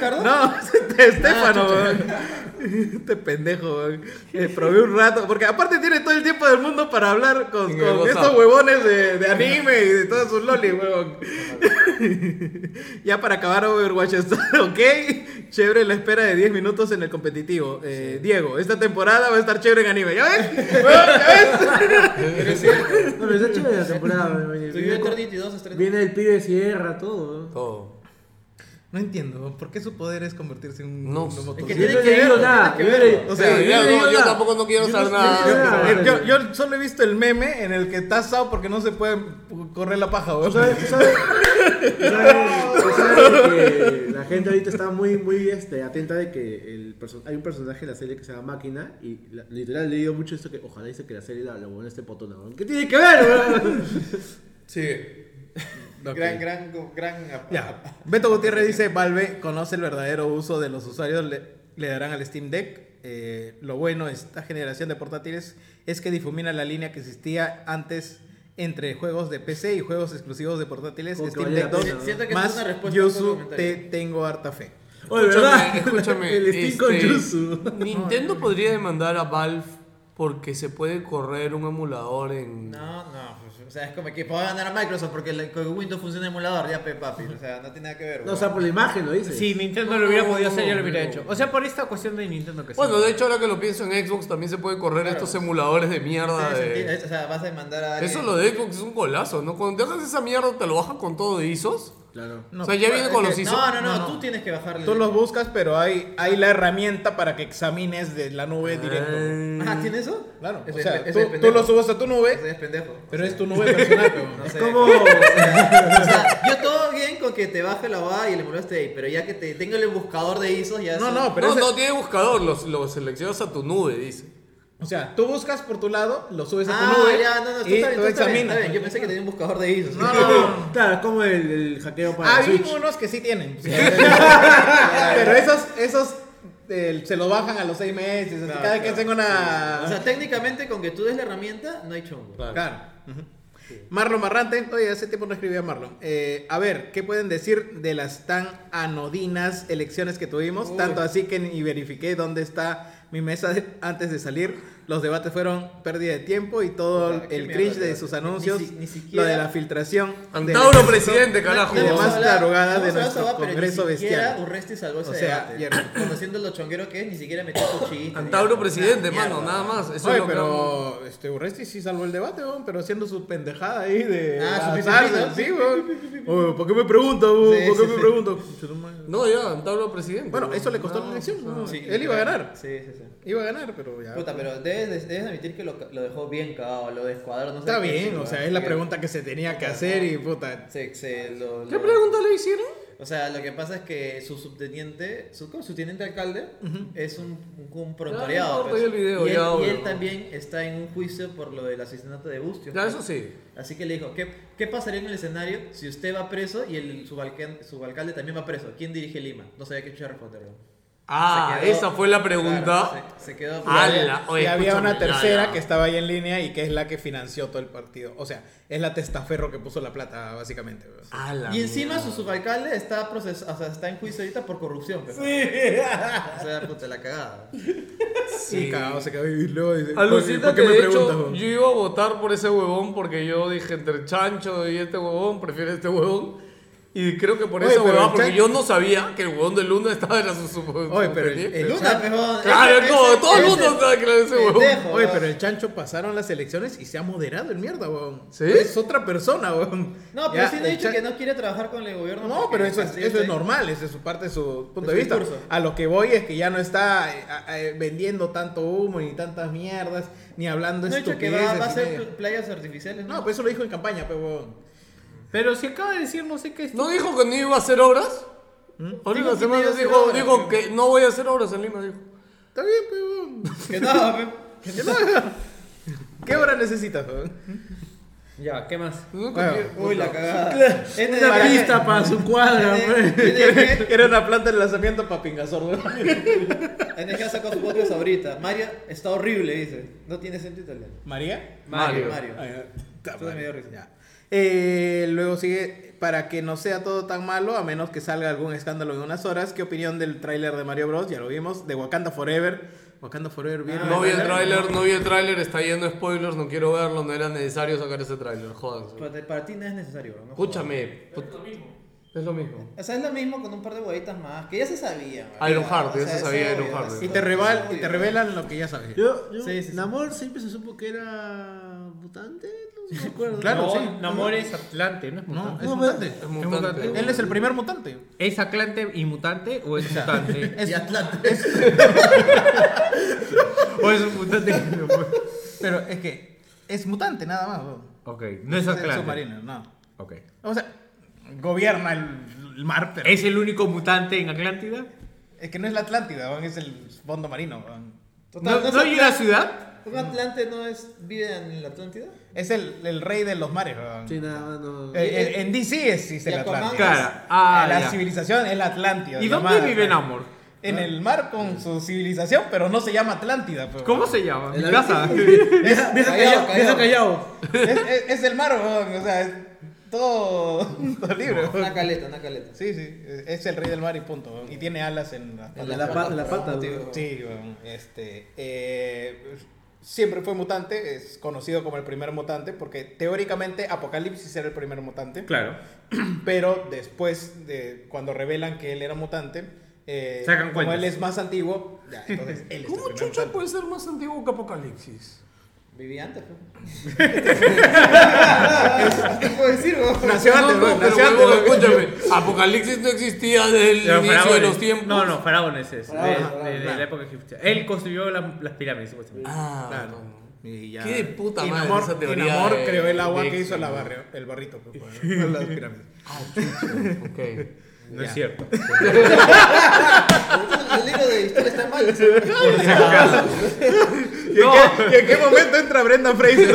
Speaker 8: ¿Cardo?
Speaker 9: No, este Estefano,
Speaker 6: Ah,
Speaker 9: weón. Este pendejo, weón. Eh, probé un rato, porque aparte tiene todo el tiempo del mundo para hablar con,
Speaker 6: En
Speaker 9: con
Speaker 6: el WhatsApp.
Speaker 9: estos huevones de, de anime y de todas sus lolis, huevón. ya para acabar Overwatch está ok. Chévere la espera de 10 minutos en el competitivo. Eh, Diego, esta temporada va a estar chévere en anime. ¿Ya ves? Huevón, ¿Ya ves?
Speaker 7: No, pero está chévere la temporada. weón.
Speaker 8: Subió
Speaker 7: Viene,
Speaker 8: Eternity 2 estreno.
Speaker 7: viene el pibe de Sierra, todo.
Speaker 6: Todo.
Speaker 9: No entiendo, ¿por qué su poder es convertirse en un
Speaker 6: No
Speaker 9: un
Speaker 6: sé.
Speaker 9: robot?
Speaker 6: Es que
Speaker 7: Yo no he leído nada. Yo no he leído-
Speaker 9: O sea,
Speaker 6: Sí,
Speaker 9: yo
Speaker 6: ya
Speaker 9: no he
Speaker 6: no,
Speaker 9: leído
Speaker 6: yo
Speaker 9: nada.
Speaker 6: tampoco no quiero saber
Speaker 9: Yo-
Speaker 6: nada.
Speaker 9: eh, Yo, yo solo he visto el meme en el que está asado porque no se puede correr la paja, weón.
Speaker 7: Tú sabes que la gente ahorita está muy, muy este, atenta de que el perso- hay un personaje en la serie que se llama Máquina y la- literal he leído mucho esto que ojalá dice que la serie la, la buena este potona. weón. ¿Qué tiene que ver, weón?
Speaker 8: Gran, gran, gran.
Speaker 9: Ya. Beto Gutiérrez dice, Valve conoce el verdadero uso de los usuarios, le, le darán al Steam Deck. Eh, lo bueno de esta generación de portátiles es que difumina la línea que existía antes entre juegos de PC y juegos exclusivos de portátiles.
Speaker 7: Como que
Speaker 9: Steam
Speaker 7: valía la
Speaker 9: Deck 2
Speaker 7: pena, ¿no?
Speaker 8: Siento que esa es
Speaker 9: más
Speaker 8: una respuesta a un
Speaker 9: Yuzu, te
Speaker 8: comentario.
Speaker 9: tengo harta fe.
Speaker 7: Oye, ¿verdad?
Speaker 6: escúchame.
Speaker 7: El Steam con
Speaker 6: este,
Speaker 7: Yuzu.
Speaker 6: Nintendo podría demandar a Valve porque se puede correr un emulador en.
Speaker 23: No, no, pues, o sea, es como que puedo ganar a Microsoft porque la- con Windows funciona el emulador, ya pe papi, o sea, no tiene nada que ver.
Speaker 7: No, o sea, por la imagen lo dice.
Speaker 3: Si Nintendo lo hubiera
Speaker 6: No,
Speaker 3: podido hacer, ya lo
Speaker 6: no,
Speaker 3: hubiera
Speaker 6: no.
Speaker 3: hecho. O sea, por esta cuestión de Nintendo que sí.
Speaker 6: Bueno, de hecho, ahora que lo pienso en Xbox también se puede correr estos emuladores de mierda.
Speaker 9: eh,
Speaker 23: Tiene
Speaker 6: de-
Speaker 23: sentido, o sea, vas a demandar a alguien.
Speaker 6: Eso lo de Xbox es un golazo, ¿no? Cuando te haces esa mierda, te lo bajas con todo de ISOs.
Speaker 7: Claro.
Speaker 9: No,
Speaker 6: o sea, ya viene con los ISOs.
Speaker 23: No, no, no, tú tienes que bajarle.
Speaker 9: Tú los buscas, pero hay, hay la herramienta para que examines de la nube directo.
Speaker 6: Eh,
Speaker 23: Ah, ¿tiene eso?
Speaker 9: Claro, o
Speaker 23: Ese
Speaker 9: sea,
Speaker 23: es- ese
Speaker 9: tú,
Speaker 23: es
Speaker 9: tú
Speaker 23: pendejo.
Speaker 9: lo subes a tu nube,
Speaker 23: Ese es pendejo.
Speaker 9: pero es tu nube personal. pero no.
Speaker 23: No sé.
Speaker 7: ¿Cómo?
Speaker 23: O sea, yo todo bien con que te baje la OA y el emulador esté ahí, pero ya que te tengo el buscador de ISOs, ya
Speaker 9: No,
Speaker 23: eso-
Speaker 9: no, pero
Speaker 6: no,
Speaker 9: ese-
Speaker 6: no tiene buscador, los, los seleccionas a tu nube, dice.
Speaker 9: O sea, tú buscas por tu lado, lo subes a tu
Speaker 23: Ah,
Speaker 9: nube
Speaker 23: ya, no, no, tú
Speaker 9: y
Speaker 23: está bien,
Speaker 9: tú
Speaker 23: tú está bien,
Speaker 9: examinas.
Speaker 23: está bien. Yo pensé que tenía un buscador de ISOs.
Speaker 9: No, no, no.
Speaker 7: Claro, es como el, el hackeo para
Speaker 8: Ah,
Speaker 9: Hay
Speaker 7: Switch.
Speaker 9: unos que sí tienen. pero esos, esos eh, se lo bajan a los seis meses. así,
Speaker 23: Claro,
Speaker 9: cada
Speaker 23: claro.
Speaker 9: que hacen una...
Speaker 23: O sea, técnicamente con que tú des la herramienta, no hay chongo.
Speaker 9: Claro. Ujú. Marlon Marrante, oye, hace tiempo no escribí a Marlon. Eh, a ver, ¿qué pueden decir de las tan anodinas elecciones que tuvimos? Tanto así que ni verifiqué dónde está mi mesa de- antes de salir. Los debates fueron pérdida de tiempo y todo
Speaker 23: Puta, Ah, qué
Speaker 9: el
Speaker 23: mierda,
Speaker 9: cringe de
Speaker 23: tío.
Speaker 9: sus
Speaker 23: Ni- ni
Speaker 9: anuncios,
Speaker 23: si- ni siquiera-
Speaker 9: lo de la filtración. del
Speaker 6: Antauro
Speaker 9: ejército
Speaker 6: presidente, carajo.
Speaker 9: Y
Speaker 23: Vamos a
Speaker 9: demás
Speaker 23: hablar-
Speaker 9: tarugadas
Speaker 23: vamos
Speaker 9: de
Speaker 23: a hablar
Speaker 9: nuestro
Speaker 23: esa va, pero ni
Speaker 9: congreso
Speaker 23: siquiera
Speaker 9: bestial.
Speaker 23: Urresti salvó ese
Speaker 9: O sea,
Speaker 23: debate.
Speaker 9: hierro.
Speaker 23: Conociendo lo chonguero que es, ni siquiera metió su chiste.
Speaker 6: Antauro
Speaker 23: ni-
Speaker 6: presidente,
Speaker 23: Mierda.
Speaker 6: mano, nada más. Eso es
Speaker 9: Oye,
Speaker 6: lo que-
Speaker 9: pero este Urresti sí salvó el debate, weón, pero haciendo su pendejada ahí de
Speaker 23: Ah, su
Speaker 9: azar,
Speaker 23: pipipita.
Speaker 9: sí, weón. Oye, ¿por qué me preguntan? weón?
Speaker 23: Sí,
Speaker 9: ¿Por qué
Speaker 23: sí,
Speaker 9: me
Speaker 23: sí.
Speaker 9: preguntan? Chuta madre.
Speaker 6: No, ya, Antauro presidente.
Speaker 9: Bueno, eso le costó
Speaker 6: No,
Speaker 9: la elección,
Speaker 6: no.
Speaker 9: ¿no? él iba a ganar.
Speaker 23: Sí, sí, sí.
Speaker 8: Iba a ganar, pero ya. pues.
Speaker 9: Puta, pero debes, debes admitir que lo, lo dejó bien cagado, lo descuadró. No sé
Speaker 8: Está
Speaker 9: qué
Speaker 8: bien,
Speaker 9: decir,
Speaker 8: o sea,
Speaker 9: weón,
Speaker 8: es la
Speaker 9: porque-
Speaker 8: pregunta que se tenía que hacer y puta.
Speaker 9: Se, se lo,
Speaker 6: ¿Qué
Speaker 9: lo-
Speaker 6: pregunta le hicieron?
Speaker 9: O sea, lo que pasa es que su subteniente, su, ¿cómo? su teniente alcalde, es un,
Speaker 8: Ah,
Speaker 9: un, un
Speaker 6: Ya,
Speaker 9: prontoreado.
Speaker 6: no,
Speaker 9: pues.
Speaker 6: yo el video,
Speaker 9: y él,
Speaker 6: ya,
Speaker 9: y
Speaker 6: bueno.
Speaker 9: él también está en un juicio por lo del asesinato de Bustio.
Speaker 6: Ya, eso sí.
Speaker 9: Así que le dijo, ¿qué, qué pasaría en el escenario si usted va preso y el subalcan- subalcalde también va preso? ¿Quién dirige Lima? No sabía qué chucha responderlo.
Speaker 6: Ah,
Speaker 9: Se quedó-
Speaker 6: esa fue la pregunta.
Speaker 9: Claro, se, se quedó.
Speaker 6: ¡Hala! Oye,
Speaker 8: y había
Speaker 6: escúchame,
Speaker 8: una
Speaker 6: ya,
Speaker 8: tercera
Speaker 6: ya.
Speaker 8: que estaba ahí en línea y que es la que financió todo el partido. O sea, es la testaferro que puso la plata, básicamente. weón.
Speaker 9: Y encima su subalcalde está, proces- o sea, está en juicio ahorita por corrupción. pero-
Speaker 8: Sí.
Speaker 9: O sea, puta la cagada.
Speaker 8: Sí, cagado, se cagó. Y luego dice,
Speaker 6: Alucina
Speaker 8: ¿por qué
Speaker 6: que
Speaker 8: me
Speaker 6: de
Speaker 8: preguntas,
Speaker 6: hecho
Speaker 8: weón?
Speaker 6: yo iba a votar por ese huevón porque yo dije entre Chancho y este huevón, prefiero este huevón. Y creo que por
Speaker 8: Oye,
Speaker 6: esa
Speaker 8: pero
Speaker 6: huevada,
Speaker 8: el
Speaker 6: porque
Speaker 8: Chan-
Speaker 6: yo no sabía que el huevón de Luna estaba en la su su-
Speaker 8: Oye, pero el,
Speaker 6: su-
Speaker 8: el
Speaker 6: Luna,
Speaker 8: Chan-
Speaker 6: pero- Claro, ese- como todo el ese- mundo sabe que era ese huevón. pendejo,
Speaker 8: Oye,
Speaker 6: ¿no?
Speaker 8: pero el chancho pasaron las elecciones y se ha moderado el mierda, weón.
Speaker 6: ¿Sí?
Speaker 8: Es otra persona, weón.
Speaker 9: No, pero
Speaker 8: Ya,
Speaker 9: sí le
Speaker 8: el
Speaker 9: he dicho
Speaker 8: Chan-
Speaker 9: que no quiere trabajar con el gobierno.
Speaker 8: No,
Speaker 9: porque
Speaker 8: pero eso es,
Speaker 9: así
Speaker 8: eso es
Speaker 9: de-
Speaker 8: normal, es de su parte, de su punto
Speaker 9: De
Speaker 8: de,
Speaker 9: su
Speaker 8: vista.
Speaker 9: discurso.
Speaker 8: A lo que voy es que ya no está eh, a- eh, vendiendo tanto humo, ni tantas mierdas, ni hablando
Speaker 9: No he dicho que
Speaker 8: estupideces.
Speaker 9: va, va a
Speaker 8: y
Speaker 9: ser
Speaker 8: media.
Speaker 9: pl- playas artificiales.
Speaker 8: No, pues eso lo dijo en campaña, pero weón.
Speaker 3: Pero si acaba de decir no sé qué.
Speaker 6: ¿No dijo que no iba a hacer obras?
Speaker 8: ¿Mm?
Speaker 3: Dijo
Speaker 6: Ahora la
Speaker 3: que no iba
Speaker 6: semana
Speaker 3: a hacer
Speaker 6: dijo,
Speaker 3: obras,
Speaker 6: dijo que no voy a hacer obras en Lima, dijo.
Speaker 8: Está bien, pero weón.
Speaker 9: Que pues, nada, pe-
Speaker 8: Que no. ¿Qué hora necesitas, weón?
Speaker 3: Ya, ¿qué más?
Speaker 6: Pues
Speaker 8: Bueno,
Speaker 9: Uy, la cagada. Este
Speaker 8: Una
Speaker 9: para-
Speaker 8: pista para su cuadra, pues.
Speaker 9: Este-
Speaker 8: que Era una planta de lanzamiento para Pingasor, weón.
Speaker 9: NG ha sacado su podcast ahorita. María está horrible, dice. No tiene acento italiano.
Speaker 8: ¿María?
Speaker 9: Mario. Mario.
Speaker 8: Ah, ya. Está
Speaker 9: Eso me
Speaker 8: mal.
Speaker 9: dio risa.
Speaker 8: Ya. Eh, luego sigue, para que no sea todo tan malo, a menos que salga algún escándalo en unas horas, ¿qué opinión del tráiler de Mario Bros? Ya lo vimos, de Wakanda Forever. Wakanda Forever, ¿vieron
Speaker 9: Ah,
Speaker 6: No vi el tráiler, no vi el tráiler, está yendo spoilers, no quiero verlo, no era necesario sacar ese tráiler, jódanse.
Speaker 9: Para, pues, para ti no es necesario, bro. no
Speaker 6: Escúchame, put- es lo mismo.
Speaker 9: jodas. O sea, es lo mismo con un par de huevitas más, que ya se sabía. güey.
Speaker 6: Ironheart, ya se
Speaker 9: es
Speaker 6: sabía
Speaker 9: obvio,
Speaker 6: Ironheart.
Speaker 9: es
Speaker 8: Y te,
Speaker 9: obvio,
Speaker 8: reval-
Speaker 9: es
Speaker 8: y
Speaker 9: obvio.
Speaker 8: te revelan lo que ya sabes.
Speaker 7: Yo, yo
Speaker 8: Sí, sí, sí.
Speaker 7: Namor siempre se supo que era mutante, no me acuerdo.
Speaker 8: Claro,
Speaker 7: No,
Speaker 8: sí.
Speaker 3: Namor es Atlante, no es mutante.
Speaker 8: No, es mutante. Es
Speaker 3: mutante.
Speaker 8: mutante. Él es el primer mutante.
Speaker 3: ¿Es Atlante y mutante o es
Speaker 6: ¿eh?
Speaker 3: mutante?
Speaker 8: Es
Speaker 3: o es un mutante.
Speaker 8: pues. Pero es que es mutante nada más. weón.
Speaker 3: ok, no es
Speaker 8: el
Speaker 3: Atlante.
Speaker 8: submarino, no.
Speaker 3: Ok.
Speaker 8: O sea, gobierna el, el mar, pero
Speaker 3: ¿Es el único mutante en Atlántida?
Speaker 8: es que no es la Atlántida, weón, es el fondo marino. weón.
Speaker 9: Total,
Speaker 3: ¿No-
Speaker 9: es
Speaker 3: no hay una
Speaker 9: Atlan-
Speaker 3: ciudad?
Speaker 9: ¿Un Atlante no es, vive en la Atlántida?
Speaker 8: Es el, el rey de los mares. weón.
Speaker 7: Sí, nada más no.
Speaker 8: Eh, eh, en DC es, es
Speaker 9: Y
Speaker 8: el
Speaker 9: Aquaman
Speaker 8: Atlántico.
Speaker 9: es-
Speaker 3: Claro. Ah,
Speaker 8: la
Speaker 3: ya.
Speaker 8: civilización es la Atlántida.
Speaker 3: ¿Y dónde
Speaker 8: llamada
Speaker 3: vive
Speaker 8: Atlántida.
Speaker 3: Namor?
Speaker 8: En el mar con su civilización, pero no se llama Atlántida. pues,
Speaker 3: ¿Cómo
Speaker 8: weón.
Speaker 3: se llama?
Speaker 7: En
Speaker 3: Mi
Speaker 7: la-
Speaker 3: casa.
Speaker 8: Es,
Speaker 7: Vieja
Speaker 9: Callao,
Speaker 7: Callao, vieja
Speaker 9: Callao.
Speaker 7: Callao.
Speaker 8: es- es- es el mar, weón, o sea, es todo, todo libre. weón.
Speaker 9: Una caleta, una caleta.
Speaker 8: Sí, sí, es el rey del mar y punto. weón. Y tiene alas en la,
Speaker 9: En
Speaker 7: La, la, pa- la pata, güey.
Speaker 8: Sí, weón, este, eh, siempre fue mutante, es conocido como el primer mutante, porque teóricamente Apocalipsis era el primer mutante,
Speaker 3: Claro.
Speaker 8: pero después, de, cuando revelan que él era mutante, eh,
Speaker 3: Sacan
Speaker 8: como
Speaker 3: cuentas.
Speaker 8: él es más antiguo, ya, entonces él es el
Speaker 6: ¿Cómo
Speaker 3: Este
Speaker 8: primer
Speaker 6: chucha
Speaker 8: mutante.
Speaker 6: puede ser más antiguo que Apocalipsis?
Speaker 9: Viví antes, pues. ¿Qué puedo decir, vos?
Speaker 8: Nació antes,
Speaker 6: No, no,
Speaker 8: weón,
Speaker 6: pero
Speaker 8: nació antes,
Speaker 6: huevón,
Speaker 8: weón.
Speaker 6: escúchame, Apocalipsis no existía desde el
Speaker 3: Pero
Speaker 6: inicio de
Speaker 3: faraones.
Speaker 6: los tiempos.
Speaker 3: No, no, faraones es. de-
Speaker 7: Faraones,
Speaker 3: de, de la época egipcia. Él construyó la- las pirámides, supuestamente.
Speaker 6: Ah,
Speaker 8: Claro.
Speaker 6: no.
Speaker 8: Y ya.
Speaker 6: Qué de puta
Speaker 8: Y
Speaker 6: madre
Speaker 8: Namor-
Speaker 6: esa
Speaker 8: y
Speaker 6: teoría
Speaker 8: Namor
Speaker 6: de-
Speaker 8: creó el agua
Speaker 6: de
Speaker 8: que hizo
Speaker 6: Exxon,
Speaker 8: la
Speaker 6: ¿no?
Speaker 8: barrio, el barrito. pues, para las pirámides.
Speaker 6: Ok.
Speaker 8: este
Speaker 3: No es cierto.
Speaker 9: El libro de historia está mal.
Speaker 8: ¿Y, en qué, y en qué momento entra Brenda Fraser?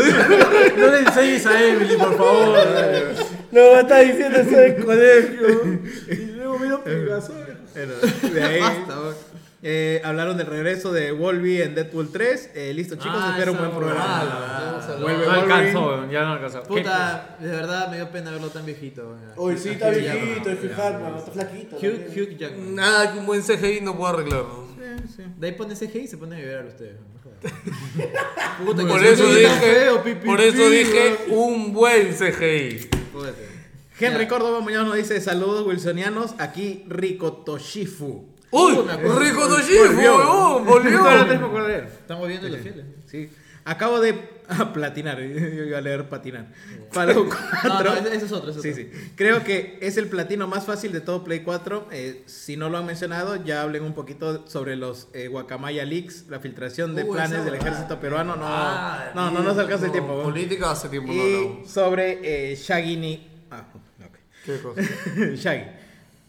Speaker 7: No le enseñes a Emily, por favor. güey.
Speaker 22: No, me está diciendo eso del colegio.
Speaker 7: Y luego vino Pegaso.
Speaker 8: Pero de ahí- Eh, hablaron del regreso de Wolby en Deadpool 3. Eh, listo, chicos,
Speaker 9: Ah,
Speaker 8: espero un buen
Speaker 9: esa
Speaker 8: programa.
Speaker 9: huevada.
Speaker 8: Vuelve
Speaker 3: No
Speaker 8: Wolverine.
Speaker 3: alcanzó, ya no alcanzó.
Speaker 9: Puta, de verdad me dio pena verlo tan viejito. weón.
Speaker 11: Hoy sí está
Speaker 9: Hugh
Speaker 11: viejito,
Speaker 9: Jackman.
Speaker 11: es fijarme, está flaquito.
Speaker 9: Hugh, Hugh Jackman.
Speaker 6: Nada que un buen CGI no puedo arreglarlo.
Speaker 9: De ahí pone CG y se pone a vibrar a ustedes. no jodas. Puta,
Speaker 6: Por
Speaker 9: que
Speaker 6: eso
Speaker 9: son tan
Speaker 6: dije,
Speaker 9: feos, pi, pi,
Speaker 6: por
Speaker 9: pi,
Speaker 6: eso
Speaker 9: weón.
Speaker 6: dije un buen CGI.
Speaker 9: Jódete.
Speaker 8: Henry
Speaker 9: Ya.
Speaker 8: Córdoba Muñoz nos dice: Saludos wilsonianos, aquí Rico Toshifu.
Speaker 6: ¡Uy!
Speaker 8: pues,
Speaker 9: me acuerdo.
Speaker 6: ¡Rico Toshifu! ¡Volvió!
Speaker 3: Pero antes me acuerdo de él.
Speaker 9: Están volviendo los fieles.
Speaker 8: Sí. Acabo de ah, platinar, yo iba a leer patinar. Palo 4.
Speaker 9: no, ese- ese es otro, ese es
Speaker 8: Sí,
Speaker 9: otro.
Speaker 8: sí. Creo que es el platino más fácil de todo Play 4. Eh, si no lo han mencionado, ya hablen un poquito sobre los eh, Guacamaya Leaks, la filtración de
Speaker 6: Uh,
Speaker 8: planes
Speaker 6: esa
Speaker 8: del
Speaker 6: huevada.
Speaker 8: ejército peruano. No,
Speaker 6: Ah,
Speaker 8: no, no nos alcanza el
Speaker 6: no,
Speaker 8: tiempo.
Speaker 6: política hace tiempo no
Speaker 8: Y sobre eh, Shaggy Ni- Ah, ok.
Speaker 6: ¿Qué cosa?
Speaker 8: Shaggy.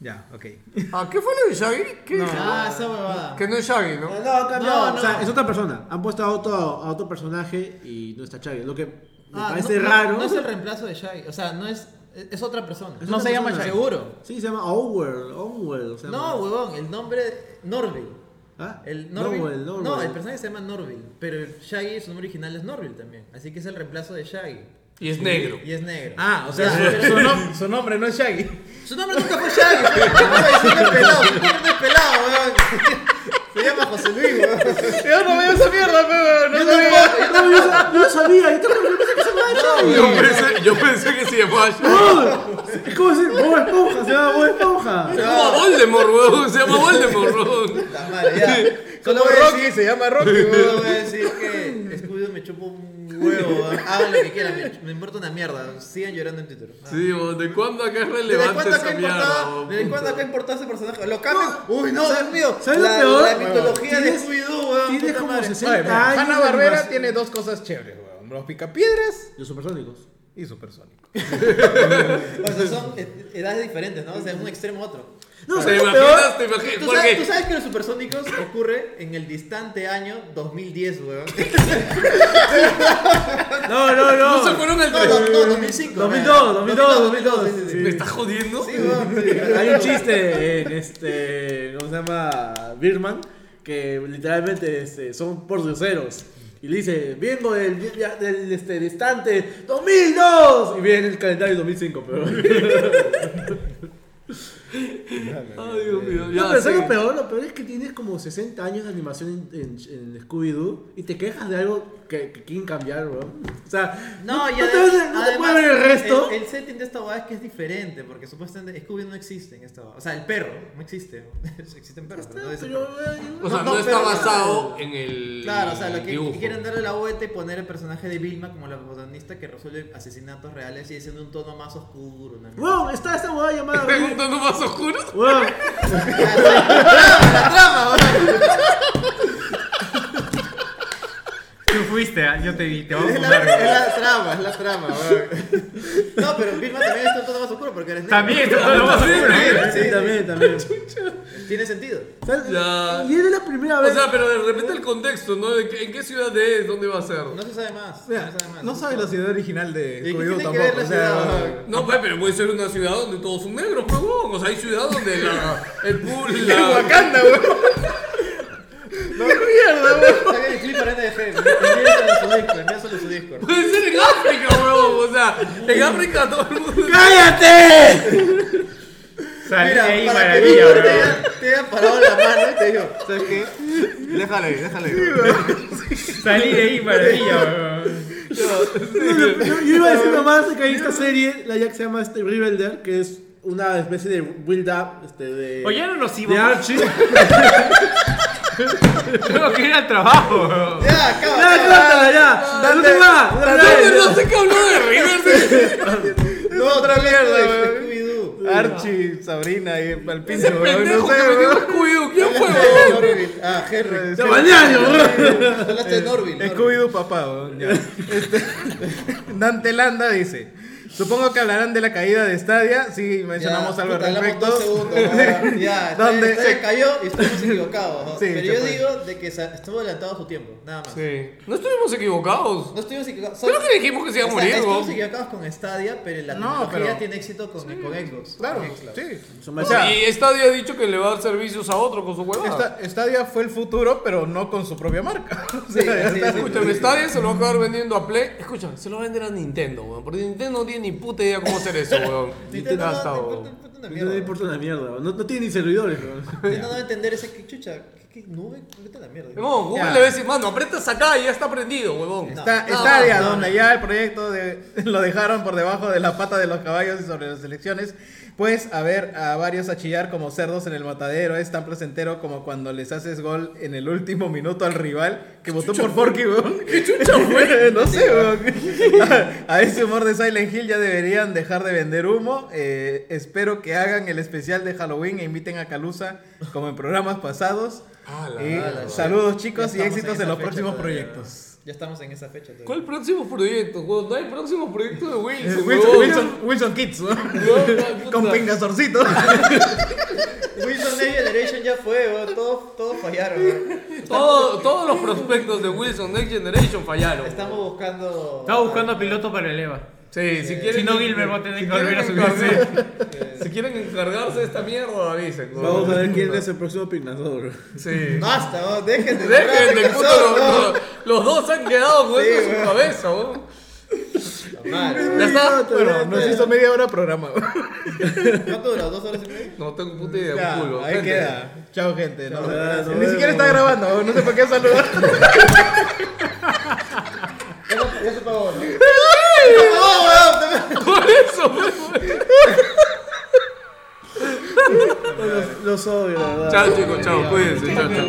Speaker 8: Ya, ok.
Speaker 6: Ah, ¿qué fue lo de Shaggy? ¿Qué
Speaker 7: No.
Speaker 6: dijo?
Speaker 7: Ah, esa huevada.
Speaker 6: Que no es Shaggy, ¿no?
Speaker 7: No, O sea, es otra persona. Han puesto a otro, a otro personaje y no está Chaggy. Lo que me
Speaker 9: Ah,
Speaker 7: parece
Speaker 9: no- no-
Speaker 7: raro.
Speaker 9: No, es el reemplazo de Shaggy. O sea, no es. Es es otra persona.
Speaker 7: Es
Speaker 9: no
Speaker 7: otra
Speaker 9: se llama
Speaker 7: persona.
Speaker 9: Shaggy. Seguro.
Speaker 7: Sí, se llama Owl. Owl. se llama.
Speaker 9: No, huevón, el nombre. Norville.
Speaker 7: ¿Ah?
Speaker 9: El Norville.
Speaker 7: Norville, Norville.
Speaker 9: No, el personaje se llama Norville. Pero el Shaggy, su nombre original es Norville también. Así que es el reemplazo de Shaggy.
Speaker 6: Y es negro.
Speaker 9: Y es negro.
Speaker 8: Ah, o sea,
Speaker 9: Ya,
Speaker 8: su,
Speaker 9: pero-
Speaker 8: su nom- su nombre no es Shaggy.
Speaker 9: Su nombre nunca fue Shaggy. ¿Qué pasa? Su nombre es pelado. Su nombre es pelado, weón. Se llama José Luis, weón.
Speaker 8: Yo no veo esa mierda, weón.
Speaker 9: Yo
Speaker 8: No
Speaker 9: tampoco, yo
Speaker 7: No,
Speaker 9: tampoco.
Speaker 7: yo, sa- yo sabía. Yo también yo pensé que se
Speaker 6: Yo pensé,
Speaker 7: llamaba Shaggy.
Speaker 6: yo pensé que se llamaba
Speaker 9: Ah.
Speaker 6: Shaggy.
Speaker 7: No, ¿Cómo se llama? Bob Esponja. Se llama Bob Esponja.
Speaker 6: Se llama Voldemort, weón. Se llama Voldemort, weón.
Speaker 9: Solo
Speaker 8: Como
Speaker 9: voy a
Speaker 8: Rocky,
Speaker 9: decir-
Speaker 8: se llama Rocky,
Speaker 9: Solo
Speaker 8: weón.
Speaker 9: voy a decir que Scooby me chupa un huevo. weón. Hagan lo que quieran, me, me importa una mierda. Sigan llorando en Twitter.
Speaker 6: Sí, weón. ¿De cuándo acá es
Speaker 9: ¿Desde
Speaker 6: relevante
Speaker 9: cuándo
Speaker 6: esa
Speaker 9: acá
Speaker 6: mierda,
Speaker 9: importaba?
Speaker 6: weón?
Speaker 9: ¿Desde cuándo acá importaba ese personaje? Lo cambian. Uy, no,
Speaker 7: ¿Sabes-
Speaker 9: Dios mío.
Speaker 7: ¿sabes lo
Speaker 9: la,
Speaker 7: peor?
Speaker 9: la mitología de
Speaker 7: Tienes-
Speaker 9: Scooby-Doo, weón.
Speaker 7: tienes
Speaker 9: puta
Speaker 7: como
Speaker 9: madre.
Speaker 7: 60
Speaker 9: Oye, pero-
Speaker 7: años.
Speaker 8: Hanna
Speaker 7: animación.
Speaker 8: Barbera tiene dos cosas chéveres, weón. Los picapiedras
Speaker 7: Los supersónicos.
Speaker 8: y supersónicos.
Speaker 9: O sea, son eh, edades diferentes, ¿no? O sea, de un extremo a otro.
Speaker 7: No,
Speaker 6: ¿Te imaginas? ¿Te imaginas?
Speaker 9: ¿Tú
Speaker 6: ¿Por
Speaker 9: sabes,
Speaker 6: qué?
Speaker 9: tú sabes que los supersónicos ocurre en el distante año 2010, weón.
Speaker 7: No, no, no.
Speaker 6: No se fueron al
Speaker 9: No, no, no, 2005.
Speaker 7: 2002, 2002,
Speaker 9: 2002. sí, sí,
Speaker 6: ¿Me
Speaker 9: sí.
Speaker 6: estás jodiendo?
Speaker 9: Sí, weón, sí.
Speaker 7: Hay un chiste en este. ¿Cómo se llama? Birman. Que literalmente este, son porcioseros. Y le dice: Vengo del, via- del este, distante 2002. Y viene el calendario 2005. Pero.
Speaker 6: Ay, Dios mío. Ya,
Speaker 7: no, pero ¿sabes
Speaker 6: sí.
Speaker 7: lo peor? Lo peor es que tienes como 60 años de animación en, en- en Scooby-Doo. Y te quejas de algo que, que quieren cambiar, bro. O sea,
Speaker 9: No, y
Speaker 7: te
Speaker 9: además,
Speaker 7: ves- no te
Speaker 9: además,
Speaker 7: puedes ver el resto.
Speaker 9: El, el setting de esta boda es que es diferente, Este, porque supuestamente Scooby no existe en esta boda. O sea, el perro no existe. Existen perros, pero no es el
Speaker 7: pero,
Speaker 9: perro.
Speaker 7: eh,
Speaker 6: O sea,
Speaker 9: No,
Speaker 6: no,
Speaker 9: no,
Speaker 6: está
Speaker 9: pero-
Speaker 6: basado en el.
Speaker 9: Claro, o sea, lo que
Speaker 6: dibujo.
Speaker 9: quieren darle la
Speaker 8: E
Speaker 9: vuelta y poner el personaje de Vilma como la protagonista que resuelve asesinatos reales y haciendo un tono más oscuro. Una mierda.
Speaker 7: Wow, está esta huevada llamada.
Speaker 6: ¿Tengo un tono más oscuro?
Speaker 7: Wow.
Speaker 9: ¡La trama! weón.
Speaker 3: Tú fuiste, ¿ah? yo te vi, te vamos a
Speaker 9: Es
Speaker 3: contar.
Speaker 9: la, es la trama, es la trama. weón. No, pero Vilma también está un tono más oscuro porque eres negro.
Speaker 3: También está un tono más oscuro.
Speaker 9: Sí,
Speaker 7: Sí, también, también.
Speaker 9: Tiene sentido.
Speaker 7: ¿Sabes?
Speaker 6: Ya.
Speaker 7: Y era la primera
Speaker 6: O
Speaker 7: vez.
Speaker 6: sea, pero de repente el contexto, ¿no? ¿De qué- ¿En qué ciudad es? ¿Dónde va a ser?
Speaker 9: No se sabe más.
Speaker 8: Mira,
Speaker 9: no se sabe más.
Speaker 8: no sabe la ciudad original de
Speaker 9: qué
Speaker 8: Scooby-Doo
Speaker 9: tiene que ver
Speaker 8: tampoco.
Speaker 9: la
Speaker 8: O sea,
Speaker 9: ciudad?
Speaker 6: No, pues, pero puede ser una ciudad donde todos son negros, pues, huevón. O sea, hay ciudades donde la, el pool,
Speaker 8: en
Speaker 6: la...
Speaker 8: Wakanda, weón.
Speaker 9: Saquen el clip para NDG. Envíenselo a su Discord. Envíenselo a su Discord.
Speaker 6: Puede ser en África, huevón. O sea, en África todo el mundo...
Speaker 7: ¡Cállate!
Speaker 3: Salí ahí,
Speaker 9: para que
Speaker 3: maravilla,
Speaker 9: Víctor
Speaker 3: bro.
Speaker 9: te haya, te haya parado la mano y te digo, ¿sabes qué?
Speaker 11: Déjalo ir, déjalo ir.
Speaker 3: Salí de ahí, maravilla, bro.
Speaker 7: Yo, yo iba a decir nomás que hay esta serie, la ya que se llama este Riverdale, que es una especie de build up este, de.
Speaker 3: Oye, no nos
Speaker 7: de
Speaker 3: íbamos.
Speaker 7: Archie.
Speaker 3: Tengo que ir al trabajo, bro.
Speaker 9: Ya, acaba.
Speaker 7: ¡Ya, córtala, ya! ¡La última!
Speaker 6: Dante no sé qué habló de River.
Speaker 9: No, otra mierda, Scooby-Doo.
Speaker 8: Archie, Sabrina y el
Speaker 6: Ese
Speaker 8: pinche, weón.
Speaker 6: pendejo
Speaker 8: No
Speaker 6: que
Speaker 8: sé,
Speaker 6: me
Speaker 8: weón.
Speaker 6: dio Scooby-Doo. ¿Quién fue,
Speaker 9: Ah,
Speaker 6: huevón?
Speaker 9: Norville. Ah, Henry.
Speaker 7: ¡Ya, bañario, bro!
Speaker 9: Hablaste de Norville. Norville.
Speaker 8: Scooby-Doo papá, weón. ya. Este, Dante Landa dice. Supongo que hablarán de la caída de Stadia, sí mencionamos
Speaker 9: Ya,
Speaker 8: algo al
Speaker 9: puta, hablamos
Speaker 8: respecto.
Speaker 9: dos segundos, weón. Ya, está-
Speaker 8: ¿Dónde?
Speaker 9: está-
Speaker 8: Sí.
Speaker 9: cayó y estuvimos equivocados. ¿no?
Speaker 8: Sí,
Speaker 9: Pero
Speaker 8: se
Speaker 9: yo
Speaker 8: fue.
Speaker 9: digo de que sa- estuvo adelantado a su tiempo, nada más.
Speaker 6: Sí. No estuvimos equivocados.
Speaker 9: No estuvimos equivocados.
Speaker 6: Creo que dijimos que se iba a
Speaker 9: o sea,
Speaker 6: morir,
Speaker 9: Estuvimos
Speaker 6: weón.
Speaker 9: equivocados con Stadia, pero la
Speaker 8: No,
Speaker 9: tecnología
Speaker 8: pero-
Speaker 9: tiene éxito con, con Xbox.
Speaker 8: Claro,
Speaker 9: con Xcloud.
Speaker 8: sí.
Speaker 7: más-
Speaker 8: O sea,
Speaker 6: y Stadia ha dicho que le va a dar servicios a otro con su huevada.
Speaker 8: Esta- Stadia fue el futuro, pero no con su propia marca. O sea,
Speaker 9: Sí,
Speaker 8: ya
Speaker 9: así
Speaker 8: está.
Speaker 9: es.
Speaker 6: Escúchame, Stadia se lo va a acabar vendiendo a Play. Escucha, se lo va a vender a Nintendo, weón. Porque Nintendo no tiene ni puta idea cómo hacer eso, weón.
Speaker 9: Nintendo,
Speaker 6: Hasta,
Speaker 9: no,
Speaker 6: weón.
Speaker 9: Nintendo, Nintendo, una
Speaker 7: No
Speaker 9: mierda.
Speaker 7: le importa una mierda, no, no tiene ni servidores, bro.
Speaker 9: Yo no va a entender ese que chucha. ¿Qué, ¿Qué nube? Vete a la mierda.
Speaker 6: No, Google le va a decir, mano, apretas acá y ya está prendido, huevón.
Speaker 8: Está, está de adonde ya el proyecto de- lo dejaron por debajo de la pata de los caballos y sobre las elecciones. Pues a ver a varios a chillar como cerdos en el matadero es tan placentero como cuando les haces gol en el último minuto al rival que votó por Forky, weón. no sé, weón. A, a ese humor de Silent Hill ya deberían dejar de vender humo. Eh, espero que hagan el especial de Halloween e inviten a Calusa como en programas pasados.
Speaker 9: la-
Speaker 8: Y
Speaker 9: a la-
Speaker 8: saludos
Speaker 9: ya
Speaker 8: chicos y
Speaker 9: estamos en
Speaker 8: éxitos en,
Speaker 9: esa
Speaker 8: los
Speaker 9: fecha
Speaker 8: próximos
Speaker 9: todavía.
Speaker 8: proyectos.
Speaker 9: Ya estamos en esa fecha. todavía.
Speaker 6: ¿Cuál próximo proyecto, huevón? No hay próximo proyecto de
Speaker 8: Eh,
Speaker 6: Wilson,
Speaker 8: Wilson,
Speaker 6: huevón.
Speaker 8: Wilson, Wilson Kids, ¿no? Con pengazorcito.
Speaker 9: Wilson Next Generation ya fue, weón. Todos, todos fallaron, weón.
Speaker 6: Todo- todos los prospectos de Wilson Next Generation fallaron.
Speaker 9: Estamos buscando.
Speaker 24: Estaba buscando a piloto para el EVA.
Speaker 6: Sí, si quieren.
Speaker 24: Si no, Gilbert va a tener
Speaker 6: si
Speaker 24: que volver a
Speaker 6: quieren
Speaker 24: subirse.
Speaker 6: encargar- Si quieren encargarse de esta mierda, avisen. huevón.
Speaker 7: Vamos a ver quién es el próximo pignador.
Speaker 6: Sí.
Speaker 9: Basta, weón. Dejen de.
Speaker 6: Dejen de
Speaker 9: Basta,
Speaker 6: puto,
Speaker 9: weón.
Speaker 6: los, los- los dos han quedado con
Speaker 9: Sí,
Speaker 6: eso en su
Speaker 9: weón.
Speaker 6: cabeza, weón.
Speaker 9: Mal.
Speaker 6: Ya está.
Speaker 8: Bueno, nos hizo media hora programa.
Speaker 9: ¿Cuánto duró? ¿Dos horas y media?
Speaker 6: No tengo puta idea,
Speaker 8: Ya,
Speaker 6: culo.
Speaker 8: ahí
Speaker 6: Gente.
Speaker 8: queda. Chao, gente. No,
Speaker 6: nos
Speaker 8: ni
Speaker 6: vemos.
Speaker 8: siquiera está grabando, no sé por qué saludar.
Speaker 9: Ya se- Ya se pagó, ¿no?
Speaker 6: Por eso, weón.
Speaker 7: Los, los odio, la verdad.
Speaker 6: Chao, chicos, chao. Cuídense, chao, chao.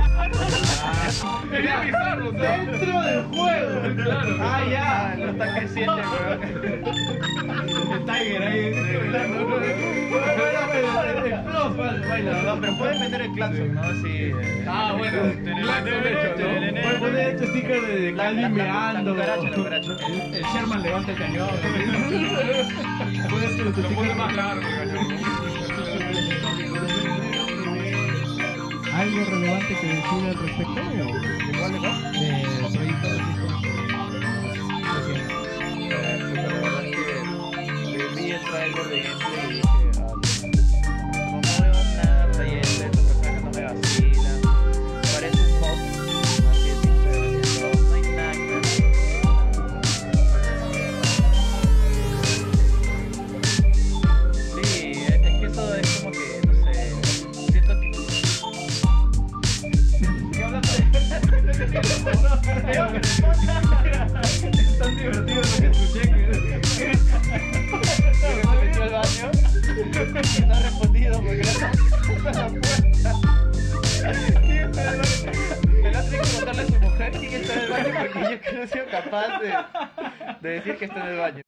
Speaker 3: Dentro del juego. Ah, ya, lo está que siente, weón. Tiger ahí. Baila, pero puedes meter el claxon, ¿no? Sí. Ah, bueno. Puedes poner este sticker de Calvin meando. El Sherman levanta el cañón. Puedes lo pone más largo el
Speaker 25: ¿Algo relevante que decir al respecto? ¿De cuál, de cuál? De proyecto
Speaker 3: Sí, es que eso es como que, no sé, siento que... ¿Qué hablando de...? Es tan divertido lo que escuché que... Que se metió al baño y no ha respondido porque no está en la puerta. Sigue en el baño. El otro tiene que contarle a su mujer que está en el baño porque yo que no he sido capaz de, de decir que está en el baño.